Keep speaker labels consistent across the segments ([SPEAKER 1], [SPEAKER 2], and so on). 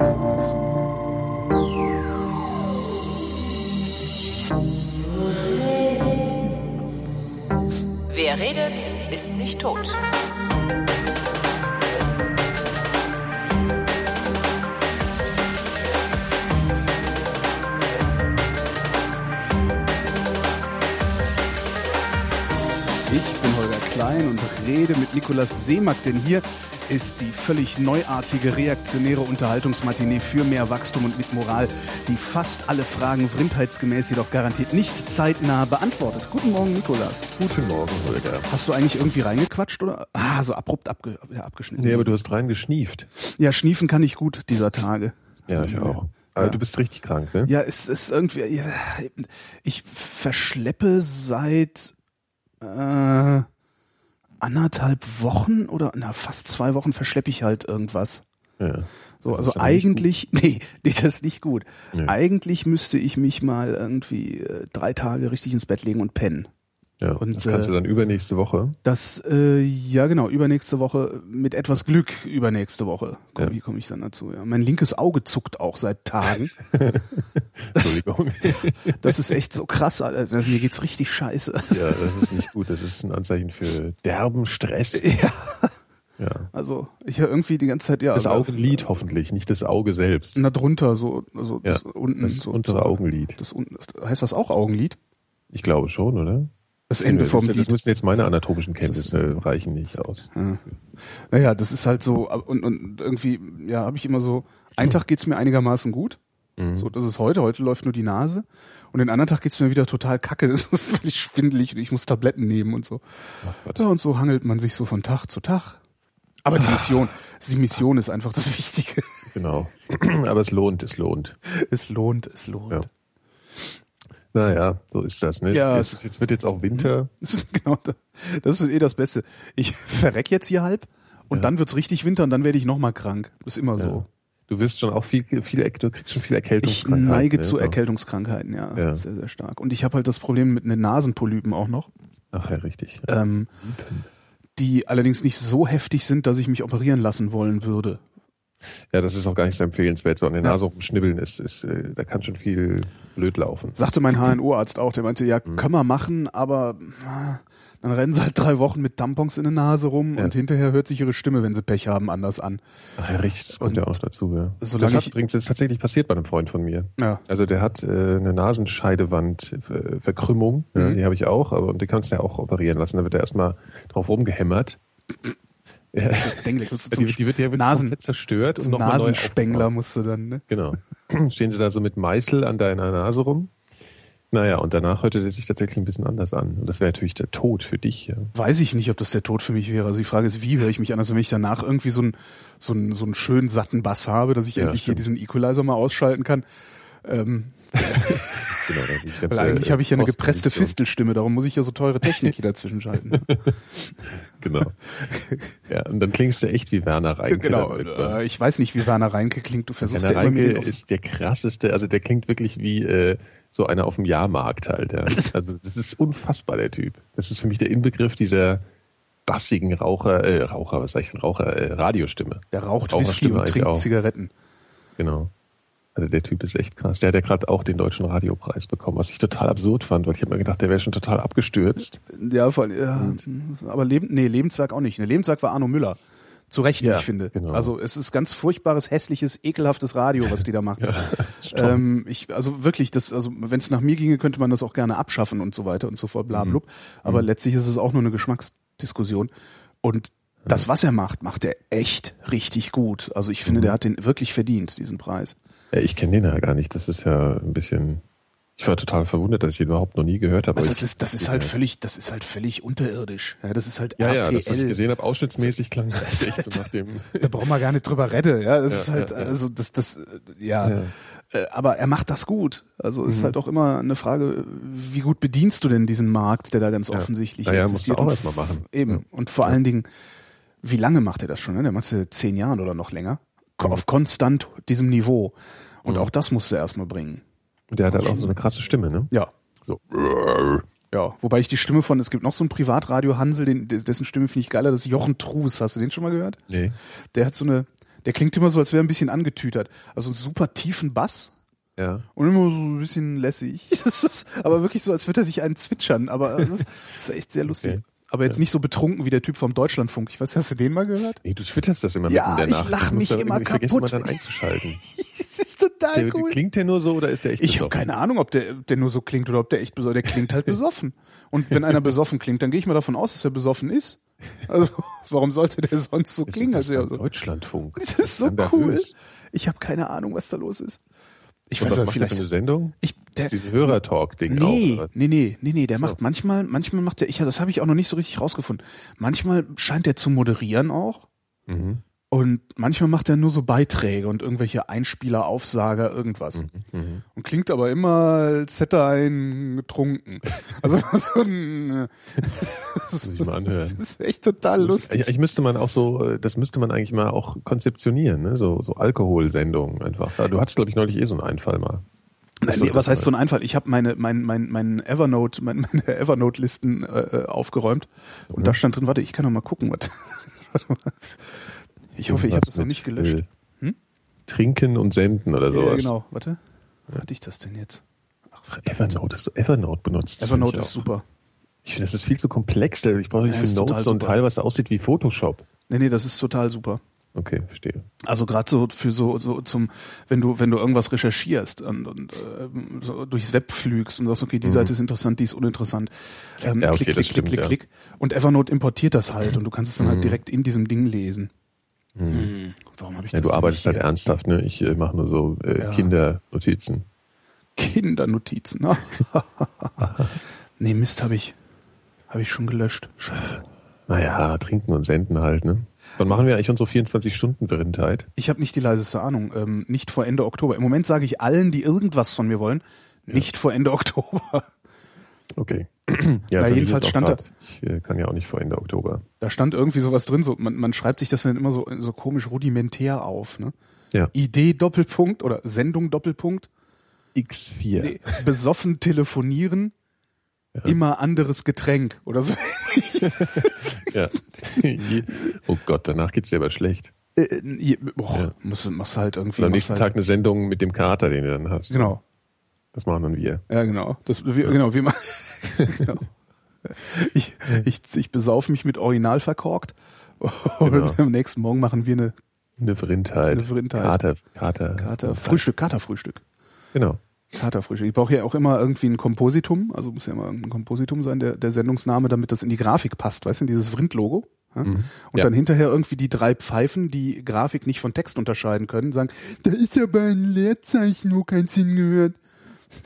[SPEAKER 1] aus.
[SPEAKER 2] Wer redet, ist nicht tot.
[SPEAKER 1] Ich bin Holger Klein und rede mit Nikolaus Seemack, denn hier ist die völlig neuartige reaktionäre Unterhaltungsmatinee für mehr Wachstum und mit Moral, die fast alle Fragen vrindheitsgemäß jedoch garantiert nicht zeitnah beantwortet. Guten Morgen, Nikolas.
[SPEAKER 3] Guten Morgen, Holger.
[SPEAKER 1] Hast du eigentlich irgendwie reingequatscht oder? Ah, so abrupt abge ja, abgeschnitten.
[SPEAKER 3] Nee, aber du hast rein geschnieft.
[SPEAKER 1] Ja, schniefen kann ich gut dieser Tage.
[SPEAKER 3] Ja, ich auch. Aber du bist richtig krank, ne?
[SPEAKER 1] Ja, es ist irgendwie. Ja, ich verschleppe seit äh, anderthalb Wochen oder na fast zwei Wochen verschleppe ich halt irgendwas.
[SPEAKER 3] Ja.
[SPEAKER 1] So,
[SPEAKER 3] Das
[SPEAKER 1] also
[SPEAKER 3] ist ja nicht
[SPEAKER 1] eigentlich, nee, nee, das ist nicht gut.
[SPEAKER 3] Nee.
[SPEAKER 1] Eigentlich müsste ich mich mal irgendwie äh, drei Tage richtig ins Bett legen und pennen.
[SPEAKER 3] Ja,
[SPEAKER 1] Und, äh,
[SPEAKER 3] das kannst du dann übernächste Woche.
[SPEAKER 1] Das, äh, ja genau, übernächste Woche, mit etwas Glück übernächste Woche komme
[SPEAKER 3] Ja.
[SPEAKER 1] komm ich dann dazu. Ja. Mein linkes Auge zuckt auch seit Tagen.
[SPEAKER 3] Entschuldigung.
[SPEAKER 1] Das ist echt so krass, Alter. Also, mir geht's richtig scheiße.
[SPEAKER 3] ja, das ist nicht gut. Das ist ein Anzeichen für derben Stress.
[SPEAKER 1] Ja,
[SPEAKER 3] Ja.
[SPEAKER 1] also ich höre irgendwie die ganze Zeit, ja,
[SPEAKER 3] Das
[SPEAKER 1] also,
[SPEAKER 3] Augenlid hoffentlich, nicht das Auge selbst.
[SPEAKER 1] na drunter, so, also
[SPEAKER 3] Ja,
[SPEAKER 1] das unten.
[SPEAKER 3] das
[SPEAKER 1] so,
[SPEAKER 3] untere
[SPEAKER 1] so,
[SPEAKER 3] Augenlid.
[SPEAKER 1] Das unten, heißt das auch Augenlid?
[SPEAKER 3] Ich glaube schon, oder?
[SPEAKER 1] Das Ende
[SPEAKER 3] das,
[SPEAKER 1] vom
[SPEAKER 3] das
[SPEAKER 1] Lied.
[SPEAKER 3] müssen jetzt meine anatomischen Kenntnisse reichen nicht aus.
[SPEAKER 1] Naja, das ist halt so, ab- und, und irgendwie, ja, habe ich immer so, einen Tag geht's mir einigermaßen gut.
[SPEAKER 3] Mhm.
[SPEAKER 1] So, das ist heute, heute läuft nur die Nase. Und den anderen Tag geht's mir wieder total kacke, das ist völlig schwindelig und ich muss Tabletten nehmen und so.
[SPEAKER 3] Gott.
[SPEAKER 1] ja, und so hangelt man sich so von Tag zu Tag. Aber die Mission, die Mission ist einfach das Wichtige.
[SPEAKER 3] Genau. Aber es lohnt, es lohnt.
[SPEAKER 1] Es lohnt, es lohnt.
[SPEAKER 3] Ja. Naja, so ist das, ne?
[SPEAKER 1] Ja,
[SPEAKER 3] es ist, jetzt wird jetzt auch Winter.
[SPEAKER 1] Das ist genau das. Das ist eh das Beste. Ich verreck jetzt hier halb und dann wird's richtig Winter und dann werde ich nochmal krank. Das ist immer so.
[SPEAKER 3] Ja. Du wirst schon auch viel, viel, du kriegst schon viel
[SPEAKER 1] Ich
[SPEAKER 3] Erkältungskrankheiten.
[SPEAKER 1] neige
[SPEAKER 3] ne?
[SPEAKER 1] zu
[SPEAKER 3] So.
[SPEAKER 1] Erkältungskrankheiten, ja,
[SPEAKER 3] Ja.
[SPEAKER 1] Sehr, sehr stark. Und ich habe halt das Problem mit den Nasenpolypen auch noch,
[SPEAKER 3] Ach ja, richtig.
[SPEAKER 1] ähm, die allerdings nicht so heftig sind, dass ich mich operieren lassen wollen würde.
[SPEAKER 3] Ja, das ist auch gar nicht so empfehlenswert. So an der Nase rumschnibbeln ist, ist, äh, da kann schon viel blöd laufen.
[SPEAKER 1] Sagte mein HNO-Arzt auch, der meinte, ja,
[SPEAKER 3] Mhm.
[SPEAKER 1] können wir machen, aber ah, dann rennen sie halt drei Wochen mit Tampons in der Nase rum
[SPEAKER 3] Ja.
[SPEAKER 1] und hinterher hört sich ihre Stimme, wenn sie Pech haben, anders an.
[SPEAKER 3] Ach ja, richtig, das kommt ja auch noch dazu, ja.
[SPEAKER 1] solange
[SPEAKER 3] das hat
[SPEAKER 1] ich-
[SPEAKER 3] übrigens das ist tatsächlich passiert bei einem Freund von mir.
[SPEAKER 1] Ja.
[SPEAKER 3] Also der hat äh, eine Nasenscheidewandverkrümmung, ja, die habe ich auch, aber und die kannst du ja auch operieren lassen. Da wird er erstmal drauf rumgehämmert. Ja.
[SPEAKER 1] Dengelig, musst du
[SPEAKER 3] Die,
[SPEAKER 1] zum
[SPEAKER 3] die wird ja wirklich
[SPEAKER 1] Nasen-
[SPEAKER 3] komplett zerstört und
[SPEAKER 1] Zum
[SPEAKER 3] nochmal neu
[SPEAKER 1] Nasenspengler musste dann, ne?
[SPEAKER 3] Genau. Stehen sie da so mit Meißel an deiner Nase rum. Naja, und danach hörte der sich tatsächlich ein bisschen anders an. Und das wäre natürlich der Tod für dich. Ja.
[SPEAKER 1] Weiß ich nicht, ob das der Tod für mich wäre. Also die Frage ist, wie höre ich mich an? Also wenn ich danach irgendwie so einen so einen, so einen schönen satten Bass habe, dass ich
[SPEAKER 3] Ja,
[SPEAKER 1] endlich hier
[SPEAKER 3] stimmt. Äh,
[SPEAKER 1] diesen Equalizer mal ausschalten kann.
[SPEAKER 3] Genau, da die
[SPEAKER 1] Weil
[SPEAKER 3] ganze,
[SPEAKER 1] eigentlich habe ich ja eine
[SPEAKER 3] äh,
[SPEAKER 1] gepresste
[SPEAKER 3] Postfunktion.
[SPEAKER 1] Fistelstimme, darum muss ich ja so teure Technik hier dazwischen schalten.
[SPEAKER 3] Genau. Ja, und dann klingst du echt wie Werner Reinke.
[SPEAKER 1] genau.
[SPEAKER 3] dann irgendwann.
[SPEAKER 1] Äh, ich weiß nicht, wie Werner Reinke klingt. Du versuchst
[SPEAKER 3] Werner
[SPEAKER 1] ja immer mit
[SPEAKER 3] Reinke
[SPEAKER 1] den auf-
[SPEAKER 3] ist der krasseste, also der klingt wirklich wie äh, so einer auf dem Jahrmarkt halt. Ja. Also das ist unfassbar, der Typ. Das ist für mich der Inbegriff dieser bassigen Raucher, äh, Raucher, was sag ich denn, Raucher, äh, Radiostimme.
[SPEAKER 1] der raucht Whisky
[SPEAKER 3] Raucherstimme
[SPEAKER 1] und
[SPEAKER 3] eigentlich
[SPEAKER 1] trinkt
[SPEAKER 3] auch.
[SPEAKER 1] Zigaretten.
[SPEAKER 3] Genau. Also der Typ ist echt krass. Der hat ja gerade auch den deutschen Radiopreis bekommen, was ich total absurd fand, weil ich habe mir gedacht, der wäre schon total abgestürzt.
[SPEAKER 1] Ja, voll, ja
[SPEAKER 3] Hm.
[SPEAKER 1] aber Leben, nee, Lebenswerk auch nicht. Ne, Lebenswerk war Arno Müller. Zu Recht, wie
[SPEAKER 3] Ja,
[SPEAKER 1] ich finde.
[SPEAKER 3] genau.
[SPEAKER 1] Also es ist ganz furchtbares, hässliches, ekelhaftes Radio, was die da machen. ähm, ich, also wirklich, das, also wenn es nach mir ginge, könnte man das auch gerne abschaffen und so weiter und so fort,
[SPEAKER 3] Mhm.
[SPEAKER 1] bla blub. Aber letztlich ist es auch nur eine Geschmacksdiskussion. Und
[SPEAKER 3] Mhm.
[SPEAKER 1] das, was er macht, macht er echt richtig gut. Also ich
[SPEAKER 3] Mhm.
[SPEAKER 1] finde, der hat den wirklich verdient, diesen Preis.
[SPEAKER 3] Ja, Äh, ich kenne den ja gar nicht. Das ist ja ein bisschen. Ich war total verwundert, dass ich ihn überhaupt noch nie gehört habe.
[SPEAKER 1] Also
[SPEAKER 3] Aber
[SPEAKER 1] das
[SPEAKER 3] ich-
[SPEAKER 1] ist, das ist halt völlig, das ist halt völlig unterirdisch. Ja, das ist halt
[SPEAKER 3] Ja,
[SPEAKER 1] RTL.
[SPEAKER 3] ja, das, was ich gesehen habe, ausschnittsmäßig klang das echt so nach dem.
[SPEAKER 1] da brauchen wir gar nicht drüber reden. Ja, das
[SPEAKER 3] Ja,
[SPEAKER 1] ist halt,
[SPEAKER 3] ja, ja.
[SPEAKER 1] also das, das, äh, ja.
[SPEAKER 3] Ja. Mhm.
[SPEAKER 1] Äh, Aber er macht das gut. Also ist halt auch immer eine Frage, wie gut bedienst du denn diesen Markt, der da ganz offensichtlich
[SPEAKER 3] Naja, musst
[SPEAKER 1] existiert?
[SPEAKER 3] du auch
[SPEAKER 1] Und
[SPEAKER 3] erst mal machen.
[SPEAKER 1] Eben. Und vor allen Dingen, wie lange macht er das schon? Ne? Der macht es ja zehn Jahre oder noch länger.
[SPEAKER 3] Mhm.
[SPEAKER 1] Ko- Auf konstant diesem Niveau. Und auch das musst du erstmal bringen.
[SPEAKER 3] Und der hat halt auch so eine krasse Stimme, ne?
[SPEAKER 1] Ja.
[SPEAKER 3] So.
[SPEAKER 1] Ja, wobei ich die Stimme von, es gibt noch so einen Privatradio Hansel, den, dessen Stimme finde ich geiler, das ist Jochen Trues. Hast du den schon mal gehört?
[SPEAKER 3] Nee.
[SPEAKER 1] Der hat so eine, Der klingt immer so, als wäre ein bisschen angetütert. Also einen super tiefen Bass
[SPEAKER 3] Ja.
[SPEAKER 1] und immer so ein bisschen lässig. Das ist aber wirklich so, als würde er sich einen zwitschern. Aber das ist, das ist echt sehr lustig.
[SPEAKER 3] Okay.
[SPEAKER 1] Aber jetzt nicht so betrunken wie der Typ vom Deutschlandfunk. Ich weiß, hast du den mal gehört?
[SPEAKER 3] Nee, du twitterst das immer
[SPEAKER 1] Ja,
[SPEAKER 3] mitten in der
[SPEAKER 1] ich
[SPEAKER 3] Nacht.
[SPEAKER 1] lach
[SPEAKER 3] Du musst
[SPEAKER 1] mich
[SPEAKER 3] da
[SPEAKER 1] immer
[SPEAKER 3] irgendwie- vergisst
[SPEAKER 1] kaputt,
[SPEAKER 3] mal dann
[SPEAKER 1] wenn ich-
[SPEAKER 3] einzuschalten.
[SPEAKER 1] das ist total
[SPEAKER 3] Der, Klingt der nur so oder ist der echt
[SPEAKER 1] Ich habe
[SPEAKER 3] besoffen?
[SPEAKER 1] keine Ahnung, ob der, ob der nur so klingt oder ob der echt besoffen Der klingt halt besoffen. Und wenn einer besoffen klingt, dann gehe ich mal davon aus, dass er besoffen ist. Also, warum sollte der sonst so
[SPEAKER 3] Ist
[SPEAKER 1] klingen?
[SPEAKER 3] das
[SPEAKER 1] Also, ja,
[SPEAKER 3] beim
[SPEAKER 1] so.
[SPEAKER 3] Deutschlandfunk.
[SPEAKER 1] Das ist so
[SPEAKER 3] Amber
[SPEAKER 1] cool.
[SPEAKER 3] Höchst.
[SPEAKER 1] Ich habe keine Ahnung, was da los ist. Ich
[SPEAKER 3] Und
[SPEAKER 1] weiß
[SPEAKER 3] was
[SPEAKER 1] aber
[SPEAKER 3] macht vielleicht für
[SPEAKER 1] vielleicht.
[SPEAKER 3] eine Sendung?
[SPEAKER 1] Ich, der,
[SPEAKER 3] ist dieses Hörertalk-Ding
[SPEAKER 1] nee,
[SPEAKER 3] auch. oder?
[SPEAKER 1] nee, nee, nee, nee, der
[SPEAKER 3] So.
[SPEAKER 1] macht manchmal, manchmal macht der, ich, das habe ich auch noch nicht so richtig rausgefunden. Manchmal scheint der zu moderieren auch.
[SPEAKER 3] Mhm.
[SPEAKER 1] Und manchmal macht er nur so Beiträge und irgendwelche Einspieler, Aufsager, irgendwas.
[SPEAKER 3] Mhm.
[SPEAKER 1] Und klingt aber immer, als hätte er einen getrunken. Also so ein,
[SPEAKER 3] Das muss ich mal anhören.
[SPEAKER 1] das ist echt total lustig.
[SPEAKER 3] Ich, ich müsste man auch so, äh, das müsste man eigentlich mal auch konzeptionieren, ne? so, so Alkoholsendungen einfach. Ja, Du hattest, glaube ich, neulich eh so einen Einfall mal.
[SPEAKER 1] Nein, nee, was heißt so ein Einfall? Ich habe meine, mein, mein, mein Evernote, mein, meine Evernote-Listen äh, äh, aufgeräumt
[SPEAKER 3] Mhm.
[SPEAKER 1] und da stand drin, warte, ich kann noch mal gucken, was. warte mal. Ich hoffe, ich habe das noch nicht gelöscht. Hm?
[SPEAKER 3] äh, Trinken und Senden oder sowas.
[SPEAKER 1] Ja, genau, warte. Wo hatte ich das denn jetzt? Ach, verdammt.
[SPEAKER 3] Evernote, hast du Evernote benutzt? Das
[SPEAKER 1] Evernote
[SPEAKER 3] find ich
[SPEAKER 1] ist
[SPEAKER 3] auch.
[SPEAKER 1] super.
[SPEAKER 3] Ich finde, das ist viel zu komplex. Ich brauche nicht
[SPEAKER 1] Ja,
[SPEAKER 3] für
[SPEAKER 1] ist total
[SPEAKER 3] Notes so ein
[SPEAKER 1] super.
[SPEAKER 3] Teil, was aussieht wie Photoshop.
[SPEAKER 1] Nee, nee, das ist total super.
[SPEAKER 3] Okay, verstehe.
[SPEAKER 1] Also gerade so für so, so zum, wenn du, wenn du irgendwas recherchierst und, und äh, so durchs Web flügst und sagst, okay, die Seite ist interessant, die ist uninteressant, ähm,
[SPEAKER 3] Mhm. Ja, okay,
[SPEAKER 1] klick,
[SPEAKER 3] das
[SPEAKER 1] klick,
[SPEAKER 3] stimmt,
[SPEAKER 1] klick,
[SPEAKER 3] ja. Mhm.
[SPEAKER 1] klick, klick. Und Evernote importiert das halt und du kannst es dann halt direkt in diesem Ding lesen. Hm. Warum habe ich
[SPEAKER 3] Ja,
[SPEAKER 1] das?
[SPEAKER 3] du
[SPEAKER 1] denn
[SPEAKER 3] arbeitest
[SPEAKER 1] nicht
[SPEAKER 3] halt ernsthaft, ne? Ich äh, mache nur so äh,
[SPEAKER 1] Ja.
[SPEAKER 3] Kindernotizen.
[SPEAKER 1] hier? Kindernotizen. ne? nee, Mist habe ich, habe ich schon gelöscht. Scheiße.
[SPEAKER 3] Naja, trinken und senden halt, ne? Wann machen wir eigentlich unsere 24-Stunden-Verrindheit?
[SPEAKER 1] Ich habe nicht die leiseste Ahnung. Ähm, nicht vor Ende Oktober. Im Moment sage ich allen, die irgendwas von mir wollen, nicht vor Ende Oktober.
[SPEAKER 3] Okay. ja,
[SPEAKER 1] Na, jedenfalls stand da-
[SPEAKER 3] da. Ich äh, kann ja auch nicht vor Ende Oktober.
[SPEAKER 1] Da stand irgendwie sowas drin, so man, man schreibt sich das dann immer so, so komisch rudimentär auf, ne?
[SPEAKER 3] Ja.
[SPEAKER 1] Idee Doppelpunkt oder Sendung Doppelpunkt.
[SPEAKER 3] X4.
[SPEAKER 1] Nee, besoffen telefonieren, immer anderes Getränk oder so.
[SPEAKER 3] Ja. Je- oh Gott, danach geht's dir aber schlecht.
[SPEAKER 1] Äh, äh, je- boah, musst, machst halt irgendwie.
[SPEAKER 3] Und am
[SPEAKER 1] machst
[SPEAKER 3] nächsten
[SPEAKER 1] halt,
[SPEAKER 3] Tag eine Sendung mit dem Kater, den du dann hast.
[SPEAKER 1] Genau.
[SPEAKER 3] Das machen dann wir.
[SPEAKER 1] Ja, genau. Das, wir, Genau, wir machen. genau. Ich, ich, ich besauf mich mit Original verkorkt und
[SPEAKER 3] Genau.
[SPEAKER 1] am nächsten Morgen machen wir eine
[SPEAKER 3] Eine Verrindheit.
[SPEAKER 1] Eine Verrindheit.
[SPEAKER 3] Kater, Kater.
[SPEAKER 1] Kater, Frühstück, Katerfrühstück.
[SPEAKER 3] Genau.
[SPEAKER 1] Katerfrühstück. Ich brauche ja auch immer irgendwie ein Kompositum, also muss ja immer ein Kompositum sein, der, der Sendungsname, damit das in die Grafik passt, weißt du, dieses Vrind-Logo. Ja? Und
[SPEAKER 3] Mhm. Ja.
[SPEAKER 1] dann hinterher irgendwie die drei Pfeifen, die Grafik nicht von Text unterscheiden können, sagen, da ist ja bei ein Leerzeichen, wo kein Sinn gehört.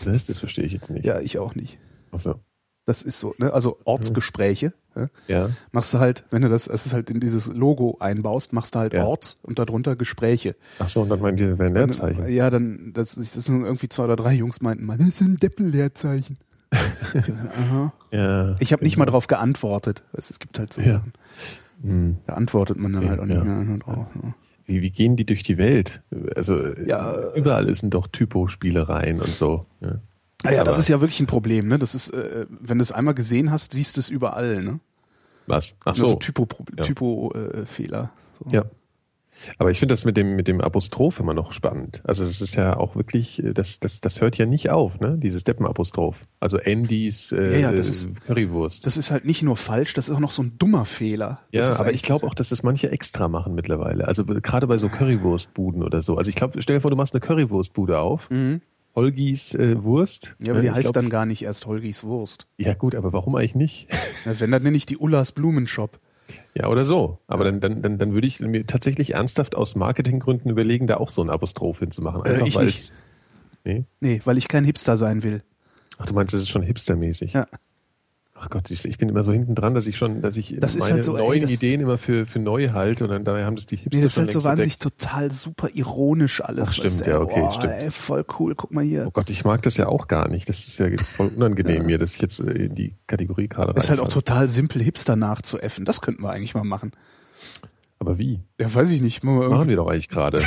[SPEAKER 3] Das, das verstehe ich jetzt nicht.
[SPEAKER 1] Ja, ich auch nicht.
[SPEAKER 3] Ach so.
[SPEAKER 1] Das ist so, ne? Also Ortsgespräche. Ja?
[SPEAKER 3] Ja.
[SPEAKER 1] Machst du halt, wenn du das, es ist halt in dieses Logo einbaust, machst du halt
[SPEAKER 3] Ja.
[SPEAKER 1] Orts und darunter Gespräche.
[SPEAKER 3] Ach so, und dann meint ihr, wären Leerzeichen.
[SPEAKER 1] Ja, dann, das, ist- das sind irgendwie zwei oder drei Jungs meinten, man, das ist ein Deppel-Leerzeichen. Aha.
[SPEAKER 3] Ja.
[SPEAKER 1] Ich habe nicht mal drauf geantwortet. Es es gibt halt so
[SPEAKER 3] Genau. Ja. Mhm.
[SPEAKER 1] Sachen. Da antwortet man dann halt auch nicht
[SPEAKER 3] ja.
[SPEAKER 1] mehr. Und auch, ja.
[SPEAKER 3] Wie, wie gehen die durch die Welt? Also
[SPEAKER 1] Ja, äh,
[SPEAKER 3] ja, überall sind doch Typo-Spielereien und so. Ja.
[SPEAKER 1] Naja, das
[SPEAKER 3] Aber-
[SPEAKER 1] ist ja wirklich ein Problem. Ne? Das ist, äh, wenn du es einmal gesehen hast, siehst du es überall. Ne?
[SPEAKER 3] Was? Ach
[SPEAKER 1] Also
[SPEAKER 3] so.
[SPEAKER 1] Typo-Fehler.
[SPEAKER 3] Ja.
[SPEAKER 1] Typo, äh, Fehler. so.
[SPEAKER 3] Ja. Aber ich finde das mit dem mit dem Apostroph immer noch spannend. Also das ist ja auch wirklich, äh, das das das hört ja nicht auf, ne? Dieses Deppenapostroph. Also Andys äh,
[SPEAKER 1] Ja, ja, das ist-
[SPEAKER 3] äh, Currywurst.
[SPEAKER 1] Das ist halt nicht nur falsch, das ist auch noch so ein dummer Fehler. Das
[SPEAKER 3] ja,
[SPEAKER 1] ist
[SPEAKER 3] aber
[SPEAKER 1] eigentlich- halt
[SPEAKER 3] ich glaube auch, dass das manche extra machen mittlerweile. Also be- gerade bei so Currywurstbuden oder so. Also ich glaube, stell dir vor, du machst eine Currywurstbude auf. Holgis äh, Wurst.
[SPEAKER 1] Mhm. Ja, aber die
[SPEAKER 3] Ich
[SPEAKER 1] heißt
[SPEAKER 3] glaub,
[SPEAKER 1] dann gar nicht erst Holgis Wurst.
[SPEAKER 3] Ja gut, aber warum eigentlich nicht?
[SPEAKER 1] Na, wenn, dann nenne ich die Ullas Blumenshop.
[SPEAKER 3] Ja, oder so. Aber dann, dann, dann, dann würde ich mir tatsächlich ernsthaft aus Marketinggründen überlegen, da auch so ein Apostroph hinzumachen.
[SPEAKER 1] Äh,
[SPEAKER 3] Einfach
[SPEAKER 1] ich
[SPEAKER 3] weil's- Nee?
[SPEAKER 1] Nee, weil ich kein Hipster sein will.
[SPEAKER 3] Ach, du meinst, das ist schon hipstermäßig.
[SPEAKER 1] Ja.
[SPEAKER 3] Ach Gott, siehst du, ich bin immer so hinten dran, dass ich schon, dass ich
[SPEAKER 1] Das ist
[SPEAKER 3] meine
[SPEAKER 1] halt so, ey,
[SPEAKER 3] neuen
[SPEAKER 1] das-
[SPEAKER 3] Ideen immer für, für neu halte und dann daher haben das die Hipster
[SPEAKER 1] Nee, das ist
[SPEAKER 3] schon
[SPEAKER 1] halt so
[SPEAKER 3] längst entdeckt.
[SPEAKER 1] wahnsinnig total super ironisch alles.
[SPEAKER 3] Ach, stimmt,
[SPEAKER 1] weißt du,
[SPEAKER 3] ja,
[SPEAKER 1] ey,
[SPEAKER 3] okay,
[SPEAKER 1] boah,
[SPEAKER 3] stimmt.
[SPEAKER 1] Ey, voll cool, guck mal hier.
[SPEAKER 3] Oh Gott, ich mag das ja auch gar nicht. Das ist ja jetzt voll unangenehm mir, dass ich jetzt äh, in die Kategorie gerade
[SPEAKER 1] Ist halt auch
[SPEAKER 3] reinfalle.
[SPEAKER 1] total simpel, Hipster nachzuäffen. Das könnten wir eigentlich mal machen.
[SPEAKER 3] Aber wie?
[SPEAKER 1] Ja, weiß ich nicht. Machen wir
[SPEAKER 3] Machen
[SPEAKER 1] irgendwie
[SPEAKER 3] wir doch eigentlich gerade.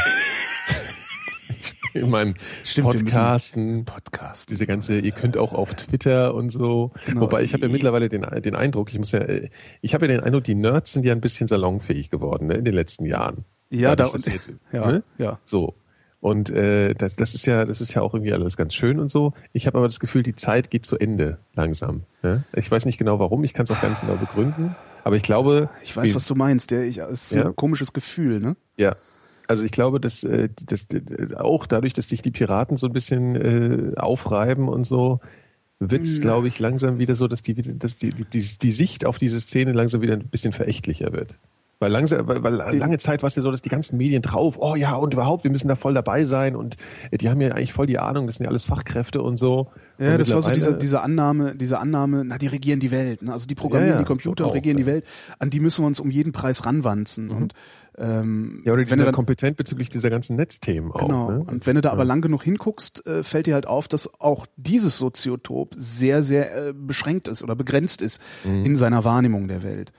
[SPEAKER 3] in meinem
[SPEAKER 1] Stimmt, wir müssen-
[SPEAKER 3] Podcasten.
[SPEAKER 1] Podcast.
[SPEAKER 3] diese ganze, ihr könnt auch auf Twitter und so.
[SPEAKER 1] Genau.
[SPEAKER 3] Wobei ich habe ja mittlerweile den, den Eindruck, ich muss ja, äh, ich habe ja den Eindruck, die Nerds sind ja ein bisschen salonfähig geworden ne, in den letzten Jahren.
[SPEAKER 1] Ja,
[SPEAKER 3] dadurch,
[SPEAKER 1] da-
[SPEAKER 3] dass er jetzt,
[SPEAKER 1] ja,
[SPEAKER 3] ne?
[SPEAKER 1] ja.
[SPEAKER 3] So. Und äh, das, das ist ja, das ist ja auch irgendwie alles ganz schön und so. Ich habe aber das Gefühl, die Zeit geht zu Ende langsam. Ja? Ich weiß nicht genau warum, ich kann es auch gar nicht genau begründen. Aber ich glaube,
[SPEAKER 1] Ich weiß,
[SPEAKER 3] wir-
[SPEAKER 1] was du meinst. Der, ich, es ist
[SPEAKER 3] Ja.
[SPEAKER 1] ein komisches Gefühl, ne?
[SPEAKER 3] ja. Also ich glaube, dass, äh, dass äh, auch dadurch, dass sich die Piraten so ein bisschen äh, aufreiben und so, wird's,
[SPEAKER 1] Mhm.
[SPEAKER 3] glaube ich, langsam wieder so, dass die wieder- dass die, die, die, die Sicht auf diese Szene langsam wieder ein bisschen verächtlicher wird. Weil, langsam, weil, weil lange Zeit war es ja so, dass die ganzen Medien drauf, oh ja, und überhaupt, wir müssen da voll dabei sein und äh, die haben ja eigentlich voll die Ahnung, das sind ja alles Fachkräfte und so.
[SPEAKER 1] Ja,
[SPEAKER 3] und
[SPEAKER 1] das war so diese,
[SPEAKER 3] mittlerweile-
[SPEAKER 1] diese Annahme, diese Annahme, na, die regieren die Welt. Ne? Also die programmieren
[SPEAKER 3] ja,
[SPEAKER 1] die Computer
[SPEAKER 3] auch,
[SPEAKER 1] und regieren die
[SPEAKER 3] ja.
[SPEAKER 1] Welt. An die müssen wir uns um jeden Preis ranwanzen. Und ähm,
[SPEAKER 3] Mhm. Ja, oder die
[SPEAKER 1] wenn
[SPEAKER 3] sind
[SPEAKER 1] du
[SPEAKER 3] ja
[SPEAKER 1] dann,
[SPEAKER 3] kompetent bezüglich dieser ganzen Netzthemen auch.
[SPEAKER 1] genau,
[SPEAKER 3] Ne?
[SPEAKER 1] und wenn du da aber lang genug hinguckst, äh, fällt dir halt auf, dass auch dieses Soziotop sehr, sehr äh, beschränkt ist oder begrenzt ist in seiner Wahrnehmung der Welt.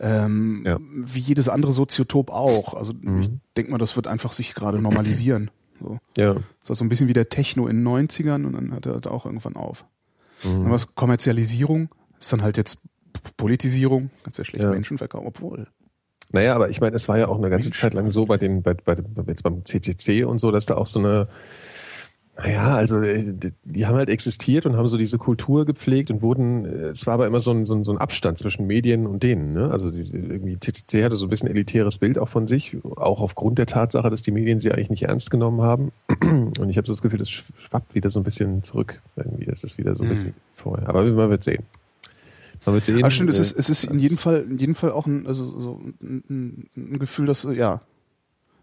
[SPEAKER 1] Ähm,
[SPEAKER 3] Mhm. Ja. Mhm.
[SPEAKER 1] Wie jedes andere Soziotop auch. Also ich denk mal, das wird einfach sich gerade normalisieren. So.
[SPEAKER 3] ja.
[SPEAKER 1] Das war so ein bisschen wie der Techno in den 90ern und dann hört er da auch irgendwann auf.
[SPEAKER 3] Mhm.
[SPEAKER 1] Dann war es Kommerzialisierung, ist dann halt jetzt P- Politisierung, ganz sehr schlecht
[SPEAKER 3] Ja.
[SPEAKER 1] Menschen verkaufen, obwohl.
[SPEAKER 3] Naja, aber ich meine, es war ja auch eine ganze Zeit lang so bei den, bei, bei, jetzt beim CCC und so, dass da auch so eine, naja, also äh, die, die haben halt existiert und haben so diese Kultur gepflegt und wurden, äh, es war aber immer so ein, so ein, so ein Abstand zwischen Medien und denen, ne? Also die, irgendwie CCC hatte so ein bisschen elitäres Bild auch von sich, auch aufgrund der Tatsache, dass die Medien sie eigentlich nicht ernst genommen haben. Und ich habe so das Gefühl, das sch- schwappt wieder so ein bisschen zurück. Irgendwie ist es wieder so ein bisschen vorher. Aber man wird sehen. Man wird sehen.
[SPEAKER 1] Hm. Ah, stimmt, es
[SPEAKER 3] äh,
[SPEAKER 1] ist, es ist in
[SPEAKER 3] das-
[SPEAKER 1] jedem Fall, in jedem Fall auch ein, also, so ein, ein- ein Gefühl, das, äh, ja,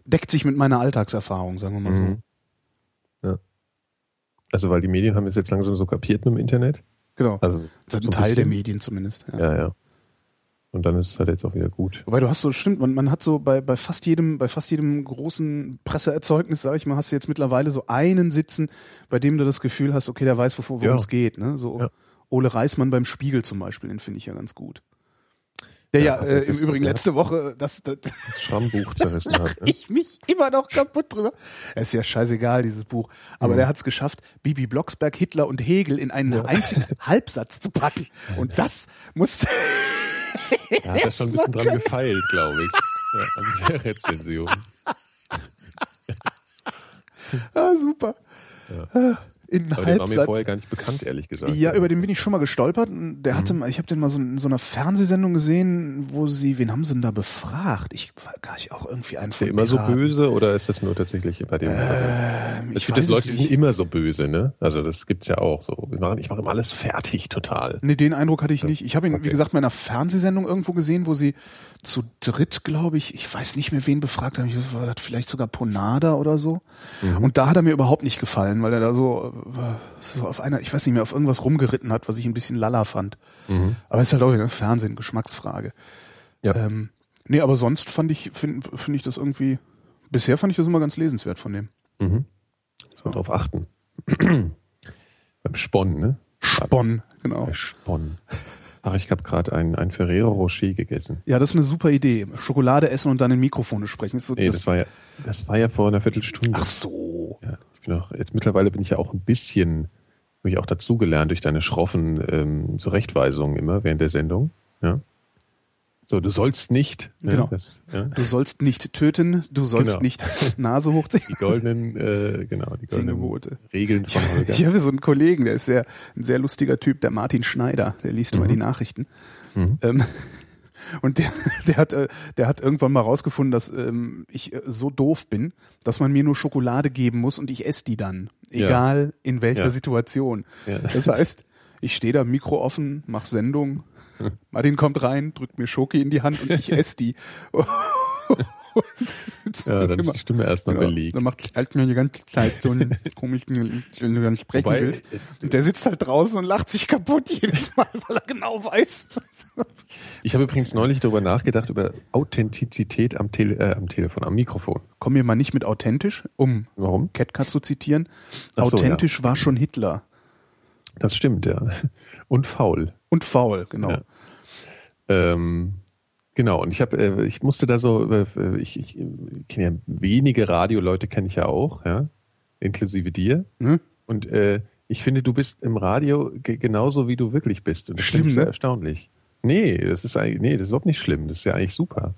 [SPEAKER 1] deckt sich mit meiner Alltagserfahrung, sagen wir mal so.
[SPEAKER 3] Mhm. Ja. Also, weil die Medien haben es jetzt langsam so kapiert mit dem Internet.
[SPEAKER 1] Genau.
[SPEAKER 3] Also,
[SPEAKER 1] Das ist
[SPEAKER 3] so
[SPEAKER 1] ein Teil der
[SPEAKER 3] bisschen.
[SPEAKER 1] Medien zumindest. Ja.
[SPEAKER 3] Ja, ja. Und dann ist es halt jetzt auch wieder gut.
[SPEAKER 1] Wobei du hast so, stimmt, man, man hat so bei, bei fast jedem, bei fast jedem großen Presseerzeugnis, sage ich mal, hast du jetzt mittlerweile so einen sitzen, bei dem du das Gefühl hast, okay, der weiß, wovor-
[SPEAKER 3] Ja.
[SPEAKER 1] worum es geht. Ne? So
[SPEAKER 3] Ja.
[SPEAKER 1] Ole Reismann beim Spiegel zum Beispiel, den finde ich ja ganz gut. Der ja,
[SPEAKER 3] Ja,
[SPEAKER 1] äh, im
[SPEAKER 3] das-
[SPEAKER 1] Übrigen
[SPEAKER 3] ja.
[SPEAKER 1] letzte Woche, äh, das, das
[SPEAKER 3] Das Schrammbuch zerrissen hat. Ne?
[SPEAKER 1] ich mich immer noch kaputt drüber. Es ist ja scheißegal, dieses Buch. Aber der hat es geschafft, Bibi Blocksberg, Hitler und Hegel in einen einzigen Halbsatz zu packen. Und das muss.
[SPEAKER 3] Er hat da schon ein bisschen dran gefeilt, glaube ich. Ja, an der Rezension.
[SPEAKER 1] ah, super. Ah, In
[SPEAKER 3] Aber der war
[SPEAKER 1] einen
[SPEAKER 3] mir
[SPEAKER 1] Halbsatz.
[SPEAKER 3] vorher gar nicht bekannt, ehrlich gesagt. ne?
[SPEAKER 1] Ja, über den bin ich schon mal gestolpert. Und
[SPEAKER 3] Mhm.
[SPEAKER 1] Der hatte, mal, ich habe den mal so in so einer Fernsehsendung gesehen, wo sie, wen haben sie denn da befragt? Ich war gar nicht auch irgendwie ein
[SPEAKER 3] Ist der immer so böse oder ist das nur tatsächlich bei dem? ich
[SPEAKER 1] Äh, Ich
[SPEAKER 3] finde,
[SPEAKER 1] weiß
[SPEAKER 3] das Leute die
[SPEAKER 1] es
[SPEAKER 3] sind
[SPEAKER 1] nicht.
[SPEAKER 3] immer so böse, ne? Also das gibt's ja auch so. Wir machen, ich mache immer alles fertig, total.
[SPEAKER 1] Nee, den Eindruck hatte ich nicht. Ich habe ihn, wie
[SPEAKER 3] Okay.
[SPEAKER 1] gesagt, mal in einer Fernsehsendung irgendwo gesehen, wo sie zu dritt, glaube ich, ich weiß nicht mehr, wen befragt haben. Ich weiß, war das vielleicht sogar Ponada oder so.
[SPEAKER 3] Mhm.
[SPEAKER 1] Und da hat er mir überhaupt nicht gefallen, weil er da so, äh, so auf einer, ich weiß nicht mehr, auf irgendwas rumgeritten hat, was ich ein bisschen lala fand.
[SPEAKER 3] Mhm.
[SPEAKER 1] Aber ist halt auch wieder Fernsehen, Geschmacksfrage.
[SPEAKER 3] Ja.
[SPEAKER 1] Ähm, nee, aber sonst fand ich, finde find ich das irgendwie, bisher fand ich das immer ganz lesenswert von dem.
[SPEAKER 3] Muss man drauf achten. Beim Sponnen, ne?
[SPEAKER 1] Spon, genau.
[SPEAKER 3] Bei Sponnen. Ach, ich habe gerade ein, ein Ferrero Rocher gegessen.
[SPEAKER 1] Ja, das ist eine super Idee. Schokolade essen und dann in Mikrofone sprechen. Ist so,
[SPEAKER 3] Nee,
[SPEAKER 1] das-
[SPEAKER 3] das, war ja, das war ja vor einer Viertelstunde.
[SPEAKER 1] ach so.
[SPEAKER 3] Ja, ich bin auch, jetzt mittlerweile bin ich ja auch ein bisschen, habe ich auch dazugelernt durch deine schroffen ähm, Zurechtweisungen immer während der Sendung. Ja. So, du sollst nicht. ne,
[SPEAKER 1] Genau.
[SPEAKER 3] das, ja.
[SPEAKER 1] Du sollst nicht töten, du sollst
[SPEAKER 3] Genau.
[SPEAKER 1] nicht Nase hochziehen.
[SPEAKER 3] Die goldenen, äh, genau, die
[SPEAKER 1] Zehn
[SPEAKER 3] goldenen
[SPEAKER 1] Gebote.
[SPEAKER 3] Regeln von Holger.
[SPEAKER 1] Ich habe so einen Kollegen, der ist sehr, ein sehr lustiger Typ, der Martin Schneider, der liest
[SPEAKER 3] Mhm.
[SPEAKER 1] immer die Nachrichten. Ähm, und der, der, hat, äh, der hat irgendwann mal rausgefunden, dass ähm, ich äh, so doof bin, dass man mir nur Schokolade geben muss und ich esse die dann.
[SPEAKER 3] Ja.
[SPEAKER 1] Egal in welcher
[SPEAKER 3] Ja.
[SPEAKER 1] Situation.
[SPEAKER 3] Ja.
[SPEAKER 1] Das heißt, ich stehe da, Mikro offen, mach Sendung. Martin kommt rein, drückt mir Schoki in die Hand und ich esse die. Und das ist
[SPEAKER 3] Ja, dann ist
[SPEAKER 1] immer-
[SPEAKER 3] die Stimme erstmal
[SPEAKER 1] Genau.
[SPEAKER 3] belegt.
[SPEAKER 1] Dann macht halt mir die ganze Zeit so einen komischen, wenn du dann sprechen
[SPEAKER 3] Wobei,
[SPEAKER 1] willst.
[SPEAKER 3] äh,
[SPEAKER 1] Und der sitzt halt draußen und lacht sich kaputt jedes Mal, weil er genau weiß. was-
[SPEAKER 3] Ich habe übrigens neulich darüber nachgedacht, über Authentizität am, Tele äh, am Telefon, am Mikrofon.
[SPEAKER 1] Komm mir mal nicht mit authentisch, um
[SPEAKER 3] Warum?
[SPEAKER 1] Ketka zu zitieren.
[SPEAKER 3] Ach so,
[SPEAKER 1] authentisch war schon Hitler.
[SPEAKER 3] Das stimmt, ja. Und faul.
[SPEAKER 1] Und faul, genau.
[SPEAKER 3] Ja. Ähm, genau, und ich habe, äh, ich musste da so, äh, ich, ich kenne ja wenige Radioleute, kenne ich ja auch, ja, inklusive dir.
[SPEAKER 1] Mhm.
[SPEAKER 3] Und äh, ich finde, du bist im Radio ge genauso, wie du wirklich bist. Und das
[SPEAKER 1] Schlimm,
[SPEAKER 3] finde ich sehr
[SPEAKER 1] ne?
[SPEAKER 3] erstaunlich. Nee, das ist eigentlich, nee, das ist überhaupt nicht schlimm. Das ist ja eigentlich super.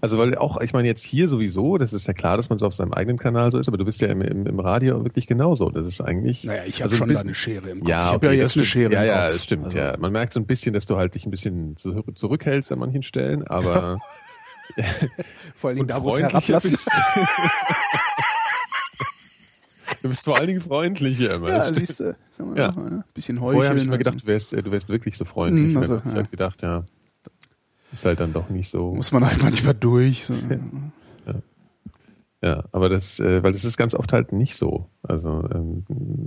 [SPEAKER 3] Also weil auch, ich meine jetzt hier sowieso, das ist ja klar, dass man so auf seinem eigenen Kanal so ist, aber du bist ja im, im, im Radio wirklich genauso. Das ist eigentlich.
[SPEAKER 1] Naja, ich habe
[SPEAKER 3] also ein
[SPEAKER 1] schon da
[SPEAKER 3] bisschen-
[SPEAKER 1] eine Schere im Kopf.
[SPEAKER 3] Ja,
[SPEAKER 1] ich habe
[SPEAKER 3] okay,
[SPEAKER 1] ja
[SPEAKER 3] das
[SPEAKER 1] jetzt eine
[SPEAKER 3] stimmt.
[SPEAKER 1] Schere
[SPEAKER 3] Ja,
[SPEAKER 1] im
[SPEAKER 3] ja,
[SPEAKER 1] Kopf.
[SPEAKER 3] das stimmt.
[SPEAKER 1] Also,
[SPEAKER 3] Ja, man merkt so ein bisschen, dass du halt dich ein bisschen zu- zurückhältst an manchen Stellen, aber
[SPEAKER 1] Vor allen Dingen da, wo es
[SPEAKER 3] freundlicher
[SPEAKER 1] herablassen
[SPEAKER 3] bist. du bist vor allen Dingen freundlicher immer. Das
[SPEAKER 1] Ja,
[SPEAKER 3] stimmt.
[SPEAKER 1] siehst du. Kann man
[SPEAKER 3] Ja.
[SPEAKER 1] auch mal, ne? Bisschen Heucheln.
[SPEAKER 3] Vorher habe ich immer gedacht, du wärst, äh, du wärst wirklich so freundlich.
[SPEAKER 1] Mhm, also,
[SPEAKER 3] ich habe
[SPEAKER 1] ja.
[SPEAKER 3] halt gedacht, ja, ist halt dann doch nicht so.
[SPEAKER 1] muss man halt manchmal durch. So.
[SPEAKER 3] Ja, aber das, äh, weil das ist ganz oft halt nicht so. Also, ähm,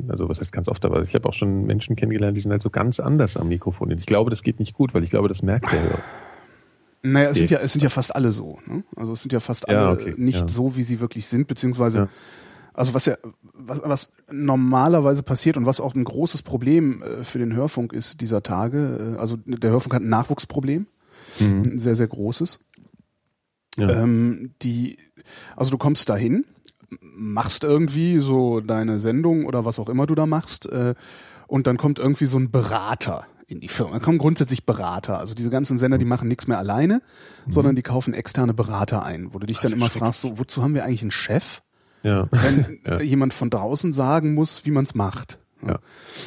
[SPEAKER 3] also was heißt ganz oft, aber ich habe auch schon Menschen kennengelernt, die sind halt so ganz anders am Mikrofon. Und ich glaube, das geht nicht gut, weil ich glaube, das merkt der Hörer.
[SPEAKER 1] Naja, es sind
[SPEAKER 3] Nee.
[SPEAKER 1] ja, es sind ja fast alle so. Ne? Also es sind ja fast alle
[SPEAKER 3] Ja, okay,
[SPEAKER 1] nicht
[SPEAKER 3] ja.
[SPEAKER 1] so, wie sie wirklich sind, beziehungsweise
[SPEAKER 3] Ja.
[SPEAKER 1] also was ja was, was normalerweise passiert und was auch ein großes Problem äh, für den Hörfunk ist dieser Tage. äh, Also der Hörfunk hat ein Nachwuchsproblem,
[SPEAKER 3] Mhm.
[SPEAKER 1] ein sehr sehr großes.
[SPEAKER 3] Ja.
[SPEAKER 1] Ähm, die, also du kommst dahin, machst irgendwie so deine Sendung oder was auch immer du da machst, äh, und dann kommt irgendwie so ein Berater in die Firma. Dann kommen grundsätzlich Berater. Also diese ganzen Sender, die machen nichts mehr alleine, sondern die kaufen externe Berater ein, wo du dich dann immer fragst, so, wozu haben wir eigentlich einen Chef?
[SPEAKER 3] ja.
[SPEAKER 1] wenn äh, jemand von draußen sagen muss, wie man es macht.
[SPEAKER 3] Ja.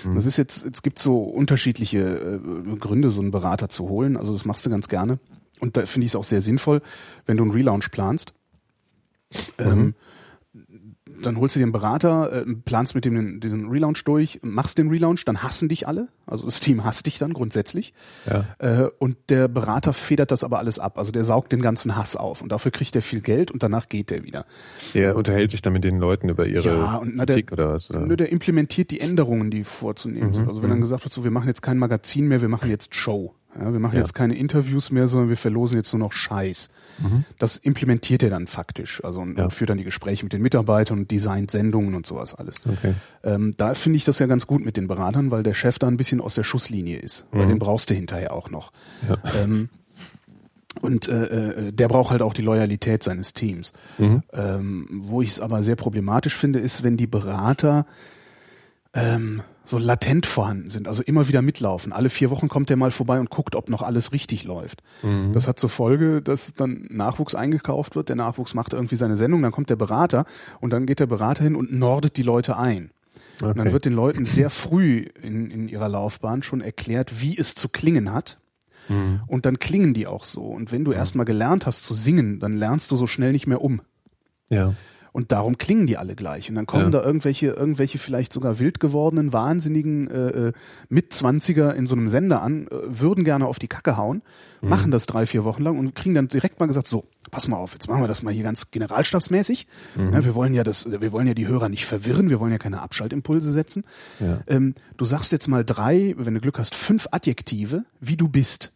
[SPEAKER 3] Mhm.
[SPEAKER 1] Das ist jetzt, es gibt so unterschiedliche äh, Gründe, so einen Berater zu holen. Also das machst du ganz gerne. Und da finde ich es auch sehr sinnvoll, wenn du einen Relaunch planst.
[SPEAKER 3] Mhm.
[SPEAKER 1] Ähm, dann holst du dir einen Berater, äh, planst mit dem den, diesen Relaunch durch, machst den Relaunch, dann hassen dich alle. Also das Team hasst dich dann grundsätzlich.
[SPEAKER 3] Ja.
[SPEAKER 1] Äh, und der Berater federt das aber alles ab. Also der saugt den ganzen Hass auf und dafür kriegt er viel Geld und danach geht er wieder.
[SPEAKER 3] Der unterhält sich dann mit den Leuten über ihre
[SPEAKER 1] Ja, und na, der-
[SPEAKER 3] Politik oder was. Oder? Mhm,
[SPEAKER 1] Nur der implementiert die Änderungen, die vorzunehmen sind. Also wenn dann gesagt wird, so, wir machen jetzt kein Magazin mehr, wir machen jetzt Show. Ja, wir machen
[SPEAKER 3] Ja.
[SPEAKER 1] jetzt keine Interviews mehr, sondern wir verlosen jetzt nur noch Scheiß. Das implementiert er dann faktisch. Also und,
[SPEAKER 3] Mhm. Ja.
[SPEAKER 1] und führt dann die Gespräche mit den Mitarbeitern und designt Sendungen und sowas alles.
[SPEAKER 3] Okay.
[SPEAKER 1] Ähm, da finde ich das ja ganz gut mit den Beratern, weil der Chef da ein bisschen aus der Schusslinie ist. Weil den brauchst du hinterher auch noch. Ähm, und äh, äh, der braucht halt auch die Loyalität seines Teams. Ähm, wo ich es aber sehr problematisch finde, ist, wenn die Berater ähm, so latent vorhanden sind, also immer wieder mitlaufen. Alle vier Wochen kommt der mal vorbei und guckt, ob noch alles richtig läuft. Das hat zur Folge, dass dann Nachwuchs eingekauft wird, der Nachwuchs macht irgendwie seine Sendung, dann kommt der Berater und dann geht der Berater hin und nordet die Leute ein. Und dann
[SPEAKER 3] Okay.
[SPEAKER 1] wird den Leuten sehr früh in, in ihrer Laufbahn schon erklärt, wie es zu klingen hat.
[SPEAKER 3] Mhm.
[SPEAKER 1] Und dann klingen die auch so. Und wenn du erstmal gelernt hast zu singen, dann lernst du so schnell nicht mehr um.
[SPEAKER 3] Ja.
[SPEAKER 1] Und darum klingen die alle gleich. Und dann kommen
[SPEAKER 3] Ja.
[SPEAKER 1] da irgendwelche, irgendwelche vielleicht sogar wild gewordenen, wahnsinnigen äh, äh, Mitzwanziger in so einem Sender an, äh, würden gerne auf die Kacke hauen,
[SPEAKER 3] Mhm.
[SPEAKER 1] machen das drei, vier Wochen lang und kriegen dann direkt mal gesagt, so, pass mal auf, jetzt machen wir das mal hier ganz generalstabsmäßig.
[SPEAKER 3] Mhm.
[SPEAKER 1] Ja, wir wollen ja das, wir wollen ja die Hörer nicht verwirren, wir wollen ja keine Abschaltimpulse setzen.
[SPEAKER 3] Ja.
[SPEAKER 1] Ähm, du sagst jetzt mal drei, wenn du Glück hast, fünf Adjektive, wie du bist.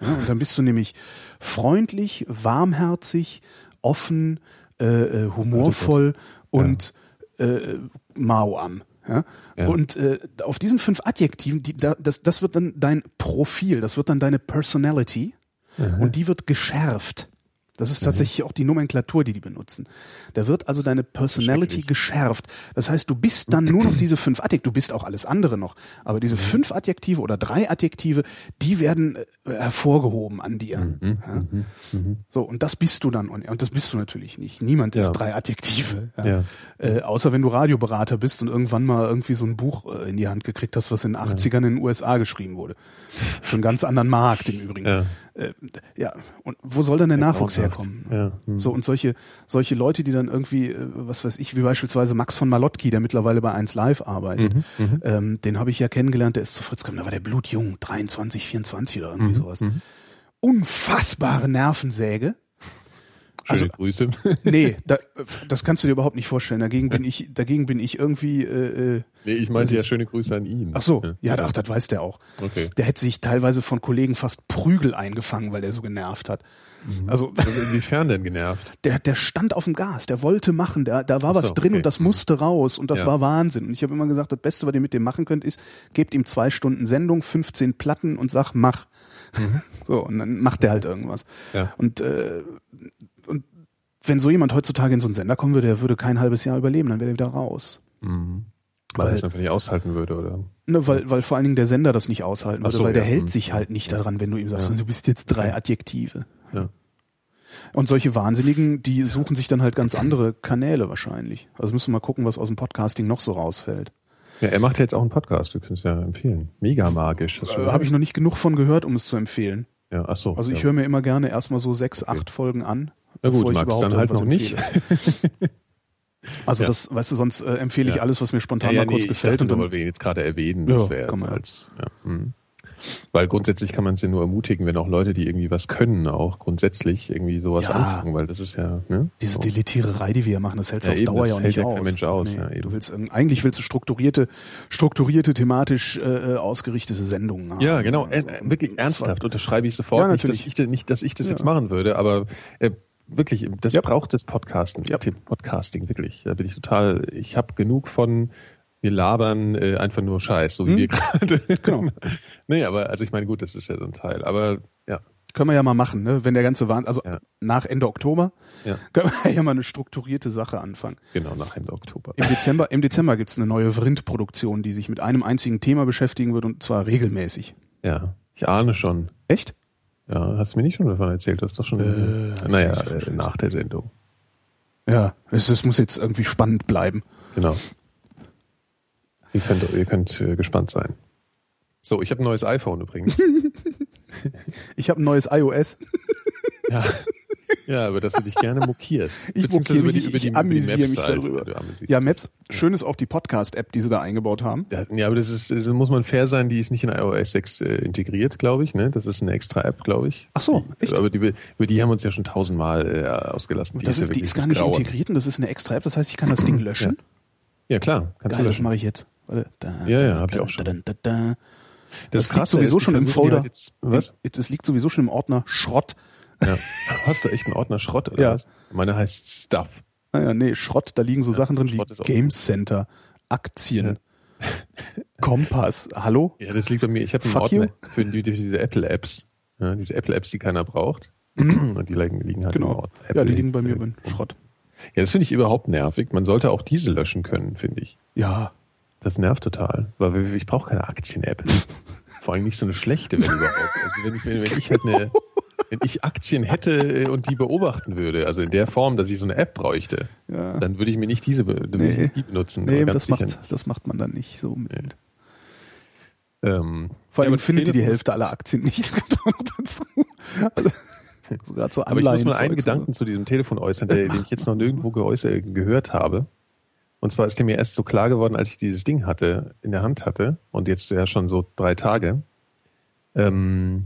[SPEAKER 1] Ja, und dann bist du nämlich freundlich, warmherzig, offen, äh, äh, humorvoll und äh, mau am. Ja?
[SPEAKER 3] Ja.
[SPEAKER 1] Und äh, auf diesen fünf Adjektiven, die, da, das, das wird dann dein Profil, das wird dann deine Personality und die wird geschärft. Das ist tatsächlich auch die Nomenklatur, die die benutzen. Da wird also deine Personality geschärft. Das heißt, du bist dann nur noch diese fünf Adjektive, du bist auch alles andere noch, aber diese fünf Adjektive oder drei Adjektive, die werden äh, hervorgehoben an dir. Ja? So, und das bist du dann, und und das bist du natürlich nicht. Niemand ist
[SPEAKER 3] Ja.
[SPEAKER 1] drei Adjektive. Ja.
[SPEAKER 3] Ja.
[SPEAKER 1] Äh, außer wenn du Radioberater bist und irgendwann mal irgendwie so ein Buch äh, in die Hand gekriegt hast, was in den 80ern in den USA geschrieben wurde. Für einen ganz anderen Markt im Übrigen.
[SPEAKER 3] Ja.
[SPEAKER 1] Äh, ja. Und wo soll dann der Nachwuchs
[SPEAKER 3] grauenhaft.
[SPEAKER 1] herkommen?
[SPEAKER 3] Ja. Hm.
[SPEAKER 1] So, und solche, solche Leute, die dann irgendwie, äh, was weiß ich, wie beispielsweise Max von Malotki, der mittlerweile bei 1 Live
[SPEAKER 3] Mhm,
[SPEAKER 1] arbeitet, ähm, den habe ich ja kennengelernt, der ist zu Fritz gekommen, da war der blutjung, 23, 24 oder
[SPEAKER 3] Mhm,
[SPEAKER 1] irgendwie sowas. Unfassbare Nervensäge. Also
[SPEAKER 3] Schöne Grüße.
[SPEAKER 1] Nee, da, das kannst du dir überhaupt nicht vorstellen. Dagegen bin ich, dagegen bin ich irgendwie. Äh, äh,
[SPEAKER 3] nee, ich meinte ja schöne Grüße an ihn.
[SPEAKER 1] ach so, ja, ach, das weiß der auch.
[SPEAKER 3] Okay.
[SPEAKER 1] Der hätte sich teilweise von Kollegen fast Prügel eingefangen, weil der so genervt hat. Also
[SPEAKER 3] Also inwiefern denn genervt?
[SPEAKER 1] der, der stand auf dem Gas, der wollte machen, der, da war
[SPEAKER 3] Ach so,
[SPEAKER 1] was drin
[SPEAKER 3] okay. Mhm.
[SPEAKER 1] und das musste raus und das
[SPEAKER 3] Ja.
[SPEAKER 1] war Wahnsinn. Und ich habe immer gesagt, das Beste, was ihr mit dem machen könnt, ist, gebt ihm zwei Stunden Sendung, 15 Platten und sag, mach.
[SPEAKER 3] Mhm.
[SPEAKER 1] So, und dann macht der halt irgendwas.
[SPEAKER 3] Ja.
[SPEAKER 1] Und, äh, und wenn so jemand heutzutage in so einen Sender kommen würde, der würde kein halbes Jahr überleben, dann wäre er wieder raus.
[SPEAKER 3] Weil er
[SPEAKER 1] Weil-
[SPEAKER 3] es einfach nicht aushalten würde, oder?
[SPEAKER 1] Ne, weil, weil vor allen Dingen der Sender das nicht aushalten
[SPEAKER 3] Ach
[SPEAKER 1] würde,
[SPEAKER 3] so,
[SPEAKER 1] weil der
[SPEAKER 3] ja.
[SPEAKER 1] hält sich halt nicht daran, wenn du ihm sagst, du bist jetzt drei Adjektive.
[SPEAKER 3] Ja.
[SPEAKER 1] Und solche Wahnsinnigen, die suchen sich dann halt ganz andere Kanäle wahrscheinlich. Also müssen wir mal gucken, was aus dem Podcasting noch so rausfällt.
[SPEAKER 3] Ja, er macht ja jetzt auch einen Podcast, wir können es ja empfehlen. Mega magisch.
[SPEAKER 1] Äh, Habe ich noch nicht genug von gehört, um es zu empfehlen.
[SPEAKER 3] Ja, ach so.
[SPEAKER 1] Also ich
[SPEAKER 3] ja.
[SPEAKER 1] höre mir immer gerne erstmal so sechs, acht Folgen an.
[SPEAKER 3] Na gut,
[SPEAKER 1] bevor ich
[SPEAKER 3] Max, dann
[SPEAKER 1] überhaupt
[SPEAKER 3] halt
[SPEAKER 1] irgendwas
[SPEAKER 3] noch nicht.
[SPEAKER 1] empfehle. Also
[SPEAKER 3] Ja.
[SPEAKER 1] das, weißt du, sonst äh, empfehle ich
[SPEAKER 3] Ja.
[SPEAKER 1] alles, was mir spontan
[SPEAKER 3] Ja, ja,
[SPEAKER 1] mal kurz
[SPEAKER 3] nee,
[SPEAKER 1] gefällt.
[SPEAKER 3] Ich
[SPEAKER 1] Und
[SPEAKER 3] dachte,
[SPEAKER 1] dann,
[SPEAKER 3] nur, weil wir jetzt gerade erwähnen,
[SPEAKER 1] Ja,
[SPEAKER 3] das wäre
[SPEAKER 1] kann man ja.
[SPEAKER 3] als. Ja, mhm. Weil grundsätzlich kann man es ja nur ermutigen, wenn auch Leute, die irgendwie was können, auch grundsätzlich irgendwie sowas
[SPEAKER 1] Ja.
[SPEAKER 3] anfangen, weil das ist ja. Ne?
[SPEAKER 1] diese
[SPEAKER 3] So.
[SPEAKER 1] Deletiererei, die wir machen, das hältst du
[SPEAKER 3] Ja,
[SPEAKER 1] auf
[SPEAKER 3] eben,
[SPEAKER 1] Dauer
[SPEAKER 3] das
[SPEAKER 1] ja auch
[SPEAKER 3] hält
[SPEAKER 1] nicht
[SPEAKER 3] ja
[SPEAKER 1] aus.
[SPEAKER 3] kein Mensch aus, ja,
[SPEAKER 1] du
[SPEAKER 3] eben.
[SPEAKER 1] willst, ähm, eigentlich willst du strukturierte, strukturierte, thematisch äh, äh, ausgerichtete Sendungen haben.
[SPEAKER 3] Ja, genau, äh,
[SPEAKER 1] Also,
[SPEAKER 3] äh, wirklich
[SPEAKER 1] das-
[SPEAKER 3] ernsthaft unterschreibe ich sofort.
[SPEAKER 1] Ja,
[SPEAKER 3] nicht, dass
[SPEAKER 1] natürlich.
[SPEAKER 3] ich, da- nicht, dass ich das
[SPEAKER 1] Ja.
[SPEAKER 3] jetzt machen würde, aber äh, wirklich, das
[SPEAKER 1] Ja.
[SPEAKER 3] braucht das Podcasten,
[SPEAKER 1] Ja.
[SPEAKER 3] Tim, Podcasting, wirklich. Da bin ich total, ich habe genug von, wir labern äh, einfach nur Scheiß, so wie wir gerade.
[SPEAKER 1] Hm. Genau.
[SPEAKER 3] nee, aber also ich meine, gut, das ist ja so ein Teil, aber ja.
[SPEAKER 1] Können wir ja mal machen, ne? wenn der ganze Wahnsinn, also
[SPEAKER 3] Ja.
[SPEAKER 1] nach Ende Oktober,
[SPEAKER 3] Ja.
[SPEAKER 1] können wir ja mal eine strukturierte Sache anfangen.
[SPEAKER 3] Genau, nach Ende Oktober.
[SPEAKER 1] Im Dezember, im Dezember gibt's eine neue Vrind-Produktion, die sich mit einem einzigen Thema beschäftigen wird und zwar regelmäßig.
[SPEAKER 3] Ja, ich ahne schon.
[SPEAKER 1] Echt?
[SPEAKER 3] Ja, hast du mir nicht schon davon erzählt? Das ist doch schon,
[SPEAKER 1] Äh,
[SPEAKER 3] naja,
[SPEAKER 1] hab ich nicht
[SPEAKER 3] äh, nach der Sendung.
[SPEAKER 1] Ja, es, es muss jetzt irgendwie spannend bleiben.
[SPEAKER 3] Genau. Ihr könnt, ihr könnt äh, gespannt sein. So, ich habe ein neues iPhone übrigens.
[SPEAKER 1] Ich habe ein neues iOS.
[SPEAKER 3] ja. ja, über das du dich gerne mokierst.
[SPEAKER 1] Ich
[SPEAKER 3] Beziehungsweise
[SPEAKER 1] mokiere
[SPEAKER 3] über
[SPEAKER 1] mich,
[SPEAKER 3] die- über die-
[SPEAKER 1] ich
[SPEAKER 3] über die
[SPEAKER 1] amüsiere mich
[SPEAKER 3] Maps-Seite,
[SPEAKER 1] darüber.
[SPEAKER 3] du amüsierst
[SPEAKER 1] Ja,
[SPEAKER 3] dich.
[SPEAKER 1] Maps, schön ist auch die Podcast-App, die sie da eingebaut haben.
[SPEAKER 3] Ja, Ja, aber das ist, also muss man fair sein, die ist nicht in iOS 6 äh, integriert, glaube ich. Ne? Das ist eine extra App, glaube ich.
[SPEAKER 1] Ach so,
[SPEAKER 3] die,
[SPEAKER 1] echt?
[SPEAKER 3] Aber die, über die haben wir uns ja schon tausendmal äh, ausgelassen.
[SPEAKER 1] das ist,
[SPEAKER 3] ja
[SPEAKER 1] die
[SPEAKER 3] wirklich
[SPEAKER 1] ist gar
[SPEAKER 3] das
[SPEAKER 1] nicht
[SPEAKER 3] Grauen.
[SPEAKER 1] integriert und das ist eine extra App, das heißt, ich kann das Ding löschen.
[SPEAKER 3] Ja, klar. Kannst
[SPEAKER 1] Geil,
[SPEAKER 3] du
[SPEAKER 1] das
[SPEAKER 3] löschen.
[SPEAKER 1] mache ich jetzt. Warte, da,
[SPEAKER 3] Ja,
[SPEAKER 1] da,
[SPEAKER 3] ja, hab ich
[SPEAKER 1] da,
[SPEAKER 3] auch schon.
[SPEAKER 1] Da, da, da.
[SPEAKER 3] Das,
[SPEAKER 1] Das liegt
[SPEAKER 3] Krasse
[SPEAKER 1] sowieso
[SPEAKER 3] die
[SPEAKER 1] schon im
[SPEAKER 3] versuchen die
[SPEAKER 1] Folder.
[SPEAKER 3] halt Jetzt, was?
[SPEAKER 1] Das liegt sowieso schon im Ordner Schrott.
[SPEAKER 3] Ja. Hast du echt einen Ordner Schrott oder
[SPEAKER 1] Ja.
[SPEAKER 3] was? Meine heißt Stuff.
[SPEAKER 1] Naja, nee, Schrott, da liegen so Sachen drin wie
[SPEAKER 3] Schrott ist auch
[SPEAKER 1] Game Center, Aktien, Kompass, hallo?
[SPEAKER 3] Ja, das liegt bei mir. Ich habe einen
[SPEAKER 1] Fuck
[SPEAKER 3] Ordner
[SPEAKER 1] you.
[SPEAKER 3] für die, diese Apple-Apps. Ja, diese Apple-Apps, die keiner braucht. Und die liegen, liegen halt im
[SPEAKER 1] Mhm. Genau.
[SPEAKER 3] Ordner.
[SPEAKER 1] Ja,
[SPEAKER 3] Apple
[SPEAKER 1] die liegen bei mir
[SPEAKER 3] rum.
[SPEAKER 1] beim Schrott.
[SPEAKER 3] Ja, das finde ich überhaupt nervig. Man sollte auch diese löschen können, finde ich.
[SPEAKER 1] Ja.
[SPEAKER 3] Das nervt total. Weil wir- ich brauche keine Aktien-App. Vor allem nicht so eine schlechte, wenn überhaupt. Also wenn ich, wenn, wenn ich halt eine, wenn ich Aktien hätte und die beobachten würde, also in der Form, dass ich so eine App bräuchte,
[SPEAKER 1] Ja.
[SPEAKER 3] dann würde ich mir nicht diese, be- dann würde ich
[SPEAKER 1] Nee.
[SPEAKER 3] nicht die benutzen.
[SPEAKER 1] Nee,
[SPEAKER 3] aber
[SPEAKER 1] das
[SPEAKER 3] sicher
[SPEAKER 1] macht, das macht man dann nicht so mit.
[SPEAKER 3] Ähm,
[SPEAKER 1] Vor
[SPEAKER 3] ja, aber
[SPEAKER 1] allem
[SPEAKER 3] das
[SPEAKER 1] findet ihr die
[SPEAKER 3] Telefon-
[SPEAKER 1] Hälfte aller Aktien nicht dazu. Also, sogar zu
[SPEAKER 3] Aber ich muss
[SPEAKER 1] Anleihen.
[SPEAKER 3] mal einen
[SPEAKER 1] Zeugs.
[SPEAKER 3] Gedanken zu diesem Telefon äußern, der, den ich jetzt noch nirgendwo geäußert, gehört habe. Und zwar ist der mir erst so klar geworden, als ich dieses Ding hatte, in der Hand hatte, und jetzt ja schon so drei Tage. Ähm,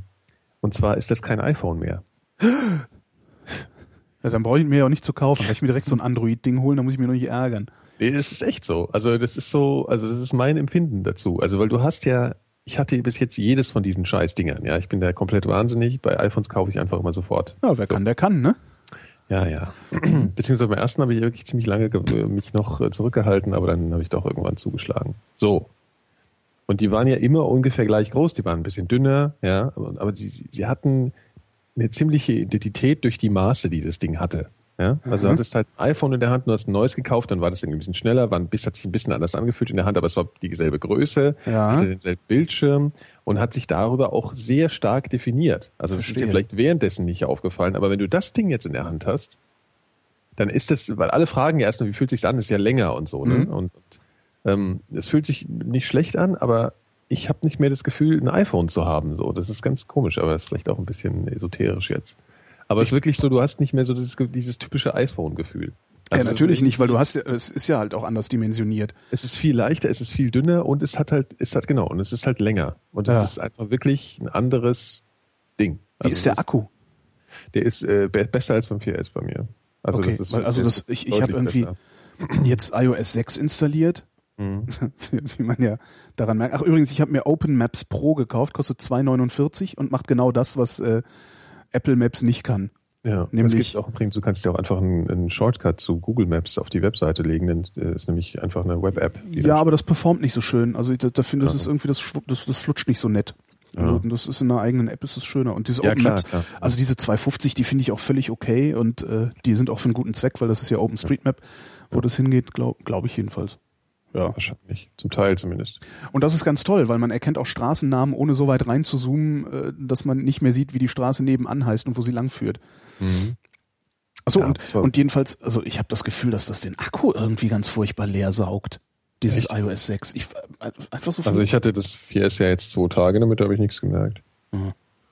[SPEAKER 3] und zwar ist das kein iPhone mehr.
[SPEAKER 1] Ja, dann brauche ich ihn mir ja auch nicht zu kaufen. Kann ich mir direkt so ein Android-Ding holen, dann muss ich mir noch nicht ärgern.
[SPEAKER 3] Nee, das ist echt so. Also das ist so, also das ist mein Empfinden dazu. Also weil du hast ja, ich hatte bis jetzt jedes von diesen Scheißdingern. Ja, ich bin da komplett wahnsinnig. Bei iPhones kaufe ich einfach immer sofort.
[SPEAKER 1] Ja, wer kann, der kann,
[SPEAKER 3] Also
[SPEAKER 1] ne?
[SPEAKER 3] Ja, ja. Beziehungsweise beim ersten habe ich wirklich ziemlich lange ge- mich noch äh, zurückgehalten, aber dann habe ich doch irgendwann zugeschlagen. So. Und die waren ja immer ungefähr gleich groß, die waren ein bisschen dünner, ja, aber, aber sie, sie sie hatten eine ziemliche Identität durch die Maße, die das Ding hatte. Ja? Also du hattest halt ein iPhone in der Hand, du hast ein neues gekauft, dann war das irgendwie ein bisschen schneller, war ein bisschen, hat sich ein bisschen anders angefühlt in der Hand, aber es war dieselbe Größe,
[SPEAKER 1] Ja.
[SPEAKER 3] es hatte denselben Bildschirm und hat sich darüber auch sehr stark definiert. Also das ist dir
[SPEAKER 1] Verstehe.
[SPEAKER 3] vielleicht währenddessen nicht aufgefallen, aber wenn du das Ding jetzt in der Hand hast, dann ist das, weil alle fragen ja erstmal, wie fühlt sich's an, das ist ja länger und so,
[SPEAKER 1] Mhm.
[SPEAKER 3] ne? Und, und ähm, es fühlt sich nicht schlecht an, aber ich habe nicht mehr das Gefühl, ein iPhone zu haben. So, das ist ganz komisch, aber das ist vielleicht auch ein bisschen esoterisch jetzt. Aber es ist wirklich so, du hast nicht mehr so dieses, dieses typische iPhone-Gefühl. Also es
[SPEAKER 1] ja,
[SPEAKER 3] ist
[SPEAKER 1] natürlich
[SPEAKER 3] irgendwie-
[SPEAKER 1] nicht, weil du hast ja, es ist ja halt auch anders dimensioniert.
[SPEAKER 3] Es ist viel leichter, es ist viel dünner und es hat halt, es hat genau, und es ist halt länger. Und es
[SPEAKER 1] Ja.
[SPEAKER 3] ist einfach wirklich ein anderes Ding.
[SPEAKER 1] Wie
[SPEAKER 3] Also
[SPEAKER 1] ist der
[SPEAKER 3] das-
[SPEAKER 1] Akku?
[SPEAKER 3] Der ist äh, be- besser als beim 4S bei mir. Also
[SPEAKER 1] Okay,
[SPEAKER 3] das ist
[SPEAKER 1] weil, also
[SPEAKER 3] der
[SPEAKER 1] das,
[SPEAKER 3] ist
[SPEAKER 1] ich, ich habe
[SPEAKER 3] deutlich
[SPEAKER 1] irgendwie
[SPEAKER 3] besser.
[SPEAKER 1] jetzt iOS 6 installiert.
[SPEAKER 3] Mhm.
[SPEAKER 1] Wie wie man ja daran merkt. Ach, übrigens, ich habe mir Open Maps Pro gekauft, kostet 2,49 und macht genau das, was äh, Apple Maps nicht kann.
[SPEAKER 3] Ja,
[SPEAKER 1] Nämlich-
[SPEAKER 3] nämlich das gibt's auch übrigens, du kannst dir auch einfach einen, einen Shortcut zu Google Maps auf die Webseite legen, denn äh, ist nämlich einfach eine Web-App. die
[SPEAKER 1] Ja,
[SPEAKER 3] dann-
[SPEAKER 1] aber das performt nicht so schön. Also ich da, da finde, das ist irgendwie, das, schw- das, das flutscht nicht so nett. Also, und das ist in einer eigenen App, ist das schöner. Und diese
[SPEAKER 3] Ja,
[SPEAKER 1] Open
[SPEAKER 3] klar,
[SPEAKER 1] Maps,
[SPEAKER 3] klar.
[SPEAKER 1] also diese 250, die finde ich auch völlig okay und äh, die sind auch für einen guten Zweck, weil das ist ja OpenStreetMap, wo das hingeht, glaube glaub ich jedenfalls. Ja.
[SPEAKER 3] wahrscheinlich. Zum Teil zumindest.
[SPEAKER 1] Und das ist ganz toll, weil man erkennt auch Straßennamen, ohne so weit reinzuzoomen, äh, dass man nicht mehr sieht, wie die Straße nebenan heißt und wo sie lang führt. Achso,
[SPEAKER 3] Ja,
[SPEAKER 1] und,
[SPEAKER 3] das war-
[SPEAKER 1] und jedenfalls, also ich habe das Gefühl, dass das den Akku irgendwie ganz furchtbar leer saugt. Dieses iOS 6. Ich, äh, einfach so
[SPEAKER 3] Also
[SPEAKER 1] viel-
[SPEAKER 3] ich hatte das 4S ja jetzt zwei Tage, damit habe ich nichts gemerkt.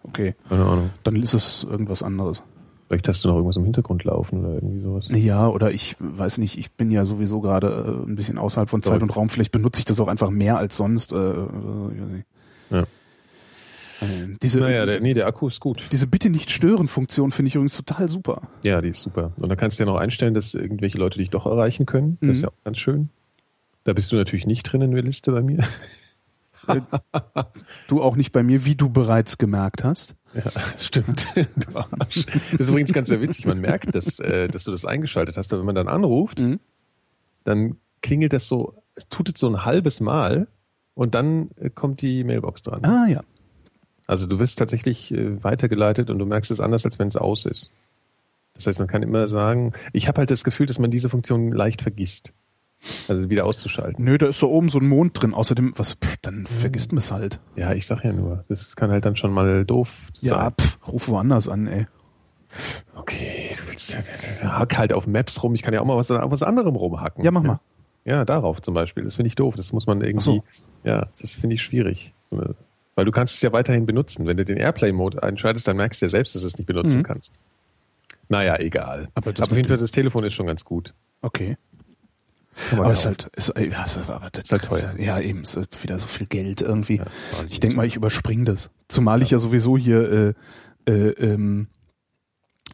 [SPEAKER 1] Okay,
[SPEAKER 3] Keine Ahnung.
[SPEAKER 1] dann ist es irgendwas anderes.
[SPEAKER 3] Vielleicht hast du noch irgendwas im Hintergrund laufen oder irgendwie sowas.
[SPEAKER 1] Ja, oder ich weiß nicht, ich bin ja sowieso gerade äh, ein bisschen außerhalb von Zeit und Raum. Vielleicht benutze ich das auch einfach mehr als sonst. Äh, äh,
[SPEAKER 3] Ja.
[SPEAKER 1] äh, diese,
[SPEAKER 3] Naja, der, nee, der Akku ist gut.
[SPEAKER 1] diese Bitte nicht stören Funktion finde ich übrigens total super.
[SPEAKER 3] Ja, die ist super. Und dann kannst du ja noch einstellen, dass irgendwelche Leute dich doch erreichen können. Das
[SPEAKER 1] Mhm.
[SPEAKER 3] ist ja auch ganz schön. Da bist du natürlich nicht drin in der Liste bei mir.
[SPEAKER 1] Du auch nicht bei mir, wie du bereits gemerkt hast.
[SPEAKER 3] Ja, stimmt. Du Arsch. Das ist übrigens ganz sehr witzig. Man merkt, dass, äh, dass du das eingeschaltet hast. Aber wenn man dann anruft,
[SPEAKER 1] Mhm.
[SPEAKER 3] dann klingelt das so, es tutet so ein halbes Mal und dann äh, kommt die Mailbox dran.
[SPEAKER 1] Ah ja.
[SPEAKER 3] Also du wirst tatsächlich äh, weitergeleitet und du merkst es anders, als wenn es aus ist. Das heißt, man kann immer sagen, ich habe halt das Gefühl, dass man diese Funktion leicht vergisst. Also wieder auszuschalten.
[SPEAKER 1] Nö, da ist da oben so ein Mond drin. Außerdem, was, pff, dann vergisst man es halt.
[SPEAKER 3] Ja, ich sag ja nur, das kann halt dann schon mal doof
[SPEAKER 1] Ja,
[SPEAKER 3] sein.
[SPEAKER 1] ah, pff, ruf woanders an, ey.
[SPEAKER 3] Okay, du willst, hack halt auf Maps rum. Ich kann ja auch mal was, auf was anderem rumhacken.
[SPEAKER 1] Ja, mach mal.
[SPEAKER 3] Ja, darauf zum Beispiel. Das finde ich doof. Das muss man irgendwie.
[SPEAKER 1] so.
[SPEAKER 3] Ja, das finde ich schwierig. Weil du kannst es ja weiterhin benutzen. Wenn du den Airplay-Mode einschaltest, dann merkst du ja selbst, dass du es nicht benutzen kannst. Naja, egal.
[SPEAKER 1] Mhm. Aber
[SPEAKER 3] Aber,
[SPEAKER 1] das
[SPEAKER 3] auf jeden
[SPEAKER 1] mit
[SPEAKER 3] Fall, das Telefon ist schon ganz gut.
[SPEAKER 1] Okay.
[SPEAKER 3] Kann man
[SPEAKER 1] Aber
[SPEAKER 3] ja
[SPEAKER 1] es ist
[SPEAKER 3] auch-
[SPEAKER 1] halt, ist, äh, ja, es ist, aber das
[SPEAKER 3] Ist halt teuer.
[SPEAKER 1] Ja, eben, es ist wieder so viel Geld irgendwie.
[SPEAKER 3] ist wahnsinnig
[SPEAKER 1] ich denke mal, ich überspringe das. Zumal ich ja sowieso hier, äh, äh, ähm,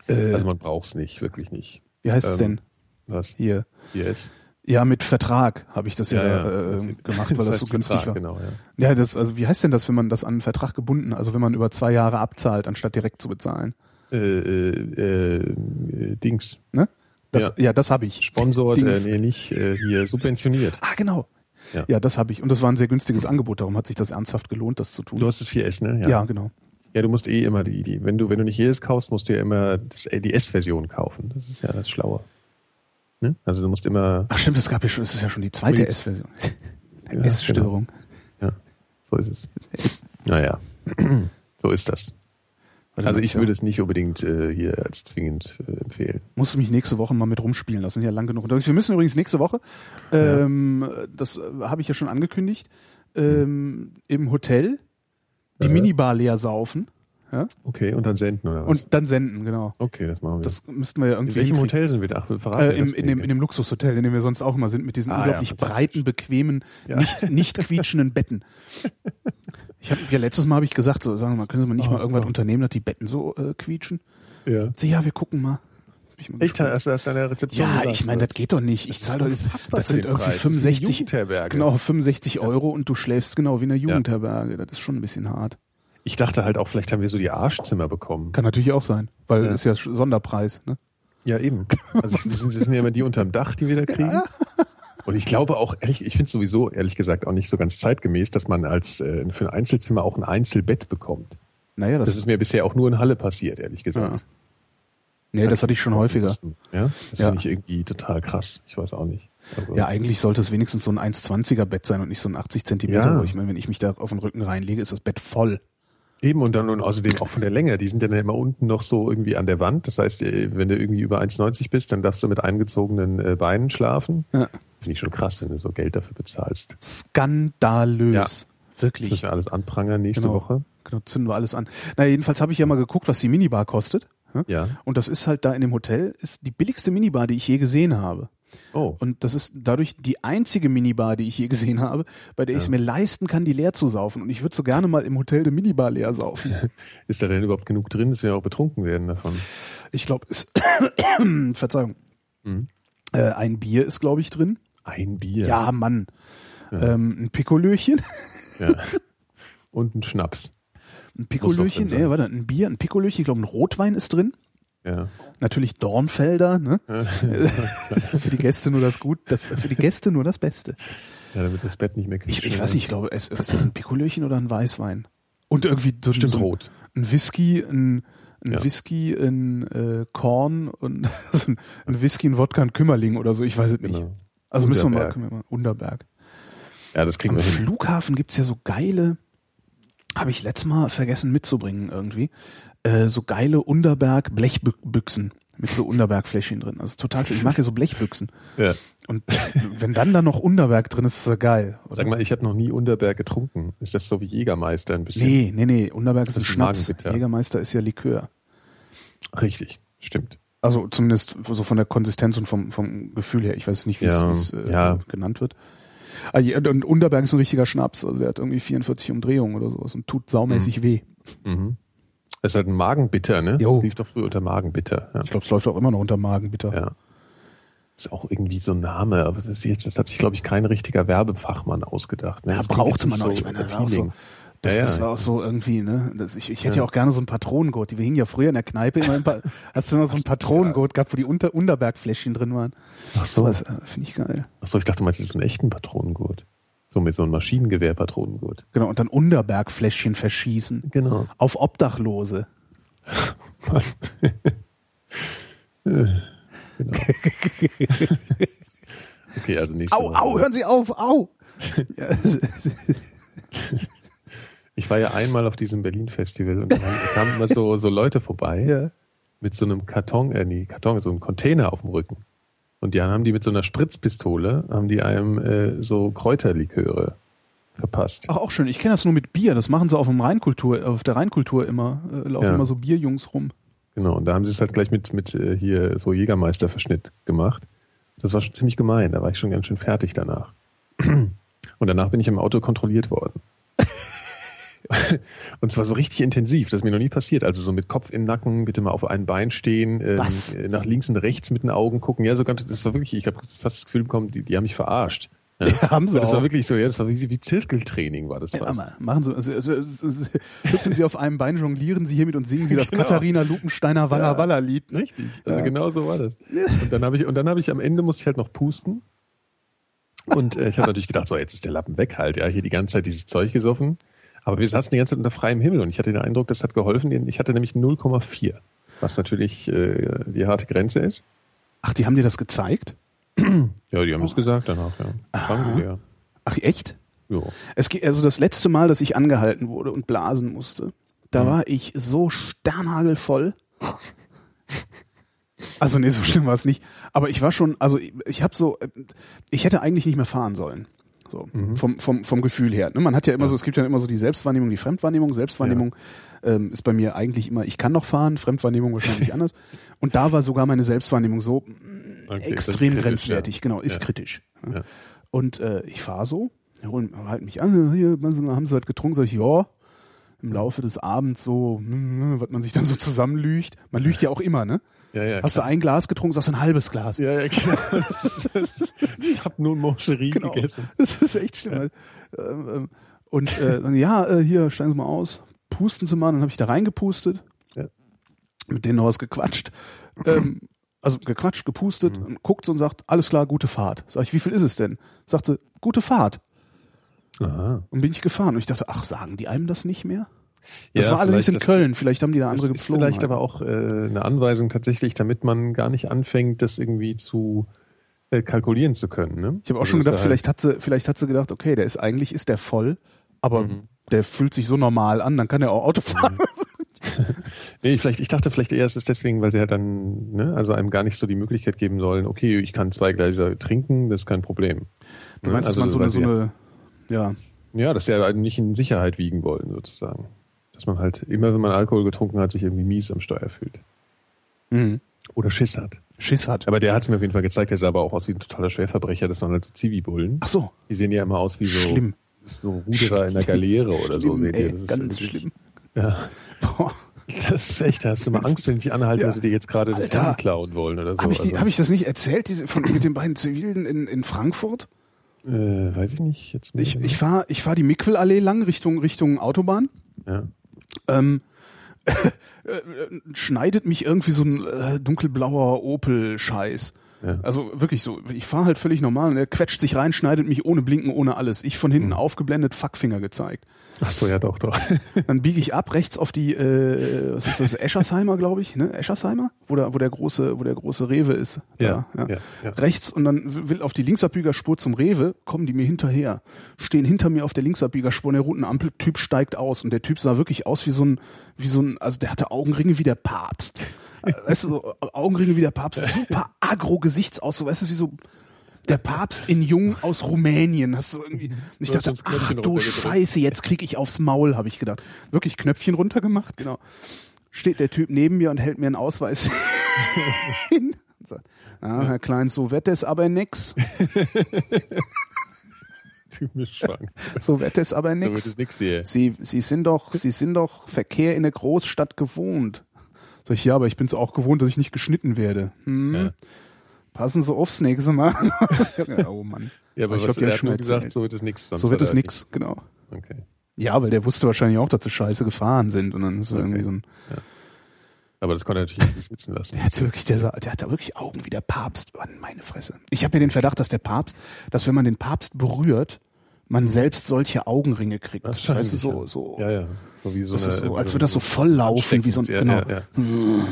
[SPEAKER 1] äh,
[SPEAKER 3] Also man braucht es nicht, wirklich nicht.
[SPEAKER 1] wie heißt es
[SPEAKER 3] ähm,
[SPEAKER 1] denn
[SPEAKER 3] Was?
[SPEAKER 1] hier?
[SPEAKER 3] Yes.
[SPEAKER 1] Ja, mit Vertrag habe ich das ja, da, Äh, gemacht, weil das,
[SPEAKER 3] heißt
[SPEAKER 1] so günstig
[SPEAKER 3] Vertrag,
[SPEAKER 1] war.
[SPEAKER 3] Genau, ja.
[SPEAKER 1] Ja, das, also wie heißt denn das, wenn man das an einen Vertrag gebunden, also wenn man über zwei Jahre abzahlt, anstatt direkt zu bezahlen?
[SPEAKER 3] Äh, äh, äh, Dings.
[SPEAKER 1] Ne? Das, ja.
[SPEAKER 3] Ja.
[SPEAKER 1] das habe ich.
[SPEAKER 3] Sponsort, äh,
[SPEAKER 1] Dings.
[SPEAKER 3] nee, nicht äh, hier subventioniert.
[SPEAKER 1] Ah, genau. Ja,
[SPEAKER 3] Ja.
[SPEAKER 1] das habe ich. Und das war ein sehr günstiges Angebot, darum hat sich das ernsthaft gelohnt, das zu tun.
[SPEAKER 3] Du hast das 4S, ne?
[SPEAKER 1] ja. genau.
[SPEAKER 3] Ja, du musst eh immer die, die wenn du, wenn du nicht jedes kaufst, musst du ja immer das, äh, die S-Version kaufen. Das ist ja das Schlaue. Ne? Also du musst immer,
[SPEAKER 1] Ach stimmt, das gab ja schon, das ist ja schon die zweite
[SPEAKER 3] Mit-
[SPEAKER 1] S-Version.
[SPEAKER 3] Ja, genau.
[SPEAKER 1] S-Störung.
[SPEAKER 3] ja, so ist es. Naja, so ist das.
[SPEAKER 1] Warte
[SPEAKER 3] Also
[SPEAKER 1] mal,
[SPEAKER 3] ich
[SPEAKER 1] ja.
[SPEAKER 3] würde es nicht unbedingt äh, hier als zwingend äh, empfehlen.
[SPEAKER 1] Musst du mich nächste Woche mal mit rumspielen lassen, ja lang genug unterwegs. Wir müssen übrigens nächste Woche, ähm, das äh, habe ich ja schon angekündigt, ähm, im Hotel die Minibar leer saufen
[SPEAKER 3] Okay, und dann senden oder was? Oh,
[SPEAKER 1] und dann senden, genau.
[SPEAKER 3] okay, das machen wir.
[SPEAKER 1] Das müssten wir ja
[SPEAKER 3] Hm. in
[SPEAKER 1] irgendwie
[SPEAKER 3] welchem
[SPEAKER 1] hinkriegen.
[SPEAKER 3] Hotel sind wir da? Ach, wir verraten
[SPEAKER 1] Äh,
[SPEAKER 3] ja
[SPEAKER 1] im,
[SPEAKER 3] das
[SPEAKER 1] in, dem,
[SPEAKER 3] nicht.
[SPEAKER 1] in dem Luxushotel, in dem wir sonst auch immer sind, mit diesen
[SPEAKER 3] Ah, ja,
[SPEAKER 1] unglaublich
[SPEAKER 3] fantastisch.
[SPEAKER 1] breiten, bequemen, nicht, nicht quietschenden Betten. Ich hab, ja, letztes Mal habe ich gesagt, so, sagen wir mal, können Sie mal nicht
[SPEAKER 3] Oh,
[SPEAKER 1] mal irgendwas unternehmen, dass die Betten so äh, quietschen?
[SPEAKER 3] ja.
[SPEAKER 1] Sie, ja, wir gucken mal. Hab ich mal
[SPEAKER 3] Echt,
[SPEAKER 1] gesprochen.
[SPEAKER 3] hast du das deiner Rezeption
[SPEAKER 1] Ja,
[SPEAKER 3] gesagt,
[SPEAKER 1] ich meine,
[SPEAKER 3] oder?
[SPEAKER 1] das geht doch nicht. Ich zahle doch
[SPEAKER 3] ist unfassbar
[SPEAKER 1] das sind
[SPEAKER 3] für den
[SPEAKER 1] irgendwie
[SPEAKER 3] Preis. Das ist eine
[SPEAKER 1] 65,
[SPEAKER 3] Jugendherberge.
[SPEAKER 1] genau, 65 Euro und du schläfst genau wie in einer Jugendherberge. Das ist schon ein bisschen hart.
[SPEAKER 3] Ich dachte halt auch, vielleicht haben wir so die Arschzimmer bekommen.
[SPEAKER 1] Kann natürlich auch sein, weil
[SPEAKER 3] Ja.
[SPEAKER 1] ist ja Sonderpreis. Ne?
[SPEAKER 3] Ja, eben. Also das sind, das sind ja immer die unterm Dach, die wir da kriegen. Und ich glaube auch, ehrlich, ich finde sowieso, ehrlich gesagt, auch nicht so ganz zeitgemäß, dass man als äh, für ein Einzelzimmer auch ein Einzelbett bekommt.
[SPEAKER 1] Naja, das,
[SPEAKER 3] Das ist mir bisher auch nur in Halle passiert, ehrlich gesagt.
[SPEAKER 1] Ja. nee, das hatte ich schon häufiger.
[SPEAKER 3] Ja, das
[SPEAKER 1] Ja.
[SPEAKER 3] finde ich irgendwie total krass. Ich weiß auch nicht. Also,
[SPEAKER 1] Ja, eigentlich sollte es wenigstens so ein 1,20er Bett sein und nicht so ein 80 Zentimeter.
[SPEAKER 3] Ja.
[SPEAKER 1] Ja. Ich meine, wenn ich mich da auf den Rücken reinlege, ist das Bett voll.
[SPEAKER 3] Eben und dann und außerdem auch von der Länge. Die sind ja dann immer unten noch so irgendwie an der Wand. Das heißt, äh, wenn du irgendwie über 1,90 bist, dann darfst du mit eingezogenen äh, Beinen schlafen.
[SPEAKER 1] Ja.
[SPEAKER 3] Finde ich schon krass, wenn du so Geld dafür bezahlst.
[SPEAKER 1] Skandalös.
[SPEAKER 3] Das
[SPEAKER 1] Wirklich.
[SPEAKER 3] müssen wir alles anprangern nächste Woche.
[SPEAKER 1] Genau, zünden wir alles an. Na, jedenfalls habe ich ja mal geguckt, was die Minibar kostet. ne?
[SPEAKER 3] Ja.
[SPEAKER 1] Und das ist halt da in dem Hotel, ist die billigste Minibar, die ich je gesehen habe.
[SPEAKER 3] Oh.
[SPEAKER 1] Und das ist dadurch die einzige Minibar, die ich je gesehen habe, bei der ich es mir leisten kann, die leer zu saufen. Und ich würde so gerne mal im Hotel eine Minibar leer saufen.
[SPEAKER 3] Ist da denn überhaupt genug drin, dass wir auch betrunken werden davon?
[SPEAKER 1] Ich glaube, es Verzeihung.
[SPEAKER 3] Mhm.
[SPEAKER 1] Äh, ein Bier ist, glaube ich, drin.
[SPEAKER 3] Ein Bier.
[SPEAKER 1] Ja, Mann. Ähm, ein Pikolöchen.
[SPEAKER 3] Ja. Und ein Schnaps.
[SPEAKER 1] Ein
[SPEAKER 3] Muss doch drin
[SPEAKER 1] Pikolöchen,
[SPEAKER 3] sein.
[SPEAKER 1] nee, warte, ein Bier, ein Pikolöchen, ich glaube, ein Rotwein ist drin.
[SPEAKER 3] Ja.
[SPEAKER 1] Natürlich Dornfelder, ne? für die Gäste nur das Gut, das, für die Gäste nur das Beste.
[SPEAKER 3] ja, damit das Bett nicht mehr
[SPEAKER 1] Ich,
[SPEAKER 3] quietscht.
[SPEAKER 1] ich weiß nicht, ich glaube, es, ist das ein Pikolöchen oder ein Weißwein? Und irgendwie so, ein-
[SPEAKER 3] Stimmt,
[SPEAKER 1] so ein-
[SPEAKER 3] rot.
[SPEAKER 1] ein Whisky, ein, ein
[SPEAKER 3] Ja.
[SPEAKER 1] Whisky, ein äh, Korn und so ein, ein Whisky, ein Wodka, ein Kümmerling oder so, ich weiß es nicht.
[SPEAKER 3] Genau.
[SPEAKER 1] Also müssen wir, mal,
[SPEAKER 3] Unterberg.
[SPEAKER 1] können wir mal, Unterberg.
[SPEAKER 3] Ja, das kriegen
[SPEAKER 1] Am
[SPEAKER 3] wir hin.
[SPEAKER 1] Flughafen gibt's ja so geile, habe ich letztes Mal vergessen mitzubringen irgendwie, äh, so geile Unterberg-Blechbüchsen. Mit so Unterbergfläschchen drin. Also total, ich mag ja so Blechbüchsen.
[SPEAKER 3] Ja.
[SPEAKER 1] Und wenn dann da noch Unterberg drin ist, ist das geil. Oder?
[SPEAKER 3] Sag mal, ich habe noch nie Unterberg getrunken. Ist das so wie Jägermeister ein bisschen?
[SPEAKER 1] nee, nee, nee, Unterberg ist ein
[SPEAKER 3] Das ist
[SPEAKER 1] Schnaps.
[SPEAKER 3] Magenbitter.
[SPEAKER 1] Jägermeister ist ja Likör.
[SPEAKER 3] Richtig, stimmt.
[SPEAKER 1] Also zumindest so von der Konsistenz und vom, vom Gefühl her. Ich weiß nicht, wie
[SPEAKER 3] Ja,
[SPEAKER 1] es, wie es äh,
[SPEAKER 3] ja.
[SPEAKER 1] genannt wird. Ah, je- Und und Unterberg ist ein richtiger Schnaps. Also der hat irgendwie 44 Umdrehungen oder sowas und tut saumäßig weh.
[SPEAKER 3] Mhm. Das ist halt ein Magenbitter, ne?
[SPEAKER 1] Jo.
[SPEAKER 3] Lief doch früher unter Magenbitter. Ja.
[SPEAKER 1] Ich glaube, es läuft auch immer noch unter Magen, bitter.
[SPEAKER 3] ja. Ist auch irgendwie so ein Name, aber das ist jetzt, das hat sich, glaube ich, kein richtiger Werbefachmann ausgedacht. Ne?
[SPEAKER 1] Ja,
[SPEAKER 3] Das klingt
[SPEAKER 1] brauchte
[SPEAKER 3] jetzt
[SPEAKER 1] man
[SPEAKER 3] nicht
[SPEAKER 1] auch. Ich meine, das war auch so,
[SPEAKER 3] appealing.
[SPEAKER 1] das,
[SPEAKER 3] Ja, ja.
[SPEAKER 1] das war auch so irgendwie, ne? Das, ich, ich hätte
[SPEAKER 3] Ja.
[SPEAKER 1] ja. auch gerne so einen Patronengurt. Die wir hingen ja früher in der Kneipe immer ein paar, hast du immer so einen Patronengurt gehabt, wo die Unter Unterbergfläschchen drin waren.
[SPEAKER 3] Ach so.
[SPEAKER 1] Das äh, finde ich geil.
[SPEAKER 3] Ach so, ich dachte, du meinst jetzt einen echten Patronengurt. So mit so einem Maschinengewehr-Patronengurt.
[SPEAKER 1] Genau, und dann Unterbergfläschchen verschießen.
[SPEAKER 3] Genau.
[SPEAKER 1] Auf Obdachlose.
[SPEAKER 3] Äh, genau. Okay, also nächste
[SPEAKER 1] Au,
[SPEAKER 3] Woche.
[SPEAKER 1] au, hören Sie auf, au! ja,
[SPEAKER 3] Ich war ja einmal auf diesem Berlin-Festival und dann kamen immer so, so Leute vorbei
[SPEAKER 1] Ja.
[SPEAKER 3] mit so einem Karton, äh, nee, Karton, so einem Container auf dem Rücken. Und dann haben die mit so einer Spritzpistole, haben die einem äh, so Kräuterliköre verpasst.
[SPEAKER 1] Ach, auch schön. Ich kenne das nur mit Bier. Das machen sie auf dem Rheinkultur, auf der Rheinkultur immer. Äh, laufen
[SPEAKER 3] Ja.
[SPEAKER 1] immer so Bierjungs rum.
[SPEAKER 3] Genau, und da haben sie es halt gleich mit, mit äh, hier so Jägermeisterverschnitt gemacht. Das war schon ziemlich gemein, da war ich schon ganz schön fertig danach. Und danach bin ich im Auto kontrolliert worden. und zwar so richtig intensiv, das ist mir noch nie passiert. Also so mit Kopf im Nacken, bitte mal auf einem Bein stehen, ähm,
[SPEAKER 1] Was?
[SPEAKER 3] äh, nach links und rechts mit den Augen gucken. Ja, so ganz, das war wirklich, ich habe fast das Gefühl bekommen, die, die haben mich verarscht. Ja.
[SPEAKER 1] haben sie
[SPEAKER 3] das
[SPEAKER 1] auch.
[SPEAKER 3] war wirklich so, ja, das war wie, wie Zirkeltraining war das fast.
[SPEAKER 1] Ja, aber machen Sie, also, also, also, hüpfen Sie auf einem Bein, jonglieren Sie hiermit und singen Sie das
[SPEAKER 3] Genau.
[SPEAKER 1] Katharina Lupensteiner Walla Walla Lied. Ne?
[SPEAKER 3] Richtig. Also genau so war das. Und dann habe ich, und dann habe ich am Ende musste ich halt noch pusten. Und äh, ich habe natürlich gedacht, so jetzt ist der Lappen weg halt, ja, hier die ganze Zeit dieses Zeug gesoffen. Aber wir saßen die ganze Zeit unter freiem Himmel und ich hatte den Eindruck, das hat geholfen. denn Ich hatte nämlich 0,4, was natürlich äh, die harte Grenze ist.
[SPEAKER 1] Ach, die haben dir das gezeigt?
[SPEAKER 3] Ja, die haben es gesagt danach, ja.
[SPEAKER 1] Ah.
[SPEAKER 3] Danke sehr.
[SPEAKER 1] Ach, echt?
[SPEAKER 3] Jo.
[SPEAKER 1] Es geht, also das letzte Mal, dass ich angehalten wurde und blasen musste, da war ich so sternhagelvoll. Also nee, so schlimm war es nicht. Aber ich war schon, also ich, ich habe so, äh, ich hätte eigentlich nicht mehr fahren sollen. So, vom, vom, vom Gefühl her. Ne? Man hat ja immer so, es gibt ja immer so die Selbstwahrnehmung, die Fremdwahrnehmung. Selbstwahrnehmung ähm, ist bei mir eigentlich immer, ich kann noch fahren, Fremdwahrnehmung wahrscheinlich anders. Und da war sogar meine Selbstwahrnehmung so,
[SPEAKER 3] Okay, das ist
[SPEAKER 1] extrem
[SPEAKER 3] kritisch,
[SPEAKER 1] grenzwertig,
[SPEAKER 3] ja.
[SPEAKER 1] genau, ist
[SPEAKER 3] Ja.
[SPEAKER 1] kritisch. ne?
[SPEAKER 3] Ja.
[SPEAKER 1] Und äh, ich fahre so, hol, halt mich an, hier, haben sie was getrunken, sag ich, ja, im Laufe des Abends so, hm, was man sich dann so zusammenlügt. Man lügt ja auch immer, ne?
[SPEAKER 3] Ja, ja,
[SPEAKER 1] Hast du ein Glas getrunken, sagst du ein halbes Glas.
[SPEAKER 3] Ja, ja, genau. ich habe nur Moncherie
[SPEAKER 1] genau.
[SPEAKER 3] gegessen.
[SPEAKER 1] Das ist echt schlimm. Ähm, ähm, Und äh, dann, ja, äh, hier, steigen Sie mal aus, pusten Sie mal, dann habe ich da reingepustet,
[SPEAKER 3] Ja.
[SPEAKER 1] mit denen noch was gequatscht. Ähm, also gequatscht, gepustet
[SPEAKER 3] Mhm.
[SPEAKER 1] und guckt so und sagt, alles klar, gute Fahrt. Sag ich, wie viel ist es denn? Sagt sie, gute Fahrt.
[SPEAKER 3] Aha.
[SPEAKER 1] Und bin ich gefahren. Und ich dachte, ach, sagen die einem das nicht mehr? Das
[SPEAKER 3] Ja,
[SPEAKER 1] war allerdings
[SPEAKER 3] vielleicht
[SPEAKER 1] in
[SPEAKER 3] das-
[SPEAKER 1] Köln. Vielleicht haben die da
[SPEAKER 3] Das
[SPEAKER 1] andere
[SPEAKER 3] ist
[SPEAKER 1] geflogen. halt.
[SPEAKER 3] vielleicht aber auch äh, eine Anweisung tatsächlich, damit man gar nicht anfängt, das irgendwie zu äh, kalkulieren zu können. Ne?
[SPEAKER 1] ich habe auch schon
[SPEAKER 3] Also,
[SPEAKER 1] gedacht,
[SPEAKER 3] dass da
[SPEAKER 1] vielleicht hat sie, vielleicht hat sie gedacht, okay, der ist eigentlich ist der voll, aber
[SPEAKER 3] Mhm.
[SPEAKER 1] der fühlt sich so normal an, dann kann er auch Auto fahren.
[SPEAKER 3] Halt, nee, vielleicht, ich dachte vielleicht eher, es ist deswegen, weil sie ja dann, ne, also einem gar nicht so die Möglichkeit geben sollen, okay, ich kann zwei Gläser trinken, das ist kein Problem.
[SPEAKER 1] Du
[SPEAKER 3] Ne?
[SPEAKER 1] meinst, dass
[SPEAKER 3] Also,
[SPEAKER 1] man so
[SPEAKER 3] weil
[SPEAKER 1] eine, so
[SPEAKER 3] sie-
[SPEAKER 1] eine ja.
[SPEAKER 3] Ja, dass sie halt nicht in Sicherheit wiegen wollen, sozusagen. Dass man halt immer, wenn man Alkohol getrunken hat, sich irgendwie mies am Steuer fühlt.
[SPEAKER 1] Mhm.
[SPEAKER 3] Oder Schiss hat.
[SPEAKER 1] Schiss hat.
[SPEAKER 3] Aber der hat es mir auf jeden Fall gezeigt, der sah aber auch aus wie ein totaler Schwerverbrecher, das waren halt so Zivi-Bullen.
[SPEAKER 1] Ach so.
[SPEAKER 3] Die sehen ja immer aus wie so,
[SPEAKER 1] Schlimm.
[SPEAKER 3] so Ruderer in der Galeere oder so.
[SPEAKER 1] Schlimm,
[SPEAKER 3] Seht ihr?
[SPEAKER 1] ey, ganz
[SPEAKER 3] wirklich-
[SPEAKER 1] schlimm.
[SPEAKER 3] Ja.
[SPEAKER 1] Boah.
[SPEAKER 3] Das ist echt, da hast du mal Angst, wenn ich dich anhalte,
[SPEAKER 1] Ja.
[SPEAKER 3] dass sie dir jetzt gerade das
[SPEAKER 1] Alter.
[SPEAKER 3] Handy klauen wollen oder so.
[SPEAKER 1] Habe ich, die-
[SPEAKER 3] Also,
[SPEAKER 1] hab ich das nicht erzählt, diese von, mit den beiden Zivilen in, in Frankfurt?
[SPEAKER 3] äh, weiß ich nicht. Jetzt
[SPEAKER 1] Ich, ich fahre ich fahr die Mikwelallee lang Richtung, Richtung Autobahn.
[SPEAKER 3] ja.
[SPEAKER 1] Ähm, äh, schneidet mich irgendwie so ein äh, dunkelblauer Opel-Scheiß.
[SPEAKER 3] Ja.
[SPEAKER 1] Also wirklich so, ich fahre halt völlig normal und er quetscht sich rein, schneidet mich ohne Blinken, ohne alles. Ich von hinten
[SPEAKER 3] Mhm.
[SPEAKER 1] aufgeblendet, Fuckfinger gezeigt.
[SPEAKER 3] Ach so, ja doch, doch.
[SPEAKER 1] Dann biege ich ab, rechts auf die, äh, was ist das, Eschersheimer, glaube ich, ne? Eschersheimer? Wo der, wo der große, wo der große Rewe ist.
[SPEAKER 3] Ja,
[SPEAKER 1] Da,
[SPEAKER 3] ja, ja.
[SPEAKER 1] Rechts und dann w- will auf die Linksabbiegerspur zum Rewe, kommen die mir hinterher, stehen hinter mir auf der Linksabbiegerspur und der roten Ampel, Typ steigt aus und der Typ sah wirklich aus wie so ein, wie so ein, also der hatte Augenringe wie der Papst. weißt du, so Augenringe wie der Papst, super Agro-Gesichtsausdruck, weißt du, wie so der Papst in Jung aus Rumänien. Hast du irgendwie, und ich
[SPEAKER 3] Du hast
[SPEAKER 1] dachte,
[SPEAKER 3] uns
[SPEAKER 1] ach
[SPEAKER 3] Knöpfchen
[SPEAKER 1] du
[SPEAKER 3] runtergedrückt.
[SPEAKER 1] Scheiße, jetzt krieg ich aufs Maul, habe ich gedacht. Wirklich Knöpfchen runtergemacht, genau. Steht der Typ neben mir und hält mir einen Ausweis hin. Und sagt, ah, Herr Klein, so wird es aber nix.
[SPEAKER 3] Du Mischfang.
[SPEAKER 1] So wird es aber
[SPEAKER 3] Da wird
[SPEAKER 1] nix.
[SPEAKER 3] es nix hier.
[SPEAKER 1] Sie, Sie sind doch, Sie sind doch Verkehr in der Großstadt gewohnt. Sag ich, ja, aber ich bin's auch gewohnt, dass ich nicht geschnitten werde. Hm.
[SPEAKER 3] Ja.
[SPEAKER 1] Passen Sie aufs nächste Mal. oh Mann.
[SPEAKER 3] Ja, aber
[SPEAKER 1] ich
[SPEAKER 3] ich was,
[SPEAKER 1] glaub, die hat
[SPEAKER 3] er hat
[SPEAKER 1] schon
[SPEAKER 3] nur
[SPEAKER 1] erzählt.
[SPEAKER 3] gesagt, so wird es nix. sonst
[SPEAKER 1] So wird
[SPEAKER 3] hat
[SPEAKER 1] es
[SPEAKER 3] er-
[SPEAKER 1] nix, genau.
[SPEAKER 3] Okay.
[SPEAKER 1] Ja, weil der wusste wahrscheinlich auch, dass sie scheiße gefahren sind und dann ist er irgendwie so ein.
[SPEAKER 3] Aber das konnte er natürlich nicht sitzen lassen.
[SPEAKER 1] Der hat wirklich, der, sah- der hat da wirklich Augen wie der Papst. Mann, meine Fresse. Ich habe mir den Verdacht, dass der Papst, dass wenn man den Papst berührt, man selbst solche Augenringe kriegt.
[SPEAKER 3] Wahrscheinlich,
[SPEAKER 1] Weißt du, so,
[SPEAKER 3] ja.
[SPEAKER 1] so.
[SPEAKER 3] Ja, ja. So wie so
[SPEAKER 1] Das
[SPEAKER 3] eine,
[SPEAKER 1] ist so,
[SPEAKER 3] wie
[SPEAKER 1] als
[SPEAKER 3] eine-
[SPEAKER 1] würde das so voll laufen, wie so ein,
[SPEAKER 3] Ja,
[SPEAKER 1] genau.
[SPEAKER 3] ja, ja.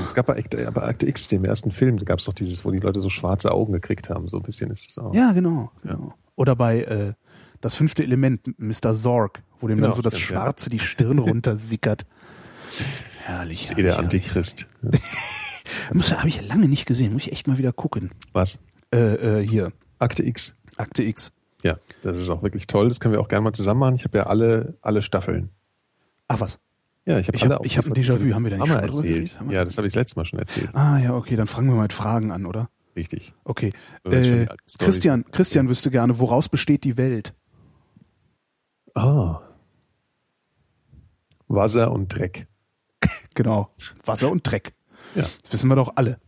[SPEAKER 3] Es gab bei Act, äh, bei Act X, dem ersten Film, da gab es doch dieses, wo die Leute so schwarze Augen gekriegt haben. So ein bisschen ist es auch.
[SPEAKER 1] Ja, genau. genau. Oder bei äh, das fünfte Element, Mr. Zorg, wo dem dann
[SPEAKER 3] Genau,
[SPEAKER 1] so das
[SPEAKER 3] stimmt, ja.
[SPEAKER 1] Schwarze die Stirn runtersickert. herrlich.
[SPEAKER 3] Das ist eh
[SPEAKER 1] herrlich,
[SPEAKER 3] der Antichrist.
[SPEAKER 1] herrlich. Habe ich lange nicht gesehen, muss ich echt mal wieder gucken.
[SPEAKER 3] Was?
[SPEAKER 1] Äh, äh, hier,
[SPEAKER 3] Akte X.
[SPEAKER 1] Akte X.
[SPEAKER 3] Ja, das ist auch wirklich toll. Das können wir auch gerne mal zusammen machen. Ich habe ja alle, alle Staffeln.
[SPEAKER 1] Ach was.
[SPEAKER 3] Ja, ich habe
[SPEAKER 1] Ich
[SPEAKER 3] alle
[SPEAKER 1] hab- ich hab ein Déjà-vu. Haben wir da
[SPEAKER 3] schon
[SPEAKER 1] nicht schon mal drüber
[SPEAKER 3] erzählt?
[SPEAKER 1] geredet? Haben wir-
[SPEAKER 3] Ja, das habe ich letztes Mal schon erzählt.
[SPEAKER 1] Ah ja, okay, dann fragen wir mal mit Fragen an, oder?
[SPEAKER 3] Richtig.
[SPEAKER 1] Okay.
[SPEAKER 3] Wenn wir schon
[SPEAKER 1] Äh,
[SPEAKER 3] die alten Storys-
[SPEAKER 1] Christian, Christian wüsste gerne, woraus besteht die Welt?
[SPEAKER 3] Ah. Wasser und Dreck.
[SPEAKER 1] Genau. Wasser und Dreck.
[SPEAKER 3] Ja.
[SPEAKER 1] Das wissen wir doch alle.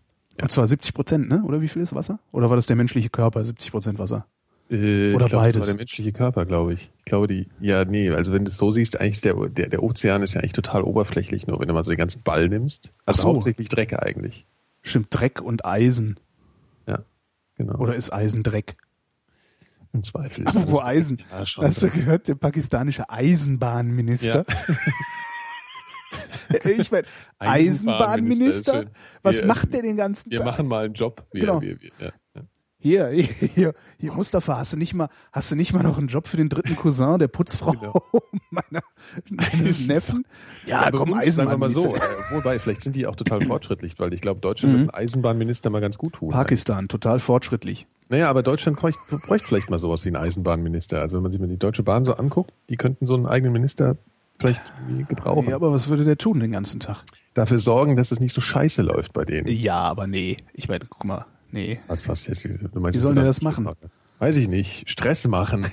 [SPEAKER 1] Und zwar 70 Prozent, ne? Oder wie viel ist Wasser? Oder war das der menschliche Körper, 70 Prozent Wasser?
[SPEAKER 3] Äh,
[SPEAKER 1] Oder
[SPEAKER 3] ich glaub,
[SPEAKER 1] beides.
[SPEAKER 3] Das war der menschliche Körper, glaube ich. Ich glaube, die, ja, nee, also wenn du es so siehst, eigentlich der, der, der Ozean ist ja eigentlich total oberflächlich, nur wenn du mal so den ganzen Ball nimmst. Also
[SPEAKER 1] Ach so.
[SPEAKER 3] hauptsächlich Dreck eigentlich.
[SPEAKER 1] Stimmt, Dreck und Eisen.
[SPEAKER 3] Ja, genau. Also
[SPEAKER 1] Oder ist Eisen Dreck?
[SPEAKER 3] im Zweifel. ist
[SPEAKER 1] Apropos
[SPEAKER 3] alles
[SPEAKER 1] Eisen.
[SPEAKER 3] Dreck. Ja, schon.
[SPEAKER 1] Hast du gehört, der pakistanische Eisenbahnminister? ich meine,
[SPEAKER 3] Eisenbahnminister,
[SPEAKER 1] Eisenbahnminister?
[SPEAKER 3] schön.
[SPEAKER 1] Was
[SPEAKER 3] Wir-
[SPEAKER 1] macht der den ganzen
[SPEAKER 3] wir
[SPEAKER 1] Tag?
[SPEAKER 3] machen mal einen Job. Wir,
[SPEAKER 1] Genau.
[SPEAKER 3] wir, wir, ja. ja.
[SPEAKER 1] Hier, hier, hier, hier, Mustafa, hast du nicht mal, hast du nicht mal noch einen Job für den dritten Cousin der Putzfrau meiner, meines Neffen? Ja,
[SPEAKER 3] Genau. Aber
[SPEAKER 1] komm,
[SPEAKER 3] uns, sagen wir mal so. Mhm. Äh,
[SPEAKER 1] Eisenbahnminister.
[SPEAKER 3] wobei, vielleicht sind die auch total fortschrittlich, weil ich glaube, Deutschland wird einem Eisenbahnminister mal ganz gut tun.
[SPEAKER 1] Pakistan, total fortschrittlich.
[SPEAKER 3] Naja, aber Deutschland bräuchte, bräuchte vielleicht mal sowas wie einen Eisenbahnminister. Also wenn man sich mal die Deutsche Bahn so anguckt, die könnten so einen eigenen Minister vielleicht irgendwie gebrauchen.
[SPEAKER 1] Ja, aber was würde der tun den ganzen Tag?
[SPEAKER 3] Dafür sorgen, dass es nicht so scheiße läuft bei denen.
[SPEAKER 1] Ja, aber nee. Ich meine, guck mal, nee.
[SPEAKER 3] Was, was jetzt? Du meinst,
[SPEAKER 1] Wie sollen
[SPEAKER 3] wir
[SPEAKER 1] die das machen?
[SPEAKER 3] Weiß ich nicht. Stress machen.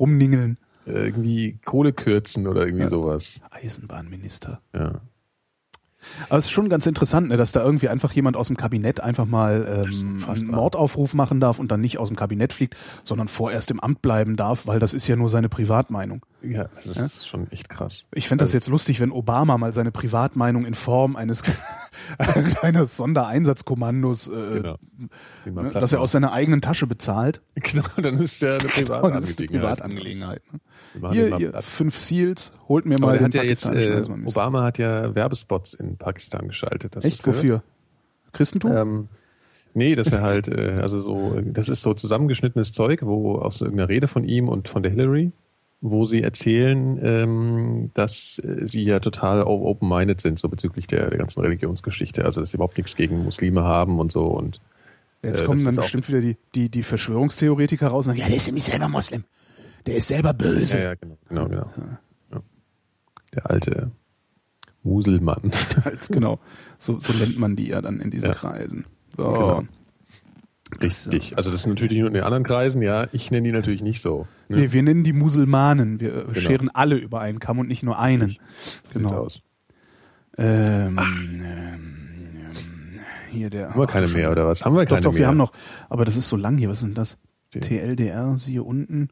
[SPEAKER 1] Rumningeln.
[SPEAKER 3] Äh, irgendwie Kohle kürzen oder irgendwie sowas.
[SPEAKER 1] Eisenbahnminister.
[SPEAKER 3] Ja.
[SPEAKER 1] Aber es ist schon ganz interessant, ne, dass da irgendwie einfach jemand aus dem Kabinett einfach mal
[SPEAKER 3] ist
[SPEAKER 1] ähm, einen
[SPEAKER 3] unfassbar.
[SPEAKER 1] Mordaufruf machen darf und dann nicht aus dem Kabinett fliegt, sondern vorerst im Amt bleiben darf, weil das ist ja nur seine Privatmeinung.
[SPEAKER 3] Ja, das ist schon echt krass.
[SPEAKER 1] Ich fände das
[SPEAKER 3] Also-
[SPEAKER 1] jetzt lustig, wenn Obama mal seine Privatmeinung in Form eines eines Sondereinsatzkommandos, äh,
[SPEAKER 3] Genau. Den man
[SPEAKER 1] ne,
[SPEAKER 3] platt
[SPEAKER 1] dass er aus
[SPEAKER 3] macht.
[SPEAKER 1] seiner eigenen Tasche bezahlt.
[SPEAKER 3] Genau, dann ist ja eine
[SPEAKER 1] Und das ist eine
[SPEAKER 3] Privatangelegenheit.
[SPEAKER 1] Privatangelegenheit. Ne?
[SPEAKER 3] Wir machen den
[SPEAKER 1] Hier,
[SPEAKER 3] mal
[SPEAKER 1] ihr
[SPEAKER 3] platt.
[SPEAKER 1] fünf Seals, holt mir
[SPEAKER 3] Aber
[SPEAKER 1] mal
[SPEAKER 3] der
[SPEAKER 1] den
[SPEAKER 3] hat ja jetzt,
[SPEAKER 1] pakistanischen
[SPEAKER 3] äh,
[SPEAKER 1] Eisenbahnminister.
[SPEAKER 3] Obama hat ja Werbespots in Pakistan geschaltet. Hast du das
[SPEAKER 1] Echt,
[SPEAKER 3] gehört?
[SPEAKER 1] wofür? Christentum?
[SPEAKER 3] Ähm, nee, dass er halt, äh, also so, äh, das ist so zusammengeschnittenes Zeug, wo aus irgendeiner Rede von ihm und von der Hillary, wo sie erzählen, ähm, dass äh, sie ja total o- open-minded sind, so bezüglich der, der ganzen Religionsgeschichte. Also, dass sie überhaupt nichts gegen Muslime haben und so und
[SPEAKER 1] Jetzt
[SPEAKER 3] Äh,
[SPEAKER 1] kommen
[SPEAKER 3] das
[SPEAKER 1] dann
[SPEAKER 3] ist auch-
[SPEAKER 1] bestimmt wieder die, die, die Verschwörungstheoretiker raus und sagen, ja, der ist nämlich selber Moslem. Der ist selber böse.
[SPEAKER 3] ja, ja, genau, genau, genau. Ja. Der alte Muselmann.
[SPEAKER 1] Als- genau. So, so nennt man die ja dann in diesen
[SPEAKER 3] Ja.
[SPEAKER 1] Kreisen. So.
[SPEAKER 3] Genau. Richtig. Also das sind natürlich nur in den anderen Kreisen, ja. Ich nenne die natürlich nicht so. Ne?
[SPEAKER 1] Nee, wir nennen die Musulmanen. Wir
[SPEAKER 3] Genau.
[SPEAKER 1] äh, scheren alle über einen Kamm und nicht nur einen.
[SPEAKER 3] Sieht's
[SPEAKER 1] Genau.
[SPEAKER 3] aus.
[SPEAKER 1] Ähm, ähm, ähm, hier der.
[SPEAKER 3] Haben wir keine mehr, oder was? Haben wir
[SPEAKER 1] Doch,
[SPEAKER 3] keine
[SPEAKER 1] doch,
[SPEAKER 3] mehr?
[SPEAKER 1] wir haben noch. Aber das ist so lang hier. Was ist denn das?
[SPEAKER 3] Die-
[SPEAKER 1] TLDR, siehe unten.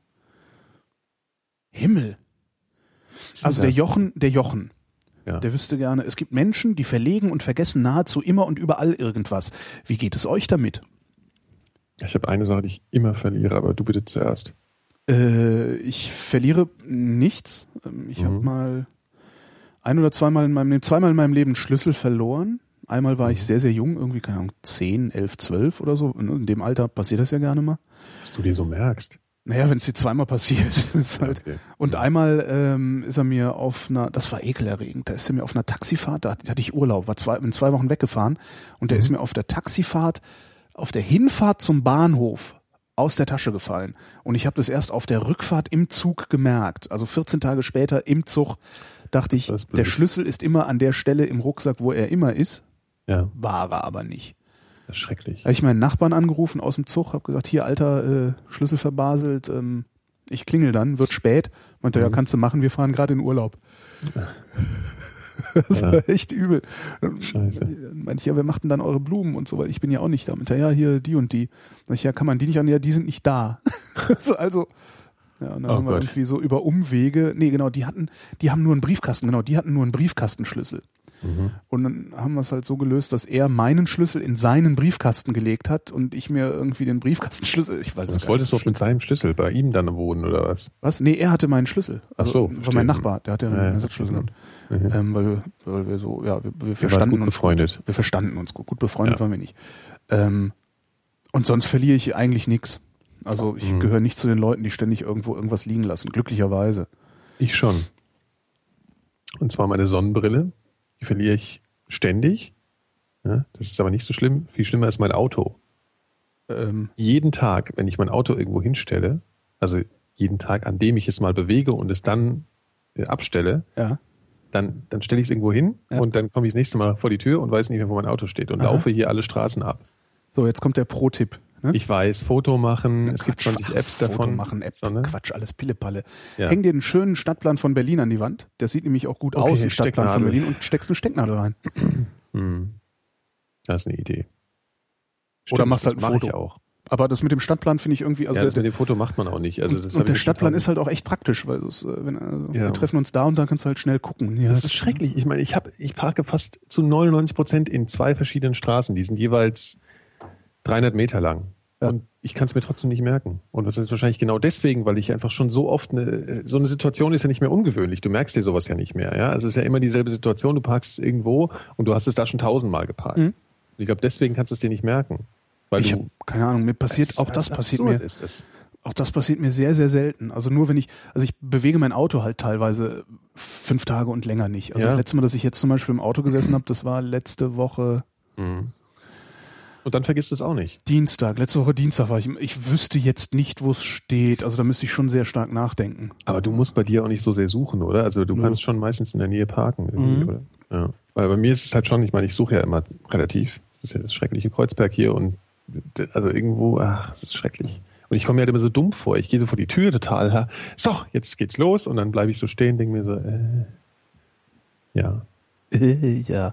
[SPEAKER 1] Himmel.
[SPEAKER 3] Was ist
[SPEAKER 1] Also
[SPEAKER 3] denn
[SPEAKER 1] der
[SPEAKER 3] das?
[SPEAKER 1] Jochen, der Jochen.
[SPEAKER 3] Ja.
[SPEAKER 1] Der wüsste gerne, es gibt Menschen, die verlegen und vergessen nahezu immer und überall irgendwas. Wie geht es euch damit?
[SPEAKER 3] Ich habe eine Sache, die ich immer verliere, aber du bitte zuerst.
[SPEAKER 1] Äh, ich verliere nichts. Ähm, Ich habe mal ein oder zweimal in meinem Leben, zweimal in meinem Leben Schlüssel verloren. Einmal war ich sehr, sehr jung, irgendwie, keine Ahnung, 10, 11, 12 oder so. In dem Alter passiert das ja gerne mal.
[SPEAKER 3] Was du dir so merkst.
[SPEAKER 1] Naja, wenn es dir zweimal passiert, ist halt.
[SPEAKER 3] okay.
[SPEAKER 1] Und einmal ähm, ist er mir auf einer, das war ekelerregend, da ist er mir auf einer Taxifahrt, da hatte ich Urlaub, war zwei, bin zwei Wochen weggefahren und der
[SPEAKER 3] Mhm.
[SPEAKER 1] ist mir auf der Taxifahrt, auf der Hinfahrt zum Bahnhof aus der Tasche gefallen. Und ich habe das erst auf der Rückfahrt im Zug gemerkt. Also 14 Tage später im Zug dachte ich,
[SPEAKER 3] Das ist blöd.
[SPEAKER 1] der Schlüssel ist immer an der Stelle im Rucksack, wo er immer ist,
[SPEAKER 3] Ja,
[SPEAKER 1] war er aber nicht.
[SPEAKER 3] das ist schrecklich.
[SPEAKER 1] Da habe ich meinen Nachbarn angerufen aus dem Zug, habe gesagt, hier Alter, äh, Schlüssel verbaselt, ähm, ich klingel dann, wird spät. Meinte, ja, kannst du machen, wir fahren gerade in Urlaub. Das war echt übel. Dann
[SPEAKER 3] Scheiße.
[SPEAKER 1] Meinte ich, ja, wer macht denn dann eure Blumen und so, weil ich bin ja auch nicht da. Meinte, er, ja, hier die und die. Sag ich, ja, kann man die nicht an, ja, die sind nicht da. so, also, ja, und dann
[SPEAKER 3] Oh
[SPEAKER 1] haben wir
[SPEAKER 3] Gott.
[SPEAKER 1] irgendwie so über Umwege, nee, genau, die hatten, die haben nur einen Briefkasten, genau, die hatten nur einen Briefkastenschlüssel.
[SPEAKER 3] Mhm.
[SPEAKER 1] Und dann haben wir es halt so gelöst, dass er meinen Schlüssel in seinen Briefkasten gelegt hat und ich mir irgendwie den Briefkastenschlüssel, ich weiß es
[SPEAKER 3] Was
[SPEAKER 1] gar nicht.
[SPEAKER 3] wolltest du auch mit seinem Schlüssel bei ihm dann wohnen oder was?
[SPEAKER 1] Was? Nee, er hatte meinen Schlüssel.
[SPEAKER 3] so,
[SPEAKER 1] war
[SPEAKER 3] verstehe.
[SPEAKER 1] mein Nachbar, der hatte
[SPEAKER 3] ja,
[SPEAKER 1] einen Ersatzschlüssel gehabt. Ähm, weil, wir, weil wir so, ja, wir,
[SPEAKER 3] Wir
[SPEAKER 1] wir
[SPEAKER 3] waren
[SPEAKER 1] verstanden
[SPEAKER 3] Mhm. gut
[SPEAKER 1] uns
[SPEAKER 3] befreundet.
[SPEAKER 1] wir verstanden uns gut. Gut befreundet
[SPEAKER 3] Ja.
[SPEAKER 1] waren wir nicht. Ähm, und sonst verliere ich eigentlich nichts. Also
[SPEAKER 3] Mhm.
[SPEAKER 1] ich gehöre nicht zu den Leuten, die ständig irgendwo irgendwas liegen lassen. Glücklicherweise.
[SPEAKER 3] Ich schon. Und zwar meine Sonnenbrille. Die verliere ich ständig. Ja, das ist aber nicht so schlimm. Viel schlimmer ist mein Auto.
[SPEAKER 1] Ähm,
[SPEAKER 3] jeden Tag, wenn ich mein Auto irgendwo hinstelle, also jeden Tag, an dem ich es mal bewege und es dann äh, abstelle,
[SPEAKER 1] ja.
[SPEAKER 3] dann, dann stelle ich es irgendwo hin
[SPEAKER 1] Ja.
[SPEAKER 3] und dann komme ich das nächste Mal vor die Tür und weiß nicht mehr, wo mein Auto steht und
[SPEAKER 1] Aha. Hm?
[SPEAKER 3] laufe hier alle Straßen ab.
[SPEAKER 1] So, jetzt kommt der Pro-Tipp. Ne?
[SPEAKER 3] Ich weiß, Foto machen, es gibt
[SPEAKER 1] Quatsch,
[SPEAKER 3] 20
[SPEAKER 1] ach,
[SPEAKER 3] Apps
[SPEAKER 1] Foto
[SPEAKER 3] davon.
[SPEAKER 1] machen, App,
[SPEAKER 3] So, ne?
[SPEAKER 1] Quatsch, alles Pillepalle.
[SPEAKER 3] Ja.
[SPEAKER 1] Häng dir einen schönen Stadtplan von Berlin an die Wand. Der sieht nämlich auch gut
[SPEAKER 3] Okay,
[SPEAKER 1] aus, ein Stadtplan von
[SPEAKER 3] Stecknadel.
[SPEAKER 1] Berlin. Und steckst eine Stecknadel rein.
[SPEAKER 3] Das ist eine Idee.
[SPEAKER 1] Oder machst halt ein
[SPEAKER 3] das mach
[SPEAKER 1] Foto.
[SPEAKER 3] Ich auch.
[SPEAKER 1] Aber das mit dem Stadtplan finde ich irgendwie, also
[SPEAKER 3] ja, das
[SPEAKER 1] der,
[SPEAKER 3] mit dem Foto macht man auch nicht. Also das hab
[SPEAKER 1] und der
[SPEAKER 3] ich
[SPEAKER 1] Stadtplan
[SPEAKER 3] total-
[SPEAKER 1] ist halt auch echt praktisch, weil es, äh, wenn, also
[SPEAKER 3] Ja.
[SPEAKER 1] wir treffen uns da und da kannst du halt schnell gucken. Ja,
[SPEAKER 3] Das ist schrecklich. Ich meine, ich habe, ich parke fast zu 99 Prozent in zwei verschiedenen Straßen. Die sind jeweils 300 Meter lang.
[SPEAKER 1] Ja.
[SPEAKER 3] Und ich kann es mir trotzdem nicht merken. Und das ist wahrscheinlich genau deswegen, weil ich einfach schon so oft eine, so eine Situation ist ja nicht mehr ungewöhnlich. Du merkst dir sowas ja nicht mehr. Ja, es ist ja immer dieselbe Situation. Du parkst irgendwo und du hast es da schon tausendmal geparkt. Und ich glaube, deswegen kannst du es dir nicht merken, weil
[SPEAKER 1] Mhm. ich habe
[SPEAKER 3] du
[SPEAKER 1] keine Ahnung, mir passiert, auch das
[SPEAKER 3] absurd
[SPEAKER 1] passiert mir.
[SPEAKER 3] Ist es.
[SPEAKER 1] Auch das passiert mir sehr, sehr selten. Also nur wenn ich, also ich bewege mein Auto halt teilweise fünf Tage und länger nicht. Also
[SPEAKER 3] Ja.
[SPEAKER 1] das letzte Mal, dass ich jetzt zum Beispiel im Auto gesessen habe, das war letzte Woche
[SPEAKER 3] Und dann vergisst du es auch nicht.
[SPEAKER 1] Dienstag. Letzte Woche Dienstag war ich. im- Ich wüsste jetzt nicht, wo es steht. Also da müsste ich schon sehr stark nachdenken.
[SPEAKER 3] Aber du musst bei dir auch nicht so sehr suchen, oder? Also du kannst schon meistens in der Nähe parken,
[SPEAKER 1] Mhm.
[SPEAKER 3] irgendwie, oder? Ja. Weil bei mir ist es halt schon, ich meine, ich suche ja immer relativ. Das ist ja das schreckliche Kreuzberg hier und d- also irgendwo, ach, es ist schrecklich. Und ich komme mir halt immer so dumm vor. Ich gehe so vor die Tür total, ha, so, jetzt geht's los und dann bleibe ich so stehen, denke mir so, äh, ja,
[SPEAKER 1] ja.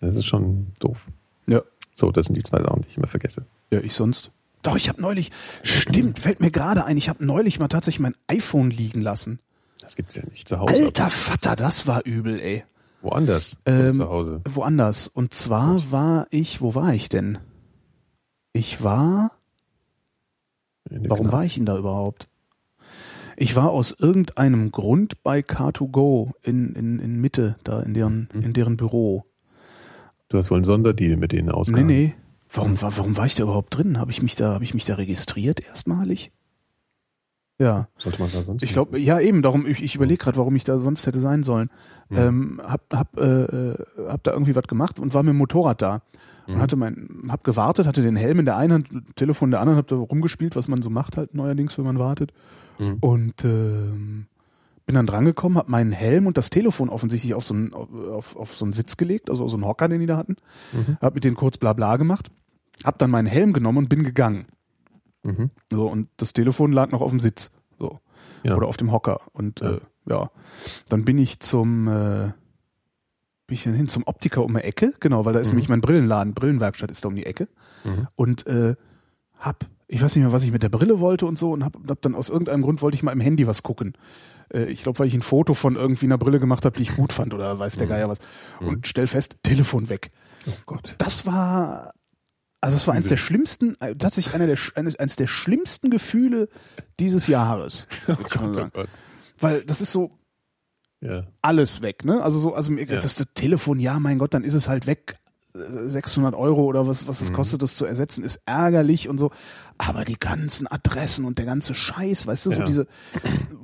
[SPEAKER 3] das ist schon doof.
[SPEAKER 1] Ja.
[SPEAKER 3] So, das sind die zwei Sachen, die ich immer vergesse.
[SPEAKER 1] Ja, ich sonst. Doch, ich habe neulich, stimmt, fällt mir gerade ein, ich habe neulich mal tatsächlich mein iPhone liegen lassen.
[SPEAKER 3] Das gibt's ja nicht zu Hause.
[SPEAKER 1] Alter Vater, das war übel, ey.
[SPEAKER 3] Woanders.
[SPEAKER 1] Ähm,
[SPEAKER 3] zu Hause.
[SPEAKER 1] Woanders. Und zwar war ich, wo war ich denn? Ich war,
[SPEAKER 3] In der
[SPEAKER 1] warum
[SPEAKER 3] Kneipe.
[SPEAKER 1] war ich denn da überhaupt? Ich war aus irgendeinem Grund bei Car2Go in, in, in Mitte, da in deren, in deren Büro.
[SPEAKER 3] Du hast wohl einen Sonderdeal mit denen
[SPEAKER 1] Nee,
[SPEAKER 3] ausgehandelt.
[SPEAKER 1] nee. Warum, war- warum war ich da überhaupt drin? Habe ich mich da, habe ich mich da registriert erstmalig? Ja.
[SPEAKER 3] Sollte man da sonst
[SPEAKER 1] Ich glaube, ja eben, darum, ich, ich überlege gerade, warum ich da sonst hätte sein sollen. Ähm, hab, hab, äh, äh, hab da irgendwie was gemacht und war mit dem Motorrad da. Und hatte mein, hab gewartet, hatte den Helm in der einen Hand, Telefon in der anderen, hab da rumgespielt, was man so macht halt neuerdings, wenn man wartet. Und ähm, bin dann drangekommen, hab meinen Helm und das Telefon offensichtlich auf so einen, auf, auf so einen Sitz gelegt, also auf so einen Hocker, den die da hatten. Hab mit denen kurz Blabla gemacht, hab dann meinen Helm genommen und bin gegangen. So, und das Telefon lag noch auf dem Sitz. So
[SPEAKER 3] Ja.
[SPEAKER 1] oder auf dem Hocker. Und
[SPEAKER 3] Ja.
[SPEAKER 1] ja, äh, ja. dann bin ich zum äh, bin ich denn hin zum Optiker um die Ecke, genau, weil da
[SPEAKER 3] Mhm.
[SPEAKER 1] ist nämlich mein Brillenladen, Brillenwerkstatt ist da um die Ecke. Und äh, hab, ich weiß nicht mehr, was ich mit der Brille wollte und so, und hab, hab dann aus irgendeinem Grund wollte ich mal im Handy was gucken. Äh, ich glaube, weil ich ein Foto von irgendwie einer Brille gemacht habe, die ich gut fand oder weiß der
[SPEAKER 3] Mhm.
[SPEAKER 1] Geier was. Und stell fest, Telefon weg.
[SPEAKER 3] Oh Gott.
[SPEAKER 1] Das war, also das war eins der schlimmsten, äh, tatsächlich einer der, sch- eines, eines der schlimmsten Gefühle dieses Jahres.
[SPEAKER 3] Oh
[SPEAKER 1] kann man sagen. Weil das ist so
[SPEAKER 3] Ja.
[SPEAKER 1] alles weg, ne? Also so, also mir, das, das Telefon, ja, mein Gott, dann ist es halt weg. 600 Euro oder was,
[SPEAKER 3] Mhm.
[SPEAKER 1] was es kostet, das zu ersetzen, ist ärgerlich und so. Aber die ganzen Adressen und der ganze Scheiß, weißt du, so
[SPEAKER 3] Ja.
[SPEAKER 1] diese,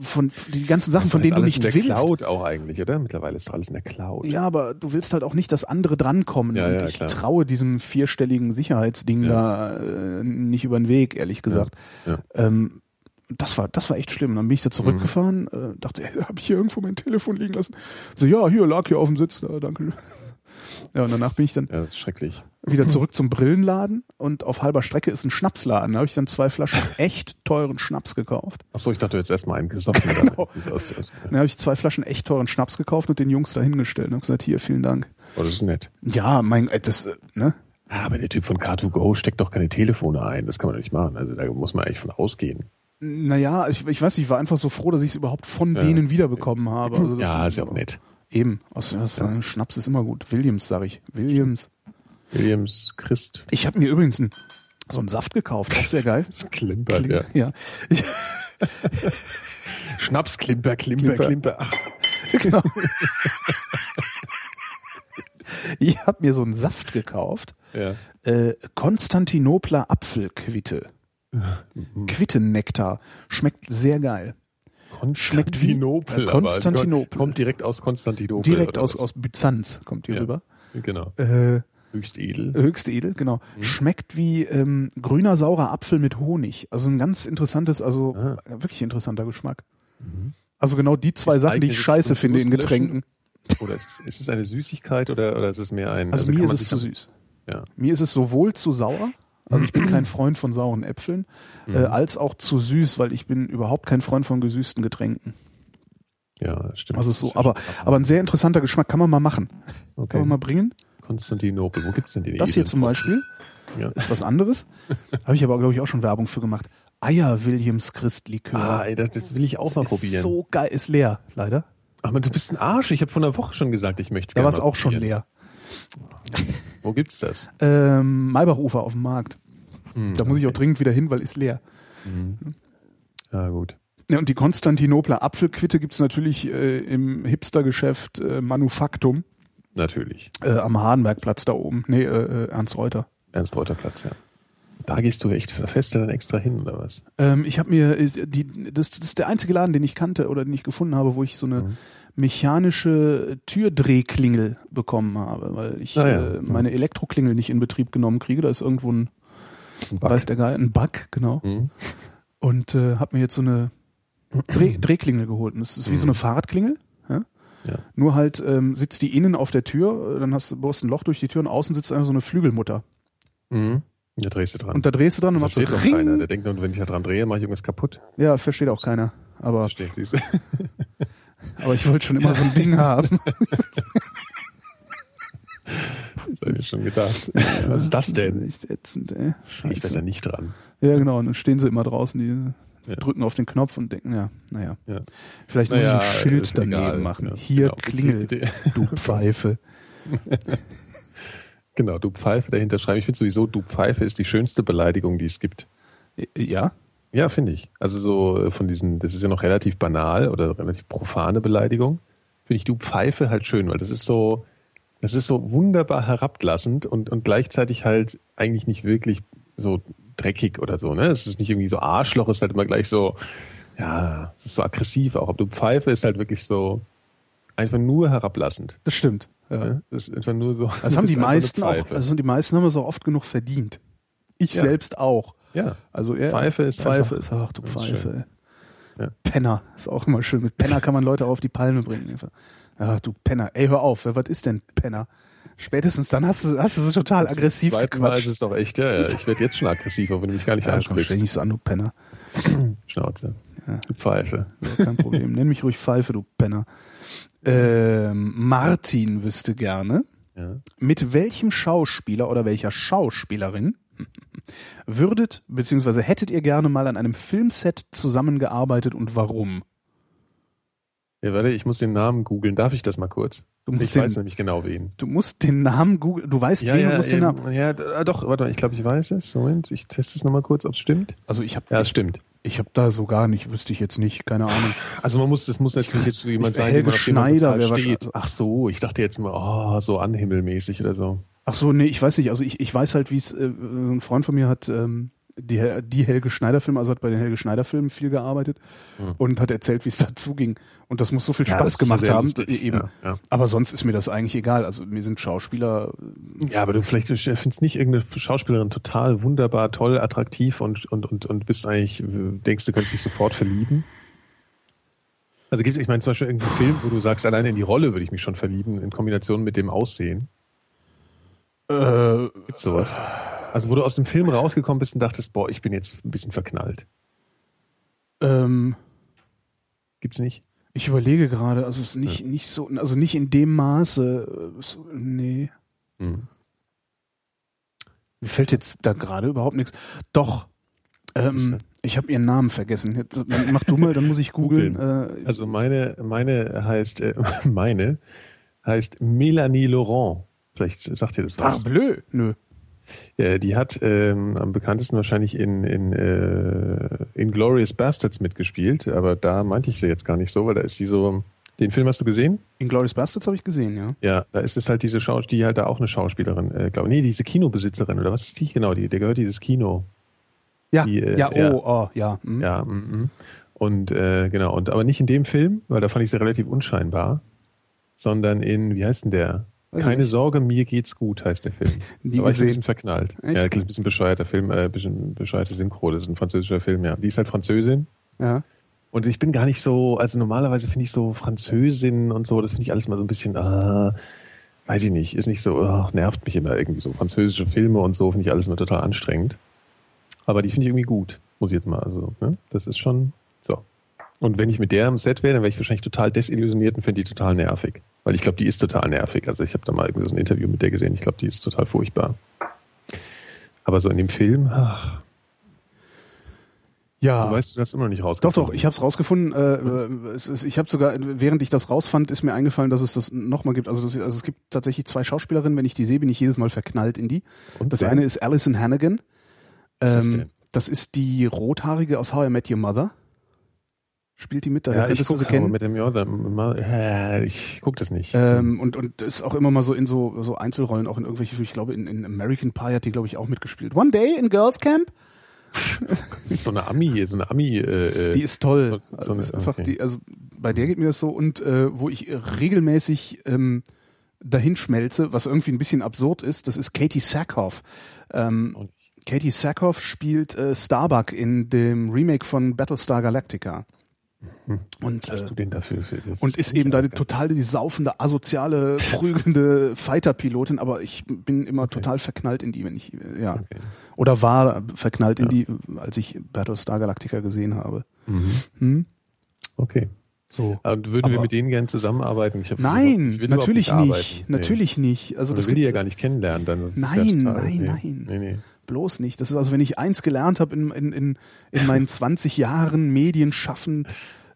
[SPEAKER 1] von, die ganzen Sachen,
[SPEAKER 3] Das
[SPEAKER 1] von
[SPEAKER 3] ist
[SPEAKER 1] denen du
[SPEAKER 3] alles
[SPEAKER 1] nicht
[SPEAKER 3] in der
[SPEAKER 1] willst.
[SPEAKER 3] Cloud auch eigentlich, oder? Mittlerweile ist doch alles in der Cloud.
[SPEAKER 1] Ja, aber du willst halt auch nicht, dass andere drankommen.
[SPEAKER 3] Ja,
[SPEAKER 1] und
[SPEAKER 3] ja,
[SPEAKER 1] ich
[SPEAKER 3] klar.
[SPEAKER 1] traue diesem vierstelligen Sicherheitsding da äh, nicht über den Weg, ehrlich gesagt.
[SPEAKER 3] ja.
[SPEAKER 1] Ähm, das war, das war echt schlimm. Dann bin ich da zurückgefahren,
[SPEAKER 3] Mhm.
[SPEAKER 1] äh, dachte, hey, habe ich hier irgendwo mein Telefon liegen lassen? So, ja, hier lag hier auf dem Sitz, ja, danke. Ja, und danach bin ich dann
[SPEAKER 3] Ja, das ist schrecklich.
[SPEAKER 1] wieder zurück zum Brillenladen und auf halber Strecke ist ein Schnapsladen. Da habe ich dann zwei Flaschen echt teuren Schnaps gekauft.
[SPEAKER 3] Achso, ich dachte jetzt erstmal einen gesoffen.
[SPEAKER 1] Genau.
[SPEAKER 3] Wie es aussieht.
[SPEAKER 1] Dann habe ich zwei Flaschen echt teuren Schnaps gekauft und den Jungs da hingestellt und hab gesagt, hier, vielen Dank.
[SPEAKER 3] Oh, das ist nett.
[SPEAKER 1] Ja, mein, äh, das, äh, ne?
[SPEAKER 3] Ah, Aber der Typ von Car2Go steckt doch keine Telefone ein. Das kann man doch nicht machen. Also da muss man eigentlich von ausgehen.
[SPEAKER 1] Naja, ich, ich weiß nicht, ich war einfach so froh, dass ich es überhaupt von
[SPEAKER 3] Ja.
[SPEAKER 1] denen wiederbekommen habe. Also das,
[SPEAKER 3] ja, ist ja auch nett.
[SPEAKER 1] Eben. Also das, äh, Schnaps ist immer gut. Williams, sag ich. Williams.
[SPEAKER 3] Williams Christ.
[SPEAKER 1] Ich habe mir übrigens ein, so einen Saft gekauft. Auch sehr geil.
[SPEAKER 3] Das klimpert, ja.
[SPEAKER 1] Ja. Ich,
[SPEAKER 3] Schnaps, Klimper, Klimper,
[SPEAKER 1] Klimper.
[SPEAKER 3] Klimper. Ach,
[SPEAKER 1] genau. ich habe mir so einen Saft gekauft.
[SPEAKER 3] ja.
[SPEAKER 1] Äh, Konstantinopler Apfelquitte.
[SPEAKER 3] Mhm.
[SPEAKER 1] Quittennektar. Schmeckt sehr geil.
[SPEAKER 3] Oh,
[SPEAKER 1] Schmeckt wie-
[SPEAKER 3] Konstantinopel. aber
[SPEAKER 1] Konstantinopel.
[SPEAKER 3] Kommt direkt aus Konstantinopel.
[SPEAKER 1] Direkt
[SPEAKER 3] oder
[SPEAKER 1] aus,
[SPEAKER 3] was?
[SPEAKER 1] aus Byzanz kommt hier
[SPEAKER 3] Ja.
[SPEAKER 1] rüber.
[SPEAKER 3] Genau.
[SPEAKER 1] Äh,
[SPEAKER 3] Höchst edel.
[SPEAKER 1] höchst edel, genau.
[SPEAKER 3] Mhm.
[SPEAKER 1] Schmeckt wie ähm, grüner saurer Apfel mit Honig. Also ein ganz interessantes, also
[SPEAKER 3] Ah.
[SPEAKER 1] wirklich interessanter Geschmack. Also genau die zwei Sachen, die ich
[SPEAKER 3] eignet es
[SPEAKER 1] scheiße
[SPEAKER 3] zum
[SPEAKER 1] finde in
[SPEAKER 3] Durstlöschen?
[SPEAKER 1] Getränken.
[SPEAKER 3] Oder ist, ist es eine Süßigkeit oder, oder ist es mehr ein.
[SPEAKER 1] Also, mir
[SPEAKER 3] kann
[SPEAKER 1] ist
[SPEAKER 3] man
[SPEAKER 1] es
[SPEAKER 3] sich
[SPEAKER 1] zu
[SPEAKER 3] am-
[SPEAKER 1] süß.
[SPEAKER 3] Ja.
[SPEAKER 1] Mir ist es sowohl zu sauer, also ich bin kein Freund von sauren Äpfeln,
[SPEAKER 3] Mhm.
[SPEAKER 1] äh, als auch zu süß, weil ich bin überhaupt kein Freund von gesüßten Getränken.
[SPEAKER 3] ja, stimmt.
[SPEAKER 1] Also
[SPEAKER 3] Das
[SPEAKER 1] so,
[SPEAKER 3] ist ja
[SPEAKER 1] aber,
[SPEAKER 3] schon-
[SPEAKER 1] aber ein sehr interessanter Geschmack kann man mal machen.
[SPEAKER 3] Okay.
[SPEAKER 1] Kann man mal bringen.
[SPEAKER 3] Konstantinopel, wo gibt's denn den
[SPEAKER 1] Das hier zum Beispiel
[SPEAKER 3] Ja.
[SPEAKER 1] ist was anderes. Habe ich aber, glaube ich, auch schon Werbung für gemacht. Eier Williams Christlikör.
[SPEAKER 3] Ah, ey, das, das will ich auch mal
[SPEAKER 1] ist
[SPEAKER 3] probieren.
[SPEAKER 1] so geil. Ist leer, leider.
[SPEAKER 3] Aber du bist ein Arsch. Ich habe vor einer Woche schon gesagt, ich möchte es
[SPEAKER 1] Da
[SPEAKER 3] gerne.
[SPEAKER 1] war es
[SPEAKER 3] mal
[SPEAKER 1] auch schon
[SPEAKER 3] probieren.
[SPEAKER 1] leer.
[SPEAKER 3] Wo gibt's das?
[SPEAKER 1] Ähm, Maybachufer auf dem Markt.
[SPEAKER 3] Hm,
[SPEAKER 1] da muss ich auch dringend wieder hin, weil ist leer.
[SPEAKER 3] Ja, gut.
[SPEAKER 1] Ja, und die Konstantinopler Apfelquitte gibt's natürlich äh, im Hipstergeschäft äh, Manufaktum
[SPEAKER 3] Natürlich.
[SPEAKER 1] äh, am Hardenbergplatz da oben. Nee, äh, äh, Ernst Reuter.
[SPEAKER 3] Ernst Reuter Platz, ja. Da gehst du echt feste dann extra hin, oder was?
[SPEAKER 1] Ähm, ich habe mir äh, die, das, das ist der einzige Laden, den ich kannte oder den ich gefunden habe, wo ich so eine
[SPEAKER 3] Mhm.
[SPEAKER 1] mechanische Türdrehklingel bekommen habe, weil ich
[SPEAKER 3] Ah ja.
[SPEAKER 1] äh, meine Elektroklingel nicht in Betrieb genommen kriege. Da ist irgendwo ein,
[SPEAKER 3] Ein Bug.
[SPEAKER 1] weiß der Geil, ein Bug, genau.
[SPEAKER 3] Mhm.
[SPEAKER 1] Und äh, habe mir jetzt so eine Dreh, Drehklingel geholt. Und das ist wie so eine Fahrradklingel. Ja?
[SPEAKER 3] Mhm. Ja.
[SPEAKER 1] Nur halt ähm, sitzt die innen auf der Tür, äh, dann hast du bohrst ein Loch durch die Tür und außen sitzt einfach so eine Flügelmutter.
[SPEAKER 3] Mhm. Da drehst du dran.
[SPEAKER 1] Und da drehst du dran und
[SPEAKER 3] da
[SPEAKER 1] machst so
[SPEAKER 3] steht doch
[SPEAKER 1] Ring.
[SPEAKER 3] keiner. Der denkt nur, wenn ich da dran drehe, mache ich irgendwas kaputt.
[SPEAKER 1] Ja, versteht auch keiner. Aber,
[SPEAKER 3] Verstehe ich. Siehst du?
[SPEAKER 1] aber ich wollte schon immer so ein Ding haben.
[SPEAKER 3] Das habe ich schon gedacht. Was ist das denn?
[SPEAKER 1] Echt ätzend, ey.
[SPEAKER 3] Ich werde da
[SPEAKER 1] Scheiße.
[SPEAKER 3] nicht dran.
[SPEAKER 1] Ja, genau. Und dann stehen sie immer draußen, die
[SPEAKER 3] Ja.
[SPEAKER 1] drücken auf den Knopf und denken, ja, naja.
[SPEAKER 3] Ja.
[SPEAKER 1] Vielleicht muss
[SPEAKER 3] Naja,
[SPEAKER 1] ich ein
[SPEAKER 3] ist
[SPEAKER 1] Schild daneben
[SPEAKER 3] egal.
[SPEAKER 1] machen.
[SPEAKER 3] Ja,
[SPEAKER 1] Hier
[SPEAKER 3] genau.
[SPEAKER 1] klingel, du Pfeife.
[SPEAKER 3] Genau, du Pfeife dahinter schreiben. Ich finde sowieso, du Pfeife ist die schönste Beleidigung, die es gibt.
[SPEAKER 1] Ja?
[SPEAKER 3] Ja, finde ich. Also so äh, von diesen, das ist ja noch relativ banal oder relativ profane Beleidigung. Finde ich du Pfeife halt schön, weil das ist so, das ist so wunderbar herablassend und, und gleichzeitig halt eigentlich nicht wirklich so dreckig oder so, ne? Es ist nicht irgendwie so Arschloch, es ist halt immer gleich so, ja, es ist so aggressiv auch. Aber du Pfeife ist halt wirklich so einfach nur herablassend.
[SPEAKER 1] Das stimmt. Ja.
[SPEAKER 3] Ne? Es ist einfach nur so.
[SPEAKER 1] Das haben
[SPEAKER 3] ist
[SPEAKER 1] die
[SPEAKER 3] einfach eine
[SPEAKER 1] meisten auch,
[SPEAKER 3] Pfeife.
[SPEAKER 1] also die meisten haben es auch oft genug verdient. Ich
[SPEAKER 3] Ja.
[SPEAKER 1] selbst auch.
[SPEAKER 3] ja.
[SPEAKER 1] Also er,
[SPEAKER 3] Pfeife ist
[SPEAKER 1] Pfeife
[SPEAKER 3] einfach-
[SPEAKER 1] ist, ach du
[SPEAKER 3] ist
[SPEAKER 1] Pfeife.
[SPEAKER 3] schön.
[SPEAKER 1] ey.
[SPEAKER 3] Ja.
[SPEAKER 1] Penner ist auch immer schön. Mit Penner kann man Leute auf die Palme bringen. einfach. Ach du Penner. Ey, hör auf. wer- Was ist denn Penner? Spätestens dann hast du, hast du so total aggressiv
[SPEAKER 3] Zweiten Mal ist
[SPEAKER 1] gequatscht.
[SPEAKER 3] es doch echt, ja, ja. Ich werde jetzt schon aggressiv, auch wenn du mich gar nicht
[SPEAKER 1] Ja, komm, stell dich
[SPEAKER 3] ansprichst.
[SPEAKER 1] nicht so an, du Penner.
[SPEAKER 3] Schnauze. Du Pfeife.
[SPEAKER 1] Kein Problem. Nenn mich ruhig Pfeife, du Penner. Ähm, Martin wüsste gerne,
[SPEAKER 3] Ja.
[SPEAKER 1] mit welchem Schauspieler oder welcher Schauspielerin würdet bzw. hättet ihr gerne mal an einem Filmset zusammengearbeitet und warum?
[SPEAKER 3] ja, warte, ich muss den Namen googeln. Darf ich das mal kurz?
[SPEAKER 1] Du
[SPEAKER 3] Ich
[SPEAKER 1] musst den-
[SPEAKER 3] weiß nämlich genau wen.
[SPEAKER 1] Du musst den Namen googeln, du weißt wen, du musst den Namen.
[SPEAKER 3] ähm, ja, d- ah, doch, warte mal, ich glaube, ich weiß es. Moment, ich teste es nochmal kurz, ob es stimmt.
[SPEAKER 1] Also ich habe
[SPEAKER 3] Ja, es stimmt.
[SPEAKER 1] ich habe da so gar nicht, wüsste ich jetzt nicht, keine Ahnung.
[SPEAKER 3] Also man muss, das muss natürlich jetzt so jemand sein,
[SPEAKER 1] Helge
[SPEAKER 3] jemand, auf dem man
[SPEAKER 1] Schneider
[SPEAKER 3] total
[SPEAKER 1] wäre
[SPEAKER 3] steht.
[SPEAKER 1] wahrscheinlich-
[SPEAKER 3] Ach so, ich dachte jetzt mal, oh, so anhimmelmäßig oder so.
[SPEAKER 1] Ach so, nee, ich weiß nicht. Also ich, ich weiß halt, wie es, äh, ein Freund von mir hat ähm, die, Hel- die Helge Schneider-Filme, also hat bei den Helge Schneider-Filmen viel gearbeitet und hat erzählt, wie es dazu ging. Und das muss so viel
[SPEAKER 3] Hm. Ja, das
[SPEAKER 1] Spaß
[SPEAKER 3] ist
[SPEAKER 1] gemacht
[SPEAKER 3] sehr
[SPEAKER 1] haben.
[SPEAKER 3] lustig,
[SPEAKER 1] äh, eben.
[SPEAKER 3] ja, ja.
[SPEAKER 1] Aber sonst ist mir das eigentlich egal. Also mir sind Schauspieler,
[SPEAKER 3] Ja, aber du vielleicht äh, findest nicht irgendeine Schauspielerin total wunderbar, toll, attraktiv und, und, und, und bist eigentlich, äh, denkst, du könntest dich sofort verlieben? Also gibt es, ich meine, zum Beispiel irgendeinen Film, wo du sagst, alleine in die Rolle würde ich mich schon verlieben, in Kombination mit dem Aussehen.
[SPEAKER 1] äh,
[SPEAKER 3] Gibt's sowas? Also wo du aus dem Film rausgekommen bist und dachtest, boah, ich bin jetzt ein bisschen verknallt.
[SPEAKER 1] ähm,
[SPEAKER 3] Gibt's nicht?
[SPEAKER 1] ich überlege gerade, also es ist nicht, nicht so, also nicht in dem Maße, äh, so, nee.
[SPEAKER 3] Hm.
[SPEAKER 1] Mir fällt jetzt da gerade überhaupt nichts. Doch, ähm, ich habe ihren Namen vergessen. Jetzt, dann mach du mal, dann muss ich googeln. Äh,
[SPEAKER 3] Also meine, meine heißt, äh, meine heißt Melanie Laurent. Vielleicht sagt ihr das was.
[SPEAKER 1] Parbleu. Nö.
[SPEAKER 3] Äh, die hat ähm, am bekanntesten wahrscheinlich in, in äh, Inglorious Bastards mitgespielt, aber da meinte ich sie jetzt gar nicht so, weil da ist sie so. Den Film hast du gesehen?
[SPEAKER 1] Inglourious Bastards habe ich gesehen, ja.
[SPEAKER 3] Ja, da ist es halt diese Schau die halt da auch eine Schauspielerin, äh, glaube Nee, diese Kinobesitzerin oder was ist die genau? Die, der gehört dieses Kino.
[SPEAKER 1] Ja,
[SPEAKER 3] Die, äh,
[SPEAKER 1] ja, oh,
[SPEAKER 3] ja.
[SPEAKER 1] oh, ja. hm.
[SPEAKER 3] Ja, mhm. und äh, genau, und aber nicht in dem Film, weil da fand ich sie relativ unscheinbar, sondern in, wie heißt denn der?
[SPEAKER 1] Weiß ich
[SPEAKER 3] Keine
[SPEAKER 1] nicht.
[SPEAKER 3] Sorge, mir geht's gut, heißt der Film. da war
[SPEAKER 1] Nie
[SPEAKER 3] ich ein
[SPEAKER 1] gesehen.
[SPEAKER 3] bisschen verknallt.
[SPEAKER 1] Echt?
[SPEAKER 3] Ja, ein bisschen bescheuerter Film, äh, ein bisschen bescheuerte Synchro, das ist ein französischer Film, ja. Die ist halt Französin.
[SPEAKER 1] ja.
[SPEAKER 3] Und ich bin gar nicht so, also normalerweise finde ich so Französinnen und so, das finde ich alles mal so ein bisschen, ah, weiß ich nicht, ist nicht so, ah, nervt mich immer irgendwie so. Französische Filme und so finde ich alles immer total anstrengend. Aber die finde ich irgendwie gut, muss ich jetzt mal, also, ne? Das ist schon so. Und wenn ich mit der im Set wäre, dann wäre ich wahrscheinlich total desillusioniert und finde die total nervig. Weil ich glaube, die ist total nervig. Also ich habe da mal irgendwie so ein Interview mit der gesehen, ich glaube, die ist total furchtbar. Aber so in dem Film, ach,
[SPEAKER 1] Ja.
[SPEAKER 3] du weißt, du hast immer noch nicht
[SPEAKER 1] doch,
[SPEAKER 3] rausgekommen.
[SPEAKER 1] doch, ich habe es rausgefunden. Äh, äh, es ist, ich habe sogar, während ich das rausfand, ist mir eingefallen, dass es das nochmal gibt. Also, das, also es gibt tatsächlich zwei Schauspielerinnen, wenn ich die sehe, bin ich jedes Mal verknallt in die.
[SPEAKER 3] Und
[SPEAKER 1] das
[SPEAKER 3] wer?
[SPEAKER 1] eine ist Alison Hannigan.
[SPEAKER 3] Was ist das
[SPEAKER 1] Ähm,
[SPEAKER 3] denn?
[SPEAKER 1] das ist die rothaarige aus How I Met Your Mother. Spielt die mit, daher
[SPEAKER 3] Ja, ich
[SPEAKER 1] könntest du
[SPEAKER 3] gucke
[SPEAKER 1] sie kennen.
[SPEAKER 3] mit dem Jordan immer, äh, ich guck das nicht.
[SPEAKER 1] Ähm, und, und ist auch immer mal so in so, so Einzelrollen, auch in irgendwelche, ich glaube, in, in American Pie hat die, glaube ich, auch mitgespielt. One Day in Girls Camp?
[SPEAKER 3] Das ist so eine Ami, so eine Ami. Äh,
[SPEAKER 1] Die ist toll.
[SPEAKER 3] So
[SPEAKER 1] Also,
[SPEAKER 3] eine-
[SPEAKER 1] ist einfach
[SPEAKER 3] okay.
[SPEAKER 1] die, also bei der geht mir das so. Und äh, wo ich regelmäßig ähm, dahin schmelze, was irgendwie ein bisschen absurd ist, das ist Katie Sackhoff. Ähm, Katie Sackhoff spielt äh, Starbuck in dem Remake von Battlestar Galactica. Und,
[SPEAKER 3] hast
[SPEAKER 1] äh,
[SPEAKER 3] du den dafür? Für das
[SPEAKER 1] und ist eben da die, total die saufende, asoziale, prügelnde Fighter-Pilotin, aber ich bin immer total verknallt in die, wenn ich, äh, ja. Oder war verknallt in die, als ich Battlestar Galactica gesehen habe.
[SPEAKER 3] Okay.
[SPEAKER 1] So.
[SPEAKER 3] Und würden wir
[SPEAKER 1] Aber-
[SPEAKER 3] mit denen gerne zusammenarbeiten? Ich hab-
[SPEAKER 1] Nein,
[SPEAKER 3] ich will überhaupt
[SPEAKER 1] natürlich nicht.
[SPEAKER 3] arbeiten. Nee.
[SPEAKER 1] Natürlich nicht. Also
[SPEAKER 3] Oder
[SPEAKER 1] das
[SPEAKER 3] will
[SPEAKER 1] gibt
[SPEAKER 3] die ja gar nicht kennenlernen. Dann sonst ist ja
[SPEAKER 1] Nein,
[SPEAKER 3] total- nee.
[SPEAKER 1] nein, nein.
[SPEAKER 3] Nee, nee.
[SPEAKER 1] bloß nicht. Das ist also, wenn ich eins gelernt habe in, in, in, in meinen 20 Jahren Medienschaffen,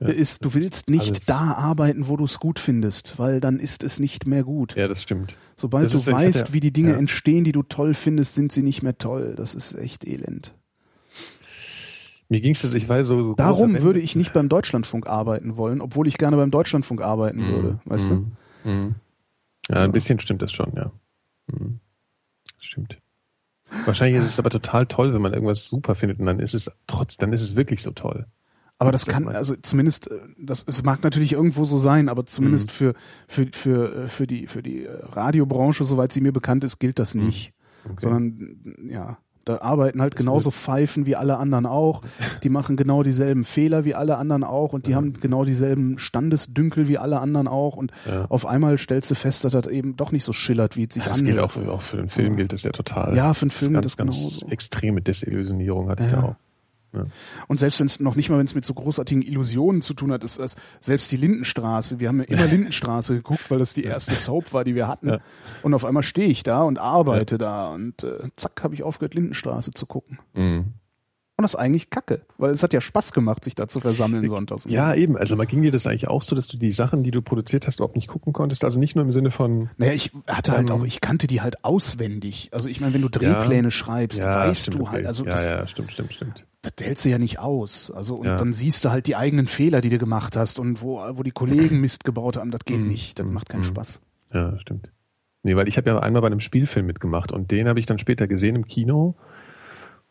[SPEAKER 1] äh, ist, du willst nicht
[SPEAKER 3] alles.
[SPEAKER 1] da arbeiten, wo du es gut findest, weil dann ist es nicht mehr gut.
[SPEAKER 3] Ja, das stimmt.
[SPEAKER 1] Sobald
[SPEAKER 3] Das
[SPEAKER 1] du
[SPEAKER 3] ist- ich hatte-
[SPEAKER 1] weißt, wie die Dinge
[SPEAKER 3] ja.
[SPEAKER 1] entstehen, die du toll findest, sind sie nicht mehr toll. Das ist echt elend.
[SPEAKER 3] Mir ging's das, ich weiß so. so große
[SPEAKER 1] Darum
[SPEAKER 3] Wände-
[SPEAKER 1] würde ich nicht beim Deutschlandfunk arbeiten wollen, obwohl ich gerne beim Deutschlandfunk
[SPEAKER 3] Mhm.
[SPEAKER 1] arbeiten würde, weißt du?
[SPEAKER 3] Ja, ein bisschen stimmt das schon, ja. Mhm. Stimmt. Wahrscheinlich ist es aber total toll, wenn man irgendwas super findet und dann ist es trotz, dann ist es wirklich so toll.
[SPEAKER 1] Aber das kann, also zumindest, äh, das, es mag natürlich irgendwo so sein, aber
[SPEAKER 3] Mhm.
[SPEAKER 1] zumindest für, für, für, äh, für die, für die äh, Radiobranche, soweit sie mir bekannt ist, gilt
[SPEAKER 3] Mhm.
[SPEAKER 1] das nicht. Sondern, ja, da arbeiten halt genauso Pfeifen wie alle anderen auch. Die machen genau dieselben Fehler wie alle anderen auch und die haben genau dieselben Standesdünkel wie alle anderen auch. Und auf einmal stellst du fest, dass das eben doch nicht so schillert, wie es sich
[SPEAKER 3] Das
[SPEAKER 1] anhört.
[SPEAKER 3] gilt auch äh, für, auch für den Film gilt das ja total.
[SPEAKER 1] äh, Ja, für den Film
[SPEAKER 3] das
[SPEAKER 1] gilt das
[SPEAKER 3] ist ganz, ganz
[SPEAKER 1] genauso.
[SPEAKER 3] extreme Desillusionierung hatte ich da auch.
[SPEAKER 1] Und selbst wenn es noch nicht mal, wenn es mit so großartigen Illusionen zu tun hat, ist das selbst die Lindenstraße. Wir haben ja immer Lindenstraße geguckt, weil das die erste Soap war, die wir hatten. Und auf einmal stehe ich da und arbeite da und äh, zack habe ich aufgehört, Lindenstraße zu gucken.
[SPEAKER 3] Mhm.
[SPEAKER 1] Und das ist eigentlich Kacke, weil es hat ja Spaß gemacht, sich da zu versammeln sonntags. ne?
[SPEAKER 3] Ja, eben. Also mal ging dir das eigentlich auch so, dass du die Sachen, die du produziert hast, überhaupt nicht gucken konntest. Also nicht nur im Sinne von
[SPEAKER 1] Naja, ich hatte halt
[SPEAKER 3] Ähm.
[SPEAKER 1] auch, ich kannte die halt auswendig. Also ich meine, wenn du Drehpläne schreibst, weißt
[SPEAKER 3] stimmt,
[SPEAKER 1] du
[SPEAKER 3] okay.
[SPEAKER 1] halt, also
[SPEAKER 3] ja,
[SPEAKER 1] das,
[SPEAKER 3] ja, stimmt, stimmt, stimmt.
[SPEAKER 1] das hältst du ja nicht aus. Also und
[SPEAKER 3] Ja.
[SPEAKER 1] dann siehst du halt die eigenen Fehler, die du gemacht
[SPEAKER 3] Mhm.
[SPEAKER 1] hast und wo, wo die Kollegen Mist gebaut haben, das geht nicht. Das macht keinen Spaß.
[SPEAKER 3] Ja, stimmt. Nee, weil ich habe ja einmal bei einem Spielfilm mitgemacht und den habe ich dann später gesehen im Kino.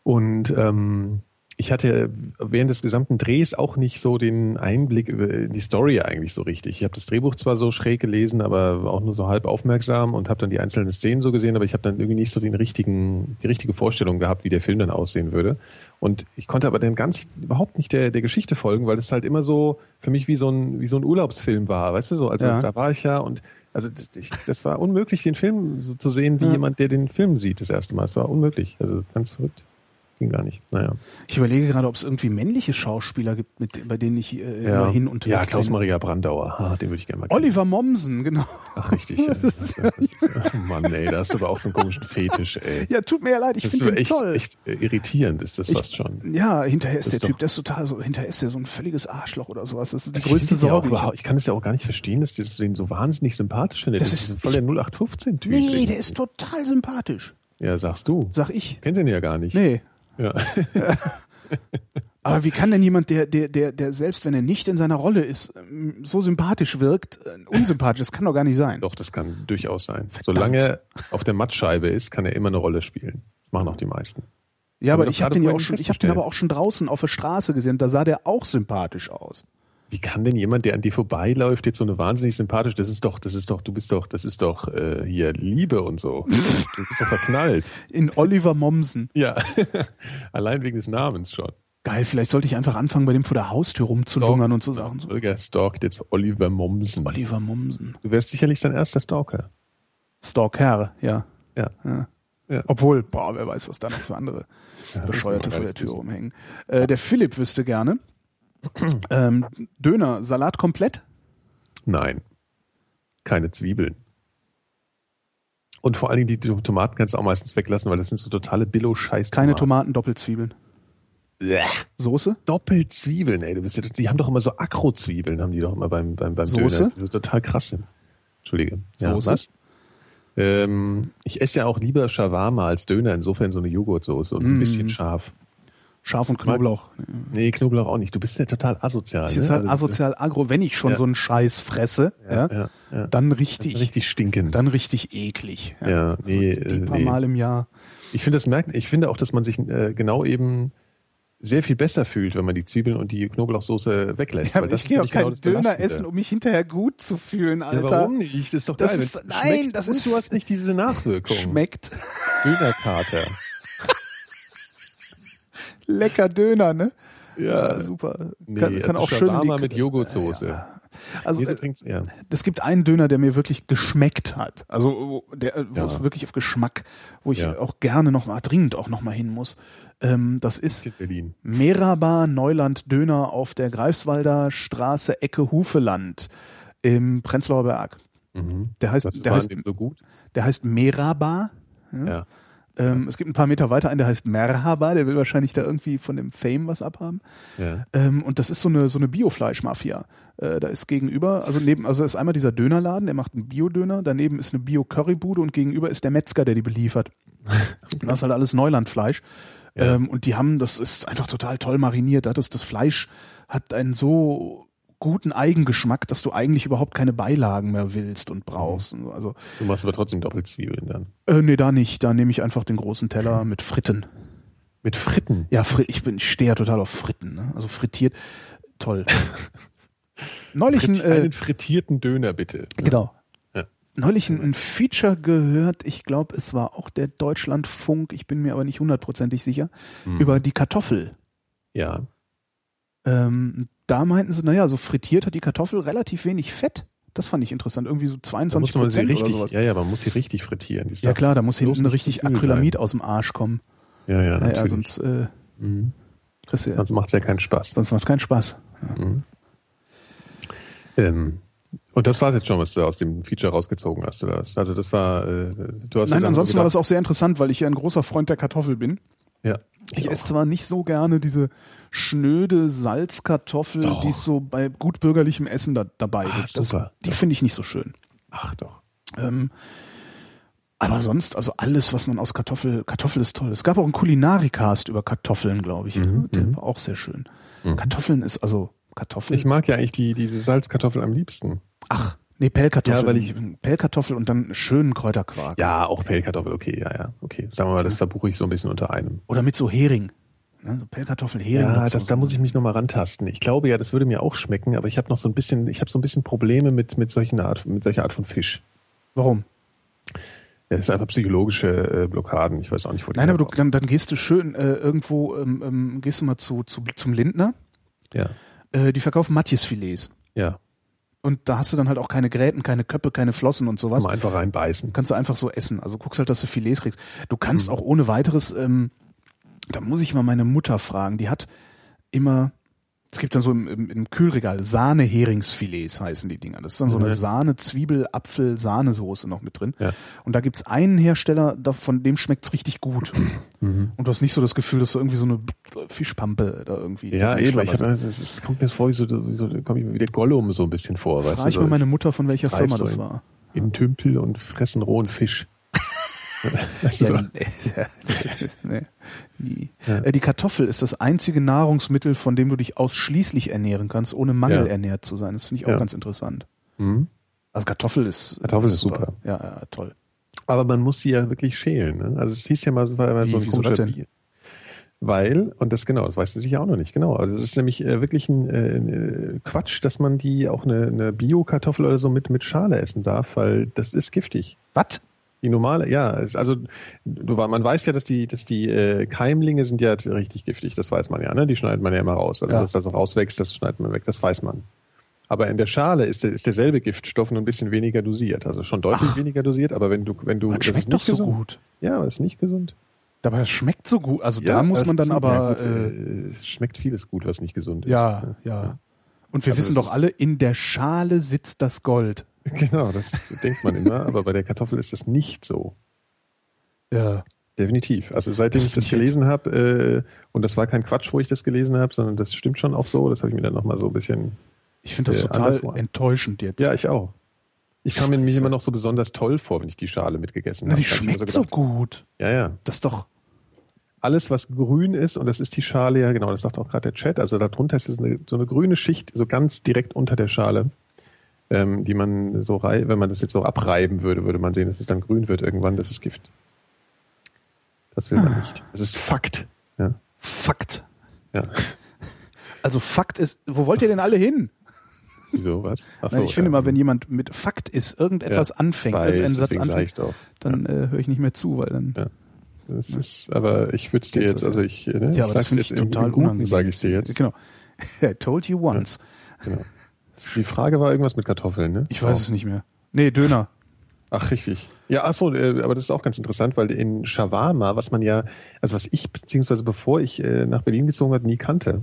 [SPEAKER 3] Und ähm, ich hatte während des gesamten Drehs auch nicht so den Einblick über in die Story eigentlich so richtig. Ich habe das Drehbuch zwar so schräg gelesen, aber auch nur so halb aufmerksam und habe dann die einzelnen Szenen so gesehen, aber ich habe dann irgendwie nicht so den richtigen, die richtige Vorstellung gehabt, wie der Film dann aussehen würde. Und ich konnte aber dann ganz überhaupt nicht der, der Geschichte folgen, weil es halt immer so für mich wie so ein, wie so ein Urlaubsfilm war, weißt du so. Also
[SPEAKER 1] Ja.
[SPEAKER 3] da war ich ja und also das, ich, das war unmöglich, den Film so zu sehen, wie jemand, der den Film sieht das erste Mal. Es war unmöglich. Also das ist ganz verrückt. Ging gar nicht. Naja.
[SPEAKER 1] Ich überlege gerade, ob es irgendwie männliche Schauspieler gibt, mit, bei denen ich äh, immer hin und
[SPEAKER 3] Ja,
[SPEAKER 1] weg bin.
[SPEAKER 3] Klaus-Maria Brandauer, ah, den würde ich gerne mal kennen.
[SPEAKER 1] Oliver Mommsen, genau.
[SPEAKER 3] Ach, richtig. Ja. Das ist, das ist, oh Mann, ey, da hast du aber auch so einen komischen Fetisch, ey.
[SPEAKER 1] Ja, tut mir ja leid, ich
[SPEAKER 3] das ist
[SPEAKER 1] finde den
[SPEAKER 3] echt,
[SPEAKER 1] toll.
[SPEAKER 3] echt äh, irritierend, ist das fast schon.
[SPEAKER 1] Ja, hinterher ist,
[SPEAKER 3] Das ist
[SPEAKER 1] der Typ,
[SPEAKER 3] doch-
[SPEAKER 1] der ist total so, hinterher ist der so ein völliges Arschloch oder sowas. Das ist die
[SPEAKER 3] Ich
[SPEAKER 1] größte
[SPEAKER 3] finde den ja
[SPEAKER 1] Sorge.
[SPEAKER 3] Auch, überhaupt- ich kann es ja auch gar nicht verstehen, dass das den so wahnsinnig sympathisch findet.
[SPEAKER 1] Das
[SPEAKER 3] Das,
[SPEAKER 1] ist-
[SPEAKER 3] ist voll der 0815-Typ.
[SPEAKER 1] nee, der ist total sympathisch,
[SPEAKER 3] Ja, sagst du.
[SPEAKER 1] sag ich.
[SPEAKER 3] Kennst du ihn ja gar nicht.
[SPEAKER 1] Nee.
[SPEAKER 3] Ja.
[SPEAKER 1] Aber wie kann denn jemand, der, der, der, der selbst wenn er nicht in seiner Rolle ist, ähm, so sympathisch wirkt, äh, unsympathisch? Das kann doch gar nicht sein.
[SPEAKER 3] Doch, das kann durchaus sein. Solange er auf der Mattscheibe ist, kann er immer eine Rolle spielen. Das machen auch die meisten.
[SPEAKER 1] ja,
[SPEAKER 3] haben wir
[SPEAKER 1] aber
[SPEAKER 3] doch
[SPEAKER 1] ich habe
[SPEAKER 3] gerade
[SPEAKER 1] den ja auch
[SPEAKER 3] vorhin
[SPEAKER 1] schon, ich habe den
[SPEAKER 3] festgestellt.
[SPEAKER 1] aber auch schon draußen auf der Straße gesehen. Da sah der auch sympathisch aus.
[SPEAKER 3] Wie kann denn jemand, der an dir vorbeiläuft, jetzt so eine wahnsinnig sympathisch, das ist doch, das ist doch, du bist doch, das ist doch äh, hier Liebe und so. Du bist doch verknallt.
[SPEAKER 1] In Oliver Mommsen.
[SPEAKER 3] Ja. Allein wegen des Namens schon.
[SPEAKER 1] Geil, vielleicht sollte ich einfach anfangen, bei dem vor der Haustür rumzulungern und zu sagen, so,
[SPEAKER 3] Holger stalkt jetzt Oliver Mommsen.
[SPEAKER 1] Oliver Mommsen.
[SPEAKER 3] Du wärst sicherlich sein erster Stalker.
[SPEAKER 1] Stalker, ja.
[SPEAKER 3] Ja.
[SPEAKER 1] Ja.
[SPEAKER 3] Ja.
[SPEAKER 1] Obwohl, boah, wer weiß, was da noch für andere Bescheuerte
[SPEAKER 3] das
[SPEAKER 1] vor
[SPEAKER 3] kann man gar
[SPEAKER 1] der Tür
[SPEAKER 3] nicht wissen.
[SPEAKER 1] rumhängen. Äh, der Philipp wüsste gerne. ähm, Döner, Salat komplett?
[SPEAKER 3] Nein. Keine Zwiebeln. Und vor allen Dingen die Tomaten kannst du auch meistens weglassen, weil das sind so totale Billo-Scheiß.
[SPEAKER 1] Keine Tomaten, Doppelzwiebeln. Soße?
[SPEAKER 3] Doppelzwiebeln, ey. Du bist ja, die haben doch immer so Akrozwiebeln, haben die doch immer beim, beim, beim
[SPEAKER 1] Soße?
[SPEAKER 3] Döner. Die so total krass sind. Entschuldige.
[SPEAKER 1] Soße?
[SPEAKER 3] was? Ähm, ich esse ja auch lieber Shawarma als Döner, insofern so eine Joghurtsoße und
[SPEAKER 1] Mhm.
[SPEAKER 3] ein bisschen scharf.
[SPEAKER 1] Scharf und Knoblauch.
[SPEAKER 3] Nee, Knoblauch auch nicht. Du bist ja total asozial.
[SPEAKER 1] Ich
[SPEAKER 3] ne?
[SPEAKER 1] ist halt
[SPEAKER 3] Also,
[SPEAKER 1] asozial agro, wenn ich schon
[SPEAKER 3] Ja.
[SPEAKER 1] so einen Scheiß fresse, ja,
[SPEAKER 3] ja, ja.
[SPEAKER 1] dann richtig,
[SPEAKER 3] Richtig stinkend.
[SPEAKER 1] dann richtig eklig.
[SPEAKER 3] Ja,
[SPEAKER 1] Also
[SPEAKER 3] nee,
[SPEAKER 1] die
[SPEAKER 3] äh,
[SPEAKER 1] paar
[SPEAKER 3] nee.
[SPEAKER 1] Mal im Jahr.
[SPEAKER 3] Ich finde, das merkt, ich finde auch, dass man sich äh, genau eben sehr viel besser fühlt, wenn man die Zwiebeln und die Knoblauchsoße weglässt.
[SPEAKER 1] Ja,
[SPEAKER 3] weil
[SPEAKER 1] aber
[SPEAKER 3] das
[SPEAKER 1] ich
[SPEAKER 3] ist
[SPEAKER 1] gehe auch
[SPEAKER 3] nämlich genau
[SPEAKER 1] keinen
[SPEAKER 3] das
[SPEAKER 1] Döner
[SPEAKER 3] Belastende.
[SPEAKER 1] essen, um mich hinterher gut zu fühlen, Alter.
[SPEAKER 3] Ja, warum nicht? Das ist doch geil.
[SPEAKER 1] Das
[SPEAKER 3] wenn
[SPEAKER 1] ist-
[SPEAKER 3] es
[SPEAKER 1] nein,
[SPEAKER 3] schmeckt
[SPEAKER 1] das
[SPEAKER 3] und
[SPEAKER 1] ist-
[SPEAKER 3] du hast nicht diese Nachwirkung.
[SPEAKER 1] Schmeckt
[SPEAKER 3] Dönerkater.
[SPEAKER 1] lecker Döner, ne?
[SPEAKER 3] Ja,
[SPEAKER 1] super.
[SPEAKER 3] Nee,
[SPEAKER 1] kann kann
[SPEAKER 3] also
[SPEAKER 1] auch schön in
[SPEAKER 3] Shawarma
[SPEAKER 1] die,
[SPEAKER 3] mit Joghurtsoße. Ja.
[SPEAKER 1] Also
[SPEAKER 3] Wieso
[SPEAKER 1] äh,
[SPEAKER 3] trinkst ja.
[SPEAKER 1] es gibt einen Döner, der mir wirklich geschmeckt hat. Also wo- der, äh, wo
[SPEAKER 3] Ja.
[SPEAKER 1] es wirklich auf Geschmack, wo ich
[SPEAKER 3] Ja.
[SPEAKER 1] auch gerne noch mal dringend auch noch mal hin muss. Ähm, das ist
[SPEAKER 3] Kind Berlin.
[SPEAKER 1] Meraba Neuland Döner auf der Greifswalder Straße Ecke Hufeland im Prenzlauer Berg. Der
[SPEAKER 3] Was
[SPEAKER 1] heißt der
[SPEAKER 3] Mhm. war an
[SPEAKER 1] heißt,
[SPEAKER 3] dem so gut?
[SPEAKER 1] der heißt Meraba.
[SPEAKER 3] Ja.
[SPEAKER 1] Ähm, Es gibt ein paar Meter weiter einen, der heißt Merhaba, der will wahrscheinlich da irgendwie von dem Fame was abhaben.
[SPEAKER 3] ja.
[SPEAKER 1] Ähm, und das ist so eine, so eine Biofleischmafia. Äh, da ist gegenüber, also neben, also da ist einmal dieser Dönerladen, der macht einen Bio-Döner, daneben ist eine Bio-Currybude und gegenüber ist der Metzger, der die beliefert. Und das ist halt alles Neulandfleisch. Ähm, und die haben, das ist einfach total toll mariniert. Da hat Das, das Fleisch hat einen so guten Eigengeschmack, dass du eigentlich überhaupt keine Beilagen mehr willst und brauchst. Und so. Also,
[SPEAKER 3] Du machst aber trotzdem Doppelzwiebeln dann.
[SPEAKER 1] äh, nee, da nicht. Da nehme ich einfach den großen Teller mit Fritten.
[SPEAKER 3] Mit Fritten.
[SPEAKER 1] Ja, Fri ich bin, ich stehe ja total auf Fritten, ne? Also frittiert, toll. Neulich ein,
[SPEAKER 3] Fritt,
[SPEAKER 1] äh,
[SPEAKER 3] einen frittierten Döner bitte.
[SPEAKER 1] genau.
[SPEAKER 3] Ja.
[SPEAKER 1] Neulich ein, ein Feature gehört, ich glaube, es war auch der Deutschlandfunk, ich bin mir aber nicht hundertprozentig sicher,
[SPEAKER 3] Mhm.
[SPEAKER 1] über die Kartoffel.
[SPEAKER 3] Hm. Ja.
[SPEAKER 1] Ähm, da meinten sie, naja, so frittiert hat die Kartoffel relativ wenig Fett. Das fand ich interessant. Irgendwie so
[SPEAKER 3] Da
[SPEAKER 1] 22
[SPEAKER 3] muss man sie
[SPEAKER 1] Prozent oder
[SPEAKER 3] richtig,
[SPEAKER 1] sowas.
[SPEAKER 3] ja, ja, man muss sie richtig frittieren. Die ist
[SPEAKER 1] Ja
[SPEAKER 3] doch-
[SPEAKER 1] klar, da muss
[SPEAKER 3] bloß
[SPEAKER 1] hinten
[SPEAKER 3] nicht
[SPEAKER 1] richtig
[SPEAKER 3] zu kühl
[SPEAKER 1] Acrylamid aus dem Arsch kommen.
[SPEAKER 3] Sein. Ja, ja,
[SPEAKER 1] Naja,
[SPEAKER 3] natürlich.
[SPEAKER 1] sonst, äh,
[SPEAKER 3] mhm.
[SPEAKER 1] kriegst du ja,
[SPEAKER 3] Sonst macht es ja keinen Spaß.
[SPEAKER 1] sonst macht's keinen Spaß.
[SPEAKER 3] Ähm, und das war's jetzt schon, was du aus dem Feature rausgezogen hast, oder was? Also das war, äh, du hast
[SPEAKER 1] Nein, ansonsten war das
[SPEAKER 3] auch.
[SPEAKER 1] auch sehr interessant, weil ich ja ein großer Freund der Kartoffel bin.
[SPEAKER 3] Ja,
[SPEAKER 1] Ich esse zwar nicht so gerne diese schnöde Salzkartoffel,
[SPEAKER 3] Doch.
[SPEAKER 1] die es so bei gut bürgerlichem Essen da, dabei
[SPEAKER 3] Ah,
[SPEAKER 1] gibt. Das,
[SPEAKER 3] super.
[SPEAKER 1] die finde ich nicht so schön.
[SPEAKER 3] Ach doch.
[SPEAKER 1] Ähm, aber sonst, also alles, was man aus Kartoffel, Kartoffel ist toll. Es gab auch einen Kulinarikast über Kartoffeln, glaube ich.
[SPEAKER 3] Mhm,
[SPEAKER 1] Der war auch sehr schön. Kartoffeln ist also Kartoffeln.
[SPEAKER 3] Ich mag ja eigentlich die, diese Salzkartoffel am liebsten.
[SPEAKER 1] Ach, Nee, Pellkartoffel.
[SPEAKER 3] Ja, weil ich-
[SPEAKER 1] Pellkartoffel und dann schönen Kräuterquark.
[SPEAKER 3] Ja, auch Pellkartoffel, okay, ja, ja, okay. Sagen wir mal, das verbuche ich so ein bisschen unter einem.
[SPEAKER 1] Oder mit so Hering. Ne? So Pellkartoffel, Hering.
[SPEAKER 3] Ja,
[SPEAKER 1] dazu.
[SPEAKER 3] das, da muss ich mich nochmal rantasten. Ich glaube ja, das würde mir auch schmecken, aber ich habe noch so ein bisschen, ich habe so ein bisschen Probleme mit, mit, solchen Art, mit solcher Art von Fisch.
[SPEAKER 1] Warum?
[SPEAKER 3] Das ist einfach psychologische äh, Blockaden. Ich weiß auch nicht, wo die
[SPEAKER 1] Nein, aber du,
[SPEAKER 3] herkommen.
[SPEAKER 1] dann, dann gehst du schön äh, irgendwo, ähm, ähm, gehst du mal zu, zu, zum Lindner.
[SPEAKER 3] Ja,
[SPEAKER 1] Äh, die verkaufen Matjesfilets.
[SPEAKER 3] ja.
[SPEAKER 1] Und da hast du dann halt auch keine Gräten, keine Köppe, keine Flossen und sowas.
[SPEAKER 3] Mal einfach reinbeißen.
[SPEAKER 1] kannst du einfach so essen. Also guckst halt, dass du Filets kriegst. Du
[SPEAKER 3] Mhm.
[SPEAKER 1] kannst auch ohne weiteres, ähm, da muss ich mal meine Mutter fragen, die hat immer, es gibt dann so im, im, im Kühlregal Sahne-Heringsfilets heißen die Dinger. Das ist dann so eine
[SPEAKER 3] Mhm.
[SPEAKER 1] Sahne, Zwiebel, Apfel, Sahnesoße noch mit drin.
[SPEAKER 3] Ja.
[SPEAKER 1] Und da gibt's einen Hersteller, da- von dem schmeckt's richtig gut.
[SPEAKER 3] Mhm.
[SPEAKER 1] Und du hast nicht so das Gefühl, dass du irgendwie so eine Fischpampe da irgendwie.
[SPEAKER 3] Ja, eben. Ich
[SPEAKER 1] reinschlabberst.
[SPEAKER 3] hab, es, es kommt mir vor, wie so, wie so komme ich mir wie der Gollum so ein bisschen vor. weißt
[SPEAKER 1] Frag ich
[SPEAKER 3] du,
[SPEAKER 1] mal
[SPEAKER 3] so
[SPEAKER 1] meine Mutter, von welcher
[SPEAKER 3] greif
[SPEAKER 1] Firma
[SPEAKER 3] so
[SPEAKER 1] das
[SPEAKER 3] in-
[SPEAKER 1] war.
[SPEAKER 3] in Tümpel und fressen rohen Fisch. Weißt du, so.
[SPEAKER 1] äh, nee, ne, nie. Äh, Die Kartoffel ist das einzige Nahrungsmittel, von dem du dich ausschließlich ernähren kannst, ohne
[SPEAKER 3] Ja.
[SPEAKER 1] Mangel ernährt zu sein. Das finde ich auch
[SPEAKER 3] Ja.
[SPEAKER 1] ganz interessant.
[SPEAKER 3] Mhm.
[SPEAKER 1] Also Kartoffel ist
[SPEAKER 3] Kartoffel ist super.
[SPEAKER 1] Ja, ja, toll.
[SPEAKER 3] Aber man muss sie ja wirklich schälen. Ne? Also es hieß ja mal so, war immer
[SPEAKER 1] Wie,
[SPEAKER 3] so ein
[SPEAKER 1] wieso
[SPEAKER 3] komischer
[SPEAKER 1] das denn?
[SPEAKER 3] Bier. Weil, und das genau, das weißt du sicher auch noch nicht, genau. Also es ist nämlich äh, wirklich ein äh, ein, äh, Quatsch, dass man die auch eine, eine Bio-Kartoffel oder so mit, mit Schale essen darf, weil das ist giftig.
[SPEAKER 1] Was?
[SPEAKER 3] Die normale, ja, es- also du, man weiß ja, dass die, dass die äh, Keimlinge sind ja t- richtig giftig, das weiß man ja, ne? Die schneidet man ja immer raus. Also
[SPEAKER 1] Ja.
[SPEAKER 3] was da so rauswächst, das schneidet man weg, das weiß man. Aber in der Schale ist, der- ist derselbe Giftstoff nur ein bisschen weniger dosiert. Also schon deutlich weniger dosiert, aber wenn du, wenn du. das
[SPEAKER 1] Das
[SPEAKER 3] ist
[SPEAKER 1] schmeckt doch
[SPEAKER 3] nicht
[SPEAKER 1] so
[SPEAKER 3] gesund.
[SPEAKER 1] gut.
[SPEAKER 3] Ja, aber das ist nicht gesund.
[SPEAKER 1] Dabei das schmeckt so gut. Also da muss
[SPEAKER 3] das
[SPEAKER 1] man dann
[SPEAKER 3] ist- ja,
[SPEAKER 1] aber.
[SPEAKER 3] gut,
[SPEAKER 1] äh,
[SPEAKER 3] äh, es schmeckt vieles gut, was nicht gesund ist. äh,
[SPEAKER 1] ja, ja. Und wir
[SPEAKER 3] Also
[SPEAKER 1] wissen
[SPEAKER 3] das
[SPEAKER 1] doch
[SPEAKER 3] ist-
[SPEAKER 1] alle, in der Schale sitzt das Gold.
[SPEAKER 3] Genau, das denkt man immer, aber bei der Kartoffel ist das nicht so.
[SPEAKER 1] Ja.
[SPEAKER 3] Definitiv. Also seitdem
[SPEAKER 1] Das
[SPEAKER 3] ich das
[SPEAKER 1] finde ich jetzt-
[SPEAKER 3] gelesen habe, äh, und das war kein Quatsch, wo ich das gelesen habe, sondern das stimmt schon auch so, das habe ich mir dann nochmal so ein bisschen.
[SPEAKER 1] Ich finde das
[SPEAKER 3] Äh,
[SPEAKER 1] total
[SPEAKER 3] anderswo.
[SPEAKER 1] enttäuschend jetzt.
[SPEAKER 3] Ja, ich auch. Ich kam mir nämlich immer noch so besonders toll vor, wenn ich die Schale mitgegessen
[SPEAKER 1] Na,
[SPEAKER 3] habe.
[SPEAKER 1] die schmeckt so gut.
[SPEAKER 3] Ja, ja.
[SPEAKER 1] Das ist doch.
[SPEAKER 3] Alles, was grün ist, und das ist die Schale, ja genau, das sagt auch gerade der Chat, also darunter ist es eine, so eine grüne Schicht, so ganz direkt unter der Schale, ähm, die man so, rei wenn man das jetzt so abreiben würde, würde man sehen, dass es dann grün wird irgendwann, das ist Gift. Das will man
[SPEAKER 1] Ah.
[SPEAKER 3] nicht. Das ist Fakt. Ja,
[SPEAKER 1] Fakt.
[SPEAKER 3] ja.
[SPEAKER 1] Also Fakt ist, wo wollt ihr denn alle hin?
[SPEAKER 3] Wieso, was? Ach
[SPEAKER 1] Nein, ich finde
[SPEAKER 3] ja. hm.
[SPEAKER 1] mal, wenn jemand mit Fakt ist, irgendetwas
[SPEAKER 3] Ja,
[SPEAKER 1] anfängt,
[SPEAKER 3] weiß,
[SPEAKER 1] irgendeinen Satz
[SPEAKER 3] deswegen sag
[SPEAKER 1] anfängt,
[SPEAKER 3] ich's doch.
[SPEAKER 1] dann äh, höre ich nicht mehr zu, weil dann.
[SPEAKER 3] Ja. Das ist, aber ich würde es dir
[SPEAKER 1] Kennst
[SPEAKER 3] jetzt,
[SPEAKER 1] du's
[SPEAKER 3] also
[SPEAKER 1] ja.
[SPEAKER 3] ich, äh, ne,
[SPEAKER 1] Ja, aber das
[SPEAKER 3] sag's
[SPEAKER 1] finde ich
[SPEAKER 3] jetzt im- im
[SPEAKER 1] total
[SPEAKER 3] Guten,
[SPEAKER 1] unangenehm.
[SPEAKER 3] Sag ich dir jetzt.
[SPEAKER 1] Genau. I told you once.
[SPEAKER 3] Genau. Die Frage war irgendwas mit Kartoffeln, ne?
[SPEAKER 1] Ich weiß es nicht mehr. Nee, Döner.
[SPEAKER 3] Ach, richtig. Ja, ach so, äh, aber das ist auch ganz interessant, weil in Shawarma, was man ja, also was ich, beziehungsweise bevor ich äh, nach Berlin gezogen hat, nie kannte.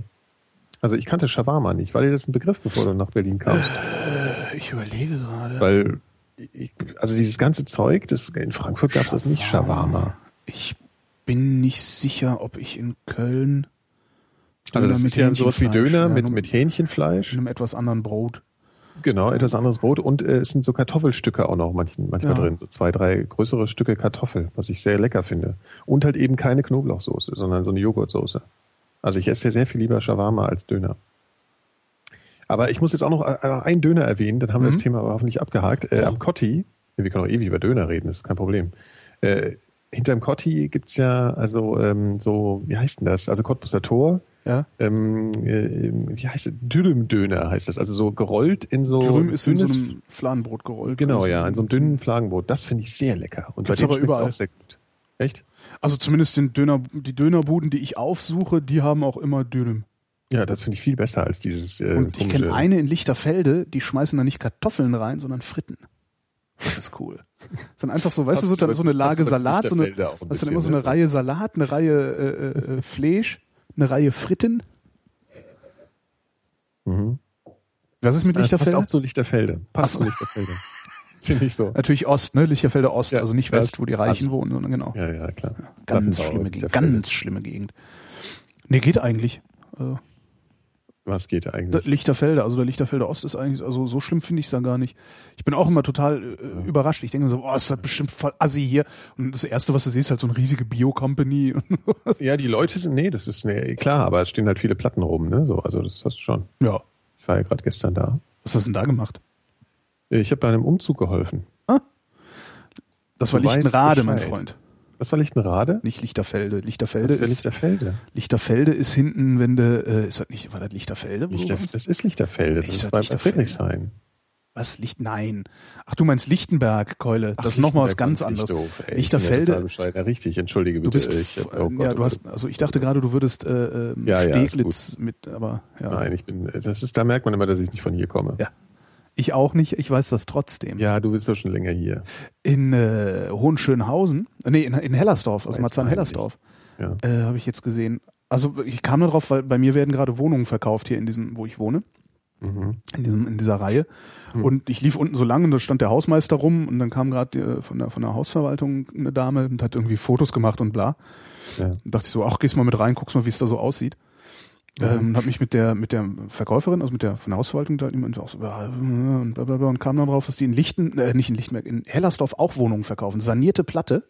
[SPEAKER 3] Also ich kannte Shawarma nicht. War dir das ein Begriff, bevor du nach Berlin kamst?
[SPEAKER 1] Äh. Ich überlege gerade.
[SPEAKER 3] Weil, ich, also dieses ganze Zeug, das, in Frankfurt gab es das nicht, Shawarma.
[SPEAKER 1] Ich bin nicht sicher, ob ich in Köln.
[SPEAKER 3] Also
[SPEAKER 1] Döner
[SPEAKER 3] das
[SPEAKER 1] mit
[SPEAKER 3] ist ja sowas wie
[SPEAKER 1] Hähnchenfleisch,
[SPEAKER 3] Döner
[SPEAKER 1] ja,
[SPEAKER 3] mit,
[SPEAKER 1] nur-
[SPEAKER 3] mit Hähnchenfleisch.
[SPEAKER 1] In einem etwas anderen Brot.
[SPEAKER 3] Genau, etwas anderes Brot und äh, es sind so Kartoffelstücke auch noch manchen, manchmal
[SPEAKER 1] Ja.
[SPEAKER 3] drin. So zwei, drei größere Stücke Kartoffel, was ich sehr lecker finde. Und halt eben keine Knoblauchsoße, sondern so eine Joghurtsoße. Also ich esse ja sehr viel lieber Shawarma als Döner. Aber ich muss jetzt auch noch äh, einen Döner erwähnen, dann haben wir das Thema aber hoffentlich abgehakt. Äh, am Cotti, ja, wir können auch ewig über Döner reden, das ist kein Problem. Äh, hinterm Cotti gibt's ja also ähm, so, wie heißt denn das? Also Cottbusser Tor,
[SPEAKER 1] Ja.
[SPEAKER 3] ähm, äh, wie heißt es? Dürüm-Döner heißt das. Also so gerollt in so
[SPEAKER 1] Dürüm ist in so
[SPEAKER 3] Oh, dünnes-
[SPEAKER 1] einem Fladenbrot gerollt. Also
[SPEAKER 3] genau ja in so einem dünnen Fladenbrot. Das finde ich sehr lecker und
[SPEAKER 1] Gibt's
[SPEAKER 3] bei dem
[SPEAKER 1] aber
[SPEAKER 3] schmeckt's
[SPEAKER 1] überall.
[SPEAKER 3] auch sehr gut. Echt?
[SPEAKER 1] Also zumindest den Döner, die Dönerbuden, die ich aufsuche, die haben auch immer Dürüm.
[SPEAKER 3] Ja, das finde ich viel besser als dieses. Äh,
[SPEAKER 1] Und ich kenne
[SPEAKER 3] komische-
[SPEAKER 1] eine in Lichterfelde, die schmeißen da nicht Kartoffeln rein, sondern Fritten. Das ist cool. Das sind einfach so, weißt du, so,
[SPEAKER 3] Passt
[SPEAKER 1] dann so eine
[SPEAKER 3] über- passt über
[SPEAKER 1] Lage
[SPEAKER 3] das
[SPEAKER 1] Salat, so eine,
[SPEAKER 3] Lichterfelde auch ein
[SPEAKER 1] das sind
[SPEAKER 3] bisschen,
[SPEAKER 1] immer so eine
[SPEAKER 3] ne?
[SPEAKER 1] Reihe Salat, eine Reihe äh, äh, Fleisch, eine Reihe Fritten.
[SPEAKER 3] Mhm.
[SPEAKER 1] Was ist mit
[SPEAKER 3] Ah, das passt
[SPEAKER 1] Lichterfelde?
[SPEAKER 3] auch zu Lichterfelde. Passt zu Lichterfelde. finde ich so.
[SPEAKER 1] Natürlich Ost, ne? Lichterfelde Ost,
[SPEAKER 3] Ja,
[SPEAKER 1] also nicht
[SPEAKER 3] West,
[SPEAKER 1] West, wo die Reichen
[SPEAKER 3] Ost.
[SPEAKER 1] wohnen, sondern genau.
[SPEAKER 3] Ja, ja, klar.
[SPEAKER 1] ganz
[SPEAKER 3] Plattenbau,
[SPEAKER 1] schlimme Gegend,
[SPEAKER 3] Lichterfelde.
[SPEAKER 1] ganz schlimme Gegend. Nee, geht eigentlich. Äh,
[SPEAKER 3] Was geht
[SPEAKER 1] Da-
[SPEAKER 3] eigentlich?
[SPEAKER 1] Lichterfelde, also der Lichterfelde Ost ist eigentlich, also so schlimm finde ich es da gar nicht. Ich bin auch immer total äh, überrascht. Ich denke mir so, oh, ist das bestimmt voll assi hier. Und das Erste, was du siehst, ist halt so eine riesige Bio-Company. und sowas.
[SPEAKER 3] ja, die Leute sind, nee, das ist nee, klar, aber es stehen halt viele Platten rum, ne? So, also das hast du schon.
[SPEAKER 1] ja,
[SPEAKER 3] Ich war ja gerade gestern da.
[SPEAKER 1] was hast du denn da gemacht?
[SPEAKER 3] Ich habe bei einem Umzug geholfen.
[SPEAKER 1] Das war
[SPEAKER 3] Du weißt
[SPEAKER 1] Lichtenrade, mein
[SPEAKER 3] Bescheid.
[SPEAKER 1] Freund.
[SPEAKER 3] Das war Lichtenrade?
[SPEAKER 1] Nicht Lichterfelde. Lichterfelde
[SPEAKER 3] Das war
[SPEAKER 1] ist,
[SPEAKER 3] Lichterfelde.
[SPEAKER 1] Lichterfelde ist hinten, wenn du, äh, ist das nicht, war das Lichterfelde? wo du
[SPEAKER 3] Lichter,
[SPEAKER 1] warst?
[SPEAKER 3] das ist Lichterfelde. Das
[SPEAKER 1] Ich sag
[SPEAKER 3] ist bei
[SPEAKER 1] Lichterfelde.
[SPEAKER 3] Friedrichshain.
[SPEAKER 1] Was? Licht? Nein. Ach, du meinst Lichtenberg, Keule. Das ist nochmal was ganz anderes.
[SPEAKER 3] Ja,
[SPEAKER 1] Lichterfelde.
[SPEAKER 3] bescheid. ja, richtig, entschuldige
[SPEAKER 1] Du
[SPEAKER 3] bitte.
[SPEAKER 1] bist,
[SPEAKER 3] ich, oh Gott,
[SPEAKER 1] ja,
[SPEAKER 3] oh
[SPEAKER 1] du hast,
[SPEAKER 3] Gott.
[SPEAKER 1] also ich dachte gerade, du würdest äh, ähm,
[SPEAKER 3] Ja, ja, ist
[SPEAKER 1] Steglitz mit, aber ja.
[SPEAKER 3] Nein, ich bin, äh, das ist, da merkt man immer, dass ich nicht von hier komme.
[SPEAKER 1] ja. Ich auch nicht, ich weiß das trotzdem.
[SPEAKER 3] Ja, du bist doch schon länger hier.
[SPEAKER 1] In äh, Hohenschönhausen, äh, nee, in, in Hellersdorf, also
[SPEAKER 3] Weiß
[SPEAKER 1] Marzahn-Hellersdorf,
[SPEAKER 3] Ja.
[SPEAKER 1] äh, habe ich jetzt gesehen. Also ich kam da drauf, weil bei mir werden gerade Wohnungen verkauft hier in diesem, wo ich wohne.
[SPEAKER 3] mhm.
[SPEAKER 1] In, diesem, in dieser Reihe.
[SPEAKER 3] Hm.
[SPEAKER 1] Und ich lief unten so lang und da stand der Hausmeister rum und dann kam gerade äh, von der, von der Hausverwaltung eine Dame und hat irgendwie Fotos gemacht und bla.
[SPEAKER 3] ja.
[SPEAKER 1] Und dachte ich so, ach, gehst mal mit rein, guckst mal, wie es da so aussieht. Ähm, hab mich mit der, mit der Verkäuferin, also mit der von der Hausverwaltung da jemand auch so, ja, und bla, bla, bla, und kam dann drauf, dass die in Lichten, äh, nicht in Lichtenberg, in Hellersdorf auch Wohnungen verkaufen. Sanierte Platte.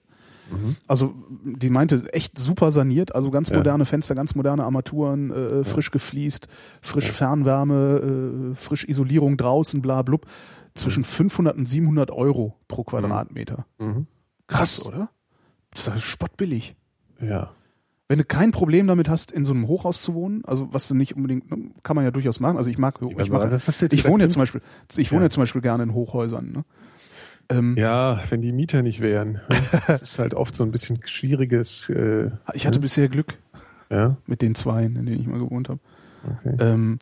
[SPEAKER 1] Also, die meinte, echt super saniert, also ganz
[SPEAKER 3] Ja.
[SPEAKER 1] moderne Fenster, ganz moderne Armaturen, äh, frisch gefliest, frisch Fernwärme, äh, frisch Isolierung draußen, bla, blub. Zwischen 500 und 700 Euro pro Quadratmeter.
[SPEAKER 3] mhm.
[SPEAKER 1] Krass, oder? Das ist ja spottbillig
[SPEAKER 3] ja.
[SPEAKER 1] wenn du kein Problem damit hast, in so einem Hochhaus zu wohnen, also was du nicht unbedingt, ne, kann man ja durchaus machen. Also ich mag, ich,
[SPEAKER 3] also
[SPEAKER 1] mache,
[SPEAKER 3] das hast du jetzt
[SPEAKER 1] ich wohne ja
[SPEAKER 3] gesagt.
[SPEAKER 1] zum Beispiel, ich wohne
[SPEAKER 3] Ja.
[SPEAKER 1] ja zum Beispiel gerne in Hochhäusern. Ne? Ähm,
[SPEAKER 3] Ja, wenn die Mieter nicht wären. Das ist halt oft so ein bisschen schwieriges, äh,
[SPEAKER 1] Ich hatte bisher Glück
[SPEAKER 3] ja,
[SPEAKER 1] mit den Zweien, in denen ich mal gewohnt habe.
[SPEAKER 3] okay.
[SPEAKER 1] Ähm,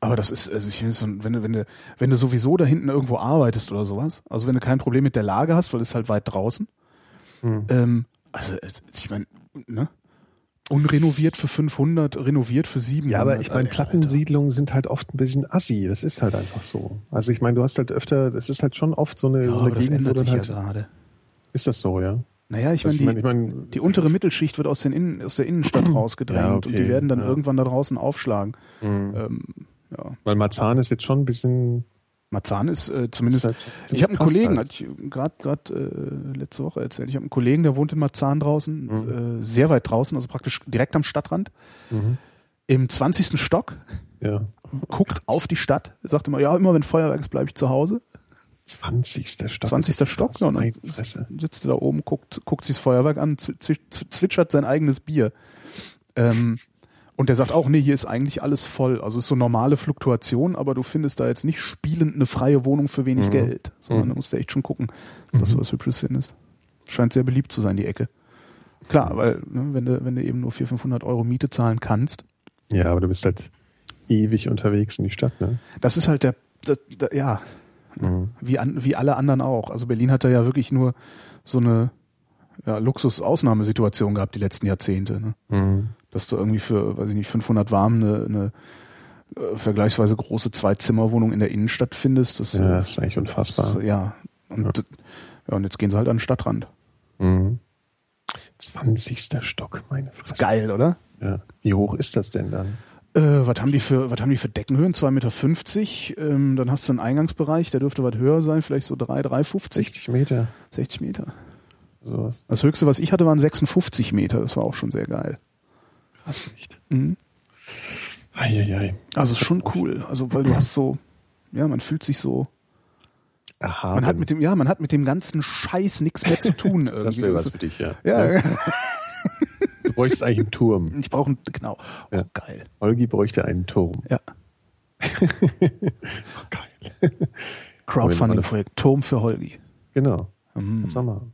[SPEAKER 1] aber das ist, also ich, finde so, wenn du, wenn du, wenn du sowieso da hinten irgendwo arbeitest oder sowas, also wenn du kein Problem mit der Lage hast, weil es ist halt weit draußen,
[SPEAKER 3] Mhm.
[SPEAKER 1] ähm, also äh, ich meine, ne? Unrenoviert für 500, renoviert für 700.
[SPEAKER 3] Ja, aber ich meine,
[SPEAKER 1] Alter.
[SPEAKER 3] Plattensiedlungen sind halt oft ein bisschen assi. Das ist halt einfach so. Also ich meine, du hast halt öfter, das ist halt schon oft so eine,
[SPEAKER 1] Ja,
[SPEAKER 3] so eine
[SPEAKER 1] aber das ändert
[SPEAKER 3] dann
[SPEAKER 1] sich ja
[SPEAKER 3] halt,
[SPEAKER 1] gerade.
[SPEAKER 3] Ist das so, ja?
[SPEAKER 1] Naja, ich
[SPEAKER 3] Das-
[SPEAKER 1] meine,
[SPEAKER 3] ich
[SPEAKER 1] die,
[SPEAKER 3] mein, ich mein-
[SPEAKER 1] die untere Mittelschicht wird aus, den Innen, aus der Innenstadt rausgedrängt
[SPEAKER 3] Ja, okay,
[SPEAKER 1] und die werden dann
[SPEAKER 3] ja.
[SPEAKER 1] irgendwann da draußen aufschlagen. Ähm, ja.
[SPEAKER 3] Weil Marzahn ist jetzt schon ein bisschen,
[SPEAKER 1] Marzahn ist äh, zumindest.
[SPEAKER 3] Ist halt-
[SPEAKER 1] ich habe einen
[SPEAKER 3] passt
[SPEAKER 1] Kollegen,
[SPEAKER 3] halt.
[SPEAKER 1] hatte ich gerade äh, letzte Woche erzählt, ich habe einen Kollegen, der wohnt in Marzahn draußen,
[SPEAKER 3] Mhm.
[SPEAKER 1] äh, sehr weit draußen, also praktisch direkt am Stadtrand. Im 20. Stock,
[SPEAKER 3] ja,
[SPEAKER 1] guckt auf die Stadt, sagt immer, ja, immer wenn Feuerwerk ist, bleibe ich zu Hause.
[SPEAKER 3] 20. Stadt.
[SPEAKER 1] 20. Stock, ne? ja, und
[SPEAKER 3] Meine
[SPEAKER 1] dann
[SPEAKER 3] Fresse.
[SPEAKER 1] sitzt er da oben, guckt, guckt sich das Feuerwerk an, zw- zw- zw- zwitschert sein eigenes Bier. Ähm, und der sagt auch, nee, hier ist eigentlich alles voll. Also es ist so normale Fluktuation, aber du findest da jetzt nicht spielend eine freie Wohnung für wenig Geld, sondern da musst du echt schon gucken, dass du was Hübsches findest. Scheint sehr beliebt zu sein, die Ecke. Klar, weil ne, wenn, du, wenn du eben nur 400, 500 Euro Miete zahlen kannst,
[SPEAKER 3] Ja, aber du bist halt ewig unterwegs in die Stadt, ne?
[SPEAKER 1] das ist halt der, der, der ja, wie, an, wie alle anderen auch. Also Berlin hat da ja wirklich nur so eine ja, Luxus-Ausnahmesituation gehabt die letzten Jahrzehnte. Ne? Dass du irgendwie für, weiß ich nicht, 500 warm eine, eine äh, vergleichsweise große Zwei-Zimmer-Wohnung in der Innenstadt findest. Das,
[SPEAKER 3] Ja, das ist eigentlich
[SPEAKER 1] das,
[SPEAKER 3] unfassbar.
[SPEAKER 1] ja. Und, ja. ja, und jetzt gehen sie halt an den Stadtrand.
[SPEAKER 3] 20. Mhm. Stock, meine Fresse.
[SPEAKER 1] Geil, oder?
[SPEAKER 3] Ja. Wie hoch ist das denn dann?
[SPEAKER 1] Äh, was haben die für, was haben die für Deckenhöhen? 2,50 Meter. Ähm, dann hast du einen Eingangsbereich, der dürfte was höher sein, vielleicht so 3, 3,50,
[SPEAKER 3] 60 Meter,
[SPEAKER 1] 60 Meter.
[SPEAKER 3] sowas.
[SPEAKER 1] Das höchste, was ich hatte, waren 56 Meter. Das war auch schon sehr geil.
[SPEAKER 3] Krass nicht.
[SPEAKER 1] Mhm.
[SPEAKER 3] Eieiei.
[SPEAKER 1] Also ist schon cool. Also, weil du hast so, ja, man fühlt sich so.
[SPEAKER 3] Aha.
[SPEAKER 1] Man hat mit dem, ja, man hat mit dem ganzen Scheiß nichts mehr zu tun irgendwie.
[SPEAKER 3] das wäre was für dich, ja.
[SPEAKER 1] ja,
[SPEAKER 3] Du bräuchst eigentlich einen Turm.
[SPEAKER 1] ich brauche einen, genau. Oh,
[SPEAKER 3] Ja.
[SPEAKER 1] geil.
[SPEAKER 3] Olgi bräuchte einen Turm.
[SPEAKER 1] Ja.
[SPEAKER 3] Geil.
[SPEAKER 1] Crowdfunding-Projekt, Turm für Holgi.
[SPEAKER 3] Genau.
[SPEAKER 1] Mhm.
[SPEAKER 3] Kannst du auch machen.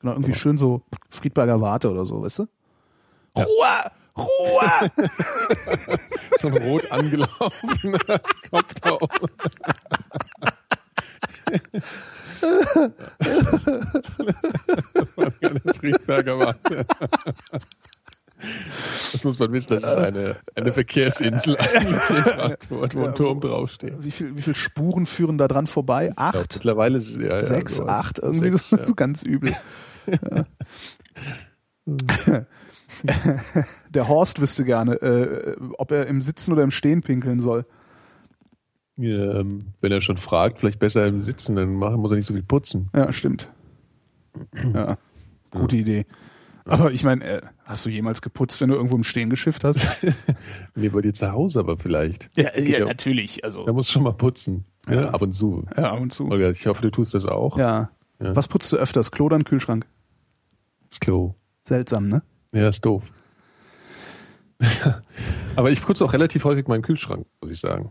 [SPEAKER 1] Genau, irgendwie schön so Friedberger Warte oder so, weißt du? Ruhe! Ruhe!
[SPEAKER 3] So ein rot angelaufener Kopf da oben. Friedberger Warte. Das muss man wissen, das ist eine, eine Verkehrsinsel eigentlich in Frankfurt, wo ein Turm draufsteht.
[SPEAKER 1] wie viel, wie viel Spuren führen da dran vorbei? Acht?
[SPEAKER 3] Mittlerweile ist, ja, ja,
[SPEAKER 1] sechs,
[SPEAKER 3] sowas.
[SPEAKER 1] acht, irgendwie
[SPEAKER 3] Sechs,
[SPEAKER 1] so, so ganz übel. Ja. Der Horst wüsste gerne, äh, ob er im Sitzen oder im Stehen pinkeln soll.
[SPEAKER 3] Ja, ähm, wenn er schon fragt, vielleicht besser im Sitzen, dann machen, muss er nicht so viel putzen.
[SPEAKER 1] Ja, stimmt. Ja, gute Idee. Aber ich meine, äh, hast du jemals geputzt, wenn du irgendwo im Stehen geschifft hast?
[SPEAKER 3] Nee, bei dir zu Hause aber vielleicht.
[SPEAKER 1] ja,
[SPEAKER 3] Das geht ja-
[SPEAKER 1] natürlich. Also
[SPEAKER 3] Da muss schon mal putzen. Ne? Ab und zu.
[SPEAKER 1] ja, ab und zu.
[SPEAKER 3] Olga, ich hoffe, du tust das auch.
[SPEAKER 1] Ja. Was putzt du öfters? Klo oder einen Kühlschrank?
[SPEAKER 3] Das Klo.
[SPEAKER 1] Seltsam, ne?
[SPEAKER 3] Ja, ist doof. Aber ich putze auch relativ häufig meinen Kühlschrank, muss ich sagen.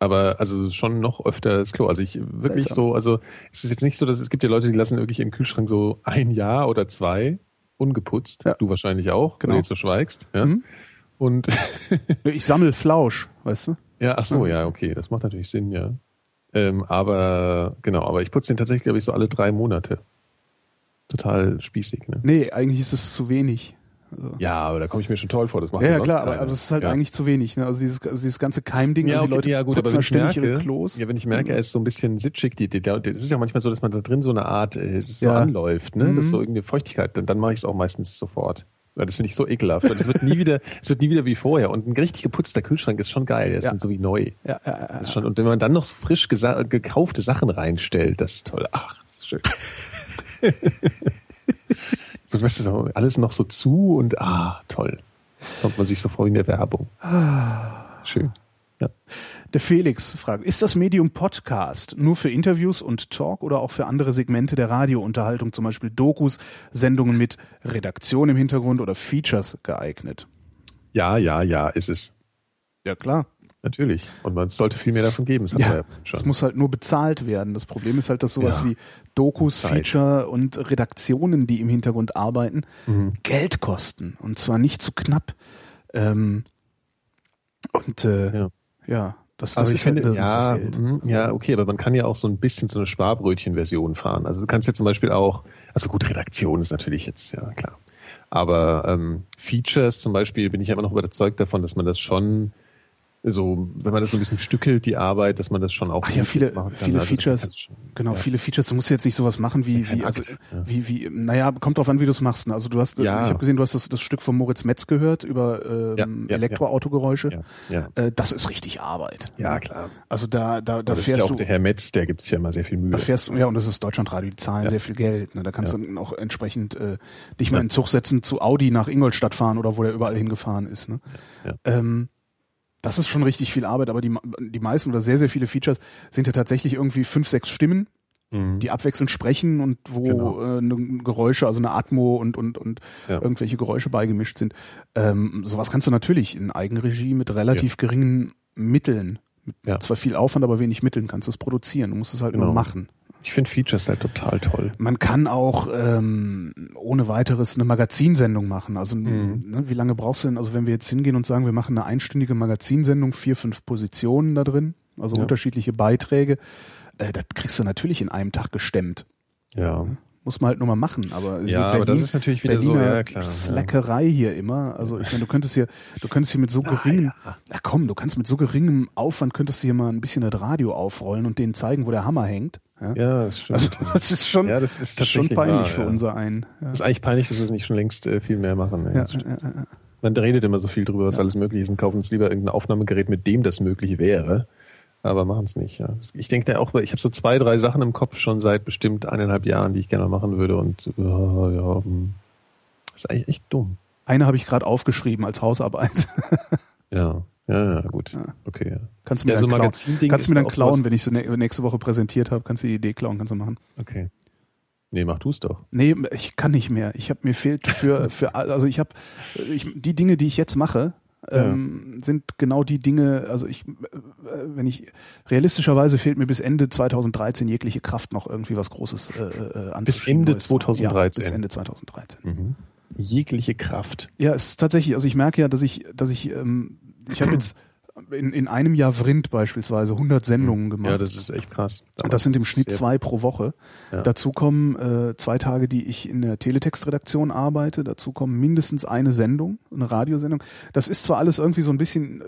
[SPEAKER 3] Aber also schon noch öfter das Klo. Also ich wirklich
[SPEAKER 1] Seltsam.
[SPEAKER 3] so, also es ist jetzt nicht so, dass es gibt ja Leute, die lassen wirklich ihren Kühlschrank so ein Jahr oder zwei ungeputzt.
[SPEAKER 1] Ja.
[SPEAKER 3] Du wahrscheinlich auch, wenn
[SPEAKER 1] Genau. Mhm.
[SPEAKER 3] du jetzt so schweigst. Ja. Und
[SPEAKER 1] Ich sammel Flausch, weißt du?
[SPEAKER 3] ja, ach so, ja, okay, das macht natürlich Sinn, ja. Ähm, aber genau, aber ich putze den tatsächlich, glaube ich, so alle drei Monate. Total spießig, ne?
[SPEAKER 1] Nee, eigentlich ist es zu wenig.
[SPEAKER 3] Ja, aber da komme ich mir schon toll vor. Das macht
[SPEAKER 1] Ja,
[SPEAKER 3] ja
[SPEAKER 1] ja
[SPEAKER 3] sonst
[SPEAKER 1] klar, aber,
[SPEAKER 3] keiner.
[SPEAKER 1] aber das ist halt
[SPEAKER 3] ja.
[SPEAKER 1] eigentlich zu wenig. Ne? Also dieses, also dieses ganze Keimding, also die
[SPEAKER 3] okay,
[SPEAKER 1] Leute putzen da
[SPEAKER 3] wenn ich
[SPEAKER 1] ständig
[SPEAKER 3] merke-
[SPEAKER 1] ihre Klos. Mhm.
[SPEAKER 3] Ja, wenn ich merke, er ist so ein bisschen sitschig, die, die, die, das ist ja manchmal so, dass man da drin so eine Art, äh, es so
[SPEAKER 1] Ja. Mhm.
[SPEAKER 3] anläuft, ne? Das ist so irgendeine Feuchtigkeit, dann, dann mache ich es auch meistens sofort. Weil das finde ich so ekelhaft. Weil es wird nie wieder, es wird nie wieder wie vorher. Und ein richtig geputzter Kühlschrank ist schon geil. Der ist
[SPEAKER 1] Ja.
[SPEAKER 3] dann so wie neu.
[SPEAKER 1] Ja, ja, ja,
[SPEAKER 3] Das ist schon, und wenn man dann noch so frisch gesa- gekaufte Sachen reinstellt, das ist toll. Ach, das ist schön. so, weißt du, so, alles noch so zu und ah, toll. Kommt man sich so vor wie in der Werbung. Schön. Ja.
[SPEAKER 1] Der Felix fragt, ist das Medium Podcast nur für Interviews und Talk oder auch für andere Segmente der Radiounterhaltung, zum Beispiel Dokus, Sendungen mit Redaktion im Hintergrund oder Features geeignet?
[SPEAKER 3] ja, ja, ja, ist es.
[SPEAKER 1] Ja, klar.
[SPEAKER 3] Natürlich. Und man es sollte viel mehr davon geben. Das haben wir ja schon.
[SPEAKER 1] Es muss halt nur bezahlt werden. Das Problem ist halt, dass sowas
[SPEAKER 3] Ja.
[SPEAKER 1] wie Dokus,
[SPEAKER 3] Zeit.
[SPEAKER 1] Feature und Redaktionen, die im Hintergrund arbeiten,
[SPEAKER 3] Mhm.
[SPEAKER 1] Geld kosten. Und zwar nicht zu knapp. Ähm, und äh, ja.
[SPEAKER 3] Ja.
[SPEAKER 1] das,
[SPEAKER 3] Aber
[SPEAKER 1] das
[SPEAKER 3] ich
[SPEAKER 1] ist halt
[SPEAKER 3] finde,
[SPEAKER 1] das ist das
[SPEAKER 3] ja,
[SPEAKER 1] Geld.
[SPEAKER 3] mhm, ja, okay, aber man kann ja auch so ein bisschen so eine Sparbrötchen-Version fahren. Also du kannst ja zum Beispiel auch, also gut, Redaktion ist natürlich jetzt, ja klar. Aber ähm, Features zum Beispiel bin ich ja immer noch überzeugt davon, dass man das schon so, wenn man das so ein bisschen stückelt, die Arbeit, dass man das schon auch.
[SPEAKER 1] Ach ja, viele,
[SPEAKER 3] machen kann. Also
[SPEAKER 1] viele
[SPEAKER 3] das
[SPEAKER 1] Features.
[SPEAKER 3] kannst du schon-
[SPEAKER 1] Genau,
[SPEAKER 3] ja.
[SPEAKER 1] viele Features. Du musst jetzt nicht sowas machen wie,
[SPEAKER 3] kein
[SPEAKER 1] wie, also,
[SPEAKER 3] Akt, ja.
[SPEAKER 1] wie, wie, naja, kommt drauf an, wie du es machst. ne? Also du hast,
[SPEAKER 3] Ja.
[SPEAKER 1] ich habe gesehen, du hast das, das Stück von Moritz Metz gehört über
[SPEAKER 3] Ja,
[SPEAKER 1] ähm,
[SPEAKER 3] ja,
[SPEAKER 1] Elektroautogeräusche.
[SPEAKER 3] Ja,
[SPEAKER 1] Äh, das ist richtig Arbeit.
[SPEAKER 3] ja, klar.
[SPEAKER 1] Also da, da, da
[SPEAKER 3] Aber das ist ja
[SPEAKER 1] fährst
[SPEAKER 3] auch
[SPEAKER 1] du.
[SPEAKER 3] der Herr Metz, der gibt sich ja immer sehr viel Mühe.
[SPEAKER 1] Da fährst du, ja, und das ist Deutschlandradio, die zahlen sehr viel Geld. Ne? Da kannst du dann auch entsprechend äh, dich mal in den Zug setzen zu Audi nach Ingolstadt fahren oder wo der überall hingefahren ist. Ne?
[SPEAKER 3] Ja.
[SPEAKER 1] Ähm, das ist schon richtig viel Arbeit, aber die, die meisten oder sehr, sehr viele Features sind ja tatsächlich irgendwie fünf, sechs Stimmen,
[SPEAKER 3] Mhm.
[SPEAKER 1] die abwechselnd sprechen und wo äh, ne, Geräusche, also eine Atmo und, und, und
[SPEAKER 3] Genau. Ja.
[SPEAKER 1] irgendwelche Geräusche beigemischt sind. Ähm, sowas kannst du natürlich in Eigenregie mit relativ geringen Mitteln. Mit
[SPEAKER 3] Ja.
[SPEAKER 1] Zwar viel Aufwand, aber wenig Mitteln kannst du es produzieren. Du musst es halt nur
[SPEAKER 3] Genau.
[SPEAKER 1] machen.
[SPEAKER 3] Ich finde Features halt total toll.
[SPEAKER 1] Man kann auch ähm, ohne weiteres eine Magazinsendung machen. Also
[SPEAKER 3] Mhm.
[SPEAKER 1] ne, wie lange brauchst du denn, also wenn wir jetzt hingehen und sagen, wir machen eine einstündige Magazinsendung, vier, fünf Positionen da drin, also unterschiedliche Beiträge, äh, das kriegst du natürlich in einem Tag gestemmt.
[SPEAKER 3] Ja.
[SPEAKER 1] Muss man halt nur mal machen, aber, diese
[SPEAKER 3] aber das ist natürlich wieder so,
[SPEAKER 1] Berliner
[SPEAKER 3] ja, klar, ja.
[SPEAKER 1] Slackerei hier immer. Also ich meine, du könntest hier, du könntest hier mit
[SPEAKER 3] Ah,
[SPEAKER 1] so geringem, na komm, du kannst mit so geringem Aufwand könntest du hier mal ein bisschen das Radio aufrollen und denen zeigen, wo der Hammer hängt. Ja,
[SPEAKER 3] Ja, das stimmt.
[SPEAKER 1] also das ist schon,
[SPEAKER 3] Ja, das ist
[SPEAKER 1] schon
[SPEAKER 3] tatsächlich
[SPEAKER 1] peinlich
[SPEAKER 3] wahr,
[SPEAKER 1] für
[SPEAKER 3] ja.
[SPEAKER 1] unser einen. Ja.
[SPEAKER 3] Das ist eigentlich peinlich, dass wir es nicht schon längst äh, viel mehr machen. Ey.
[SPEAKER 1] Ja,
[SPEAKER 3] Das stimmt. Man redet immer so viel drüber, was alles möglich ist und kaufen uns lieber irgendein Aufnahmegerät, mit dem das möglich wäre. Aber machen es nicht. Ja. Ich denke da auch, ich habe so zwei, drei Sachen im Kopf schon seit bestimmt eineinhalb Jahren, die ich gerne mal machen würde. Und ja, ja, hm. das ist eigentlich echt dumm.
[SPEAKER 1] Eine habe ich gerade aufgeschrieben als Hausarbeit.
[SPEAKER 3] Ja, ja, ja gut. Okay, ja.
[SPEAKER 1] kannst du mir
[SPEAKER 3] Ja, so
[SPEAKER 1] dann klauen,
[SPEAKER 3] Magazin-Ding
[SPEAKER 1] kannst du mir
[SPEAKER 3] ist
[SPEAKER 1] dann
[SPEAKER 3] auch
[SPEAKER 1] klauen
[SPEAKER 3] sowas-
[SPEAKER 1] wenn ich sie nä- nächste Woche präsentiert habe. Kannst du die Idee klauen, kannst du machen.
[SPEAKER 3] Okay. Nee, mach du es doch.
[SPEAKER 1] Nee, ich kann nicht mehr. Ich habe mir fehlt für für all- also ich habe ich, die Dinge, die ich jetzt mache, ähm, sind genau die Dinge. Also ich, äh, wenn ich realistischerweise fehlt mir bis Ende 2013 jegliche Kraft noch irgendwie was Großes äh, äh, anzuschieben.
[SPEAKER 3] Ende
[SPEAKER 1] Neues.
[SPEAKER 3] 2013.
[SPEAKER 1] Ja, bis Ende 2013.
[SPEAKER 3] Mhm. Jegliche Kraft.
[SPEAKER 1] Ja, es ist tatsächlich. Also ich merke ja, dass ich, dass ich, ähm, ich habe jetzt in, in einem Jahr Vrind beispielsweise 100 Sendungen gemacht.
[SPEAKER 3] Mhm. Ja, das ist echt krass.
[SPEAKER 1] Und das sind im Schnitt
[SPEAKER 3] Sehr-
[SPEAKER 1] zwei pro Woche. Dazu kommen äh, zwei Tage, die ich in der Teletextredaktion arbeite. Dazu kommen mindestens eine Sendung, eine Radiosendung. Das ist zwar alles irgendwie so ein bisschen, äh,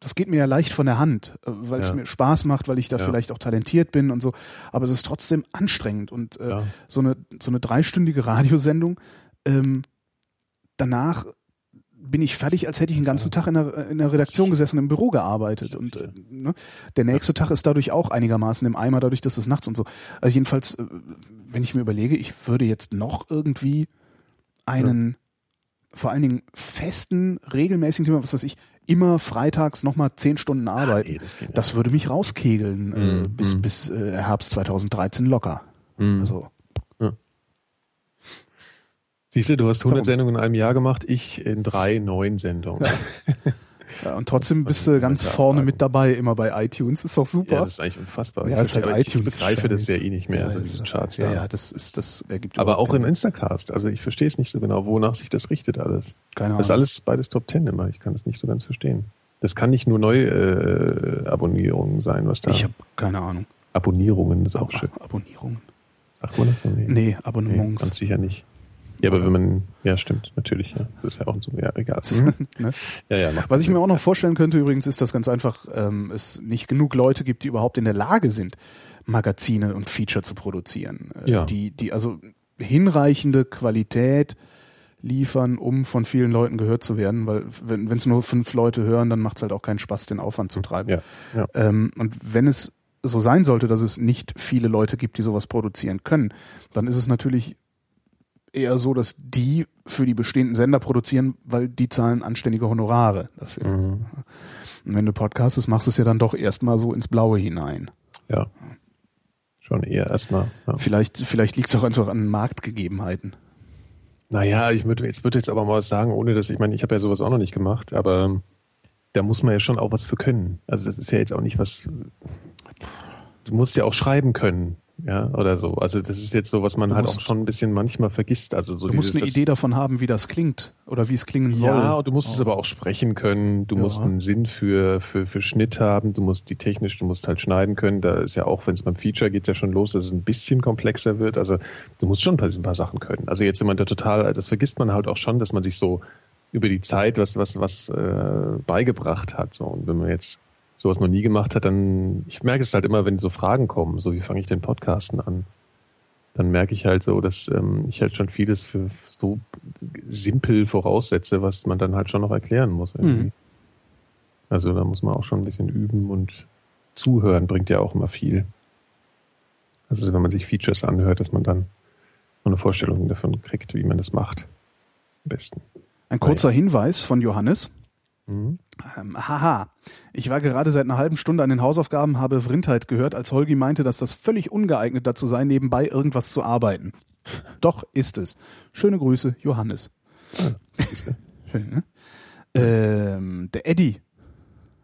[SPEAKER 1] das geht mir ja leicht von der Hand, äh, weil es
[SPEAKER 3] Ja.
[SPEAKER 1] mir Spaß macht, weil ich da
[SPEAKER 3] Ja.
[SPEAKER 1] vielleicht auch talentiert bin und so. Aber es ist trotzdem anstrengend und äh,
[SPEAKER 3] Ja.
[SPEAKER 1] so eine so eine dreistündige Radiosendung. Ähm, danach bin ich fertig, als hätte ich den ganzen Tag in der, in der Redaktion gesessen und im Büro gearbeitet. Und äh, ne, der nächste Tag ist dadurch auch einigermaßen im Eimer, dadurch, dass es nachts und so. Also jedenfalls, äh, wenn ich mir überlege, ich würde jetzt noch irgendwie einen vor allen Dingen festen, regelmäßigen Thema, was weiß ich, immer freitags nochmal zehn Stunden arbeiten.
[SPEAKER 3] Ah, nee, das geht nicht. Mhm.
[SPEAKER 1] das würde mich rauskegeln äh, bis, bis äh, Herbst 2013 locker. Also,
[SPEAKER 3] Siehst du, du hast 100 Sendungen in einem Jahr gemacht, ich in drei, neun Sendungen.
[SPEAKER 1] ja, und trotzdem bist du ganz
[SPEAKER 3] eine
[SPEAKER 1] vorne
[SPEAKER 3] Frage.
[SPEAKER 1] mit dabei, immer bei iTunes, ist doch super.
[SPEAKER 3] Ja, das ist eigentlich unfassbar.
[SPEAKER 1] Ja, es ist halt
[SPEAKER 3] Aber ich
[SPEAKER 1] iTunes.
[SPEAKER 3] begreife das ja eh nicht mehr,
[SPEAKER 1] Ja, halt-
[SPEAKER 3] also diese Charts da.
[SPEAKER 1] ja, ja, das ist, das ergibt
[SPEAKER 3] Aber
[SPEAKER 1] überhaupt
[SPEAKER 3] auch in
[SPEAKER 1] keinen
[SPEAKER 3] Instacast, also ich verstehe es nicht so genau, wonach sich das richtet alles.
[SPEAKER 1] Keine
[SPEAKER 3] Das ist
[SPEAKER 1] Ahnung.
[SPEAKER 3] alles beides Top Ten immer, ich kann das nicht so ganz verstehen. Das kann nicht nur Neuabonnierungen äh, Abonnierungen sein, was da.
[SPEAKER 1] Sinn. Ich habe keine Ahnung.
[SPEAKER 3] Abonnierungen ist auch
[SPEAKER 1] Ab
[SPEAKER 3] schön.
[SPEAKER 1] Abonnierungen.
[SPEAKER 3] Sagt man das so?
[SPEAKER 1] Nee,
[SPEAKER 3] Nee,
[SPEAKER 1] Abonnements.
[SPEAKER 3] ganz sicher nicht. Ja, aber wenn man, ja, stimmt, natürlich, ja. Das ist ja auch so, ja, egal.
[SPEAKER 1] ne?
[SPEAKER 3] Ja, ja, macht
[SPEAKER 1] Was ich
[SPEAKER 3] Sinn.
[SPEAKER 1] mir auch noch vorstellen könnte übrigens, ist, dass ganz einfach ähm, es nicht genug Leute gibt, die überhaupt in der Lage sind, Magazine und Feature zu produzieren. Äh,
[SPEAKER 3] Ja.
[SPEAKER 1] Die, die also hinreichende Qualität liefern, um von vielen Leuten gehört zu werden, weil wenn es nur fünf Leute hören, dann macht es halt auch keinen Spaß, den Aufwand zu treiben.
[SPEAKER 3] Ja, ja.
[SPEAKER 1] Ähm, und wenn es so sein sollte, dass es nicht viele Leute gibt, die sowas produzieren können, dann ist es natürlich eher so, dass die für die bestehenden Sender produzieren, weil die zahlen anständige Honorare dafür. Und wenn du podcastest, machst du es ja dann doch erstmal so ins Blaue hinein.
[SPEAKER 3] ja. Schon eher erstmal. Ja.
[SPEAKER 1] Vielleicht, vielleicht liegt es auch einfach an Marktgegebenheiten.
[SPEAKER 3] Naja, ich würde jetzt, würde jetzt aber mal was sagen, ohne dass ich meine, ich habe ja sowas auch noch nicht gemacht, aber ähm, da muss man ja schon auch was für können. Also das ist ja jetzt auch nicht was. Du musst ja auch schreiben können, ja, oder so. Also das ist jetzt so, was man
[SPEAKER 1] Du
[SPEAKER 3] halt
[SPEAKER 1] musst-
[SPEAKER 3] auch schon ein bisschen manchmal vergisst. Also so
[SPEAKER 1] Du musst
[SPEAKER 3] dieses,
[SPEAKER 1] eine
[SPEAKER 3] das-
[SPEAKER 1] Idee davon haben, wie das klingt oder wie es klingen soll. Oh.
[SPEAKER 3] Ja, und du musst es aber auch sprechen können. Du
[SPEAKER 1] Ja.
[SPEAKER 3] musst einen Sinn für, für, für Schnitt haben. Du musst die technisch, du musst halt schneiden können. Da ist ja auch, wenn es beim Feature geht, ja schon los, dass es ein bisschen komplexer wird. Also du musst schon ein paar, ein paar Sachen können. Also jetzt jemand, der total, das vergisst man halt auch schon, dass man sich so über die Zeit was, was, was äh, beigebracht hat. So. Und wenn man jetzt sowas noch nie gemacht hat, dann, ich merke es halt immer, wenn so Fragen kommen, so wie fange ich den Podcasten an? dann merke ich halt so, dass ähm, ich halt schon vieles für so simpel voraussetze, was man dann halt schon noch erklären muss. Irgendwie.
[SPEAKER 1] Mhm.
[SPEAKER 3] Also da muss man auch schon ein bisschen üben und zuhören bringt ja auch immer viel. Also wenn man sich Features anhört, dass man dann so eine Vorstellung davon kriegt, wie man das macht. Am besten.
[SPEAKER 1] Ein kurzer Hinweis von Johannes.
[SPEAKER 3] Mhm.
[SPEAKER 1] Ähm, haha, ich war gerade seit einer halben Stunde an den Hausaufgaben, habe Vrindheit gehört, als Holgi meinte, dass das völlig ungeeignet dazu sei, nebenbei irgendwas zu arbeiten. Doch ist es. Schöne Grüße, Johannes. Ah, Schön, ne? ähm, der Eddy.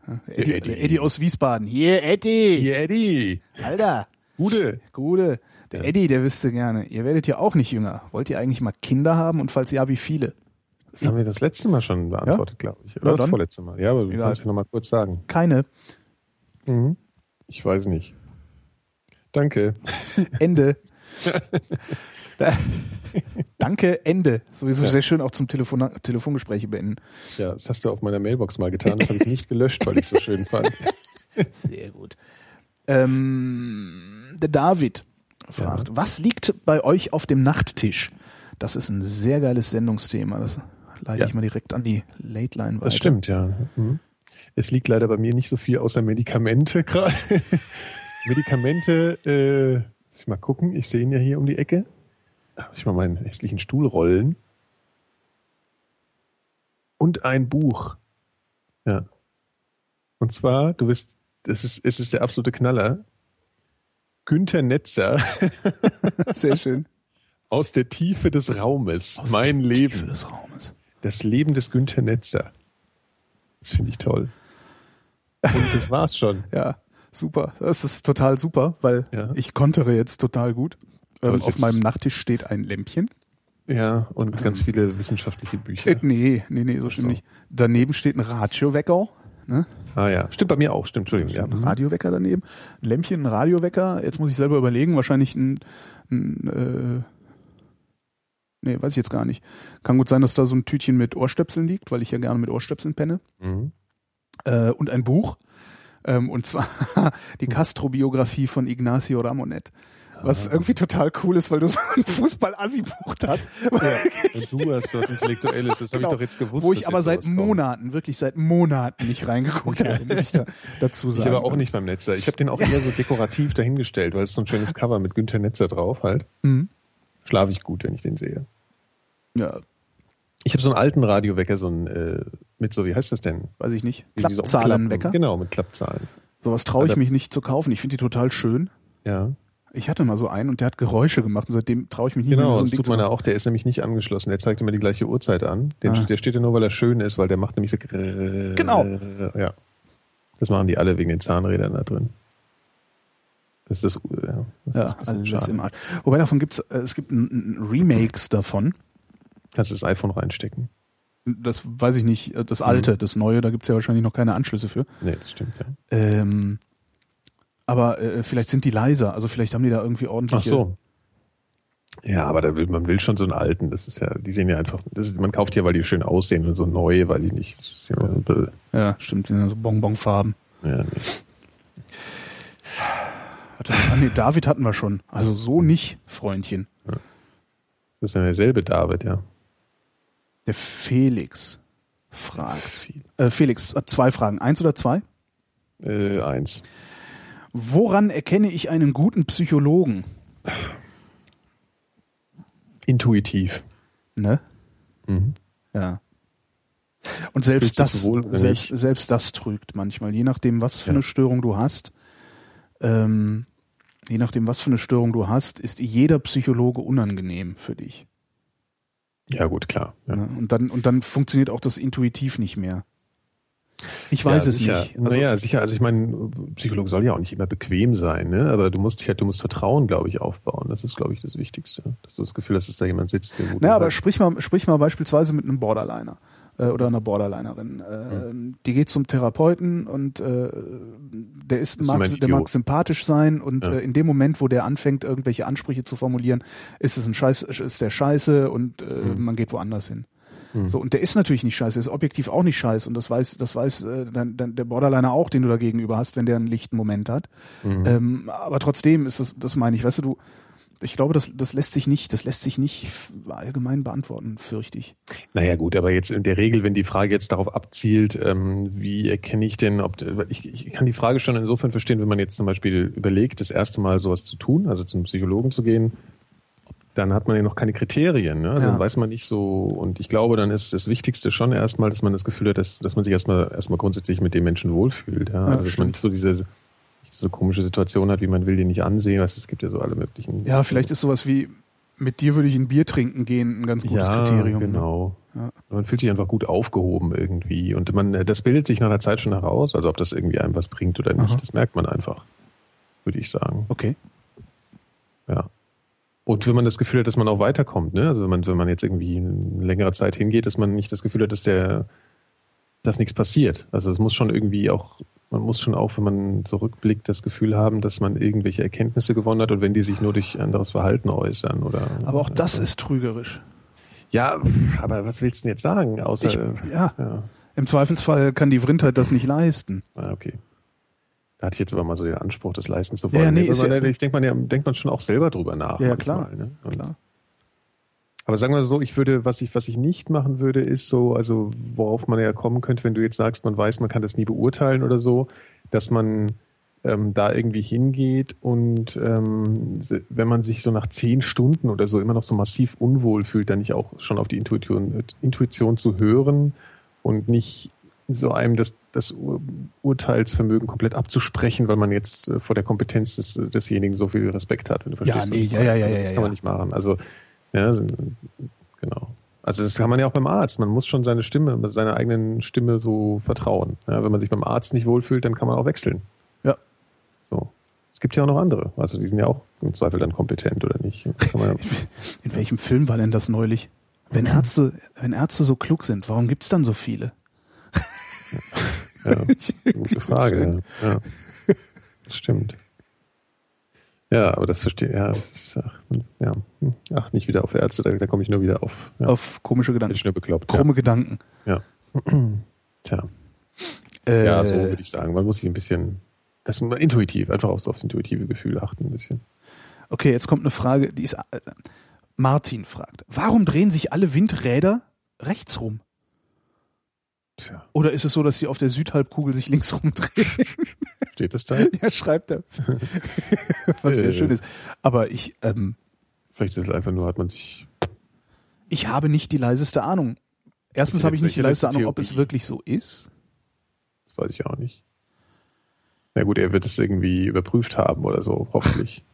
[SPEAKER 1] Ja, Der Eddy,
[SPEAKER 3] Eddy.
[SPEAKER 1] der Eddy aus Wiesbaden. Hier, Eddy.
[SPEAKER 3] Eddie!
[SPEAKER 1] Alter.
[SPEAKER 3] Gute!
[SPEAKER 1] Gute. Der Eddy, der wüsste gerne. Ihr werdet ja auch nicht jünger. Wollt ihr eigentlich mal Kinder haben? Und falls ja, wie viele?
[SPEAKER 3] Das haben wir das letzte Mal schon beantwortet, glaube ich.
[SPEAKER 1] Na
[SPEAKER 3] Oder das
[SPEAKER 1] dann.
[SPEAKER 3] vorletzte Mal. Ja, aber du
[SPEAKER 1] Egal.
[SPEAKER 3] kannst ja nochmal kurz sagen.
[SPEAKER 1] Keine.
[SPEAKER 3] Mhm. Ich weiß nicht. Danke.
[SPEAKER 1] Ende. da, danke, Ende. Sowieso sehr schön auch zum Telefon, Telefongespräche beenden.
[SPEAKER 3] Ja, das hast du auf meiner Mailbox mal getan. Das habe ich nicht gelöscht, weil ich es so schön fand.
[SPEAKER 1] Sehr gut. Ähm, der David fragt, was liegt bei euch auf dem Nachttisch? Das ist ein sehr geiles Sendungsthema. Das leite
[SPEAKER 3] Ja.
[SPEAKER 1] ich mal direkt an die Late Line weiter.
[SPEAKER 3] Das stimmt, ja. Mhm. Es liegt leider bei mir nicht so viel außer Medikamente gerade. Medikamente, äh, muss ich mal gucken. Ich sehe ihn ja hier um die Ecke. Da muss ich mal meinen hässlichen Stuhl rollen. Und ein Buch. Ja. Und zwar, du bist, das ist, es ist der absolute Knaller. Günther Netzer.
[SPEAKER 1] Sehr schön.
[SPEAKER 3] Aus der Tiefe des Raumes.
[SPEAKER 1] Aus
[SPEAKER 3] mein
[SPEAKER 1] der
[SPEAKER 3] Leben.
[SPEAKER 1] Tiefe des Raumes.
[SPEAKER 3] Das Leben des Günther Netzer. Das finde ich toll. Und das war's schon.
[SPEAKER 1] Ja, super. Das ist total super, weil
[SPEAKER 3] Ja.
[SPEAKER 1] ich kontere jetzt total gut.
[SPEAKER 3] Aber
[SPEAKER 1] Ähm,
[SPEAKER 3] es
[SPEAKER 1] auf
[SPEAKER 3] ist-
[SPEAKER 1] meinem Nachttisch steht ein Lämpchen.
[SPEAKER 3] Ja, und ganz viele wissenschaftliche Bücher.
[SPEAKER 1] Äh, Nee, nee, nee, so schlimm
[SPEAKER 3] so.
[SPEAKER 1] nicht. Daneben steht ein Radiowecker. Ne?
[SPEAKER 3] Ah ja. Stimmt bei mir auch, stimmt, Entschuldigung. Ja. mhm.
[SPEAKER 1] Ein Radiowecker daneben. Ein Lämpchen, ein Radiowecker. Jetzt muss ich selber überlegen, wahrscheinlich ein, ein äh, Nee, weiß ich jetzt gar nicht. Kann gut sein, dass da so ein Tütchen mit Ohrstöpseln liegt, weil ich ja gerne mit Ohrstöpseln penne.
[SPEAKER 3] Mhm.
[SPEAKER 1] Äh, und ein Buch. Ähm, und zwar die Castro-Biografie von Ignacio Ramonet. Was
[SPEAKER 3] Ah.
[SPEAKER 1] irgendwie total cool ist, weil du so ein Fußball-Assi-Buch hast.
[SPEAKER 3] Und du hast was Intellektuelles, das habe
[SPEAKER 1] Genau.
[SPEAKER 3] ich doch jetzt gewusst.
[SPEAKER 1] Wo ich
[SPEAKER 3] dass
[SPEAKER 1] aber
[SPEAKER 3] jetzt
[SPEAKER 1] seit
[SPEAKER 3] sowas kommt.
[SPEAKER 1] Monaten, wirklich seit Monaten nicht reingeguckt habe, muss ich da, dazu
[SPEAKER 3] Ich
[SPEAKER 1] sagen.
[SPEAKER 3] aber auch nicht beim Netzer. Ich habe den auch eher so dekorativ dahingestellt, weil es ist so ein schönes Cover mit Günther Netzer drauf halt.
[SPEAKER 1] Mhm.
[SPEAKER 3] Schlafe ich gut, wenn ich den sehe.
[SPEAKER 1] Ja,
[SPEAKER 3] Ich habe so einen alten Radiowecker, so einen äh, mit so, wie heißt das denn?
[SPEAKER 1] Weiß ich nicht.
[SPEAKER 3] Irgendwie so
[SPEAKER 1] Klappzahlenwecker?
[SPEAKER 3] Umklappen. Genau, mit Klappzahlen.
[SPEAKER 1] Sowas traue ich
[SPEAKER 3] Oder-
[SPEAKER 1] mich nicht zu kaufen. Ich finde die total schön.
[SPEAKER 3] Ja,
[SPEAKER 1] Ich hatte mal so einen und der hat Geräusche gemacht und seitdem traue ich mich nicht mehr
[SPEAKER 3] genau,
[SPEAKER 1] Mhm. so ein
[SPEAKER 3] das
[SPEAKER 1] Ding
[SPEAKER 3] tut
[SPEAKER 1] zu
[SPEAKER 3] meiner auch. Der ist nämlich nicht angeschlossen. Der zeigt immer die gleiche Uhrzeit an. Den,
[SPEAKER 1] Ah.
[SPEAKER 3] Der steht ja nur, weil er schön ist, weil der macht nämlich so. Genau. Ja. Das machen die alle wegen den Zahnrädern da drin. Das ist, ja, das
[SPEAKER 1] Ja,
[SPEAKER 3] ist ein bisschen
[SPEAKER 1] also das
[SPEAKER 3] schade.
[SPEAKER 1] im Arsch. Wobei davon gibt's, äh, es gibt n- n- Remakes davon.
[SPEAKER 3] Kannst das iPhone reinstecken.
[SPEAKER 1] Das weiß ich nicht, äh, das
[SPEAKER 3] Mhm.
[SPEAKER 1] alte, das neue, da gibt's ja wahrscheinlich noch keine Anschlüsse für.
[SPEAKER 3] Nee, das stimmt, ja.
[SPEAKER 1] Ähm, aber äh, vielleicht sind die leiser, also vielleicht haben die da irgendwie ordentlich.
[SPEAKER 3] Ach so. Ja, aber da will, man will schon so einen alten. Das ist ja, die sehen ja einfach, das ist, man kauft ja, weil die schön aussehen und so neue, weiß ich nicht. Das ist ja, immer so ein bisschen-
[SPEAKER 1] Ja, stimmt, die sind so Bonbonfarben.
[SPEAKER 3] ja nee.
[SPEAKER 1] Hatte, ah, nee, David hatten wir schon. Also so nicht, Freundchen.
[SPEAKER 3] Das ist ja derselbe David, ja.
[SPEAKER 1] Der Felix fragt. Äh, Felix hat zwei Fragen. Eins oder zwei?
[SPEAKER 3] Äh, eins.
[SPEAKER 1] Woran erkenne ich einen guten Psychologen?
[SPEAKER 3] Intuitiv.
[SPEAKER 1] Ne?
[SPEAKER 3] Mhm.
[SPEAKER 1] Ja. Und selbst
[SPEAKER 3] Fühlst du
[SPEAKER 1] das,
[SPEAKER 3] dich wohl oder
[SPEAKER 1] selbst,
[SPEAKER 3] nicht?
[SPEAKER 1] selbst das trügt manchmal, je nachdem, was für
[SPEAKER 3] Ja.
[SPEAKER 1] eine Störung du hast. Ähm, je nachdem, was für eine Störung du hast, ist jeder Psychologe unangenehm für dich.
[SPEAKER 3] Ja, gut, klar. Ja.
[SPEAKER 1] Ne? Und dann und dann funktioniert auch das intuitiv nicht mehr. Ich weiß
[SPEAKER 3] ja,
[SPEAKER 1] es
[SPEAKER 3] sicher.
[SPEAKER 1] nicht. Also,
[SPEAKER 3] naja, sicher. Also ich meine, Psychologe soll ja auch nicht immer bequem sein, ne? Aber du musst dich halt, du musst Vertrauen, glaube ich, aufbauen. Das ist, glaube ich, das Wichtigste. Dass du das Gefühl hast, dass da jemand sitzt, der gut
[SPEAKER 1] Na, aber sprich mal, sprich mal beispielsweise mit einem Borderliner äh, oder einer Borderlinerin. Äh, Die geht zum Therapeuten und äh, der ist,
[SPEAKER 3] Ist
[SPEAKER 1] mag,
[SPEAKER 3] immer ein
[SPEAKER 1] der mag
[SPEAKER 3] Idiot.
[SPEAKER 1] sympathisch sein und
[SPEAKER 3] Ja.
[SPEAKER 1] äh, in dem Moment, wo der anfängt, irgendwelche Ansprüche zu formulieren, ist es ein Scheiß, ist der Scheiße und äh,
[SPEAKER 3] Mhm.
[SPEAKER 1] man geht woanders hin. So, und der ist natürlich nicht scheiße, ist objektiv auch nicht scheiße und das weiß, das weiß äh, dann, dann der Borderliner auch, den du da gegenüber hast, wenn der einen lichten Moment hat.
[SPEAKER 3] Mhm.
[SPEAKER 1] Ähm, aber trotzdem ist das, das meine ich, weißt du, du, ich glaube, das, das lässt sich nicht, das lässt sich nicht allgemein beantworten, fürchte ich.
[SPEAKER 3] Naja gut, aber jetzt in der Regel, wenn die Frage jetzt darauf abzielt, ähm, wie erkenne ich denn, ob ich, ich kann die Frage schon insofern verstehen, wenn man jetzt zum Beispiel überlegt, das erste Mal sowas zu tun, also zum Psychologen zu gehen, dann hat man ja noch keine Kriterien, ne? also
[SPEAKER 1] Ja.
[SPEAKER 3] dann weiß man nicht so, und ich glaube, dann ist das Wichtigste schon erstmal, dass man das Gefühl hat, dass, dass man sich erstmal erstmal grundsätzlich mit dem Menschen wohlfühlt. Ja? Also dass
[SPEAKER 1] stimmt.
[SPEAKER 3] man nicht so diese nicht so komische Situation hat, wie man will den nicht ansehen, weißt, du, es gibt ja genau. so alle möglichen.
[SPEAKER 1] Ja, vielleicht ist sowas wie, mit dir würde ich ein Bier trinken gehen, ein ganz gutes Kriterium. ne?
[SPEAKER 3] Genau.
[SPEAKER 1] Ja.
[SPEAKER 3] Man fühlt sich einfach gut aufgehoben irgendwie. Und man, äh, das bildet sich nach einer Zeit schon heraus, also ob das irgendwie einem was bringt oder nicht,
[SPEAKER 1] Aha.
[SPEAKER 3] das merkt man einfach, würde ich sagen.
[SPEAKER 1] Okay.
[SPEAKER 3] Ja. Und wenn man das Gefühl hat, dass man auch weiterkommt, ne? Also wenn man, wenn man jetzt irgendwie eine längere Zeit hingeht, dass man nicht das Gefühl hat, dass der, dass nichts passiert. Also es muss schon irgendwie auch, man muss schon auch, wenn man zurückblickt, das Gefühl haben, dass man irgendwelche Erkenntnisse gewonnen hat und wenn die sich nur durch anderes Verhalten äußern oder.
[SPEAKER 1] Aber auch das ist trügerisch.
[SPEAKER 3] Ja, pf, aber was willst du denn jetzt sagen? Außer
[SPEAKER 1] Ich, ja,
[SPEAKER 3] ja.
[SPEAKER 1] im Zweifelsfall kann die Vrindheit das nicht leisten.
[SPEAKER 3] Ah, okay. Da hatte ich jetzt aber mal so den Anspruch, das leisten zu
[SPEAKER 1] Ja,
[SPEAKER 3] wollen.
[SPEAKER 1] ja, nee,
[SPEAKER 3] Aber
[SPEAKER 1] ist ja-
[SPEAKER 3] da- ich denke man ja, denkt man schon auch selber drüber nach.
[SPEAKER 1] Ja,
[SPEAKER 3] manchmal,
[SPEAKER 1] klar.
[SPEAKER 3] Ne? Und-
[SPEAKER 1] Klar.
[SPEAKER 3] Aber sagen wir so, ich würde, was ich, was ich nicht machen würde, ist so, also worauf man ja kommen könnte, wenn du jetzt sagst, man weiß, man kann das nie beurteilen oder so, dass man ähm, da irgendwie hingeht und ähm, se- wenn man sich so nach zehn Stunden oder so immer noch so massiv unwohl fühlt, dann nicht auch schon auf die Intuition, Intuition zu hören und nicht so einem das, das Ur Urteilsvermögen komplett abzusprechen, weil man jetzt äh, vor der Kompetenz des, desjenigen so viel Respekt hat, wenn du
[SPEAKER 1] Ja,
[SPEAKER 3] verstehst. was
[SPEAKER 1] nee,
[SPEAKER 3] ich
[SPEAKER 1] ja,
[SPEAKER 3] meine.
[SPEAKER 1] ja, ja,
[SPEAKER 3] also,
[SPEAKER 1] ja,
[SPEAKER 3] Das
[SPEAKER 1] ja,
[SPEAKER 3] kann
[SPEAKER 1] ja.
[SPEAKER 3] man nicht machen. Also, ja, so- genau. Also das kann man ja auch beim Arzt. Man muss schon seine Stimme, seiner eigenen Stimme so vertrauen. Ja, wenn man sich beim Arzt nicht wohlfühlt, dann kann man auch wechseln.
[SPEAKER 1] Ja.
[SPEAKER 3] So. Es gibt ja auch noch andere. Also die sind ja auch im Zweifel dann kompetent oder nicht. Kann man ja-
[SPEAKER 1] In welchem Film war denn das neulich? Wenn Ärzte, wenn Ärzte so klug sind, warum gibt's dann so viele?
[SPEAKER 3] Ja, gute Frage. Ja. Ja. Das stimmt. Ja, aber das verstehe ja, das ist, ach, ja. Hm. ach, nicht wieder auf Ärzte, da, da komme ich nur wieder auf. Ja.
[SPEAKER 1] Auf komische
[SPEAKER 3] Bin
[SPEAKER 1] Gedanken.
[SPEAKER 3] ich nur bekloppt.
[SPEAKER 1] Krumme Gedanken.
[SPEAKER 3] Ja. Tja.
[SPEAKER 1] Äh,
[SPEAKER 3] Ja, so würde ich sagen. Man muss sich ein bisschen, das muss man intuitiv, einfach aufs, aufs intuitive Gefühl achten ein bisschen.
[SPEAKER 1] Okay, jetzt kommt eine Frage, die ist. Äh, Martin fragt: Warum drehen sich alle Windräder rechts rum?
[SPEAKER 3] Tja,
[SPEAKER 1] Oder ist es so, dass sie auf der Südhalbkugel sich links rumdrehen?
[SPEAKER 3] steht das da?
[SPEAKER 1] ja, schreibt er. Was sehr
[SPEAKER 3] Äh.
[SPEAKER 1] schön ist. Aber ich, ähm,
[SPEAKER 3] Vielleicht ist es einfach nur, hat man sich,
[SPEAKER 1] ich habe nicht die leiseste Ahnung. Erstens habe ich nicht die
[SPEAKER 3] Welche
[SPEAKER 1] leiste
[SPEAKER 3] letzte
[SPEAKER 1] Ahnung, ob es
[SPEAKER 3] Theorie?
[SPEAKER 1] wirklich so ist.
[SPEAKER 3] Das weiß ich auch nicht. Na gut, er wird es irgendwie überprüft haben oder so, hoffentlich.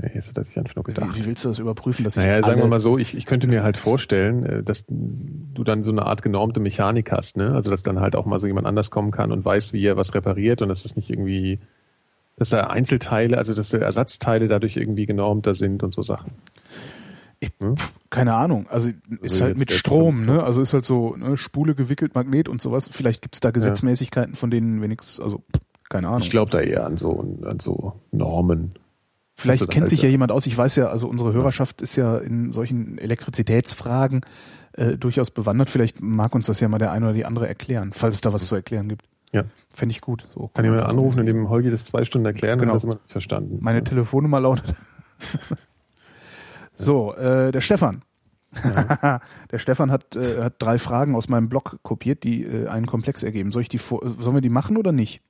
[SPEAKER 3] nee, jetzt hat er sich einfach nur gedacht.
[SPEAKER 1] Wie, wie willst du das überprüfen, dass
[SPEAKER 3] Naja,
[SPEAKER 1] ich
[SPEAKER 3] sagen wir
[SPEAKER 1] alle-
[SPEAKER 3] mal so, ich, ich könnte mir halt vorstellen, äh, dass du dann so eine Art genormte Mechanik hast, ne? Also dass dann halt auch mal so jemand anders kommen kann und weiß, wie er was repariert und dass das nicht irgendwie, dass da Einzelteile, also dass da Ersatzteile dadurch irgendwie genormter sind und so Sachen.
[SPEAKER 1] keine Ahnung, also ist
[SPEAKER 3] Also
[SPEAKER 1] halt
[SPEAKER 3] jetzt
[SPEAKER 1] mit
[SPEAKER 3] der
[SPEAKER 1] Strom, ne? Also ist halt so ne? Spule gewickelt, Magnet und sowas. Vielleicht gibt es da Gesetzmäßigkeiten, von denen wenigstens, also pff, keine Ahnung.
[SPEAKER 3] Ich glaube da eher an so an so Normen.
[SPEAKER 1] Vielleicht
[SPEAKER 3] Also
[SPEAKER 1] kennt
[SPEAKER 3] halt,
[SPEAKER 1] sich ja
[SPEAKER 3] ja.
[SPEAKER 1] jemand aus. Ich weiß ja, also unsere Hörerschaft ist ja in solchen Elektrizitätsfragen äh, durchaus bewandert. Vielleicht mag uns das ja mal der eine oder die andere erklären, falls es da was zu erklären gibt.
[SPEAKER 3] Ja.
[SPEAKER 1] Fände ich gut. So,
[SPEAKER 3] Kann jemand anrufen und dem Holgi das zwei Stunden erklären,
[SPEAKER 1] Genau.
[SPEAKER 3] hat das immer nicht verstanden.
[SPEAKER 1] Meine Telefonnummer lautet. so, äh, der Stefan. der Stefan hat, äh, hat drei Fragen aus meinem Blog kopiert, die äh, einen Komplex ergeben. Soll ich die vor sollen wir die machen oder nicht?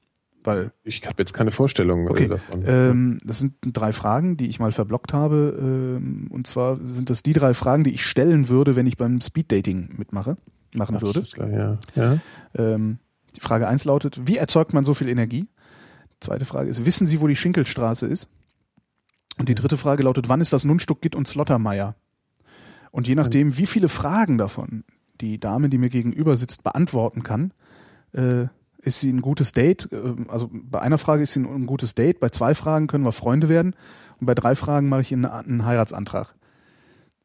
[SPEAKER 1] Weil
[SPEAKER 3] ich habe jetzt keine Vorstellung äh,
[SPEAKER 1] Okay.
[SPEAKER 3] davon.
[SPEAKER 1] Ähm, das sind drei Fragen, die ich mal verblockt habe. Ähm, und zwar sind das die drei Fragen, die ich stellen würde, wenn ich beim Speeddating mitmache, machen
[SPEAKER 3] Ach,
[SPEAKER 1] würde.
[SPEAKER 3] das ist klar, ja. ja.
[SPEAKER 1] Ähm, die Frage eins lautet, wie erzeugt man so viel Energie? Zweite Frage ist, wissen Sie, wo die Schinkelstraße ist? Und die dritte Frage lautet, wann ist das Nunstück Gitt und Slottermeier? Und je
[SPEAKER 3] Hm.
[SPEAKER 1] nachdem, wie viele Fragen davon die Dame, die mir gegenüber sitzt, beantworten kann, äh, ist sie ein gutes Date. Äh, Also bei einer Frage ist sie ein, ein gutes Date, bei zwei Fragen können wir Freunde werden und bei drei Fragen mache ich einen, einen Heiratsantrag.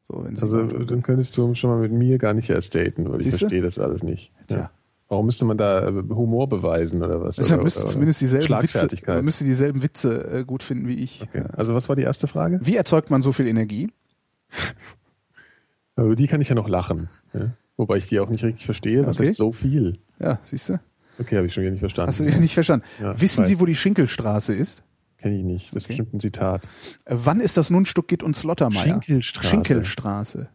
[SPEAKER 1] So, wenn sie
[SPEAKER 3] Also
[SPEAKER 1] sagt,
[SPEAKER 3] dann könntest du schon mal mit mir gar nicht erst daten, weil
[SPEAKER 1] Siehste?
[SPEAKER 3] ich verstehe das alles nicht.
[SPEAKER 1] Tja.
[SPEAKER 3] Ja. Warum müsste man da äh, Humor beweisen oder was?
[SPEAKER 1] also,
[SPEAKER 3] oder,
[SPEAKER 1] man müsste
[SPEAKER 3] oder
[SPEAKER 1] zumindest dieselben Witze,
[SPEAKER 3] äh, Schlagfertigkeit.
[SPEAKER 1] man müsste dieselben Witze äh, gut finden wie ich.
[SPEAKER 3] okay. Also was war die erste Frage?
[SPEAKER 1] Wie erzeugt man so viel Energie?
[SPEAKER 3] Über die kann ich ja noch lachen. Ja? Wobei ich die auch nicht richtig verstehe. Was
[SPEAKER 1] Okay.
[SPEAKER 3] heißt so viel?
[SPEAKER 1] Ja, siehst du?
[SPEAKER 3] Okay, habe ich schon wieder nicht verstanden.
[SPEAKER 1] Hast du wieder nicht verstanden.
[SPEAKER 3] Ja,
[SPEAKER 1] Wissen
[SPEAKER 3] weil-
[SPEAKER 1] Sie, wo die Schinkelstraße ist?
[SPEAKER 3] Kenne ich nicht. Das ist bestimmt ein Zitat.
[SPEAKER 1] Äh, Wann ist das Nunstück Gitt und Slottermeier?
[SPEAKER 3] Schinkelstraße.
[SPEAKER 1] Schinkelstraße.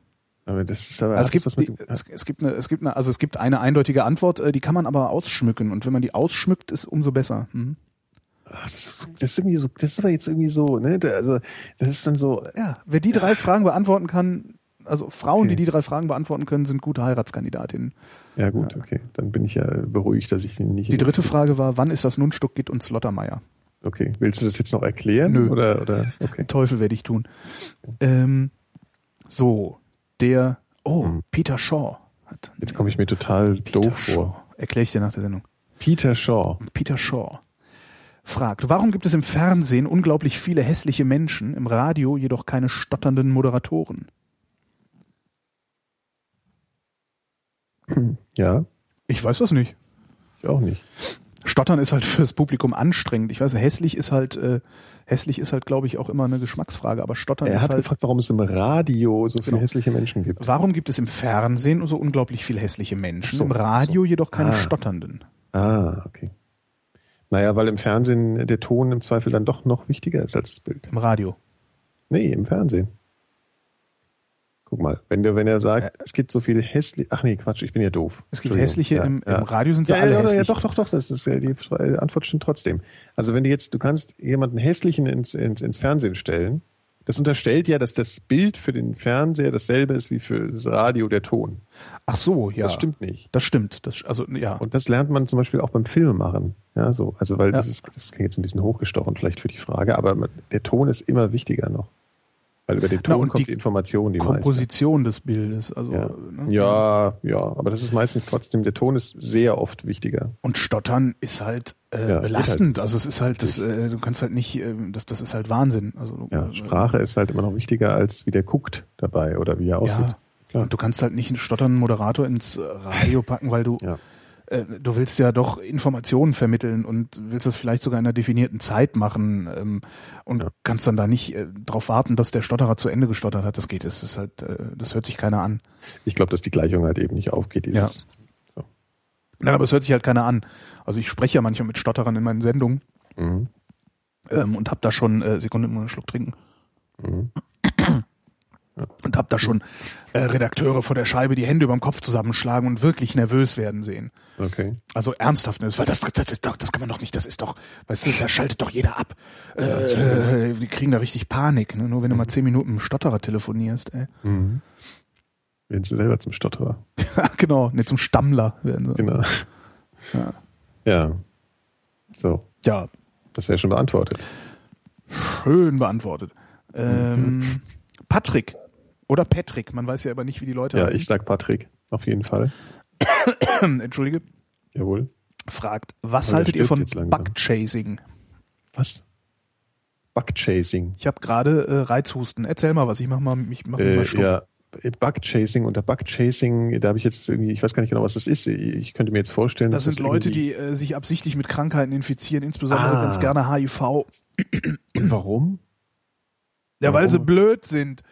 [SPEAKER 3] Aber das ist aber
[SPEAKER 1] Also es,
[SPEAKER 3] alles,
[SPEAKER 1] gibt
[SPEAKER 3] was
[SPEAKER 1] die,
[SPEAKER 3] mit,
[SPEAKER 1] es, es gibt eine, es gibt eine, also es gibt eine eindeutige Antwort, äh, die kann man aber ausschmücken und wenn man die ausschmückt, ist umso besser. Mhm.
[SPEAKER 3] ach, Ah, das, ist, das ist irgendwie so, das ist aber jetzt irgendwie so, ne? Da, also das ist dann so,
[SPEAKER 1] Ja, wer die drei Fragen beantworten kann, also Frauen,
[SPEAKER 3] Okay.
[SPEAKER 1] die die drei Fragen beantworten können, sind gute Heiratskandidatinnen.
[SPEAKER 3] ja gut, okay. Dann bin ich ja beruhigt, dass ich den nicht.
[SPEAKER 1] Die dritte Frage war, wann ist das Nunstück Gitt und Slottermeier?
[SPEAKER 3] Okay, willst du das jetzt noch erklären?
[SPEAKER 1] Nö.
[SPEAKER 3] Oder, oder? Okay.
[SPEAKER 1] Teufel werde ich tun. Ähm, so, der, oh, Peter Shaw hat
[SPEAKER 3] Hm. Jetzt komme ich mir total doof vor.
[SPEAKER 1] Erkläre ich dir nach der Sendung.
[SPEAKER 3] Peter Shaw.
[SPEAKER 1] Peter Shaw fragt, warum gibt es im Fernsehen unglaublich viele hässliche Menschen, im Radio jedoch keine stotternden Moderatoren?
[SPEAKER 3] Ja,
[SPEAKER 1] Ich weiß das nicht.
[SPEAKER 3] ich auch nicht.
[SPEAKER 1] Stottern ist halt fürs Publikum anstrengend. Ich weiß, hässlich ist halt, äh, hässlich ist halt, glaube ich, auch immer eine Geschmacksfrage, aber Stottern
[SPEAKER 3] Er
[SPEAKER 1] ist
[SPEAKER 3] hat
[SPEAKER 1] halt.
[SPEAKER 3] gefragt, warum es im Radio so viele
[SPEAKER 1] Genau.
[SPEAKER 3] hässliche Menschen gibt.
[SPEAKER 1] Warum gibt es im Fernsehen so unglaublich viele hässliche Menschen,
[SPEAKER 3] So,
[SPEAKER 1] im Radio jedoch keine
[SPEAKER 3] Ah.
[SPEAKER 1] stotternden?
[SPEAKER 3] Ah, okay. Naja, weil im Fernsehen der Ton im Zweifel dann doch noch wichtiger ist als das Bild.
[SPEAKER 1] Im Radio.
[SPEAKER 3] Nee, im Fernsehen. Guck mal, wenn, der, wenn er sagt, es gibt so viele hässliche. Ach nee, Quatsch, ich bin ja doof.
[SPEAKER 1] Äh. Es gibt
[SPEAKER 3] Entschuldigung.
[SPEAKER 1] hässliche,
[SPEAKER 3] Ja,
[SPEAKER 1] im,
[SPEAKER 3] ja.
[SPEAKER 1] im Radio sind sie
[SPEAKER 3] ja,
[SPEAKER 1] alle
[SPEAKER 3] ja,
[SPEAKER 1] hässlich.
[SPEAKER 3] ja, doch, doch, doch. Das ist, äh, die Fra- äh, Antwort stimmt trotzdem. Also wenn du jetzt, du kannst jemanden hässlichen ins, ins, ins Fernsehen stellen. Das unterstellt ja, dass das Bild für den Fernseher dasselbe ist wie für das Radio der Ton.
[SPEAKER 1] Ach so, ja.
[SPEAKER 3] Das stimmt nicht.
[SPEAKER 1] Das stimmt. Das, also, ja.
[SPEAKER 3] Und das lernt man zum Beispiel auch beim Filmemachen. Ja, so. Also weil das
[SPEAKER 1] Ja.
[SPEAKER 3] ist, das klingt jetzt ein bisschen hochgestochen vielleicht für die Frage, aber man, der Ton ist immer wichtiger noch. Weil über den
[SPEAKER 1] Na,
[SPEAKER 3] Ton
[SPEAKER 1] und
[SPEAKER 3] kommt die,
[SPEAKER 1] die
[SPEAKER 3] Information, die meiste.
[SPEAKER 1] Komposition des Bildes. Also,
[SPEAKER 3] Ja.
[SPEAKER 1] ne?
[SPEAKER 3] ja, ja, aber das ist meistens trotzdem, der Ton ist sehr oft wichtiger.
[SPEAKER 1] Und Stottern ist halt äh,
[SPEAKER 3] Ja, geht
[SPEAKER 1] belastend. Also es ist halt, das, äh, du kannst halt nicht, äh, das, das ist halt Wahnsinn. Also du-
[SPEAKER 3] Ja,
[SPEAKER 1] äh,
[SPEAKER 3] Sprache ist halt immer noch wichtiger, als wie der guckt dabei oder wie er aussieht.
[SPEAKER 1] ja.
[SPEAKER 3] Klar.
[SPEAKER 1] Und du kannst halt nicht einen stotternden Moderator ins äh, Radio packen, weil du,
[SPEAKER 3] Ja.
[SPEAKER 1] äh, du willst ja doch Informationen vermitteln und willst das vielleicht sogar in einer definierten Zeit machen ähm, und kannst dann da nicht äh, drauf warten, dass der Stotterer zu Ende gestottert hat. Das geht, das ist halt, äh, das hört sich keiner an.
[SPEAKER 3] Ich glaube, dass die Gleichung halt eben nicht aufgeht. Dieses,
[SPEAKER 1] Nein, aber es hört sich halt keiner an. Also ich spreche ja manchmal mit Stotterern in meinen Sendungen
[SPEAKER 3] Mhm.
[SPEAKER 1] ähm, und habe da schon, äh, Sekunde, mal einen Schluck trinken. Und habe da schon äh, Redakteure vor der Scheibe die Hände über dem Kopf zusammenschlagen und wirklich nervös werden sehen.
[SPEAKER 3] Okay.
[SPEAKER 1] Also ernsthaft nervös, weil das, das ist doch, das kann man doch nicht, das ist doch, weißt du, da schaltet doch jeder ab. Äh, die kriegen da richtig Panik, ne? nur wenn du mal zehn Minuten mit dem Stotterer telefonierst. Ey.
[SPEAKER 3] Werden sie selber zum Stotterer.
[SPEAKER 1] genau, ne, zum Stammler werden sie.
[SPEAKER 3] Genau.
[SPEAKER 1] Ja.
[SPEAKER 3] Ja. So,
[SPEAKER 1] ja,
[SPEAKER 3] das wäre schon beantwortet.
[SPEAKER 1] schön beantwortet.
[SPEAKER 3] Mhm.
[SPEAKER 1] Ähm, Patrick oder Patrick, man weiß ja aber nicht, wie die Leute
[SPEAKER 3] Ja,
[SPEAKER 1] heißen. Hm,
[SPEAKER 3] ich sag Patrick, auf jeden Fall.
[SPEAKER 1] Entschuldige,
[SPEAKER 3] Jawohl.
[SPEAKER 1] fragt, was
[SPEAKER 3] Aber der
[SPEAKER 1] haltet ihr
[SPEAKER 3] stirbt
[SPEAKER 1] von
[SPEAKER 3] jetzt langsam.
[SPEAKER 1] Bugchasing?
[SPEAKER 3] Was? Bugchasing.
[SPEAKER 1] Ich habe gerade äh, Reizhusten. Erzähl mal was, ich mach mal, ich mach mich mal
[SPEAKER 3] Äh,
[SPEAKER 1] stumm.
[SPEAKER 3] ja, Bugchasing unter Bugchasing, da habe ich jetzt irgendwie, ich weiß gar nicht genau, was das ist. Ich könnte mir jetzt vorstellen,
[SPEAKER 1] Das
[SPEAKER 3] dass
[SPEAKER 1] sind Leute, die äh, sich absichtlich mit Krankheiten infizieren, insbesondere
[SPEAKER 3] Ah.
[SPEAKER 1] ganz gerne HIV.
[SPEAKER 3] die. Warum?
[SPEAKER 1] Ja, weil
[SPEAKER 3] Warum?
[SPEAKER 1] sie blöd sind.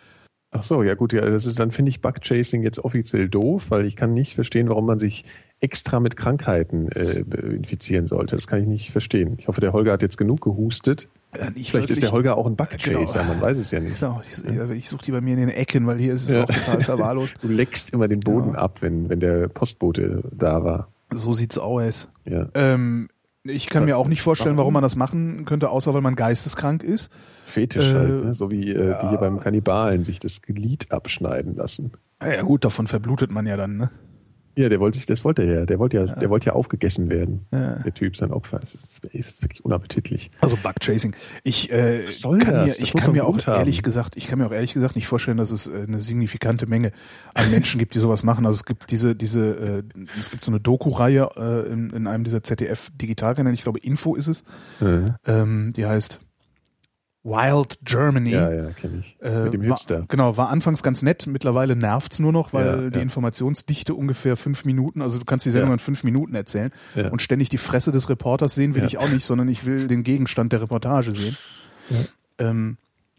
[SPEAKER 3] Ach so, ja gut, ja, das ist, dann finde ich Bugchasing jetzt offiziell doof, weil ich kann nicht verstehen, warum man sich extra mit Krankheiten äh, infizieren sollte. Das kann ich nicht verstehen. Ich hoffe, der Holger hat jetzt genug gehustet.
[SPEAKER 1] Ja, Äh, nicht
[SPEAKER 3] Vielleicht ist
[SPEAKER 1] wirklich.
[SPEAKER 3] der Holger auch ein Bugchaser,
[SPEAKER 1] Genau.
[SPEAKER 3] man weiß es ja nicht.
[SPEAKER 1] Genau, ich, ja, ich suche die bei mir in den Ecken, weil hier ist es
[SPEAKER 3] Ja.
[SPEAKER 1] auch total verwahrlost.
[SPEAKER 3] Du leckst immer den Boden ab, wenn, wenn der Postbote da war.
[SPEAKER 1] So sieht's aus.
[SPEAKER 3] Ja.
[SPEAKER 1] Ähm, ich kann mir auch nicht vorstellen, warum man das machen könnte, außer weil man geisteskrank ist.
[SPEAKER 3] Fetisch
[SPEAKER 1] Äh,
[SPEAKER 3] halt, ne? so wie äh, die hier beim Kannibalen sich das Glied abschneiden lassen.
[SPEAKER 1] Ja, ja gut, davon verblutet man ja dann, ne?
[SPEAKER 3] Ja, der wollte, das wollte er ja. Der wollte ja, der wollte ja aufgegessen werden. Der Typ, sein Opfer. Es ist, es ist wirklich unappetitlich.
[SPEAKER 1] Also Bugchasing. Ich äh,
[SPEAKER 3] Was soll
[SPEAKER 1] kann
[SPEAKER 3] das?
[SPEAKER 1] mir,
[SPEAKER 3] Das
[SPEAKER 1] ich
[SPEAKER 3] muss
[SPEAKER 1] kann
[SPEAKER 3] doch
[SPEAKER 1] mir
[SPEAKER 3] einen
[SPEAKER 1] auch
[SPEAKER 3] Grund haben.
[SPEAKER 1] ehrlich gesagt, ich kann mir auch ehrlich gesagt nicht vorstellen, dass es äh, eine signifikante Menge an Menschen gibt, die sowas machen. Also es gibt diese diese äh, es gibt so eine Doku-Reihe äh, in, in einem dieser ZDF Digitalkanäle. Ich glaube Info ist es. Ähm, die heißt Wild Germany.
[SPEAKER 3] Ja, ja, kenne ich.
[SPEAKER 1] Äh,
[SPEAKER 3] Mit dem
[SPEAKER 1] War,
[SPEAKER 3] Hipster.
[SPEAKER 1] genau, war anfangs ganz nett, mittlerweile nervt's nur noch, weil
[SPEAKER 3] Ja,
[SPEAKER 1] die
[SPEAKER 3] ja.
[SPEAKER 1] Informationsdichte ungefähr fünf Minuten, also du kannst die Sendung
[SPEAKER 3] Ja.
[SPEAKER 1] in fünf Minuten erzählen
[SPEAKER 3] Ja.
[SPEAKER 1] und ständig die Fresse des Reporters sehen will
[SPEAKER 3] Ja.
[SPEAKER 1] ich auch nicht, sondern ich will den Gegenstand der Reportage sehen. Ähm,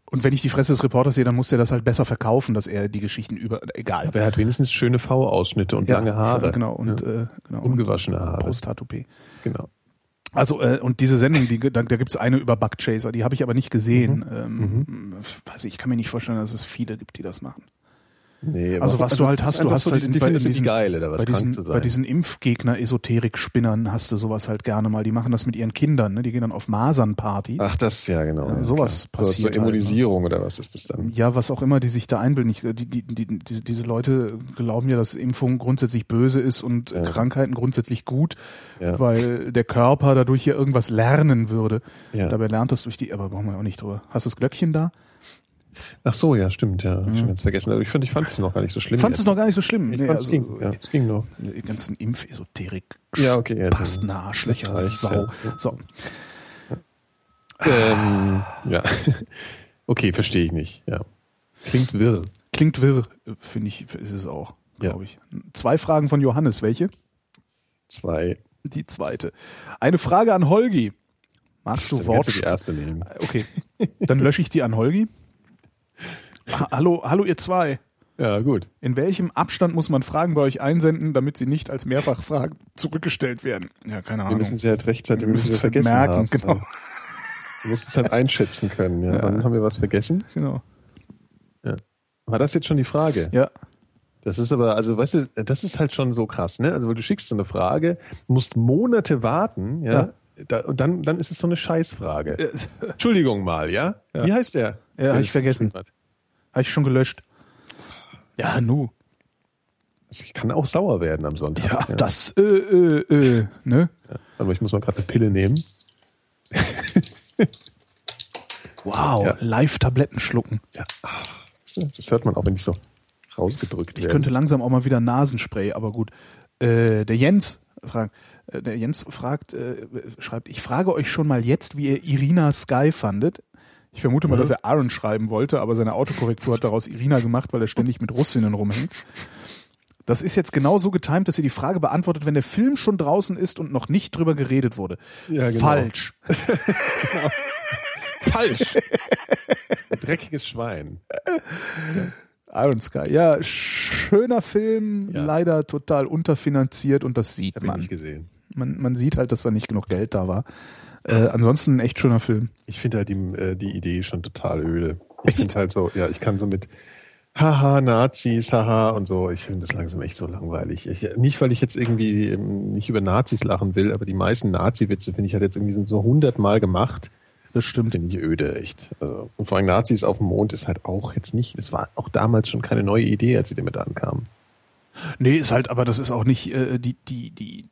[SPEAKER 1] und wenn ich die Fresse des Reporters sehe, dann muss der das halt besser verkaufen, dass er die Geschichten über, egal.
[SPEAKER 3] Aber er hat wenigstens schöne V-Ausschnitte und lange Haare.
[SPEAKER 1] Genau, und, äh, genau, und
[SPEAKER 3] Ungewaschene Haare.
[SPEAKER 1] Post-H2P.
[SPEAKER 3] Genau.
[SPEAKER 1] Also, äh, und diese Sendung, die, da, da gibt's eine über Bugchaser, die habe ich aber nicht gesehen.
[SPEAKER 3] Mhm.
[SPEAKER 1] Ähm, Weiß ich, ich kann mir nicht vorstellen, dass es viele gibt, die das machen.
[SPEAKER 3] Nee,
[SPEAKER 1] Also
[SPEAKER 3] aber-
[SPEAKER 1] was du halt
[SPEAKER 3] das ist
[SPEAKER 1] hast, du
[SPEAKER 3] einfach
[SPEAKER 1] hast
[SPEAKER 3] so
[SPEAKER 1] halt
[SPEAKER 3] die-
[SPEAKER 1] in-
[SPEAKER 3] die
[SPEAKER 1] bei-
[SPEAKER 3] finden es
[SPEAKER 1] in
[SPEAKER 3] nicht
[SPEAKER 1] diesen-
[SPEAKER 3] geil, oder was
[SPEAKER 1] bei diesen,
[SPEAKER 3] krank zu sein.
[SPEAKER 1] bei diesen Impfgegner-Esoterik-Spinnern hast du sowas halt gerne mal. Die machen das mit ihren Kindern, ne? Die gehen dann auf Masernpartys.
[SPEAKER 3] Ach, das, ja, genau.
[SPEAKER 1] Ja,
[SPEAKER 3] Ja,
[SPEAKER 1] sowas
[SPEAKER 3] klar.
[SPEAKER 1] passiert
[SPEAKER 3] So
[SPEAKER 1] halt,
[SPEAKER 3] Immunisierung oder was ist das dann?
[SPEAKER 1] Ja, was auch immer, die sich da einbilden. Ich, äh, die, die, die, diese- diese Leute glauben ja, dass Impfung grundsätzlich böse ist und
[SPEAKER 3] Ja.
[SPEAKER 1] Krankheiten grundsätzlich gut,
[SPEAKER 3] Ja.
[SPEAKER 1] weil der Körper dadurch ja irgendwas lernen würde.
[SPEAKER 3] Ja.
[SPEAKER 1] Dabei lernt das durch die, aber brauchen wir auch nicht drüber. Hast du das Glöckchen da?
[SPEAKER 3] Ach so, ja, stimmt, ja. Hab ich schon ganz vergessen. Aber ich fand, ich fand es noch gar nicht so schlimm.
[SPEAKER 1] Fandest du es Mhm. noch gar nicht so schlimm?
[SPEAKER 3] Ich fand, es ging,
[SPEAKER 1] so-
[SPEAKER 3] ja, es ging noch.
[SPEAKER 1] Die ganzen Impfesoterik,
[SPEAKER 3] Ja, okay. Ja,
[SPEAKER 1] Pasten, Arschlöcher,
[SPEAKER 3] reicht's,
[SPEAKER 1] Sau.
[SPEAKER 3] ja.
[SPEAKER 1] So.
[SPEAKER 3] Ähm, ja. Okay, verstehe ich nicht. Ja. Klingt wirr.
[SPEAKER 1] Klingt wirr, finde ich, ist es auch,
[SPEAKER 3] Ja.
[SPEAKER 1] glaube ich. Zwei Fragen von Johannes, welche?
[SPEAKER 3] Zwei.
[SPEAKER 1] Die zweite. Eine Frage an Holgi. Magst
[SPEAKER 3] Dann
[SPEAKER 1] du
[SPEAKER 3] kannst
[SPEAKER 1] Wort?
[SPEAKER 3] du die erste nehmen.
[SPEAKER 1] Okay, dann lösche ich die an Holgi. Ha- Hallo, hallo ihr zwei.
[SPEAKER 3] Ja, gut.
[SPEAKER 1] In welchem Abstand muss man Fragen bei euch einsenden, damit sie nicht als Mehrfachfragen zurückgestellt werden? Ja, keine
[SPEAKER 3] Wir
[SPEAKER 1] Ahnung.
[SPEAKER 3] müssen es ja halt rechtzeitig
[SPEAKER 1] Wir
[SPEAKER 3] wir müssen
[SPEAKER 1] müssen's
[SPEAKER 3] es vergessen
[SPEAKER 1] merken,
[SPEAKER 3] haben.
[SPEAKER 1] genau.
[SPEAKER 3] Ja. Wir müssen es halt einschätzen können. Ja. Wann haben wir was vergessen?
[SPEAKER 1] genau.
[SPEAKER 3] War das jetzt schon die Frage?
[SPEAKER 1] Ja.
[SPEAKER 3] Das ist aber, also weißt du, das ist halt schon so krass, ne? Also weil du schickst so eine Frage, musst Monate warten, ja, Da, und dann, dann ist es so eine Scheißfrage. Entschuldigung mal, ja? Wie heißt der?
[SPEAKER 1] Ja, hab ich
[SPEAKER 3] das
[SPEAKER 1] vergessen.
[SPEAKER 3] stimmt.
[SPEAKER 1] Habe ich schon gelöscht. Ja, nu.
[SPEAKER 3] Also ich kann auch sauer werden am Sonntag.
[SPEAKER 1] Ja, das, äh, äh, äh, ne?
[SPEAKER 3] Aber ich muss mal gerade eine Pille nehmen.
[SPEAKER 1] Wow,
[SPEAKER 3] Ja.
[SPEAKER 1] Live-Tabletten schlucken.
[SPEAKER 3] Ja. ah, Das hört man auch, wenn ich so rausgedrückt
[SPEAKER 1] Ich
[SPEAKER 3] werde.
[SPEAKER 1] könnte langsam auch mal wieder Nasenspray, aber gut. Äh, der Jens fragt, äh, der Jens fragt, äh, schreibt, ich frage euch schon mal jetzt, wie ihr Irina Sky fandet. Ich vermute mal, dass er Aaron schreiben wollte, aber seine Autokorrektur hat daraus Irina gemacht, weil er ständig mit Russinnen rumhängt. Das ist jetzt genau so getimt, dass ihr die Frage beantwortet, wenn der Film schon draußen ist und noch nicht drüber geredet wurde.
[SPEAKER 3] Ja, genau.
[SPEAKER 1] Falsch.
[SPEAKER 3] falsch. Dreckiges Schwein.
[SPEAKER 1] Iron Sky. Ja, schöner Film,
[SPEAKER 3] Ja.
[SPEAKER 1] leider total unterfinanziert und das sieht
[SPEAKER 3] Hab ich
[SPEAKER 1] man.
[SPEAKER 3] nicht gesehen.
[SPEAKER 1] Man, man sieht halt, dass da nicht genug Geld da war. Äh, ansonsten ein echt schöner Film.
[SPEAKER 3] Ich finde halt die, äh, die Idee schon total öde. Ich finde halt so, ja, ich kann so mit Haha, Nazis, haha und so. Ich finde das langsam echt so langweilig. Ich, nicht, weil ich jetzt irgendwie ähm, nicht über Nazis lachen will, aber die meisten Nazi-Witze finde ich halt jetzt irgendwie sind so hundertmal gemacht.
[SPEAKER 1] Das stimmt.
[SPEAKER 3] Finde ich öde, echt. Also, und vor allem Nazis auf dem Mond ist halt auch jetzt nicht, es war auch damals schon keine neue Idee, als sie damit ankamen.
[SPEAKER 1] Nee, ist halt, aber das ist auch nicht äh, die, die, die,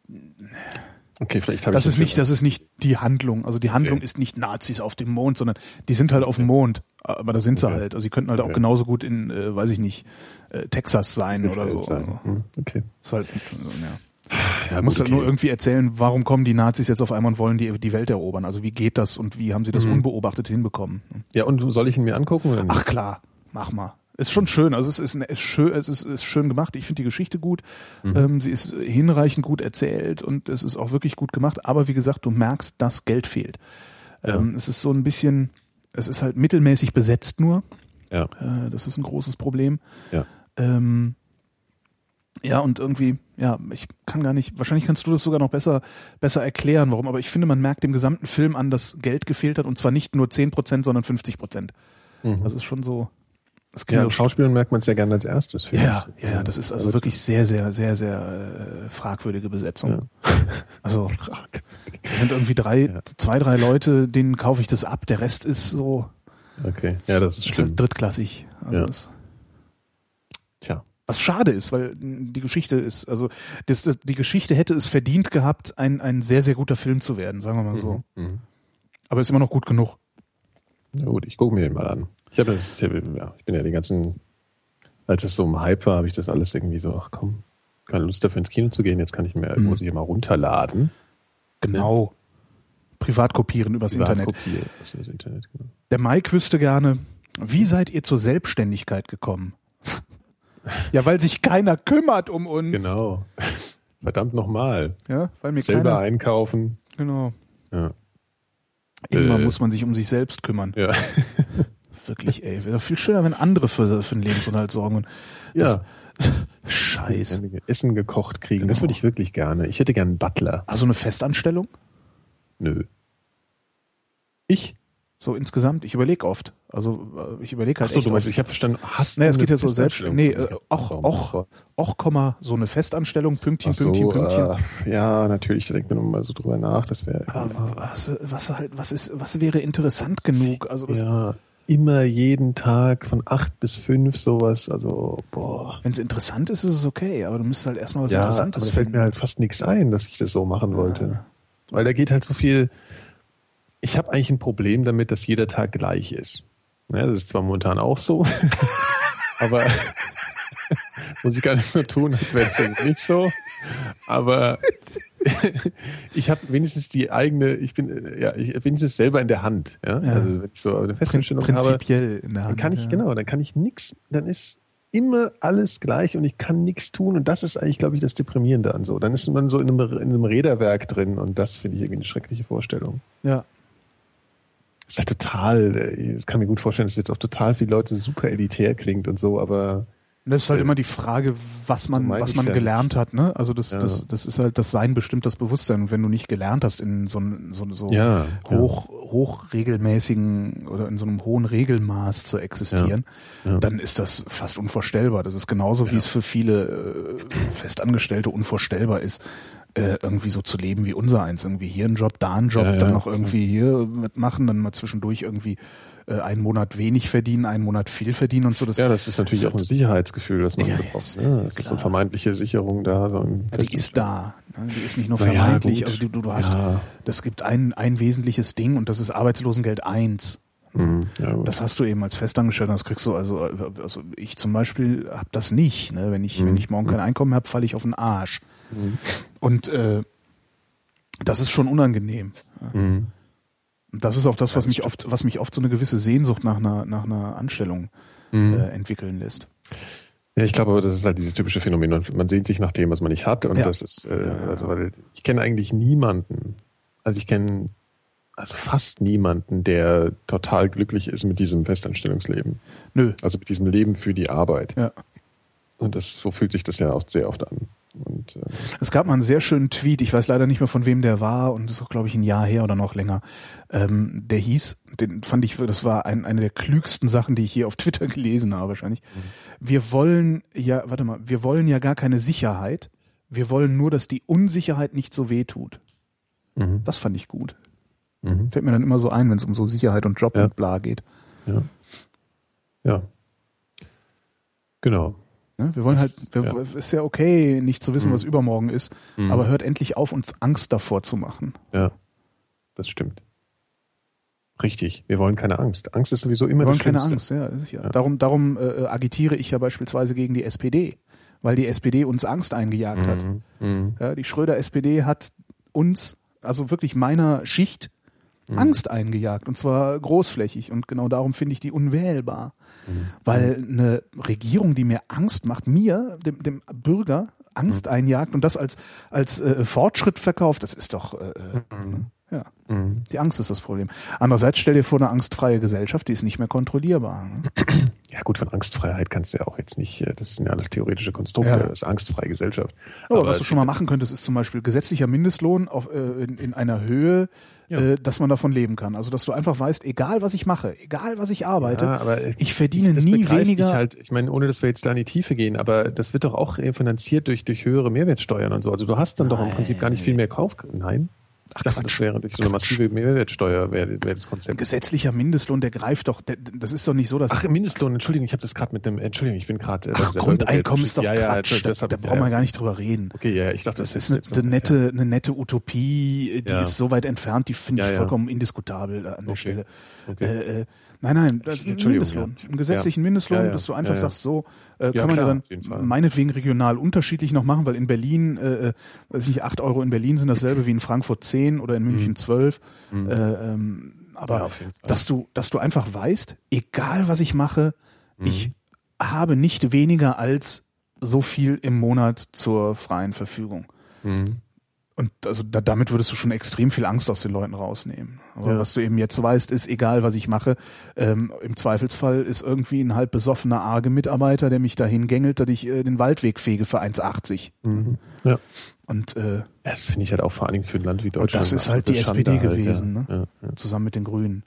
[SPEAKER 3] Okay, vielleicht habe ich
[SPEAKER 1] das ist nicht,
[SPEAKER 3] das.
[SPEAKER 1] das ist nicht die Handlung. Also die Handlung
[SPEAKER 3] Okay.
[SPEAKER 1] ist nicht Nazis auf dem Mond, sondern die sind halt auf dem Mond. Aber da sind sie
[SPEAKER 3] Okay.
[SPEAKER 1] halt. Also sie könnten halt auch
[SPEAKER 3] Okay.
[SPEAKER 1] genauso gut in, äh, weiß ich nicht, äh, Texas sein oder so.
[SPEAKER 3] Sein.
[SPEAKER 1] Also,
[SPEAKER 3] Hm, Okay.
[SPEAKER 1] ist halt, ja.
[SPEAKER 3] Ja,
[SPEAKER 1] Du musst
[SPEAKER 3] gut,
[SPEAKER 1] halt nur
[SPEAKER 3] okay.
[SPEAKER 1] irgendwie erzählen, warum kommen die Nazis jetzt auf einmal und wollen die, die Welt erobern? Also wie geht das und wie haben sie das unbeobachtet hinbekommen?
[SPEAKER 3] Ja, und soll ich ihn mir angucken? Oder nicht?
[SPEAKER 1] Ach klar, mach mal. Ist schon schön. Also es ist, es ist schön, es ist, ist schön gemacht. Ich finde die Geschichte gut. Ähm, sie ist hinreichend gut erzählt und es ist auch wirklich gut gemacht. Aber wie gesagt, du merkst, dass Geld fehlt. Ähm, Es ist so ein bisschen, es ist halt mittelmäßig besetzt nur.
[SPEAKER 3] Ja,
[SPEAKER 1] Äh, das ist ein großes Problem.
[SPEAKER 3] ja.
[SPEAKER 1] Ähm, ja, und irgendwie, ja, ich kann gar nicht, wahrscheinlich kannst du das sogar noch besser, besser erklären, warum, aber ich finde, man merkt dem gesamten Film an, dass Geld gefehlt hat und zwar nicht nur 10%, sondern 50%. Das ist schon so, das
[SPEAKER 3] Mhm. ja
[SPEAKER 1] knirscht.
[SPEAKER 3] Schauspielern merkt man es ja gerne als erstes. finde
[SPEAKER 1] Ja,
[SPEAKER 3] ich.
[SPEAKER 1] ja, ja, das ist also wirklich sehr, sehr, sehr, sehr äh, fragwürdige Besetzung. Also,
[SPEAKER 3] Frag.
[SPEAKER 1] es sind irgendwie drei, zwei, drei Leute, denen kaufe ich das ab, der Rest ist so
[SPEAKER 3] Okay, ja, das ist
[SPEAKER 1] ist halt
[SPEAKER 3] schlimm.
[SPEAKER 1] drittklassig. Also
[SPEAKER 3] Ja.
[SPEAKER 1] das,
[SPEAKER 3] Tja.
[SPEAKER 1] Was schade ist, weil mh, die Geschichte ist, also das, das, die Geschichte hätte es verdient gehabt, ein, ein sehr, sehr guter Film zu werden, sagen wir mal so.
[SPEAKER 3] Mhm.
[SPEAKER 1] Aber ist immer noch gut genug.
[SPEAKER 3] Na gut, ich gucke mir den mal an. Ich, hab das, ja, ich bin ja den ganzen, als es so im Hype war, habe ich das alles irgendwie so, ach komm, keine Lust dafür ins Kino zu gehen, jetzt kann ich
[SPEAKER 1] Mhm.
[SPEAKER 3] mir, muss ich mal runterladen.
[SPEAKER 1] Genau. Privat kopieren übers Internet.
[SPEAKER 3] Privatkopier. Das ist das Internet, genau.
[SPEAKER 1] Der Mike wüsste gerne, wie seid ihr zur Selbstständigkeit gekommen? ja, weil sich keiner kümmert um uns.
[SPEAKER 3] Genau. Verdammt nochmal.
[SPEAKER 1] Ja, weil mir
[SPEAKER 3] Selber
[SPEAKER 1] keiner.
[SPEAKER 3] einkaufen.
[SPEAKER 1] Genau.
[SPEAKER 3] Ja.
[SPEAKER 1] Immer
[SPEAKER 3] Äh.
[SPEAKER 1] muss man sich um sich selbst kümmern.
[SPEAKER 3] Ja.
[SPEAKER 1] Wirklich, ey. Wäre doch viel schöner, wenn andere für, für den Lebensunterhalt sorgen. Und das- Scheiß.
[SPEAKER 3] Essen gekocht kriegen. Das
[SPEAKER 1] Genau.
[SPEAKER 3] würde ich wirklich gerne. Ich hätte gerne einen Butler.
[SPEAKER 1] Also eine Festanstellung?
[SPEAKER 3] Nö. Ich?
[SPEAKER 1] So insgesamt, ich überlege oft. Also äh, ich überlege halt
[SPEAKER 3] Achso,
[SPEAKER 1] echt
[SPEAKER 3] du meinst,
[SPEAKER 1] oft.
[SPEAKER 3] ich habe verstanden, hast
[SPEAKER 1] Nee, es
[SPEAKER 3] eine
[SPEAKER 1] geht ja so selbst.
[SPEAKER 3] Festanstellung?
[SPEAKER 1] Nee, äh,
[SPEAKER 3] Ich hab-
[SPEAKER 1] auch,
[SPEAKER 3] Warum?
[SPEAKER 1] auch, auch, Komma, so eine Festanstellung, Pünktchen,
[SPEAKER 3] Ach so,
[SPEAKER 1] Pünktchen, Pünktchen.
[SPEAKER 3] Äh, ja, natürlich, da denkt man immer mal so drüber nach. Das wäre
[SPEAKER 1] Aber was, was halt, was ist, was wäre interessant genug? Also das,
[SPEAKER 3] ja, immer jeden Tag von acht bis fünf sowas. Also, boah.
[SPEAKER 1] wenn es interessant ist, ist es okay, aber du müsstest halt erstmal was
[SPEAKER 3] Ja, aber
[SPEAKER 1] Interessantes
[SPEAKER 3] da fällt mir
[SPEAKER 1] finden.
[SPEAKER 3] halt fast nichts ein, dass ich das so machen wollte. Weil da geht halt so viel. Ich habe eigentlich ein Problem damit, dass jeder Tag gleich ist. Ja, das ist zwar momentan auch so, aber muss ich gar nicht mehr tun, als wäre es jetzt nicht so. Aber ich habe wenigstens die eigene, ich bin äh, ja ich, wenigstens selber in der Hand. Ja? Also wenn ich so eine Festanstellung habe,
[SPEAKER 1] Prinzipiell in der
[SPEAKER 3] dann
[SPEAKER 1] Hand.
[SPEAKER 3] kann ich,
[SPEAKER 1] ja.
[SPEAKER 3] genau, dann kann ich nichts, dann ist immer alles gleich und ich kann nichts tun und das ist eigentlich, glaube ich, das Deprimierende an so. Dann ist man so in einem, in einem Räderwerk drin und das finde ich irgendwie eine schreckliche Vorstellung.
[SPEAKER 1] Ja.
[SPEAKER 3] Ist halt total, äh, ich kann mir gut vorstellen, dass jetzt auch total viele Leute super elitär klingt und so, aber
[SPEAKER 1] Und Das ist halt immer die Frage, was man,
[SPEAKER 3] So meine
[SPEAKER 1] was
[SPEAKER 3] ich's
[SPEAKER 1] man
[SPEAKER 3] ja
[SPEAKER 1] gelernt
[SPEAKER 3] nicht.
[SPEAKER 1] hat, ne? Also das,
[SPEAKER 3] Ja.
[SPEAKER 1] das, das ist halt, das Sein bestimmt das Bewusstsein. Und wenn du nicht gelernt hast in so, n- so, so
[SPEAKER 3] Ja,
[SPEAKER 1] hoch, hochregelmäßigen oder in so einem hohen Regelmaß zu existieren, dann ist das fast unvorstellbar. Das ist genauso, wie es für viele äh, Festangestellte unvorstellbar ist, äh, irgendwie so zu leben wie unser eins. Irgendwie hier einen Job, da einen Job,
[SPEAKER 3] Ja, ja,
[SPEAKER 1] dann noch irgendwie hier mitmachen, dann mal zwischendurch irgendwie äh, einen Monat wenig verdienen, einen Monat viel verdienen und so. Das, halt
[SPEAKER 3] ja, das ist natürlich auch ein Sicherheitsgefühl, das man
[SPEAKER 1] Ja,
[SPEAKER 3] bekommt.
[SPEAKER 1] ja,
[SPEAKER 3] Ne? Das
[SPEAKER 1] klar.
[SPEAKER 3] ist so eine vermeintliche Sicherung da. So im
[SPEAKER 1] Ja, die ist da. ne? Die ist nicht nur
[SPEAKER 3] Na ja,
[SPEAKER 1] vermeintlich.
[SPEAKER 3] gut.
[SPEAKER 1] also du, du, du hast,
[SPEAKER 3] Ja.
[SPEAKER 1] das gibt ein, ein wesentliches Ding und das ist Arbeitslosengeld 1.
[SPEAKER 3] Mhm, ja, gut.
[SPEAKER 1] Das hast du eben als Festangestellter, das kriegst du also, also ich zum Beispiel habe das nicht. Ne? Wenn, ich,
[SPEAKER 3] Mhm.
[SPEAKER 1] wenn ich morgen kein Einkommen habe, falle ich auf den Arsch. Und äh, das ist schon unangenehm.
[SPEAKER 3] Mhm.
[SPEAKER 1] Und Das ist auch das, was mich oft, was mich oft so eine gewisse Sehnsucht nach einer, nach einer Anstellung
[SPEAKER 3] Mhm.
[SPEAKER 1] äh, entwickeln lässt.
[SPEAKER 3] Ja, ich glaube, aber das ist halt dieses typische Phänomen. Man- Man sehnt sich nach dem, was man nicht hat. Und
[SPEAKER 1] Ja.
[SPEAKER 3] das ist, äh, also, weil ich kenne eigentlich niemanden. Also ich kenne also fast niemanden, der total glücklich ist mit diesem Festanstellungsleben.
[SPEAKER 1] Nö.
[SPEAKER 3] Also mit diesem Leben für die Arbeit.
[SPEAKER 1] Ja.
[SPEAKER 3] Und das, so fühlt sich das ja auch sehr oft an. Und äh,
[SPEAKER 1] Es gab mal einen sehr schönen Tweet, ich weiß leider nicht mehr von wem der war und ist auch, glaube ich, ein Jahr her oder noch länger. Ähm, der hieß, den fand ich, das war ein, eine der klügsten Sachen, die ich hier auf Twitter gelesen habe wahrscheinlich.
[SPEAKER 3] Mhm.
[SPEAKER 1] Wir wollen ja, warte mal, wir wollen ja gar keine Sicherheit. Wir wollen nur, dass die Unsicherheit nicht so weh tut. Das fand ich gut. Mhm. Fällt mir dann immer so ein, wenn es um so Sicherheit und Job
[SPEAKER 3] Ja.
[SPEAKER 1] und bla geht.
[SPEAKER 3] Ja. ja. Genau.
[SPEAKER 1] Ne? Wir wollen halt,
[SPEAKER 3] Das-
[SPEAKER 1] wir,
[SPEAKER 3] ja. Mhm.
[SPEAKER 1] ist ja okay, nicht zu wissen, was übermorgen ist, aber hört endlich auf, uns Angst davor zu machen.
[SPEAKER 3] Ja. Das stimmt. Richtig. Wir wollen keine Angst. Angst ist sowieso immer
[SPEAKER 1] Wir wollen
[SPEAKER 3] das
[SPEAKER 1] keine
[SPEAKER 3] Schlimmste.
[SPEAKER 1] Angst, ja, sicher.
[SPEAKER 3] Ja.
[SPEAKER 1] Darum, darum äh, agitiere ich ja beispielsweise gegen die SPD, weil die SPD uns Angst eingejagt hat.
[SPEAKER 3] Mhm.
[SPEAKER 1] Ja, die Schröder-SPD hat uns, also wirklich meiner Schicht,
[SPEAKER 3] Mhm.
[SPEAKER 1] Angst eingejagt und zwar großflächig und genau darum finde ich die unwählbar.
[SPEAKER 3] Mhm.
[SPEAKER 1] Weil eine Regierung, die mir Angst macht, mir, dem, dem Bürger,
[SPEAKER 3] Mhm.
[SPEAKER 1] Angst einjagt und das als, als äh, Fortschritt verkauft, das ist doch, äh, ne? ja,
[SPEAKER 3] Mhm.
[SPEAKER 1] die Angst ist das Problem. Andererseits stell dir vor, eine angstfreie Gesellschaft, die ist nicht mehr kontrollierbar. Ne?
[SPEAKER 3] Ja gut, von Angstfreiheit kannst du ja auch jetzt nicht, äh, das sind ja alles theoretische Konstrukte,
[SPEAKER 1] Ja.
[SPEAKER 3] das ist angstfreie Gesellschaft.
[SPEAKER 1] Aber, was
[SPEAKER 3] es
[SPEAKER 1] du schon mal machen könntest, ist zum Beispiel gesetzlicher Mindestlohn auf, äh, in, in einer Höhe,
[SPEAKER 3] Ja.
[SPEAKER 1] äh, dass man davon leben kann. Also dass du einfach weißt, egal was ich mache, egal was ich arbeite,
[SPEAKER 3] Ja, aber äh,
[SPEAKER 1] ich verdiene
[SPEAKER 3] das
[SPEAKER 1] nie
[SPEAKER 3] begreife
[SPEAKER 1] weniger.
[SPEAKER 3] Ich, halt, ich meine, ohne dass wir jetzt da in die Tiefe gehen, aber das wird doch auch äh, finanziert durch, durch höhere Mehrwertsteuern und so. Also du hast dann doch im Prinzip gar nicht viel mehr Kauf. Nein. Ich dachte, das wäre durch so eine massive Mehrwertsteuer wäre wäre das
[SPEAKER 1] Ein
[SPEAKER 3] Konzept.
[SPEAKER 1] gesetzlicher Mindestlohn, der greift doch, der, das ist doch nicht so, dass
[SPEAKER 3] Ach, Mindestlohn, Entschuldigung, ich habe das gerade mit dem, Entschuldigung, ich bin äh, gerade.
[SPEAKER 1] Ach, Grundeinkommen ist doch
[SPEAKER 3] ja, ja,
[SPEAKER 1] Quatsch,
[SPEAKER 3] das- das
[SPEAKER 1] da,
[SPEAKER 3] hab
[SPEAKER 1] da
[SPEAKER 3] ich-
[SPEAKER 1] brauchen
[SPEAKER 3] ja,
[SPEAKER 1] wir gar nicht drüber reden.
[SPEAKER 3] Okay, ja, ich dachte,
[SPEAKER 1] Das ist eine,
[SPEAKER 3] jetzt
[SPEAKER 1] eine,
[SPEAKER 3] noch-
[SPEAKER 1] nette, eine nette Utopie, die
[SPEAKER 3] Ja.
[SPEAKER 1] ist so weit entfernt, die finde ich
[SPEAKER 3] Ja, ja.
[SPEAKER 1] vollkommen indiskutabel äh, an der
[SPEAKER 3] Okay.
[SPEAKER 1] Stelle.
[SPEAKER 3] Okay.
[SPEAKER 1] Äh, äh, nein, nein, das ist ein
[SPEAKER 3] Entschuldigung,
[SPEAKER 1] Mindestlohn.
[SPEAKER 3] ja.
[SPEAKER 1] Einen gesetzlichen
[SPEAKER 3] Ja.
[SPEAKER 1] Mindestlohn,
[SPEAKER 3] Ja, ja.
[SPEAKER 1] dass du
[SPEAKER 3] Ja,
[SPEAKER 1] einfach
[SPEAKER 3] ja.
[SPEAKER 1] sagst, so äh,
[SPEAKER 3] Ja,
[SPEAKER 1] kann man
[SPEAKER 3] klar,
[SPEAKER 1] ja
[SPEAKER 3] auf jeden Fall.
[SPEAKER 1] dann meinetwegen regional unterschiedlich noch machen, weil in Berlin, äh, äh, weiß ich nicht, 8 Euro in Berlin sind dasselbe wie in Frankfurt 10 oder in München 12. Äh, ähm, aber
[SPEAKER 3] Mhm. Ja, auf jeden Fall.
[SPEAKER 1] dass du, dass du einfach weißt, egal was ich mache,
[SPEAKER 3] Mhm.
[SPEAKER 1] ich habe nicht weniger als so viel im Monat zur freien Verfügung.
[SPEAKER 3] Mhm.
[SPEAKER 1] Und also da, damit würdest du schon extrem viel Angst aus den Leuten rausnehmen. Aber
[SPEAKER 3] Ja.
[SPEAKER 1] was du eben jetzt weißt, ist, egal was ich mache, ähm, im Zweifelsfall ist irgendwie ein halb besoffener arge Mitarbeiter, der mich dahin gängelt, dass ich äh, den Waldweg fege für 1,80.
[SPEAKER 3] Mhm. Ja.
[SPEAKER 1] Und äh,
[SPEAKER 3] Das finde ich halt auch vor allen Dingen für ein Land wie Deutschland.
[SPEAKER 1] das ist halt
[SPEAKER 3] eine
[SPEAKER 1] die
[SPEAKER 3] Schande
[SPEAKER 1] SPD gewesen,
[SPEAKER 3] ja.
[SPEAKER 1] ne?
[SPEAKER 3] Ja, ja.
[SPEAKER 1] zusammen mit den Grünen.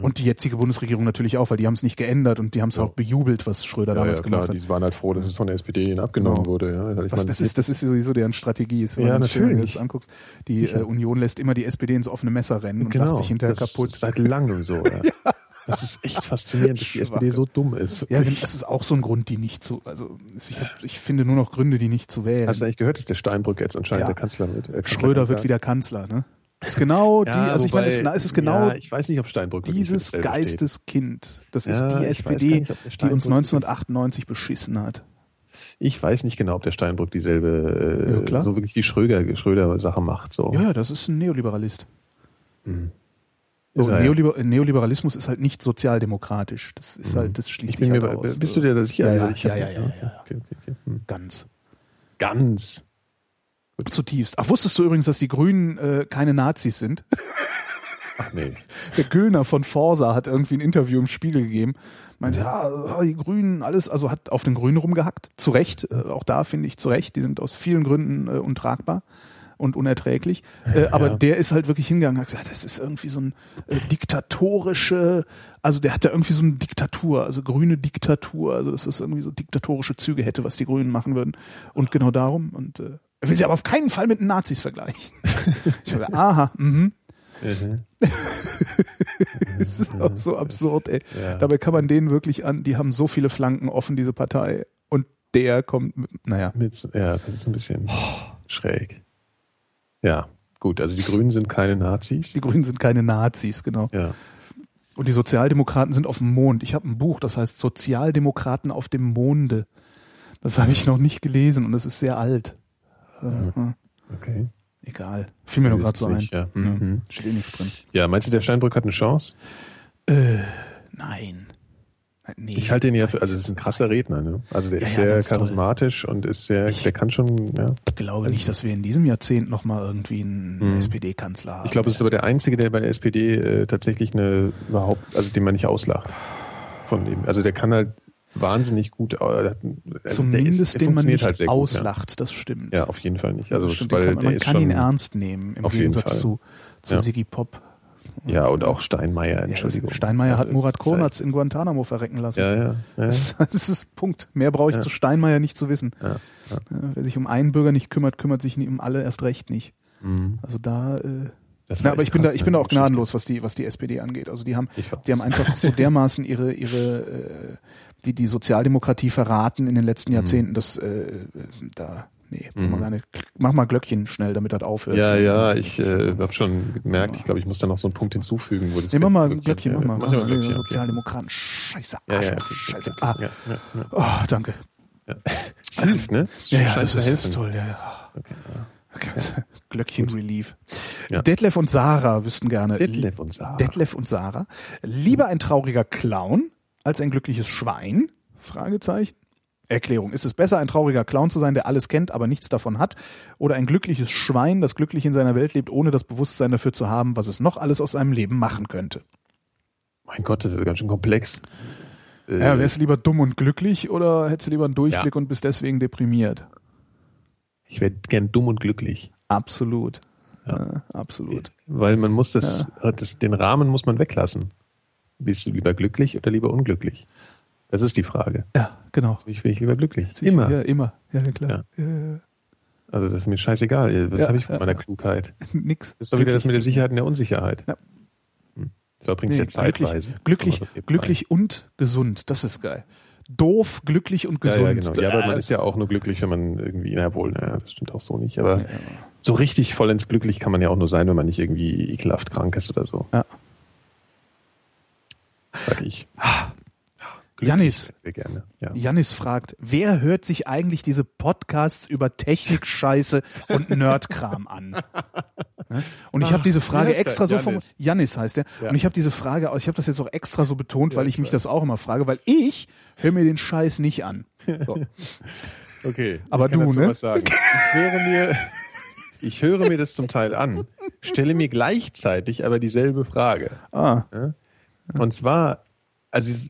[SPEAKER 1] Und die jetzige Bundesregierung natürlich auch, weil die haben es nicht geändert und die haben es auch bejubelt, was Schröder
[SPEAKER 3] Ja, ja,
[SPEAKER 1] damals
[SPEAKER 3] klar,
[SPEAKER 1] gemacht hat.
[SPEAKER 3] die waren halt froh, dass es von der SPD ihnen abgenommen
[SPEAKER 1] Genau.
[SPEAKER 3] wurde. Ja. Ich
[SPEAKER 1] Was
[SPEAKER 3] meine,
[SPEAKER 1] das ist, das ist sowieso deren Strategie. Ist, wenn
[SPEAKER 3] Ja,
[SPEAKER 1] du das Film
[SPEAKER 3] natürlich.
[SPEAKER 1] jetzt anguckst, die äh, Union lässt immer die SPD ins offene Messer rennen und macht sich hinterher
[SPEAKER 3] Genau, das
[SPEAKER 1] kaputt.
[SPEAKER 3] Ist seit langem so. Ja. Das ist echt faszinierend, dass die SPD so dumm ist.
[SPEAKER 1] Ja, denn das ist auch so ein Grund, die nicht zu, also ich, hab, ich finde nur noch Gründe, die nicht zu wählen.
[SPEAKER 3] Hast du eigentlich gehört, dass der Steinbrück jetzt anscheinend
[SPEAKER 1] Ja.
[SPEAKER 3] der Kanzler wird? Äh, Kanzler
[SPEAKER 1] Schröder wird
[SPEAKER 3] ja.
[SPEAKER 1] wieder Kanzler, ne? Ist genau die,
[SPEAKER 3] Ja,
[SPEAKER 1] also ich meine,
[SPEAKER 3] wobei-
[SPEAKER 1] es, na, es ist genau
[SPEAKER 3] Ja, ich weiß nicht, ob Steinbrück wirklich
[SPEAKER 1] dieses
[SPEAKER 3] für dasselbe
[SPEAKER 1] Geisteskind. Das ist
[SPEAKER 3] Ja, ich
[SPEAKER 1] die
[SPEAKER 3] weiß gar
[SPEAKER 1] SPD,
[SPEAKER 3] nicht, ob der
[SPEAKER 1] die uns
[SPEAKER 3] Steinbrück
[SPEAKER 1] 1998 beschissen hat.
[SPEAKER 3] Steht. Ich weiß nicht genau, ob der Steinbrück dieselbe, äh,
[SPEAKER 1] Ja, klar.
[SPEAKER 3] so wirklich die Schröder, Schröder-Sache macht. So.
[SPEAKER 1] Ja, ja, das ist ein Neoliberalist.
[SPEAKER 3] Ist
[SPEAKER 1] So,
[SPEAKER 3] Mhm. er, ja.
[SPEAKER 1] Neoliber äh, Neoliberalismus ist halt nicht sozialdemokratisch. Das ist halt, das schließt
[SPEAKER 3] Mhm. Ich bin
[SPEAKER 1] sich
[SPEAKER 3] mir,
[SPEAKER 1] halt aus.
[SPEAKER 3] bist du dir da sicher?
[SPEAKER 1] Ja, ja,
[SPEAKER 3] Also ich hab-
[SPEAKER 1] ja, ja, ja, ja.
[SPEAKER 3] Okay, okay, okay. Hm.
[SPEAKER 1] ganz.
[SPEAKER 3] Ganz.
[SPEAKER 1] Zutiefst. Ach, wusstest du übrigens, dass die Grünen äh, keine Nazis sind?
[SPEAKER 3] Ach nee.
[SPEAKER 1] Der Göhner von Forsa hat irgendwie ein Interview im Spiegel gegeben. Meint, ja, ah, die Grünen, alles, also hat auf den Grünen rumgehackt. Zu Recht, äh, auch da finde ich zu Recht. Die sind aus vielen Gründen äh, untragbar und unerträglich. Äh, aber der ist halt wirklich hingegangen und hat gesagt, das ist irgendwie so ein äh, diktatorische, also der hat da irgendwie so eine Diktatur, also grüne Diktatur, also dass das irgendwie so diktatorische Züge hätte, was die Grünen machen würden. Und genau darum. Und äh, er will sie aber auf keinen Fall mit den Nazis vergleichen. ich habe aha, mhm. Das ist auch so absurd, ey.
[SPEAKER 3] Ja.
[SPEAKER 1] Dabei kann man denen wirklich an, die haben so viele Flanken offen, diese Partei. Und der kommt, mit- naja.
[SPEAKER 3] Mit, ja, das ist ein bisschen schräg. Ja, gut, also die Grünen sind keine Nazis.
[SPEAKER 1] Die Grünen sind keine Nazis, genau.
[SPEAKER 3] Ja.
[SPEAKER 1] Und die Sozialdemokraten sind auf dem Mond. Ich habe ein Buch, das heißt Sozialdemokraten auf dem Monde. Das habe ich noch nicht gelesen und es ist sehr alt. Äh, äh,
[SPEAKER 3] Okay.
[SPEAKER 1] Egal. Fiel mir nur gerade so ein.
[SPEAKER 3] Nicht, ja. Mhm.
[SPEAKER 1] Steht eh nichts drin.
[SPEAKER 3] ja, meinst du, der Steinbrück hat eine Chance?
[SPEAKER 1] Nein. Nee.
[SPEAKER 3] Ich halte ihn ja für, also es ist ein krasser Redner, ne? Also der
[SPEAKER 1] Ja,
[SPEAKER 3] ist
[SPEAKER 1] ja,
[SPEAKER 3] sehr
[SPEAKER 1] ganz toll.
[SPEAKER 3] charismatisch und ist sehr, der kann schon, ja.
[SPEAKER 1] glaube nicht, dass wir in diesem Jahrzehnt nochmal irgendwie einen SPD-Kanzler haben.
[SPEAKER 3] Mhm. Ich glaube, es ist aber der Einzige, der bei der SPD äh, tatsächlich eine überhaupt, also den man nicht auslacht. Von dem. Also der kann halt wahnsinnig gut, äh, also
[SPEAKER 1] Zumindest den man
[SPEAKER 3] funktioniert halt
[SPEAKER 1] nicht
[SPEAKER 3] sehr gut, ja.
[SPEAKER 1] auslacht, das stimmt.
[SPEAKER 3] Ja, auf jeden Fall nicht. Also
[SPEAKER 1] Das stimmt, den
[SPEAKER 3] weil
[SPEAKER 1] kann, man-
[SPEAKER 3] der
[SPEAKER 1] man
[SPEAKER 3] ist
[SPEAKER 1] kann
[SPEAKER 3] schon,
[SPEAKER 1] ihn ernst nehmen, im
[SPEAKER 3] Auf jeden
[SPEAKER 1] Gegensatz
[SPEAKER 3] Fall.
[SPEAKER 1] zu, zu
[SPEAKER 3] Ja.
[SPEAKER 1] Siggi Pop.
[SPEAKER 3] Ja, und auch Steinmeier,
[SPEAKER 1] Ja,
[SPEAKER 3] Entschuldigung.
[SPEAKER 1] Steinmeier hat
[SPEAKER 3] Also,
[SPEAKER 1] Murat
[SPEAKER 3] das ist halt-
[SPEAKER 1] Konatz in Guantanamo verrecken lassen.
[SPEAKER 3] Ja, ja. ja.
[SPEAKER 1] Das, das ist Punkt. Mehr brauche ich zu Steinmeier nicht zu wissen.
[SPEAKER 3] Ja,
[SPEAKER 1] Ja, Wer sich um einen Bürger nicht kümmert, kümmert sich nie um alle erst recht nicht. Also da, äh,
[SPEAKER 3] Mhm. Das
[SPEAKER 1] Na,
[SPEAKER 3] war
[SPEAKER 1] aber
[SPEAKER 3] echt
[SPEAKER 1] ich bin da,
[SPEAKER 3] krass,
[SPEAKER 1] ich bin da
[SPEAKER 3] ne?
[SPEAKER 1] auch gnadenlos, was die, was die SPD angeht. Also die haben,
[SPEAKER 3] Ich weiß.
[SPEAKER 1] die haben einfach so dermaßen ihre, ihre, äh, die, die Sozialdemokratie verraten in den
[SPEAKER 3] Mhm.
[SPEAKER 1] letzten Jahrzehnten, dass äh, da, nee, brauchen wir gar nicht. Mach mal Glöckchen schnell, damit das aufhört.
[SPEAKER 3] Ja, ja, ich äh, habe schon gemerkt, ich glaube, ich muss da noch so einen Punkt hinzufügen. Wo das
[SPEAKER 1] Nee, mach mal ein
[SPEAKER 3] wirklich-
[SPEAKER 1] Glöckchen, mach mal.
[SPEAKER 3] Mach mal ein Glöckchen, okay.
[SPEAKER 1] Sozialdemokraten. Scheiße,
[SPEAKER 3] Ja, ja,
[SPEAKER 1] Arschloch, Scheiße. Ah,
[SPEAKER 3] ja, ja, ja.
[SPEAKER 1] oh, danke.
[SPEAKER 3] Es hilft, ne? Es
[SPEAKER 1] Ja, ja,
[SPEAKER 3] scheint
[SPEAKER 1] das
[SPEAKER 3] zu
[SPEAKER 1] ist, das
[SPEAKER 3] helfen.
[SPEAKER 1] ist toll, ja, ja.
[SPEAKER 3] Okay,
[SPEAKER 1] Glöckchen Relief.
[SPEAKER 3] Ja.
[SPEAKER 1] Detlef und Sarah wüssten gerne.
[SPEAKER 3] Detlef und Sarah.
[SPEAKER 1] Detlef und Sarah. Lieber ein trauriger Clown als ein glückliches Schwein? Fragezeichen. Erklärung. Ist es besser, ein trauriger Clown zu sein, der alles kennt, aber nichts davon hat? Oder ein glückliches Schwein, das glücklich in seiner Welt lebt, ohne das Bewusstsein dafür zu haben, was es noch alles aus seinem Leben machen könnte?
[SPEAKER 3] Mein Gott, das ist ganz schön komplex. Äh,
[SPEAKER 1] Ja, wärst du lieber dumm und glücklich oder hättest du lieber einen Durchblick
[SPEAKER 3] Ja.
[SPEAKER 1] und bist deswegen deprimiert?
[SPEAKER 3] ich wäre gern dumm und glücklich.
[SPEAKER 1] Absolut. Ja, absolut.
[SPEAKER 3] Weil man muss das, äh, das, den Rahmen muss man weglassen. Bist du lieber glücklich oder lieber unglücklich? Das ist die Frage.
[SPEAKER 1] Ja, genau.
[SPEAKER 3] Ich bin ich lieber glücklich. Immer.
[SPEAKER 1] Ja, immer. Ja, ja, klar. Äh,
[SPEAKER 3] Also das ist mir scheißegal. Was
[SPEAKER 1] Ja,
[SPEAKER 3] habe ich von
[SPEAKER 1] ja,
[SPEAKER 3] meiner Klugheit?
[SPEAKER 1] nix.
[SPEAKER 3] Das ist doch wieder das
[SPEAKER 1] Glücklich-
[SPEAKER 3] mit der Sicherheit und der Unsicherheit.
[SPEAKER 1] Ja.
[SPEAKER 3] Hm. Das war übrigens
[SPEAKER 1] Nee,
[SPEAKER 3] ja zeitweise.
[SPEAKER 1] Glücklich,
[SPEAKER 3] Aber so
[SPEAKER 1] glücklich,
[SPEAKER 3] geht
[SPEAKER 1] glücklich und gesund. Das ist geil. Doof, glücklich und
[SPEAKER 3] rein.
[SPEAKER 1] gesund.
[SPEAKER 3] Ja, ja, genau. ja, aber man
[SPEAKER 1] Äh,
[SPEAKER 3] ist ja auch nur glücklich, wenn man irgendwie, na wohl, na, das stimmt auch so nicht. Aber
[SPEAKER 1] ja,
[SPEAKER 3] so richtig vollends glücklich kann man ja auch nur sein, wenn man nicht irgendwie ekelhaft krank ist oder so.
[SPEAKER 1] Ja.
[SPEAKER 3] Sag ich. Glücklich
[SPEAKER 1] Ah. Janis.
[SPEAKER 3] wären wir gerne. Ja.
[SPEAKER 1] Janis fragt, wer hört sich eigentlich diese Podcasts über Technik-Scheiße und Nerdkram an? Ne? Und ich habe diese
[SPEAKER 3] Ah, wie
[SPEAKER 1] Frage
[SPEAKER 3] heißt der?
[SPEAKER 1] extra so vom
[SPEAKER 3] Janis.
[SPEAKER 1] Janis heißt der.
[SPEAKER 3] Ja.
[SPEAKER 1] Und ich habe diese Frage, ich habe das jetzt auch extra so betont, weil
[SPEAKER 3] Ja,
[SPEAKER 1] ich mich
[SPEAKER 3] ich
[SPEAKER 1] das auch immer frage, weil ich höre mir den Scheiß nicht an. So.
[SPEAKER 3] Okay.
[SPEAKER 1] Aber
[SPEAKER 3] ich kann
[SPEAKER 1] du,
[SPEAKER 3] dazu
[SPEAKER 1] ne?
[SPEAKER 3] Was sagen. Ich höre mir, ich höre mir das zum Teil an, stelle mir gleichzeitig aber dieselbe Frage.
[SPEAKER 1] Ah,
[SPEAKER 3] Und zwar, also es,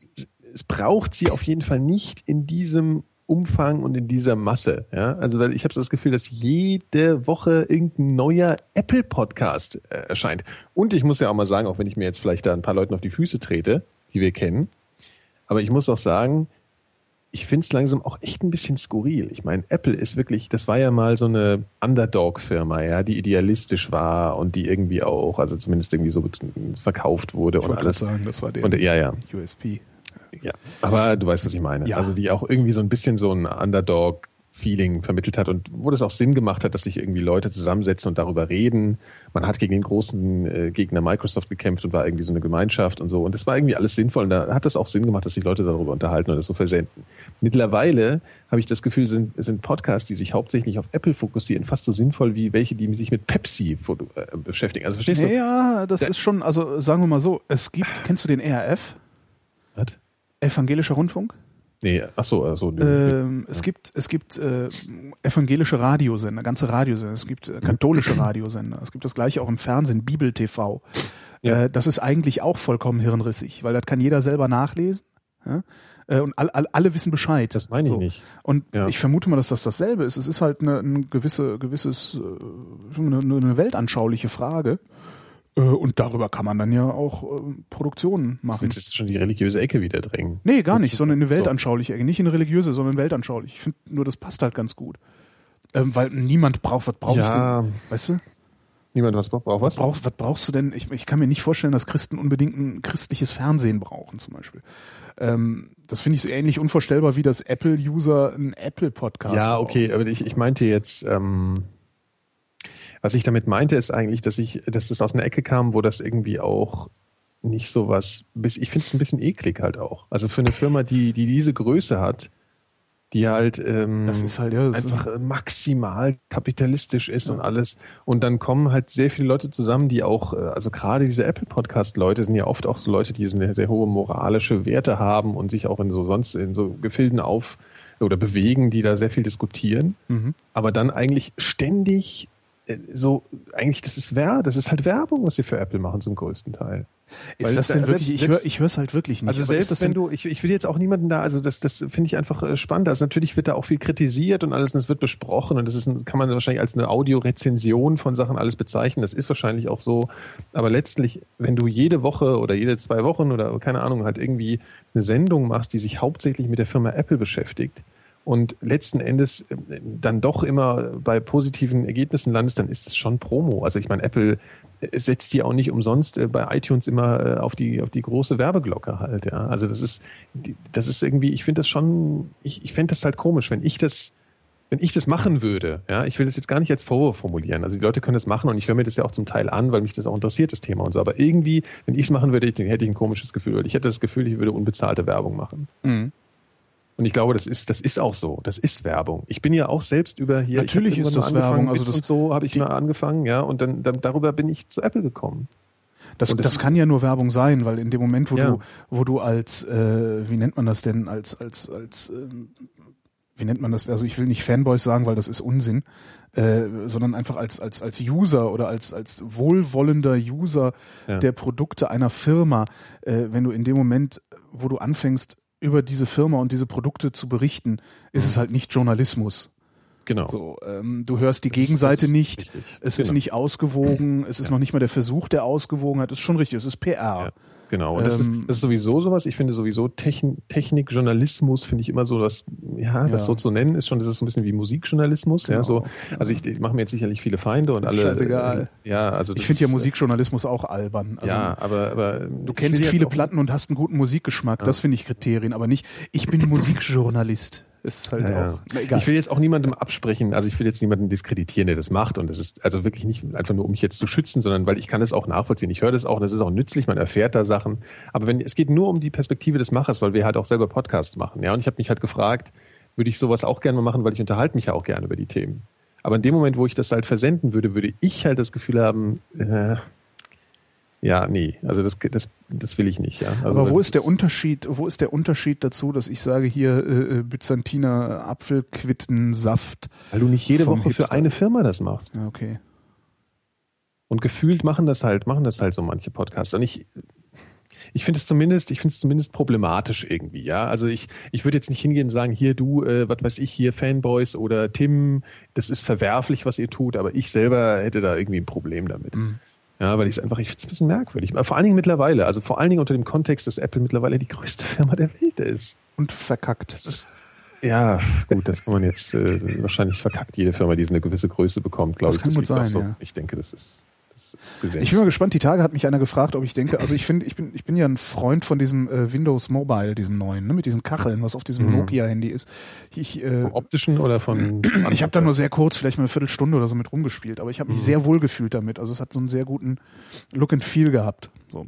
[SPEAKER 3] es braucht sie auf jeden Fall nicht in diesem Umfang und in dieser Masse. Ja? Also weil ich habe so das Gefühl, dass jede Woche irgendein neuer Apple-Podcast äh, erscheint. Und ich muss ja auch mal sagen, auch wenn ich mir jetzt vielleicht da ein paar Leuten auf die Füße trete, die wir kennen, aber ich muss auch sagen, ich finde es langsam auch echt ein bisschen skurril. Ich meine, Apple ist wirklich, das war ja mal so eine Underdog-Firma, ja, die idealistisch war und die irgendwie auch, also zumindest irgendwie so verkauft wurde
[SPEAKER 1] ich
[SPEAKER 3] und
[SPEAKER 1] wollte gerade
[SPEAKER 3] alles.
[SPEAKER 1] sagen, das war der
[SPEAKER 3] Und ja, ja,
[SPEAKER 1] USP.
[SPEAKER 3] ja. Aber du weißt, was ich meine.
[SPEAKER 1] Ja.
[SPEAKER 3] Also die auch irgendwie so ein bisschen so ein Underdog-Feeling vermittelt hat und wo das auch Sinn gemacht hat, dass sich irgendwie Leute zusammensetzen und darüber reden. Man hat gegen den großen äh, Gegner Microsoft gekämpft und war irgendwie so eine Gemeinschaft und so. Und das war irgendwie alles sinnvoll. Und da hat das auch Sinn gemacht, dass sich Leute darüber unterhalten und das so versenden. Mittlerweile habe ich das Gefühl, sind, sind Podcasts, die sich hauptsächlich auf Apple fokussieren, fast so sinnvoll wie welche, die sich mit Pepsi foto- äh, beschäftigen. Also verstehst du?
[SPEAKER 1] Ja, das
[SPEAKER 3] Da-
[SPEAKER 1] ist schon, also sagen wir mal so, es gibt, kennst du den E ERF?
[SPEAKER 3] Was?
[SPEAKER 1] Evangelischer Rundfunk?
[SPEAKER 3] Nee, ach so, also, nö.
[SPEAKER 1] Ähm, es gibt, es gibt äh, evangelische Radiosender, ganze Radiosender, es gibt
[SPEAKER 3] Mhm.
[SPEAKER 1] äh, katholische Radiosender, es gibt das gleiche auch im Fernsehen, Bibel TV.
[SPEAKER 3] Ja.
[SPEAKER 1] Äh, das ist eigentlich auch vollkommen hirnrissig, weil das kann jeder selber nachlesen. Ja? Äh, und all, all, alle wissen Bescheid.
[SPEAKER 3] Das meine ich nicht.
[SPEAKER 1] Und
[SPEAKER 3] Ja.
[SPEAKER 1] ich vermute mal, dass das dasselbe ist. Es ist halt eine, eine gewisse, gewisses, äh, eine, eine weltanschauliche Frage. Äh, und darüber kann man dann ja auch äh, Produktionen machen.
[SPEAKER 3] Willst du jetzt schon die religiöse Ecke wieder drängen?
[SPEAKER 1] Nee, gar nicht, sondern eine
[SPEAKER 3] So.
[SPEAKER 1] weltanschauliche, Ecke. nicht eine religiöse, sondern eine weltanschauliche. Ich finde nur, das passt halt ganz gut. Ähm, weil niemand braucht, was brauchst
[SPEAKER 3] Ja.
[SPEAKER 1] du? Weißt du?
[SPEAKER 3] Niemand was braucht, braucht was?
[SPEAKER 1] Brauch, was brauchst du denn? Ich, ich kann mir nicht vorstellen, dass Christen unbedingt ein christliches Fernsehen brauchen, zum Beispiel. Ähm, das finde ich so ähnlich unvorstellbar, wie dass Apple-User einen Apple-Podcast
[SPEAKER 3] ja,
[SPEAKER 1] brauchen.
[SPEAKER 3] okay, aber ich, ich meinte jetzt, ähm, was ich damit meinte, ist eigentlich, dass ich, dass das aus einer Ecke kam, wo das irgendwie auch nicht so was, bis- ich finde es ein bisschen eklig halt auch. Also für eine Firma, die, die diese Größe hat, die halt, ähm,
[SPEAKER 1] Das ist halt, ja, das
[SPEAKER 3] einfach äh, maximal kapitalistisch ist und alles. Und dann kommen halt sehr viele Leute zusammen, die auch, äh, also gerade diese Apple-Podcast-Leute sind ja oft auch so Leute, die so eine sehr hohe moralische Werte haben und sich auch in so sonst in so Gefilden auf oder bewegen, die da sehr viel diskutieren,
[SPEAKER 1] Mhm.
[SPEAKER 3] aber dann eigentlich ständig äh, so, eigentlich, das ist Wer, das ist halt Werbung, was sie für Apple machen zum größten Teil.
[SPEAKER 1] ist das
[SPEAKER 3] Weil
[SPEAKER 1] denn
[SPEAKER 3] selbst-
[SPEAKER 1] wirklich? Ich
[SPEAKER 3] selbst-
[SPEAKER 1] höre ich hör's halt wirklich nicht.
[SPEAKER 3] also
[SPEAKER 1] Aber ist
[SPEAKER 3] selbst
[SPEAKER 1] das
[SPEAKER 3] wenn
[SPEAKER 1] denn-
[SPEAKER 3] du, ich, ich will jetzt auch niemanden da, also das, das finde ich einfach äh, spannend. Also natürlich wird da auch viel kritisiert und alles, und es wird besprochen und das ist, ein- kann man wahrscheinlich als eine Audiorezension von Sachen alles bezeichnen. Das ist wahrscheinlich auch so. Aber letztlich, wenn du jede Woche oder jede zwei Wochen oder keine Ahnung halt irgendwie eine Sendung machst, die sich hauptsächlich mit der Firma Apple beschäftigt und letzten Endes äh, dann doch immer bei positiven Ergebnissen landest, dann ist es schon Promo. Also ich meine, Apple äh, setzt die auch nicht umsonst äh, bei iTunes immer äh, auf die auf die große Werbeglocke halt. Ja, also das ist die- das ist irgendwie, ich finde das schon, ich ich fände das halt komisch, wenn ich das wenn ich das machen würde, ja, ich will das jetzt gar nicht als Vorwurf formulieren. Also die Leute können das machen und ich höre mir das ja auch zum Teil an, weil mich das auch interessiert, das Thema und so. Aber irgendwie, wenn ich es machen würde, hätte ich hätte ich ein komisches Gefühl. weil Ich hätte das Gefühl, ich würde unbezahlte Werbung machen.
[SPEAKER 1] Mhm.
[SPEAKER 3] Und ich glaube, das ist, das ist auch so. Das ist Werbung. Ich bin ja auch selbst über hier. ich
[SPEAKER 1] Natürlich
[SPEAKER 3] hab
[SPEAKER 1] ist
[SPEAKER 3] irgendwann
[SPEAKER 1] das
[SPEAKER 3] mal angefangen,
[SPEAKER 1] Werbung. Also
[SPEAKER 3] Bits
[SPEAKER 1] das-
[SPEAKER 3] und so habe ich mal angefangen, ja. Und dann, dann darüber bin ich zu Apple gekommen.
[SPEAKER 1] Das,
[SPEAKER 3] Und
[SPEAKER 1] das
[SPEAKER 3] das-
[SPEAKER 1] kann ja nur Werbung sein, weil in dem Moment, wo
[SPEAKER 3] Ja.
[SPEAKER 1] du, wo du als, äh, wie nennt man das denn, als, als, als, äh, wie nennt man das? Also ich will nicht Fanboys sagen, weil das ist Unsinn, äh, sondern einfach als, als, als User oder als, als wohlwollender User
[SPEAKER 3] Ja.
[SPEAKER 1] der Produkte einer Firma, äh, wenn du in dem Moment, wo du anfängst, über diese Firma und diese Produkte zu berichten, ist
[SPEAKER 3] Mhm.
[SPEAKER 1] es halt nicht Journalismus.
[SPEAKER 3] Genau.
[SPEAKER 1] So, ähm, du hörst die
[SPEAKER 3] Das
[SPEAKER 1] Gegenseite
[SPEAKER 3] ist
[SPEAKER 1] nicht,
[SPEAKER 3] richtig.
[SPEAKER 1] es ist
[SPEAKER 3] Genau.
[SPEAKER 1] nicht ausgewogen, es ist noch nicht mal der Versuch der Ausgewogenheit, ist schon richtig, es ist PR.
[SPEAKER 3] Genau, und das, ist,
[SPEAKER 1] Ähm,
[SPEAKER 3] das ist sowieso sowas. Ich finde sowieso Techn, Technik, Journalismus finde ich immer so, dass, ja, das
[SPEAKER 1] Ja. Genau.
[SPEAKER 3] so zu nennen ist schon, das ist so ein bisschen wie Musikjournalismus. Ja, so, also ich, ich mache mir jetzt sicherlich viele Feinde und alle.
[SPEAKER 1] Scheißegal.
[SPEAKER 3] äh, Ja, also das
[SPEAKER 1] Ich finde ja
[SPEAKER 3] ist, äh,
[SPEAKER 1] Musikjournalismus auch albern. Also,
[SPEAKER 3] ja, aber, aber du
[SPEAKER 1] Du kennst viele Platten und hast einen guten Musikgeschmack, das finde ich Kriterien, aber nicht, ich bin Musikjournalist. Ist halt
[SPEAKER 3] Ja,
[SPEAKER 1] auch.
[SPEAKER 3] ja.
[SPEAKER 1] Na, egal.
[SPEAKER 3] Ich will jetzt auch niemandem absprechen, also ich will jetzt niemanden diskreditieren, der das macht. Und das ist also wirklich nicht einfach nur, um mich jetzt zu schützen, sondern weil ich kann es auch nachvollziehen. Ich höre das auch und das ist auch nützlich, man erfährt da Sachen. Aber wenn es geht nur um die Perspektive des Machers, weil wir halt auch selber Podcasts machen. Ja, und ich habe mich halt gefragt, würde ich sowas auch gerne mal machen, weil ich unterhalte mich ja auch gerne über die Themen. Aber in dem Moment, wo ich das halt versenden würde, würde ich halt das Gefühl haben, äh, ja, nee, also das, das, das will ich nicht. Ja. Also
[SPEAKER 1] aber wo
[SPEAKER 3] das
[SPEAKER 1] ist der Unterschied, wo ist der Unterschied dazu, dass ich sage hier äh, äh, Byzantiner Apfelquittensaft?
[SPEAKER 3] Weil du nicht jede
[SPEAKER 1] vom
[SPEAKER 3] Woche für
[SPEAKER 1] Hipster?
[SPEAKER 3] eine Firma das machst.
[SPEAKER 1] Ja, Okay.
[SPEAKER 3] Und gefühlt machen das halt, machen das halt so manche Podcaster. Und ich, ich finde es zumindest, ich finde es zumindest problematisch irgendwie, ja. Also ich, ich würde jetzt nicht hingehen und sagen, hier du, äh, was weiß ich, hier Fanboys oder Tim, das ist verwerflich, was ihr tut, aber ich selber hätte da irgendwie ein Problem damit. Ja, weil ich es einfach, ich finde es ein bisschen merkwürdig. Aber vor allen Dingen mittlerweile, also vor allen Dingen unter dem Kontext, dass Apple mittlerweile die größte Firma der Welt ist.
[SPEAKER 1] Und verkackt.
[SPEAKER 3] Das ist ja, gut, das kann man jetzt äh, wahrscheinlich verkackt jede Firma, die so eine gewisse Größe bekommt, glaube
[SPEAKER 1] Das
[SPEAKER 3] ich.
[SPEAKER 1] kann gut
[SPEAKER 3] liegt auch
[SPEAKER 1] sein, ja.
[SPEAKER 3] Ich denke, das ist, das ist Gesetz.
[SPEAKER 1] Ich bin mal gespannt. Die Tage hat mich einer gefragt, ob ich denke, also ich finde, ich bin, ich bin ja ein Freund von diesem äh, Windows Mobile, diesem neuen, ne, mit diesen Kacheln, was auf diesem Nokia-Handy ist. Ich, äh,
[SPEAKER 3] Vom optischen oder von.
[SPEAKER 1] ich habe da nur sehr kurz, vielleicht mal eine Viertelstunde oder so mit rumgespielt, aber ich habe mich sehr wohl gefühlt damit. Also es hat so einen sehr guten Look and Feel gehabt. So.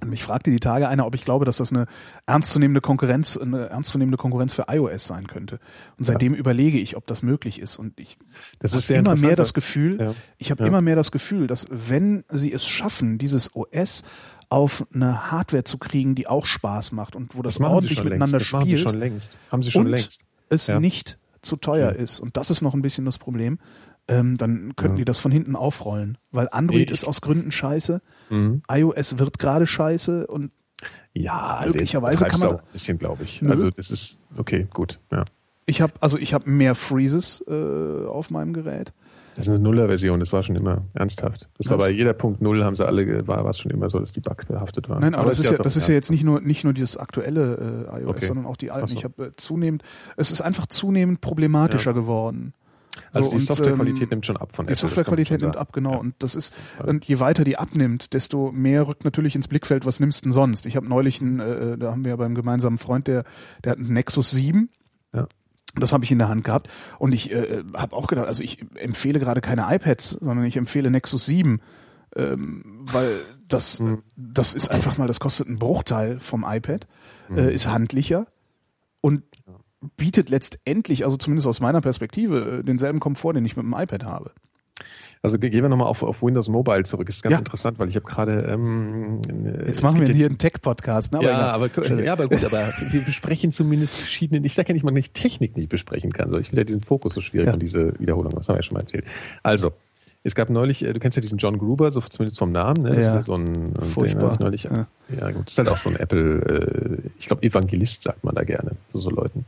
[SPEAKER 1] Und mich fragte die Tage einer, ob ich glaube, dass das eine ernstzunehmende Konkurrenz, eine ernstzunehmende Konkurrenz für iOS sein könnte. Und seitdem überlege ich, ob das möglich ist. Und ich
[SPEAKER 3] Das
[SPEAKER 1] hab
[SPEAKER 3] ist sehr
[SPEAKER 1] immer
[SPEAKER 3] interessant,
[SPEAKER 1] mehr das
[SPEAKER 3] weil-
[SPEAKER 1] Gefühl,
[SPEAKER 3] Ja.
[SPEAKER 1] ich habe
[SPEAKER 3] Ja.
[SPEAKER 1] immer mehr das Gefühl, dass wenn sie es schaffen, dieses OS auf eine Hardware zu kriegen, die auch Spaß macht und wo das,
[SPEAKER 3] Das machen sie
[SPEAKER 1] ordentlich
[SPEAKER 3] schon
[SPEAKER 1] miteinander
[SPEAKER 3] längst. Das machen sie
[SPEAKER 1] spielt,
[SPEAKER 3] schon längst. Haben sie schon
[SPEAKER 1] und
[SPEAKER 3] längst.
[SPEAKER 1] es
[SPEAKER 3] Ja.
[SPEAKER 1] nicht zu teuer ist und das ist noch ein bisschen das Problem, ähm, dann könnten die das von hinten aufrollen, weil Android
[SPEAKER 3] Nee, ich-
[SPEAKER 1] ist aus Gründen scheiße,
[SPEAKER 3] Mhm.
[SPEAKER 1] iOS wird gerade scheiße und
[SPEAKER 3] Ja,
[SPEAKER 1] Möglicherweise
[SPEAKER 3] Also jetzt
[SPEAKER 1] kann man-
[SPEAKER 3] übertreibst du Auch ein bisschen, glaube ich.
[SPEAKER 1] Nö.
[SPEAKER 3] Also, das ist. Okay, gut. Ja.
[SPEAKER 1] ich habe also ich habe mehr Freezes äh, auf meinem Gerät.
[SPEAKER 3] Das ist eine Nuller-Version, das war schon immer ernsthaft. Das war
[SPEAKER 1] Was?
[SPEAKER 3] bei jeder Punkt Null, haben sie alle, ge- war war es schon immer so, dass die Bugs behaftet waren.
[SPEAKER 1] Nein, aber, das, ist ja,
[SPEAKER 3] auch-
[SPEAKER 1] das ist ja jetzt nicht nur nicht nur dieses aktuelle äh, iOS,
[SPEAKER 3] Okay.
[SPEAKER 1] sondern auch die
[SPEAKER 3] Ach
[SPEAKER 1] alten.
[SPEAKER 3] so.
[SPEAKER 1] Ich habe äh, zunehmend, es ist einfach zunehmend problematischer geworden.
[SPEAKER 3] Also,
[SPEAKER 1] So,
[SPEAKER 3] die
[SPEAKER 1] und,
[SPEAKER 3] Softwarequalität
[SPEAKER 1] ähm,
[SPEAKER 3] nimmt schon ab von Apple,
[SPEAKER 1] Die
[SPEAKER 3] das kann man
[SPEAKER 1] Softwarequalität
[SPEAKER 3] schon
[SPEAKER 1] nimmt
[SPEAKER 3] sagen.
[SPEAKER 1] ab, genau.
[SPEAKER 3] Ja.
[SPEAKER 1] Und das ist, und je weiter die abnimmt, desto mehr rückt natürlich ins Blickfeld, was nimmst denn sonst? Ich habe neulich einen, äh, da haben wir beim gemeinsamen Freund, der, der hat einen Nexus 7.
[SPEAKER 3] Ja.
[SPEAKER 1] Und Das habe ich in der Hand gehabt. Und ich äh, habe auch gedacht, also ich empfehle gerade keine iPads, sondern ich empfehle Nexus 7. Ähm, weil das,
[SPEAKER 3] Hm.
[SPEAKER 1] das ist einfach mal, das kostet einen Bruchteil vom iPad,
[SPEAKER 3] Hm.
[SPEAKER 1] äh, ist handlicher und bietet letztendlich, also zumindest aus meiner Perspektive, äh, denselben Komfort, den ich mit dem iPad habe.
[SPEAKER 3] Also ge- gehen wir nochmal auf, auf Windows Mobile zurück. Ist ganz
[SPEAKER 1] Ja.
[SPEAKER 3] interessant, weil ich habe gerade. Ähm,
[SPEAKER 1] Jetzt machen wir hier einen Tech-Podcast, ne?
[SPEAKER 3] ja, aber,
[SPEAKER 1] egal.
[SPEAKER 3] ja, aber gut, aber wir besprechen zumindest verschiedene. Ich sage ja nicht, man nicht Technik nicht besprechen kann. sondern Ich finde ja diesen Fokus so schwierig
[SPEAKER 1] Ja.
[SPEAKER 3] und diese Wiederholung. Das haben wir ja schon mal erzählt. Also, es gab neulich, äh, du kennst ja diesen John Gruber, so zumindest vom Namen. Ne? Das
[SPEAKER 1] Ja.
[SPEAKER 3] ist ja so ein den
[SPEAKER 1] Furchtbar.
[SPEAKER 3] hab ich neulich. Ja.
[SPEAKER 1] Ja.
[SPEAKER 3] gut, das ist halt auch so ein Apple. Äh, ich glaube Evangelist sagt man da gerne zu so Leuten.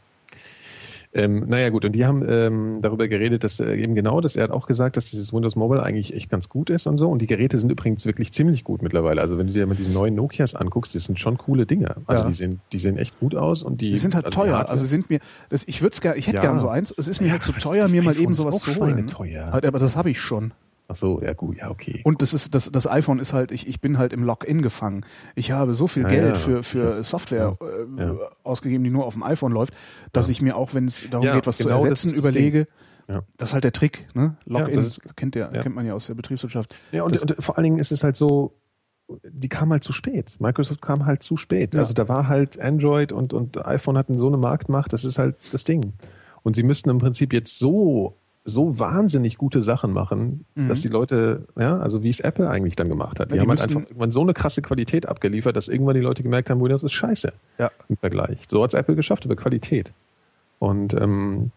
[SPEAKER 3] Ähm, naja gut, und die haben ähm, darüber geredet, dass äh, eben genau das, er hat auch gesagt, dass dieses Windows Mobile eigentlich echt ganz gut ist und so. Und die Geräte sind übrigens wirklich ziemlich gut mittlerweile. Also wenn du dir mal diese neuen Nokias anguckst, das sind schon coole Dinger. Also
[SPEAKER 1] Ja.
[SPEAKER 3] die, sehen, die sehen echt gut aus und die.
[SPEAKER 1] Die sind halt
[SPEAKER 3] also
[SPEAKER 1] teuer.
[SPEAKER 3] Hardware-
[SPEAKER 1] also sind mir, das, ich würde gern, ich hätte
[SPEAKER 3] Ja.
[SPEAKER 1] gern so eins. Es ist mir
[SPEAKER 3] Ja,
[SPEAKER 1] halt zu
[SPEAKER 3] was ist
[SPEAKER 1] teuer,
[SPEAKER 3] das
[SPEAKER 1] mir mal
[SPEAKER 3] iPhone?
[SPEAKER 1] eben
[SPEAKER 3] Ist
[SPEAKER 1] sowas
[SPEAKER 3] auch
[SPEAKER 1] zu holen. Halt,
[SPEAKER 3] schweineteuer.
[SPEAKER 1] Aber aber das habe ich schon.
[SPEAKER 3] Ach so, ja gut, ja okay.
[SPEAKER 1] Und das ist das, das iPhone ist halt, ich, ich bin halt im Login gefangen. Ich habe so viel
[SPEAKER 3] Ja, ja.
[SPEAKER 1] Geld für, für Software äh,
[SPEAKER 3] Ja.
[SPEAKER 1] ausgegeben, die nur auf dem iPhone läuft, dass ich mir auch, wenn es darum
[SPEAKER 3] Ja,
[SPEAKER 1] geht, was
[SPEAKER 3] genau das
[SPEAKER 1] zu ersetzen,
[SPEAKER 3] ist das
[SPEAKER 1] überlege.
[SPEAKER 3] Ding. Ja.
[SPEAKER 1] Das ist halt der Trick, ne? Login,
[SPEAKER 3] das
[SPEAKER 1] das
[SPEAKER 3] ist-
[SPEAKER 1] kennt, der,
[SPEAKER 3] ja.
[SPEAKER 1] kennt man ja aus der Betriebswirtschaft.
[SPEAKER 3] Ja, und,
[SPEAKER 1] das,
[SPEAKER 3] und vor allen Dingen ist es halt so, die kam halt zu spät. Microsoft kam halt zu spät.
[SPEAKER 1] Ja.
[SPEAKER 3] Also da war halt Android und, und iPhone hatten so eine Marktmacht, das ist halt das Ding. Und sie müssten im Prinzip jetzt so, so wahnsinnig gute Sachen machen, dass die Leute, ja, also wie es Apple eigentlich dann gemacht hat. Die,
[SPEAKER 1] Mhm. Ja,
[SPEAKER 3] haben
[SPEAKER 1] die
[SPEAKER 3] halt
[SPEAKER 1] müssen-
[SPEAKER 3] einfach irgendwann so eine krasse Qualität abgeliefert, dass irgendwann die Leute gemerkt haben, Windows ist scheiße
[SPEAKER 1] Ja.
[SPEAKER 3] im Vergleich. So hat es Apple geschafft, über Qualität. Und ähm,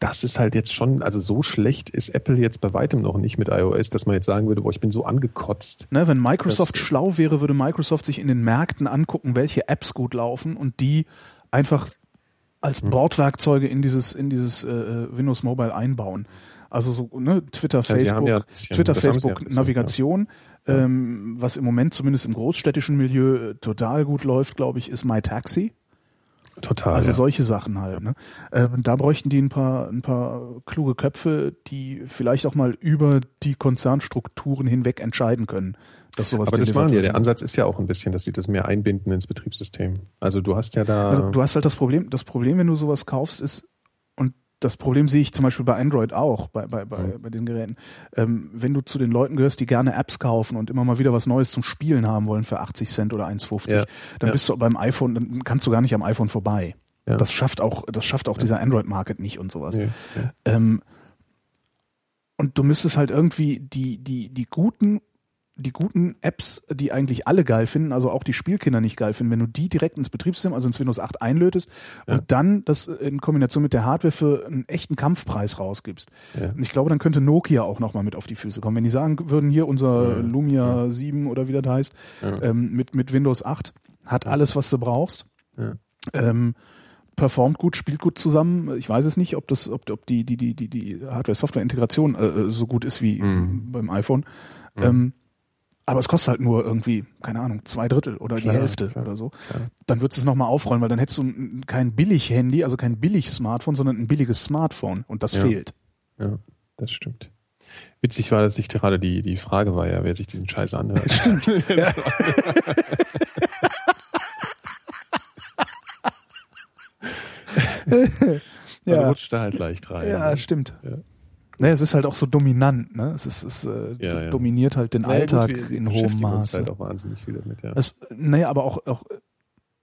[SPEAKER 3] das ist halt jetzt schon, also so schlecht ist Apple jetzt bei weitem noch nicht mit iOS, dass man jetzt sagen würde, boah, ich bin so angekotzt.
[SPEAKER 1] Ne, wenn Microsoft
[SPEAKER 3] Das-
[SPEAKER 1] schlau wäre, würde Microsoft sich in den Märkten angucken, welche Apps gut laufen und die einfach als
[SPEAKER 3] Hm.
[SPEAKER 1] Bordwerkzeuge in dieses in dieses äh, Windows Mobile einbauen. Also so ne, Twitter,
[SPEAKER 3] sie haben
[SPEAKER 1] Facebook,
[SPEAKER 3] ja ein bisschen-
[SPEAKER 1] Twitter,
[SPEAKER 3] das haben sie ja ein
[SPEAKER 1] Facebook,
[SPEAKER 3] bisschen,
[SPEAKER 1] Navigation, ähm, was im Moment zumindest im großstädtischen Milieu äh, total gut läuft, glaube ich, ist MyTaxi.
[SPEAKER 3] Total.
[SPEAKER 1] Also
[SPEAKER 3] Ah, ja.
[SPEAKER 1] solche Sachen halt. Ne? Ähm, da bräuchten die ein paar, ein paar kluge Köpfe, die vielleicht auch mal über die Konzernstrukturen hinweg entscheiden können, dass sowas
[SPEAKER 3] aber das
[SPEAKER 1] delivered
[SPEAKER 3] waren ja,
[SPEAKER 1] wird. ne?
[SPEAKER 3] der Ansatz ist ja auch ein bisschen, dass sie das mehr einbinden ins Betriebssystem. Also du hast ja da.
[SPEAKER 1] Also, du hast halt das Problem, das Problem, wenn du sowas kaufst, ist, und das Problem sehe ich zum Beispiel bei Android auch, bei, bei, bei,
[SPEAKER 3] Mhm.
[SPEAKER 1] bei den Geräten, ähm, wenn du zu den Leuten gehörst, die gerne Apps kaufen und immer mal wieder was Neues zum Spielen haben wollen für 80 Cent oder 1,50,
[SPEAKER 3] Ja.
[SPEAKER 1] dann
[SPEAKER 3] Ja.
[SPEAKER 1] bist du beim iPhone, dann kannst du gar nicht am iPhone vorbei.
[SPEAKER 3] Ja.
[SPEAKER 1] Das schafft auch, das schafft auch dieser Android-Market nicht und sowas.
[SPEAKER 3] Nee, nee.
[SPEAKER 1] Ähm, und du müsstest halt irgendwie die, die, die guten, die guten Apps, die eigentlich alle geil finden, also auch die Spielkinder nicht geil finden, wenn du die direkt ins Betriebssystem, also ins Windows 8 einlötest
[SPEAKER 3] Ja.
[SPEAKER 1] und dann das in Kombination mit der Hardware für einen echten Kampfpreis rausgibst.
[SPEAKER 3] Ja.
[SPEAKER 1] Und ich glaube, dann könnte Nokia auch nochmal mit auf die Füße kommen. Wenn die sagen würden, hier
[SPEAKER 3] Ja.
[SPEAKER 1] unser Lumia 7 oder wie das heißt, ähm, mit, mit Windows 8 hat alles, was du brauchst.
[SPEAKER 3] Ja.
[SPEAKER 1] Ähm, performt gut, spielt gut zusammen. Ich weiß es nicht, ob das, ob, ob die, die, die, die, die Hardware-Software-Integration äh, äh, so gut ist wie
[SPEAKER 3] Mhm.
[SPEAKER 1] beim iPhone. Ähm, aber es kostet halt nur irgendwie, keine Ahnung, zwei Drittel oder
[SPEAKER 3] Klar,
[SPEAKER 1] die Hälfte
[SPEAKER 3] klar,
[SPEAKER 1] oder so. Dann würdest du es nochmal aufrollen, weil dann hättest du ein- kein Billig-Handy, also kein Billig-Smartphone, sondern ein billiges Smartphone. Und das
[SPEAKER 3] Ja.
[SPEAKER 1] fehlt.
[SPEAKER 3] Ja, das stimmt. Witzig war, dass ich gerade die, die Frage war ja, wer sich diesen Scheiß anhört. Also Man
[SPEAKER 1] Also
[SPEAKER 3] rutscht da halt leicht rein.
[SPEAKER 1] Ja, stimmt. Naja, es ist halt auch so dominant, ne? Es, ist, es äh,
[SPEAKER 3] Ja, ja.
[SPEAKER 1] dominiert halt den
[SPEAKER 3] Naja, gut,
[SPEAKER 1] Alltag
[SPEAKER 3] wir
[SPEAKER 1] in hohem
[SPEAKER 3] beschäftigen uns
[SPEAKER 1] Maße.
[SPEAKER 3] Halt auch wahnsinnig viel damit, ja.
[SPEAKER 1] Es, naja, aber auch, auch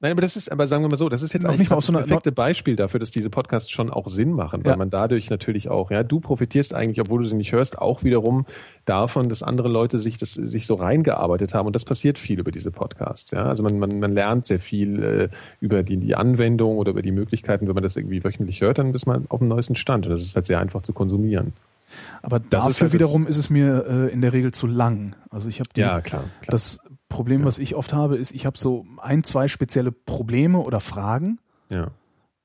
[SPEAKER 3] Nein, aber das ist, aber sagen wir mal so, das ist jetzt
[SPEAKER 1] Noch
[SPEAKER 3] eigentlich
[SPEAKER 1] nicht mal auf
[SPEAKER 3] das
[SPEAKER 1] so einer-
[SPEAKER 3] perfekte Beispiel dafür, dass diese Podcasts schon auch Sinn machen, weil
[SPEAKER 1] Ja.
[SPEAKER 3] man dadurch natürlich auch, ja, du profitierst eigentlich, obwohl du sie nicht hörst, auch wiederum davon, dass andere Leute sich das sich so reingearbeitet haben und das passiert viel über diese Podcasts, ja. Also man, man, man lernt sehr viel äh, über die, die Anwendung oder über die Möglichkeiten, wenn man das irgendwie wöchentlich hört, dann ist man auf dem neuesten Stand und das ist halt sehr einfach zu konsumieren.
[SPEAKER 1] Aber dafür
[SPEAKER 3] ist halt das-
[SPEAKER 1] wiederum ist es mir äh, in der Regel zu lang. Also ich habe
[SPEAKER 3] Ja, klar, klar.
[SPEAKER 1] das Problem, was ich oft habe, ist, ich habe so ein, zwei spezielle Probleme oder Fragen
[SPEAKER 3] Ja.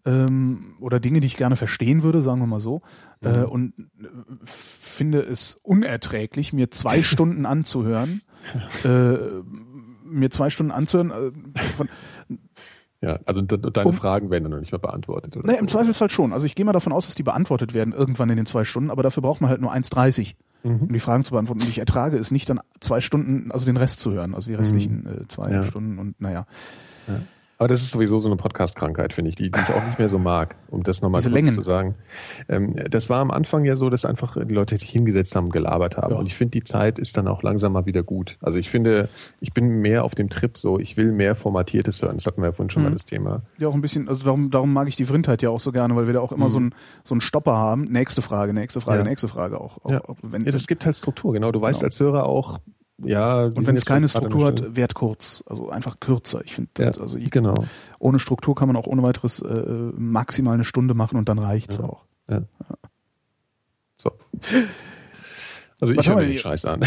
[SPEAKER 1] ähm, oder Dinge, die ich gerne verstehen würde, sagen wir mal so,
[SPEAKER 3] Mhm.
[SPEAKER 1] äh, und äh, finde es unerträglich, mir zwei Stunden anzuhören, äh, mir zwei Stunden anzuhören, äh, von,
[SPEAKER 3] Ja, also de deine
[SPEAKER 1] Um-
[SPEAKER 3] Fragen werden dann noch nicht mal beantwortet, oder?
[SPEAKER 1] Naja,
[SPEAKER 3] so.
[SPEAKER 1] im Zweifelsfall schon. Also ich gehe mal davon aus, dass die beantwortet werden irgendwann in den zwei Stunden, aber dafür braucht man halt nur 1,30,
[SPEAKER 3] Mhm.
[SPEAKER 1] um die Fragen zu beantworten. Und ich ertrage es nicht, dann zwei Stunden, also den Rest zu hören, also die restlichen äh, zwei
[SPEAKER 3] Mhm. Ja.
[SPEAKER 1] Stunden und naja.
[SPEAKER 3] Aber das ist sowieso so eine Podcast-Krankheit, finde ich, die, die ich auch nicht mehr so mag, um das nochmal
[SPEAKER 1] Diese
[SPEAKER 3] kurz
[SPEAKER 1] Längen.
[SPEAKER 3] zu sagen. Ähm, das war am Anfang ja so, dass einfach die Leute sich hingesetzt haben, gelabert haben.
[SPEAKER 1] Ja.
[SPEAKER 3] Und ich finde, die Zeit ist dann auch langsam mal wieder gut. Also ich finde, ich bin mehr auf dem Trip so, ich will mehr Formatiertes hören. Das hatten wir ja vorhin schon
[SPEAKER 1] Mhm.
[SPEAKER 3] mal das Thema.
[SPEAKER 1] Ja, auch ein bisschen, also darum, darum mag ich die Vrindheit ja auch so gerne, weil wir da auch immer so, einen, so einen Stopper haben. Nächste Frage, nächste Frage,
[SPEAKER 3] Mhm. Ja.
[SPEAKER 1] nächste Frage auch. auch, auch wenn,
[SPEAKER 3] ja, das gibt halt Struktur, genau. Du weißt
[SPEAKER 1] Mhm. Genau.
[SPEAKER 3] als Hörer auch, ja.
[SPEAKER 1] und wenn es keine Struktur hat, werd kurz, also einfach kürzer. Ich finde,
[SPEAKER 3] Ja,
[SPEAKER 1] also ich-
[SPEAKER 3] genau.
[SPEAKER 1] ohne Struktur kann man auch ohne weiteres äh, maximal eine Stunde machen und dann reicht's auch.
[SPEAKER 3] Ja. So. Also
[SPEAKER 1] Was
[SPEAKER 3] ich
[SPEAKER 1] haben
[SPEAKER 3] höre mir
[SPEAKER 1] wir
[SPEAKER 3] den
[SPEAKER 1] hier?
[SPEAKER 3] Scheiß an.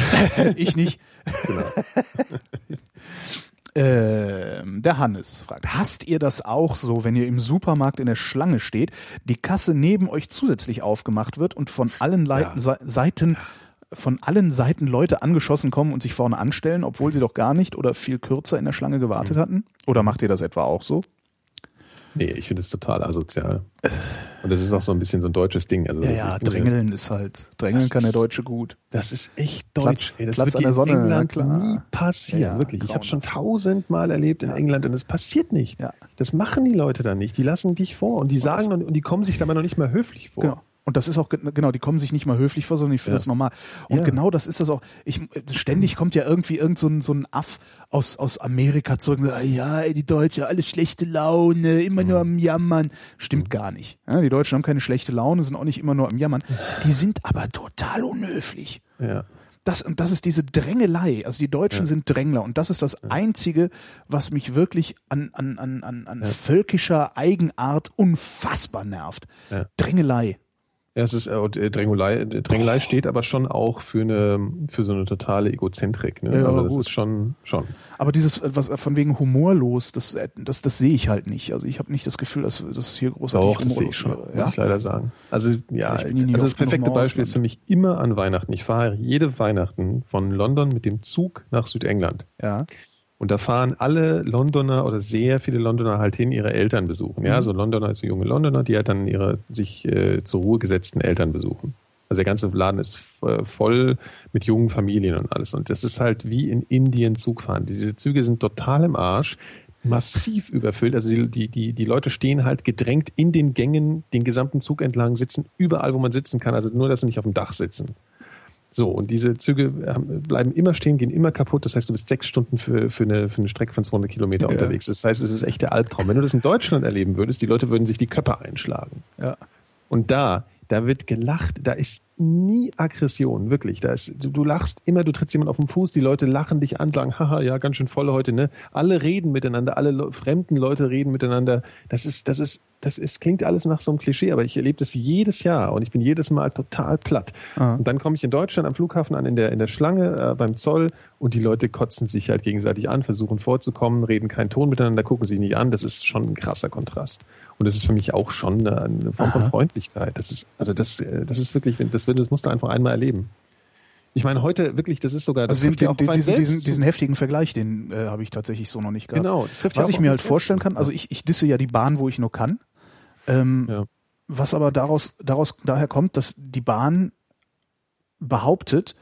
[SPEAKER 1] Ich nicht. Ähm, der Hannes fragt, hasst ihr das auch so, wenn ihr im Supermarkt in der Schlange steht, die Kasse neben euch zusätzlich aufgemacht wird und von allen Leiten,
[SPEAKER 3] Ja.
[SPEAKER 1] Se Seiten von allen Seiten Leute angeschossen kommen und sich vorne anstellen, obwohl sie doch gar nicht oder viel kürzer in der Schlange gewartet hatten? Oder macht ihr das etwa auch so?
[SPEAKER 3] Nee, ich finde es total asozial. Und das ist auch so ein bisschen so ein deutsches Ding. Also
[SPEAKER 1] Ja,
[SPEAKER 3] ich
[SPEAKER 1] ja,
[SPEAKER 3] finde,
[SPEAKER 1] Drängeln ist halt, Drängeln
[SPEAKER 3] Das
[SPEAKER 1] kann der
[SPEAKER 3] ist-
[SPEAKER 1] Deutsche gut.
[SPEAKER 3] Das ist echt deutsch.
[SPEAKER 1] Platz-
[SPEAKER 3] ey. das
[SPEAKER 1] Platz
[SPEAKER 3] wird
[SPEAKER 1] an
[SPEAKER 3] hier
[SPEAKER 1] der Sonne,
[SPEAKER 3] in
[SPEAKER 1] ja,
[SPEAKER 3] England
[SPEAKER 1] klar.
[SPEAKER 3] nie passieren.
[SPEAKER 1] Ja, ja,
[SPEAKER 3] wirklich. Ich habe schon
[SPEAKER 1] grauenhaft.
[SPEAKER 3] tausendmal erlebt in England und es passiert nicht.
[SPEAKER 1] Ja.
[SPEAKER 3] Das machen die Leute dann nicht. Die lassen dich vor und die sagen und, und die kommen sich dabei noch nicht mal höflich vor.
[SPEAKER 1] Genau. Und das ist auch, gen- genau, die kommen sich nicht mal höflich vor, sondern ich finde
[SPEAKER 3] Ja.
[SPEAKER 1] das normal. Und
[SPEAKER 3] Ja.
[SPEAKER 1] genau das ist das auch. Ich, ständig kommt ja irgendwie irgend so ein, so ein Aff aus, aus Amerika zurück und sagt, "Ah ja, ey, die Deutschen, alle schlechte Laune, immer nur am Jammern. Stimmt gar nicht. Ja, die Deutschen haben keine schlechte Laune, sind auch nicht immer nur am Jammern. Die sind aber total unhöflich.
[SPEAKER 3] Ja.
[SPEAKER 1] Das, und das ist diese Drängelei. Also die Deutschen sind Drängler. Und das ist das Einzige, was mich wirklich an, an, an, an, an völkischer Eigenart unfassbar nervt.
[SPEAKER 3] Ja.
[SPEAKER 1] Drängelei.
[SPEAKER 3] Ja, es ist, äh, und, äh, Drängelei, äh, Drängelei steht aber schon auch für eine, für so eine totale Egozentrik. Ne?
[SPEAKER 1] Ja,
[SPEAKER 3] also das
[SPEAKER 1] gut.
[SPEAKER 3] ist schon, schon.
[SPEAKER 1] Aber dieses, äh, was äh, von wegen humorlos, das, äh, das, das sehe ich halt nicht. Also ich habe nicht das Gefühl, dass das hier großartig
[SPEAKER 3] Doch, das sehe ich schon,
[SPEAKER 1] wäre.
[SPEAKER 3] muss ich
[SPEAKER 1] Ja?
[SPEAKER 3] leider sagen. Also ja,
[SPEAKER 1] Ich bin nie
[SPEAKER 3] also das
[SPEAKER 1] oft genug
[SPEAKER 3] perfekte
[SPEAKER 1] im
[SPEAKER 3] Beispiel
[SPEAKER 1] Ausland.
[SPEAKER 3] ist für mich immer an Weihnachten. Ich fahre jede Weihnachten von London mit dem Zug nach Südengland.
[SPEAKER 1] ja.
[SPEAKER 3] Und da fahren alle Londoner oder sehr viele Londoner halt hin, ihre Eltern besuchen. Ja, so Londoner, also junge Londoner, die halt dann ihre sich äh, zur Ruhe gesetzten Eltern besuchen. Also der ganze Laden ist äh, voll mit jungen Familien und alles. Und das ist halt wie in Indien Zugfahren. Diese Züge sind total im Arsch, massiv überfüllt. Also die, die, die, die Leute stehen halt gedrängt in den Gängen, den gesamten Zug entlang, sitzen überall, wo man sitzen kann. Also nur, dass sie nicht auf dem Dach sitzen. So, und diese Züge haben, bleiben immer stehen, gehen immer kaputt. Das heißt, du bist sechs Stunden für, für, eine, für eine Strecke von 200 Kilometer unterwegs. Das heißt, es ist echt der Albtraum. Wenn du das in Deutschland erleben würdest, die Leute würden sich die Köpfe einschlagen.
[SPEAKER 1] Ja.
[SPEAKER 3] Und da, da wird gelacht, da ist nie Aggression, wirklich. Da ist, du, du lachst immer, du trittst jemand auf den Fuß, die Leute lachen dich an, sagen, haha, ja, ganz schön voll heute, ne? Alle reden miteinander, alle Le fremden Leute reden miteinander. Das ist, das ist, das ist, klingt alles nach so einem Klischee, aber ich erlebe das jedes Jahr und ich bin jedes Mal total platt. Und dann komme ich in Deutschland am Flughafen an, in der, in der Schlange, äh, beim Zoll und die Leute kotzen sich halt gegenseitig an, versuchen vorzukommen, reden keinen Ton miteinander, gucken sich nicht an. Das ist schon ein krasser Kontrast. Und das ist für mich auch schon eine, eine Form von Freundlichkeit. Das ist, also das, äh, das ist wirklich, das, wird- das musst du einfach einmal erleben. Ich meine, heute wirklich, das ist sogar, das
[SPEAKER 1] Also den,
[SPEAKER 3] trifft ja
[SPEAKER 1] den,
[SPEAKER 3] auch auf einen
[SPEAKER 1] diesen,
[SPEAKER 3] selbst
[SPEAKER 1] diesen,
[SPEAKER 3] zu.
[SPEAKER 1] diesen heftigen Vergleich, den äh, habe ich tatsächlich so noch nicht gehabt.
[SPEAKER 3] Genau, das trifft ja
[SPEAKER 1] Was
[SPEAKER 3] auch
[SPEAKER 1] ich
[SPEAKER 3] auf
[SPEAKER 1] mir
[SPEAKER 3] mich
[SPEAKER 1] halt
[SPEAKER 3] selbst
[SPEAKER 1] vorstellen
[SPEAKER 3] zu.
[SPEAKER 1] kann, also ich, ich disse ja die Bahn, wo ich nur kann. Ähm,
[SPEAKER 3] Ja.
[SPEAKER 1] Was aber daraus, daraus daher kommt, dass die Bahn behauptet,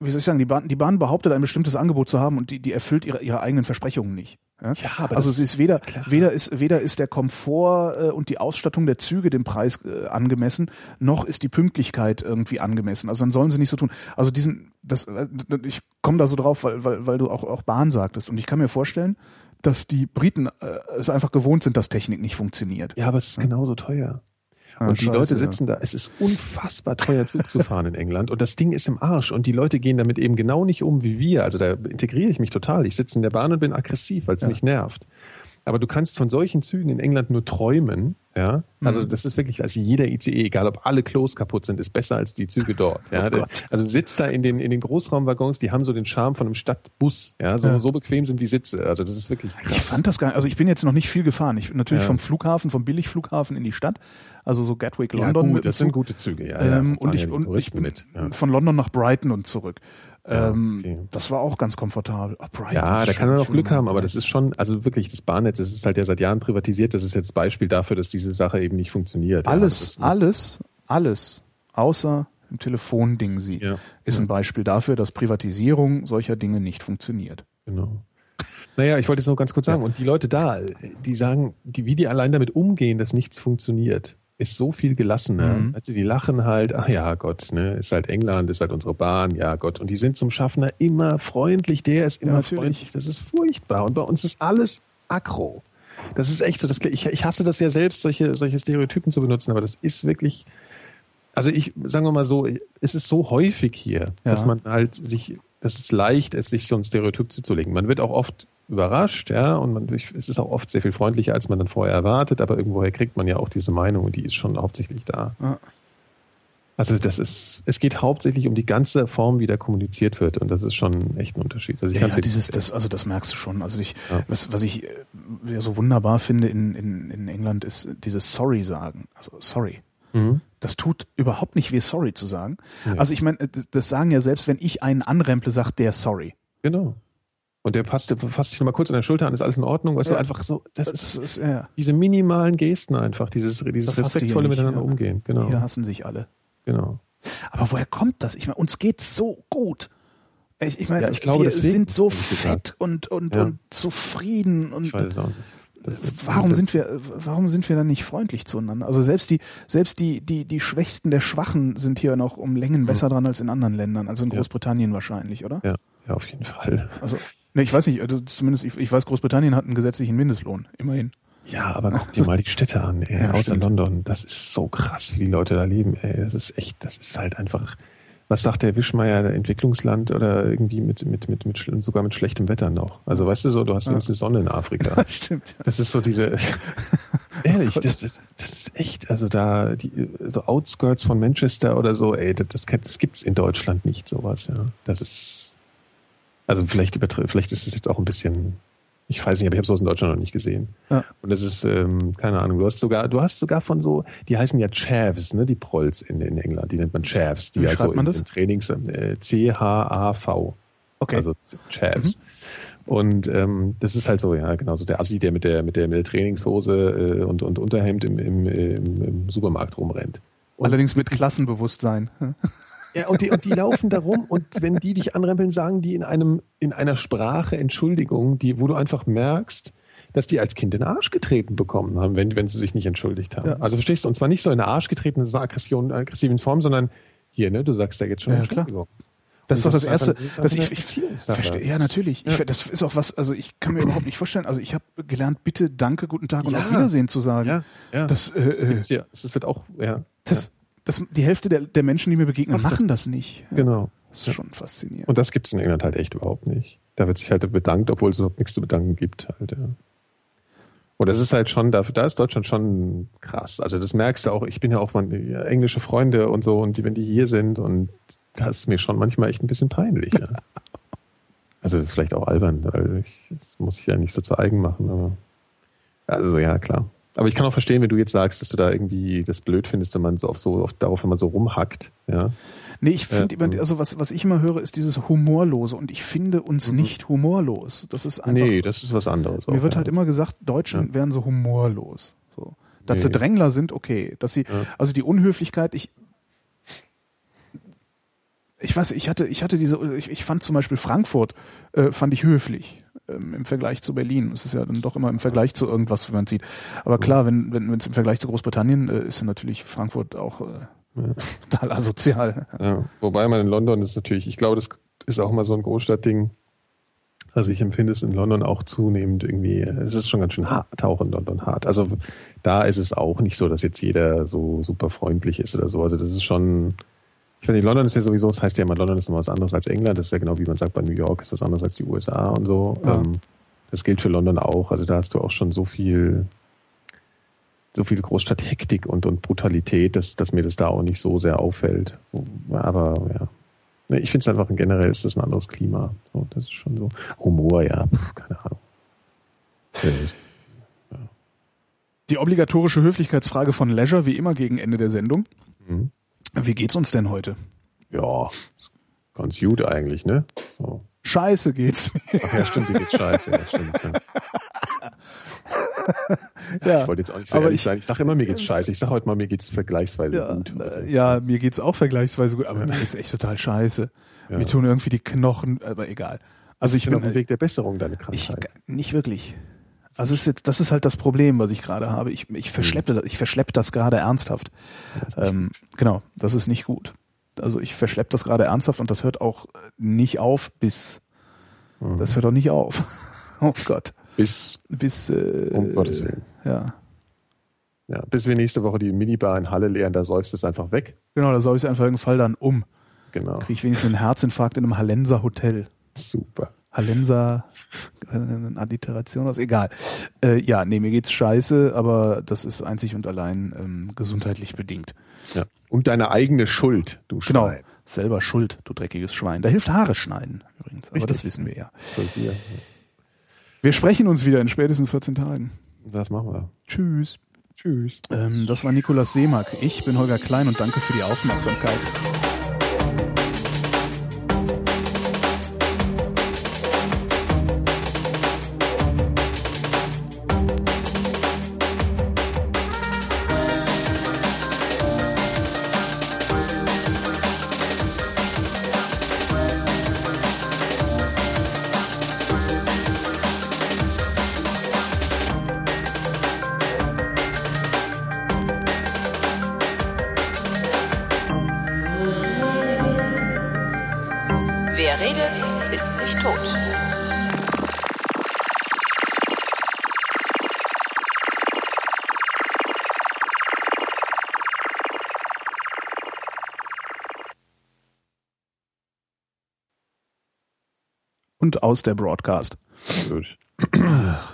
[SPEAKER 1] wie soll ich sagen, die Bahn, die Bahn behauptet, ein bestimmtes Angebot zu haben und die, die erfüllt ihre, ihre eigenen Versprechungen nicht. Ja?
[SPEAKER 3] Ja, aber
[SPEAKER 1] also
[SPEAKER 3] das
[SPEAKER 1] es ist weder,
[SPEAKER 3] klar.
[SPEAKER 1] weder ist, weder ist der Komfort äh, und die Ausstattung der Züge dem Preis äh, angemessen, noch ist die Pünktlichkeit irgendwie angemessen. Also dann sollen sie nicht so tun. Also diesen, das, äh, ich komme da so drauf, weil, weil, weil du auch, auch Bahn sagtest. Und ich kann mir vorstellen, dass die Briten äh, es einfach gewohnt sind, dass Technik nicht funktioniert.
[SPEAKER 3] Ja, aber es ist genauso teuer.
[SPEAKER 1] Ah,
[SPEAKER 3] und die
[SPEAKER 1] scheiße,
[SPEAKER 3] Leute
[SPEAKER 1] ja.
[SPEAKER 3] sitzen da. Es ist unfassbar teuer, Zug zu fahren in England. Und das Ding ist im Arsch. Und die Leute gehen damit eben genau nicht um wie wir. Also da integriere ich mich total. Ich sitze in der Bahn und bin aggressiv, weil es mich nervt. Aber du kannst von solchen Zügen in England nur träumen. Ja, also
[SPEAKER 1] Mhm.
[SPEAKER 3] das ist wirklich, also jeder ICE, egal ob alle Klos kaputt sind, ist besser als die Züge dort. Ja, Der-
[SPEAKER 1] Oh Gott.
[SPEAKER 3] also du sitzt da in den, in den Großraumwaggons, die haben so den Charme von einem Stadtbus. Ja, so, so bequem sind die Sitze. Also das ist wirklich krass.
[SPEAKER 1] Ich fand das gar nicht, also ich bin jetzt noch nicht viel gefahren. Ich bin natürlich
[SPEAKER 3] Ja.
[SPEAKER 1] vom Flughafen, vom Billigflughafen in die Stadt, also so Gatwick,
[SPEAKER 3] Ja,
[SPEAKER 1] London.
[SPEAKER 3] gut,
[SPEAKER 1] mit dem
[SPEAKER 3] das sind
[SPEAKER 1] Zug.
[SPEAKER 3] gute Züge, ja. ja. Da
[SPEAKER 1] Ähm,
[SPEAKER 3] fahren
[SPEAKER 1] und ich,
[SPEAKER 3] ja die
[SPEAKER 1] und ich
[SPEAKER 3] Touristen
[SPEAKER 1] bin
[SPEAKER 3] mit. Ja.
[SPEAKER 1] von London nach Brighton und zurück. ähm,
[SPEAKER 3] okay.
[SPEAKER 1] Das war auch ganz komfortabel. Ah, Brighton
[SPEAKER 3] Ja,
[SPEAKER 1] ist
[SPEAKER 3] da
[SPEAKER 1] schön.
[SPEAKER 3] kann man
[SPEAKER 1] Ich
[SPEAKER 3] auch
[SPEAKER 1] will
[SPEAKER 3] Glück
[SPEAKER 1] mal-
[SPEAKER 3] haben, aber das ist schon, also wirklich, das Bahnnetz, das ist halt ja seit Jahren privatisiert, das ist jetzt Beispiel dafür, dass diese Sache eben nicht funktioniert. Ja, das
[SPEAKER 1] Alles,
[SPEAKER 3] ist-
[SPEAKER 1] alles, alles, außer im Telefonding sie,
[SPEAKER 3] Ja.
[SPEAKER 1] ist ein Beispiel dafür, dass Privatisierung solcher Dinge nicht funktioniert.
[SPEAKER 3] Genau. Naja, ich wollte es nur ganz kurz sagen. Und die Leute da, die sagen, die, wie die allein damit umgehen, dass nichts funktioniert, ist so viel gelassener.
[SPEAKER 1] Mhm.
[SPEAKER 3] Also die lachen halt, ach ja, Gott, ne, ist halt England, ist halt unsere Bahn, ja Gott. Und die sind zum Schaffner immer freundlich, der ist immer
[SPEAKER 1] natürlich.
[SPEAKER 3] freundlich. Das ist furchtbar. Und bei uns ist alles aggro. Das ist echt so. Das, ich, ich hasse das ja selbst, solche, solche Stereotypen zu benutzen, aber das ist wirklich, also ich sagen wir mal so, es ist so häufig hier, dass man halt sich, dass es leicht ist, sich so ein Stereotyp zuzulegen. Man wird auch oft überrascht, ja, und man, ich- es ist auch oft sehr viel freundlicher, als man dann vorher erwartet, aber irgendwoher kriegt man ja auch diese Meinung und die ist schon hauptsächlich da.
[SPEAKER 1] Ja.
[SPEAKER 3] Also das ist, es geht hauptsächlich um die ganze Form, wie da kommuniziert wird und das ist schon echt ein Unterschied. Also ich
[SPEAKER 1] Ja,
[SPEAKER 3] kann's
[SPEAKER 1] ja,
[SPEAKER 3] jetzt-
[SPEAKER 1] dieses, das, also das merkst du schon. Also ich,
[SPEAKER 3] Ja.
[SPEAKER 1] was, was ich äh, ja so wunderbar finde in, in, in England ist dieses Sorry sagen. Also sorry.
[SPEAKER 3] Mhm.
[SPEAKER 1] Das tut überhaupt nicht weh, sorry zu sagen.
[SPEAKER 3] Nee.
[SPEAKER 1] Also ich meine, äh, das- das sagen ja selbst, wenn ich einen anremple, sagt der sorry.
[SPEAKER 3] Genau. Und der passt, der fasst sich nochmal kurz an der Schulter an, ist alles in Ordnung, weißt
[SPEAKER 1] Ja.
[SPEAKER 3] du, einfach so, das ist
[SPEAKER 1] Das ist, ja,
[SPEAKER 3] diese minimalen Gesten einfach, dieses, dieses
[SPEAKER 1] Das hast du hier
[SPEAKER 3] respektvolle
[SPEAKER 1] nicht,
[SPEAKER 3] Miteinander
[SPEAKER 1] ja.
[SPEAKER 3] umgehen, genau,
[SPEAKER 1] hier hassen sich alle.
[SPEAKER 3] genau.
[SPEAKER 1] Aber woher kommt das? Ich meine, uns geht's so gut. Ich, ich meine,
[SPEAKER 3] Ja, ich glaube,
[SPEAKER 1] wir
[SPEAKER 3] deswegen
[SPEAKER 1] sind so
[SPEAKER 3] hab ich gesagt.
[SPEAKER 1] fett und, und,
[SPEAKER 3] Ja.
[SPEAKER 1] und zufrieden und
[SPEAKER 3] Ich weiß es auch nicht. Das ist-
[SPEAKER 1] warum sind wir, warum sind wir dann nicht freundlich zueinander? Also selbst die, selbst die, die, die Schwächsten der Schwachen sind hier noch um Längen besser dran als in anderen Ländern, also in
[SPEAKER 3] Ja.
[SPEAKER 1] Großbritannien wahrscheinlich, oder?
[SPEAKER 3] Ja, ja, auf jeden Fall.
[SPEAKER 1] Also, ne, ich weiß nicht, also zumindest, ich, ich weiß, Großbritannien hat einen gesetzlichen Mindestlohn, immerhin.
[SPEAKER 3] Ja, aber guck dir mal die Städte an, ey,
[SPEAKER 1] Ja,
[SPEAKER 3] außer
[SPEAKER 1] stimmt.
[SPEAKER 3] London. Das ist so krass, wie die Leute da leben, ey. Das ist echt, das ist halt einfach. Was sagt der Wischmeier, der Entwicklungsland oder irgendwie mit, mit, mit, mit, schl- sogar mit schlechtem Wetter noch? Also weißt du so, du hast wenigstens Sonne in Afrika.
[SPEAKER 1] Stimmt.
[SPEAKER 3] Das ist so diese, ehrlich,
[SPEAKER 1] Oh Gott.
[SPEAKER 3] das ist, das ist echt, also da, die, so Outskirts von Manchester oder so, ey, das, das, kennt- das gibt's in Deutschland nicht, sowas, ja. Das ist, also vielleicht übertre- vielleicht ist es jetzt auch ein bisschen, ich weiß nicht, aber ich habe sowas in Deutschland noch nicht gesehen.
[SPEAKER 1] Ja.
[SPEAKER 3] Und das ist, ähm, keine Ahnung, du hast sogar, du hast sogar von so, die heißen ja Chavs, ne, die Prolls in, in England, die nennt man Chavs, die
[SPEAKER 1] Wie
[SPEAKER 3] halt so
[SPEAKER 1] schreibt man
[SPEAKER 3] in,
[SPEAKER 1] das?
[SPEAKER 3] in Trainings, äh, C-H-A-V.
[SPEAKER 1] Okay.
[SPEAKER 3] Also Chavs. Und ähm, das ist halt so, ja, genau so der Assi, der mit der mit der, mit der Trainingshose äh, und, und Unterhemd im, im, äh, im, im Supermarkt rumrennt.
[SPEAKER 1] Allerdings mit Klassenbewusstsein.
[SPEAKER 3] Ja, und die, und die laufen da rum und wenn die dich anrempeln, sagen die in einem, in einer Sprache Entschuldigung, die, wo du einfach merkst, dass die als Kind in den Arsch getreten bekommen haben, wenn, wenn sie sich nicht entschuldigt haben.
[SPEAKER 1] Ja.
[SPEAKER 3] Also verstehst du, und zwar nicht so in den Arsch getreten, in so einer aggression- aggressiven Form, sondern hier, ne, du sagst da jetzt schon
[SPEAKER 1] Ja, klar.
[SPEAKER 3] Entschuldigung.
[SPEAKER 1] Das ist doch
[SPEAKER 3] Und
[SPEAKER 1] Also das
[SPEAKER 3] das ist einfach-
[SPEAKER 1] Erste,
[SPEAKER 3] das ist
[SPEAKER 1] dass
[SPEAKER 3] einfach
[SPEAKER 1] ich,
[SPEAKER 3] eine
[SPEAKER 1] ich
[SPEAKER 3] Beziehungssache.
[SPEAKER 1] verstehe.
[SPEAKER 3] Das
[SPEAKER 1] Ja,
[SPEAKER 3] ist-
[SPEAKER 1] natürlich. Ich,
[SPEAKER 3] ja.
[SPEAKER 1] ver- das ist auch was, also ich kann mir überhaupt nicht vorstellen. Also ich habe gelernt, bitte, danke, guten Tag und
[SPEAKER 3] Ja.
[SPEAKER 1] auf Wiedersehen zu sagen.
[SPEAKER 3] Ja, ja.
[SPEAKER 1] Das, äh, äh,
[SPEAKER 3] gibt's ja. Das wird auch, ja.
[SPEAKER 1] das, das, die Hälfte der, der Menschen, die mir begegnen, machen das, nicht. Ja,
[SPEAKER 3] Genau.
[SPEAKER 1] Das ist schon faszinierend.
[SPEAKER 3] Und das gibt es in England halt echt überhaupt nicht. Da wird sich halt bedankt, obwohl es überhaupt nichts zu bedanken gibt. Halt, ja. Und das ist halt schon, da, da ist Deutschland schon krass. Also das merkst du auch, ich bin ja auch mal ja, englische Freunde und so, und die, wenn die hier sind, und das ist mir schon manchmal echt ein bisschen peinlich. Ja. Also das ist vielleicht auch albern, weil ich, das muss ich ja nicht so zu eigen machen, aber. Also ja, klar. Aber ich kann auch verstehen, wenn du jetzt sagst, dass du da irgendwie das blöd findest, wenn man so auf so auf, darauf, wenn man so rumhackt, ja.
[SPEAKER 1] Nee, ich finde
[SPEAKER 3] Äh,
[SPEAKER 1] immer, also was, was ich immer höre, ist dieses Humorlose und ich finde uns nicht humorlos. Das ist einfach,
[SPEAKER 3] Mhm. nee, das ist was anderes.
[SPEAKER 1] mir
[SPEAKER 3] auch,
[SPEAKER 1] wird
[SPEAKER 3] ja.
[SPEAKER 1] halt immer gesagt, Deutschen wären so humorlos. So. Dass sie
[SPEAKER 3] Nee.
[SPEAKER 1] Drängler sind, okay. Dass sie, also die Unhöflichkeit, ich, ich weiß, ich hatte, ich hatte diese, ich, ich fand zum Beispiel Frankfurt, äh, fand ich höflich ähm, im Vergleich zu Berlin. Es ist ja dann doch immer im Vergleich zu irgendwas, wenn man sieht. Aber klar, wenn wenn wenn, es im Vergleich zu Großbritannien äh, ist, dann natürlich Frankfurt auch äh, total asozial.
[SPEAKER 3] Ja, wobei man in London ist natürlich, ich glaube, das ist auch mal so ein Großstadtding. Also ich empfinde es in London auch zunehmend irgendwie, es ist schon ganz schön hart, auch in London hart. Also da ist es auch nicht so, dass jetzt jeder so super freundlich ist oder so. Also das ist schon, ich weiß nicht, London ist ja sowieso, das heißt ja immer, London ist noch was anderes als England. Das ist ja genau wie man sagt, bei New York ist was anderes als die USA und so.
[SPEAKER 1] Ja.
[SPEAKER 3] Ähm, das gilt für London auch. Also da hast du auch schon so viel, so viel Großstadt-Hektik und, und Brutalität, dass, dass mir das da auch nicht so sehr auffällt. Aber ja. Nee, Ich finde es einfach generell ist das ein anderes Klima. So, das ist schon so. Humor, ja, pf, keine Ahnung. Ja, das-
[SPEAKER 1] Die obligatorische Höflichkeitsfrage von Leisure, wie immer gegen Ende der Sendung.
[SPEAKER 3] Mhm.
[SPEAKER 1] Wie geht's uns denn heute?
[SPEAKER 3] Ja, ist ganz gut eigentlich, ne? So.
[SPEAKER 1] Scheiße geht's mir.
[SPEAKER 3] Ach ja, stimmt, die geht scheiße. Ja, stimmt, ja.
[SPEAKER 1] Ja,
[SPEAKER 3] Ich wollte jetzt auch nicht so
[SPEAKER 1] aber
[SPEAKER 3] ehrlich
[SPEAKER 1] ich-
[SPEAKER 3] sein. Ich sage immer, mir geht's scheiße. Ich sage heute mal, mir geht's vergleichsweise
[SPEAKER 1] ja,
[SPEAKER 3] gut.
[SPEAKER 1] äh, ja, mir geht's auch vergleichsweise gut, aber mir geht's echt total scheiße. Mir tun irgendwie die Knochen, aber egal. Also ich
[SPEAKER 3] bin auf
[SPEAKER 1] bin
[SPEAKER 3] dem Weg der Besserung, deine
[SPEAKER 1] ich,
[SPEAKER 3] Krankheit.
[SPEAKER 1] nicht wirklich. Also es ist jetzt, das ist halt das Problem, was ich gerade habe. Ich,
[SPEAKER 3] Hm.
[SPEAKER 1] ich verschleppe das, ich verschleppe das gerade ernsthaft. Ähm, genau, das ist nicht gut. Also ich verschleppe das gerade ernsthaft und das hört auch nicht auf bis.
[SPEAKER 3] Mhm.
[SPEAKER 1] Das hört auch nicht auf. Oh Gott.
[SPEAKER 3] bis,
[SPEAKER 1] Bis äh,
[SPEAKER 3] um Gottes Willen.
[SPEAKER 1] ja.
[SPEAKER 3] Ja, bis wir nächste Woche die Minibar in Halle leeren, da säufst es einfach weg.
[SPEAKER 1] Genau, da soll ich einfach einen Fall dann um.
[SPEAKER 3] Genau.
[SPEAKER 1] Kriege ich wenigstens einen Herzinfarkt in einem Hallenser Hotel.
[SPEAKER 3] Super.
[SPEAKER 1] Hallenser, äh, eine Alliteration aus, egal. Äh, ja, nee, mir geht's scheiße, aber das ist einzig und allein ähm, gesundheitlich bedingt.
[SPEAKER 3] Ja. Und deine eigene Schuld, du
[SPEAKER 1] Genau.
[SPEAKER 3] Schwein.
[SPEAKER 1] Selber schuld, du dreckiges Schwein. Da hilft Haare schneiden übrigens, aber das wissen wir ja.
[SPEAKER 3] Genau.
[SPEAKER 1] Wir sprechen uns wieder in spätestens 14 Tagen.
[SPEAKER 3] Das machen wir.
[SPEAKER 1] Tschüss.
[SPEAKER 3] Tschüss.
[SPEAKER 1] Ähm, das war Nikolaus Seemack. Ich bin Holger Klein und danke für die Aufmerksamkeit.
[SPEAKER 2] Wer redet, ist nicht tot.
[SPEAKER 1] Und aus der Broadcast.
[SPEAKER 3] Gut. Ah.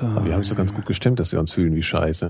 [SPEAKER 3] Oh. Wir haben es doch ganz gut gestimmt, dass wir uns fühlen wie Scheiße.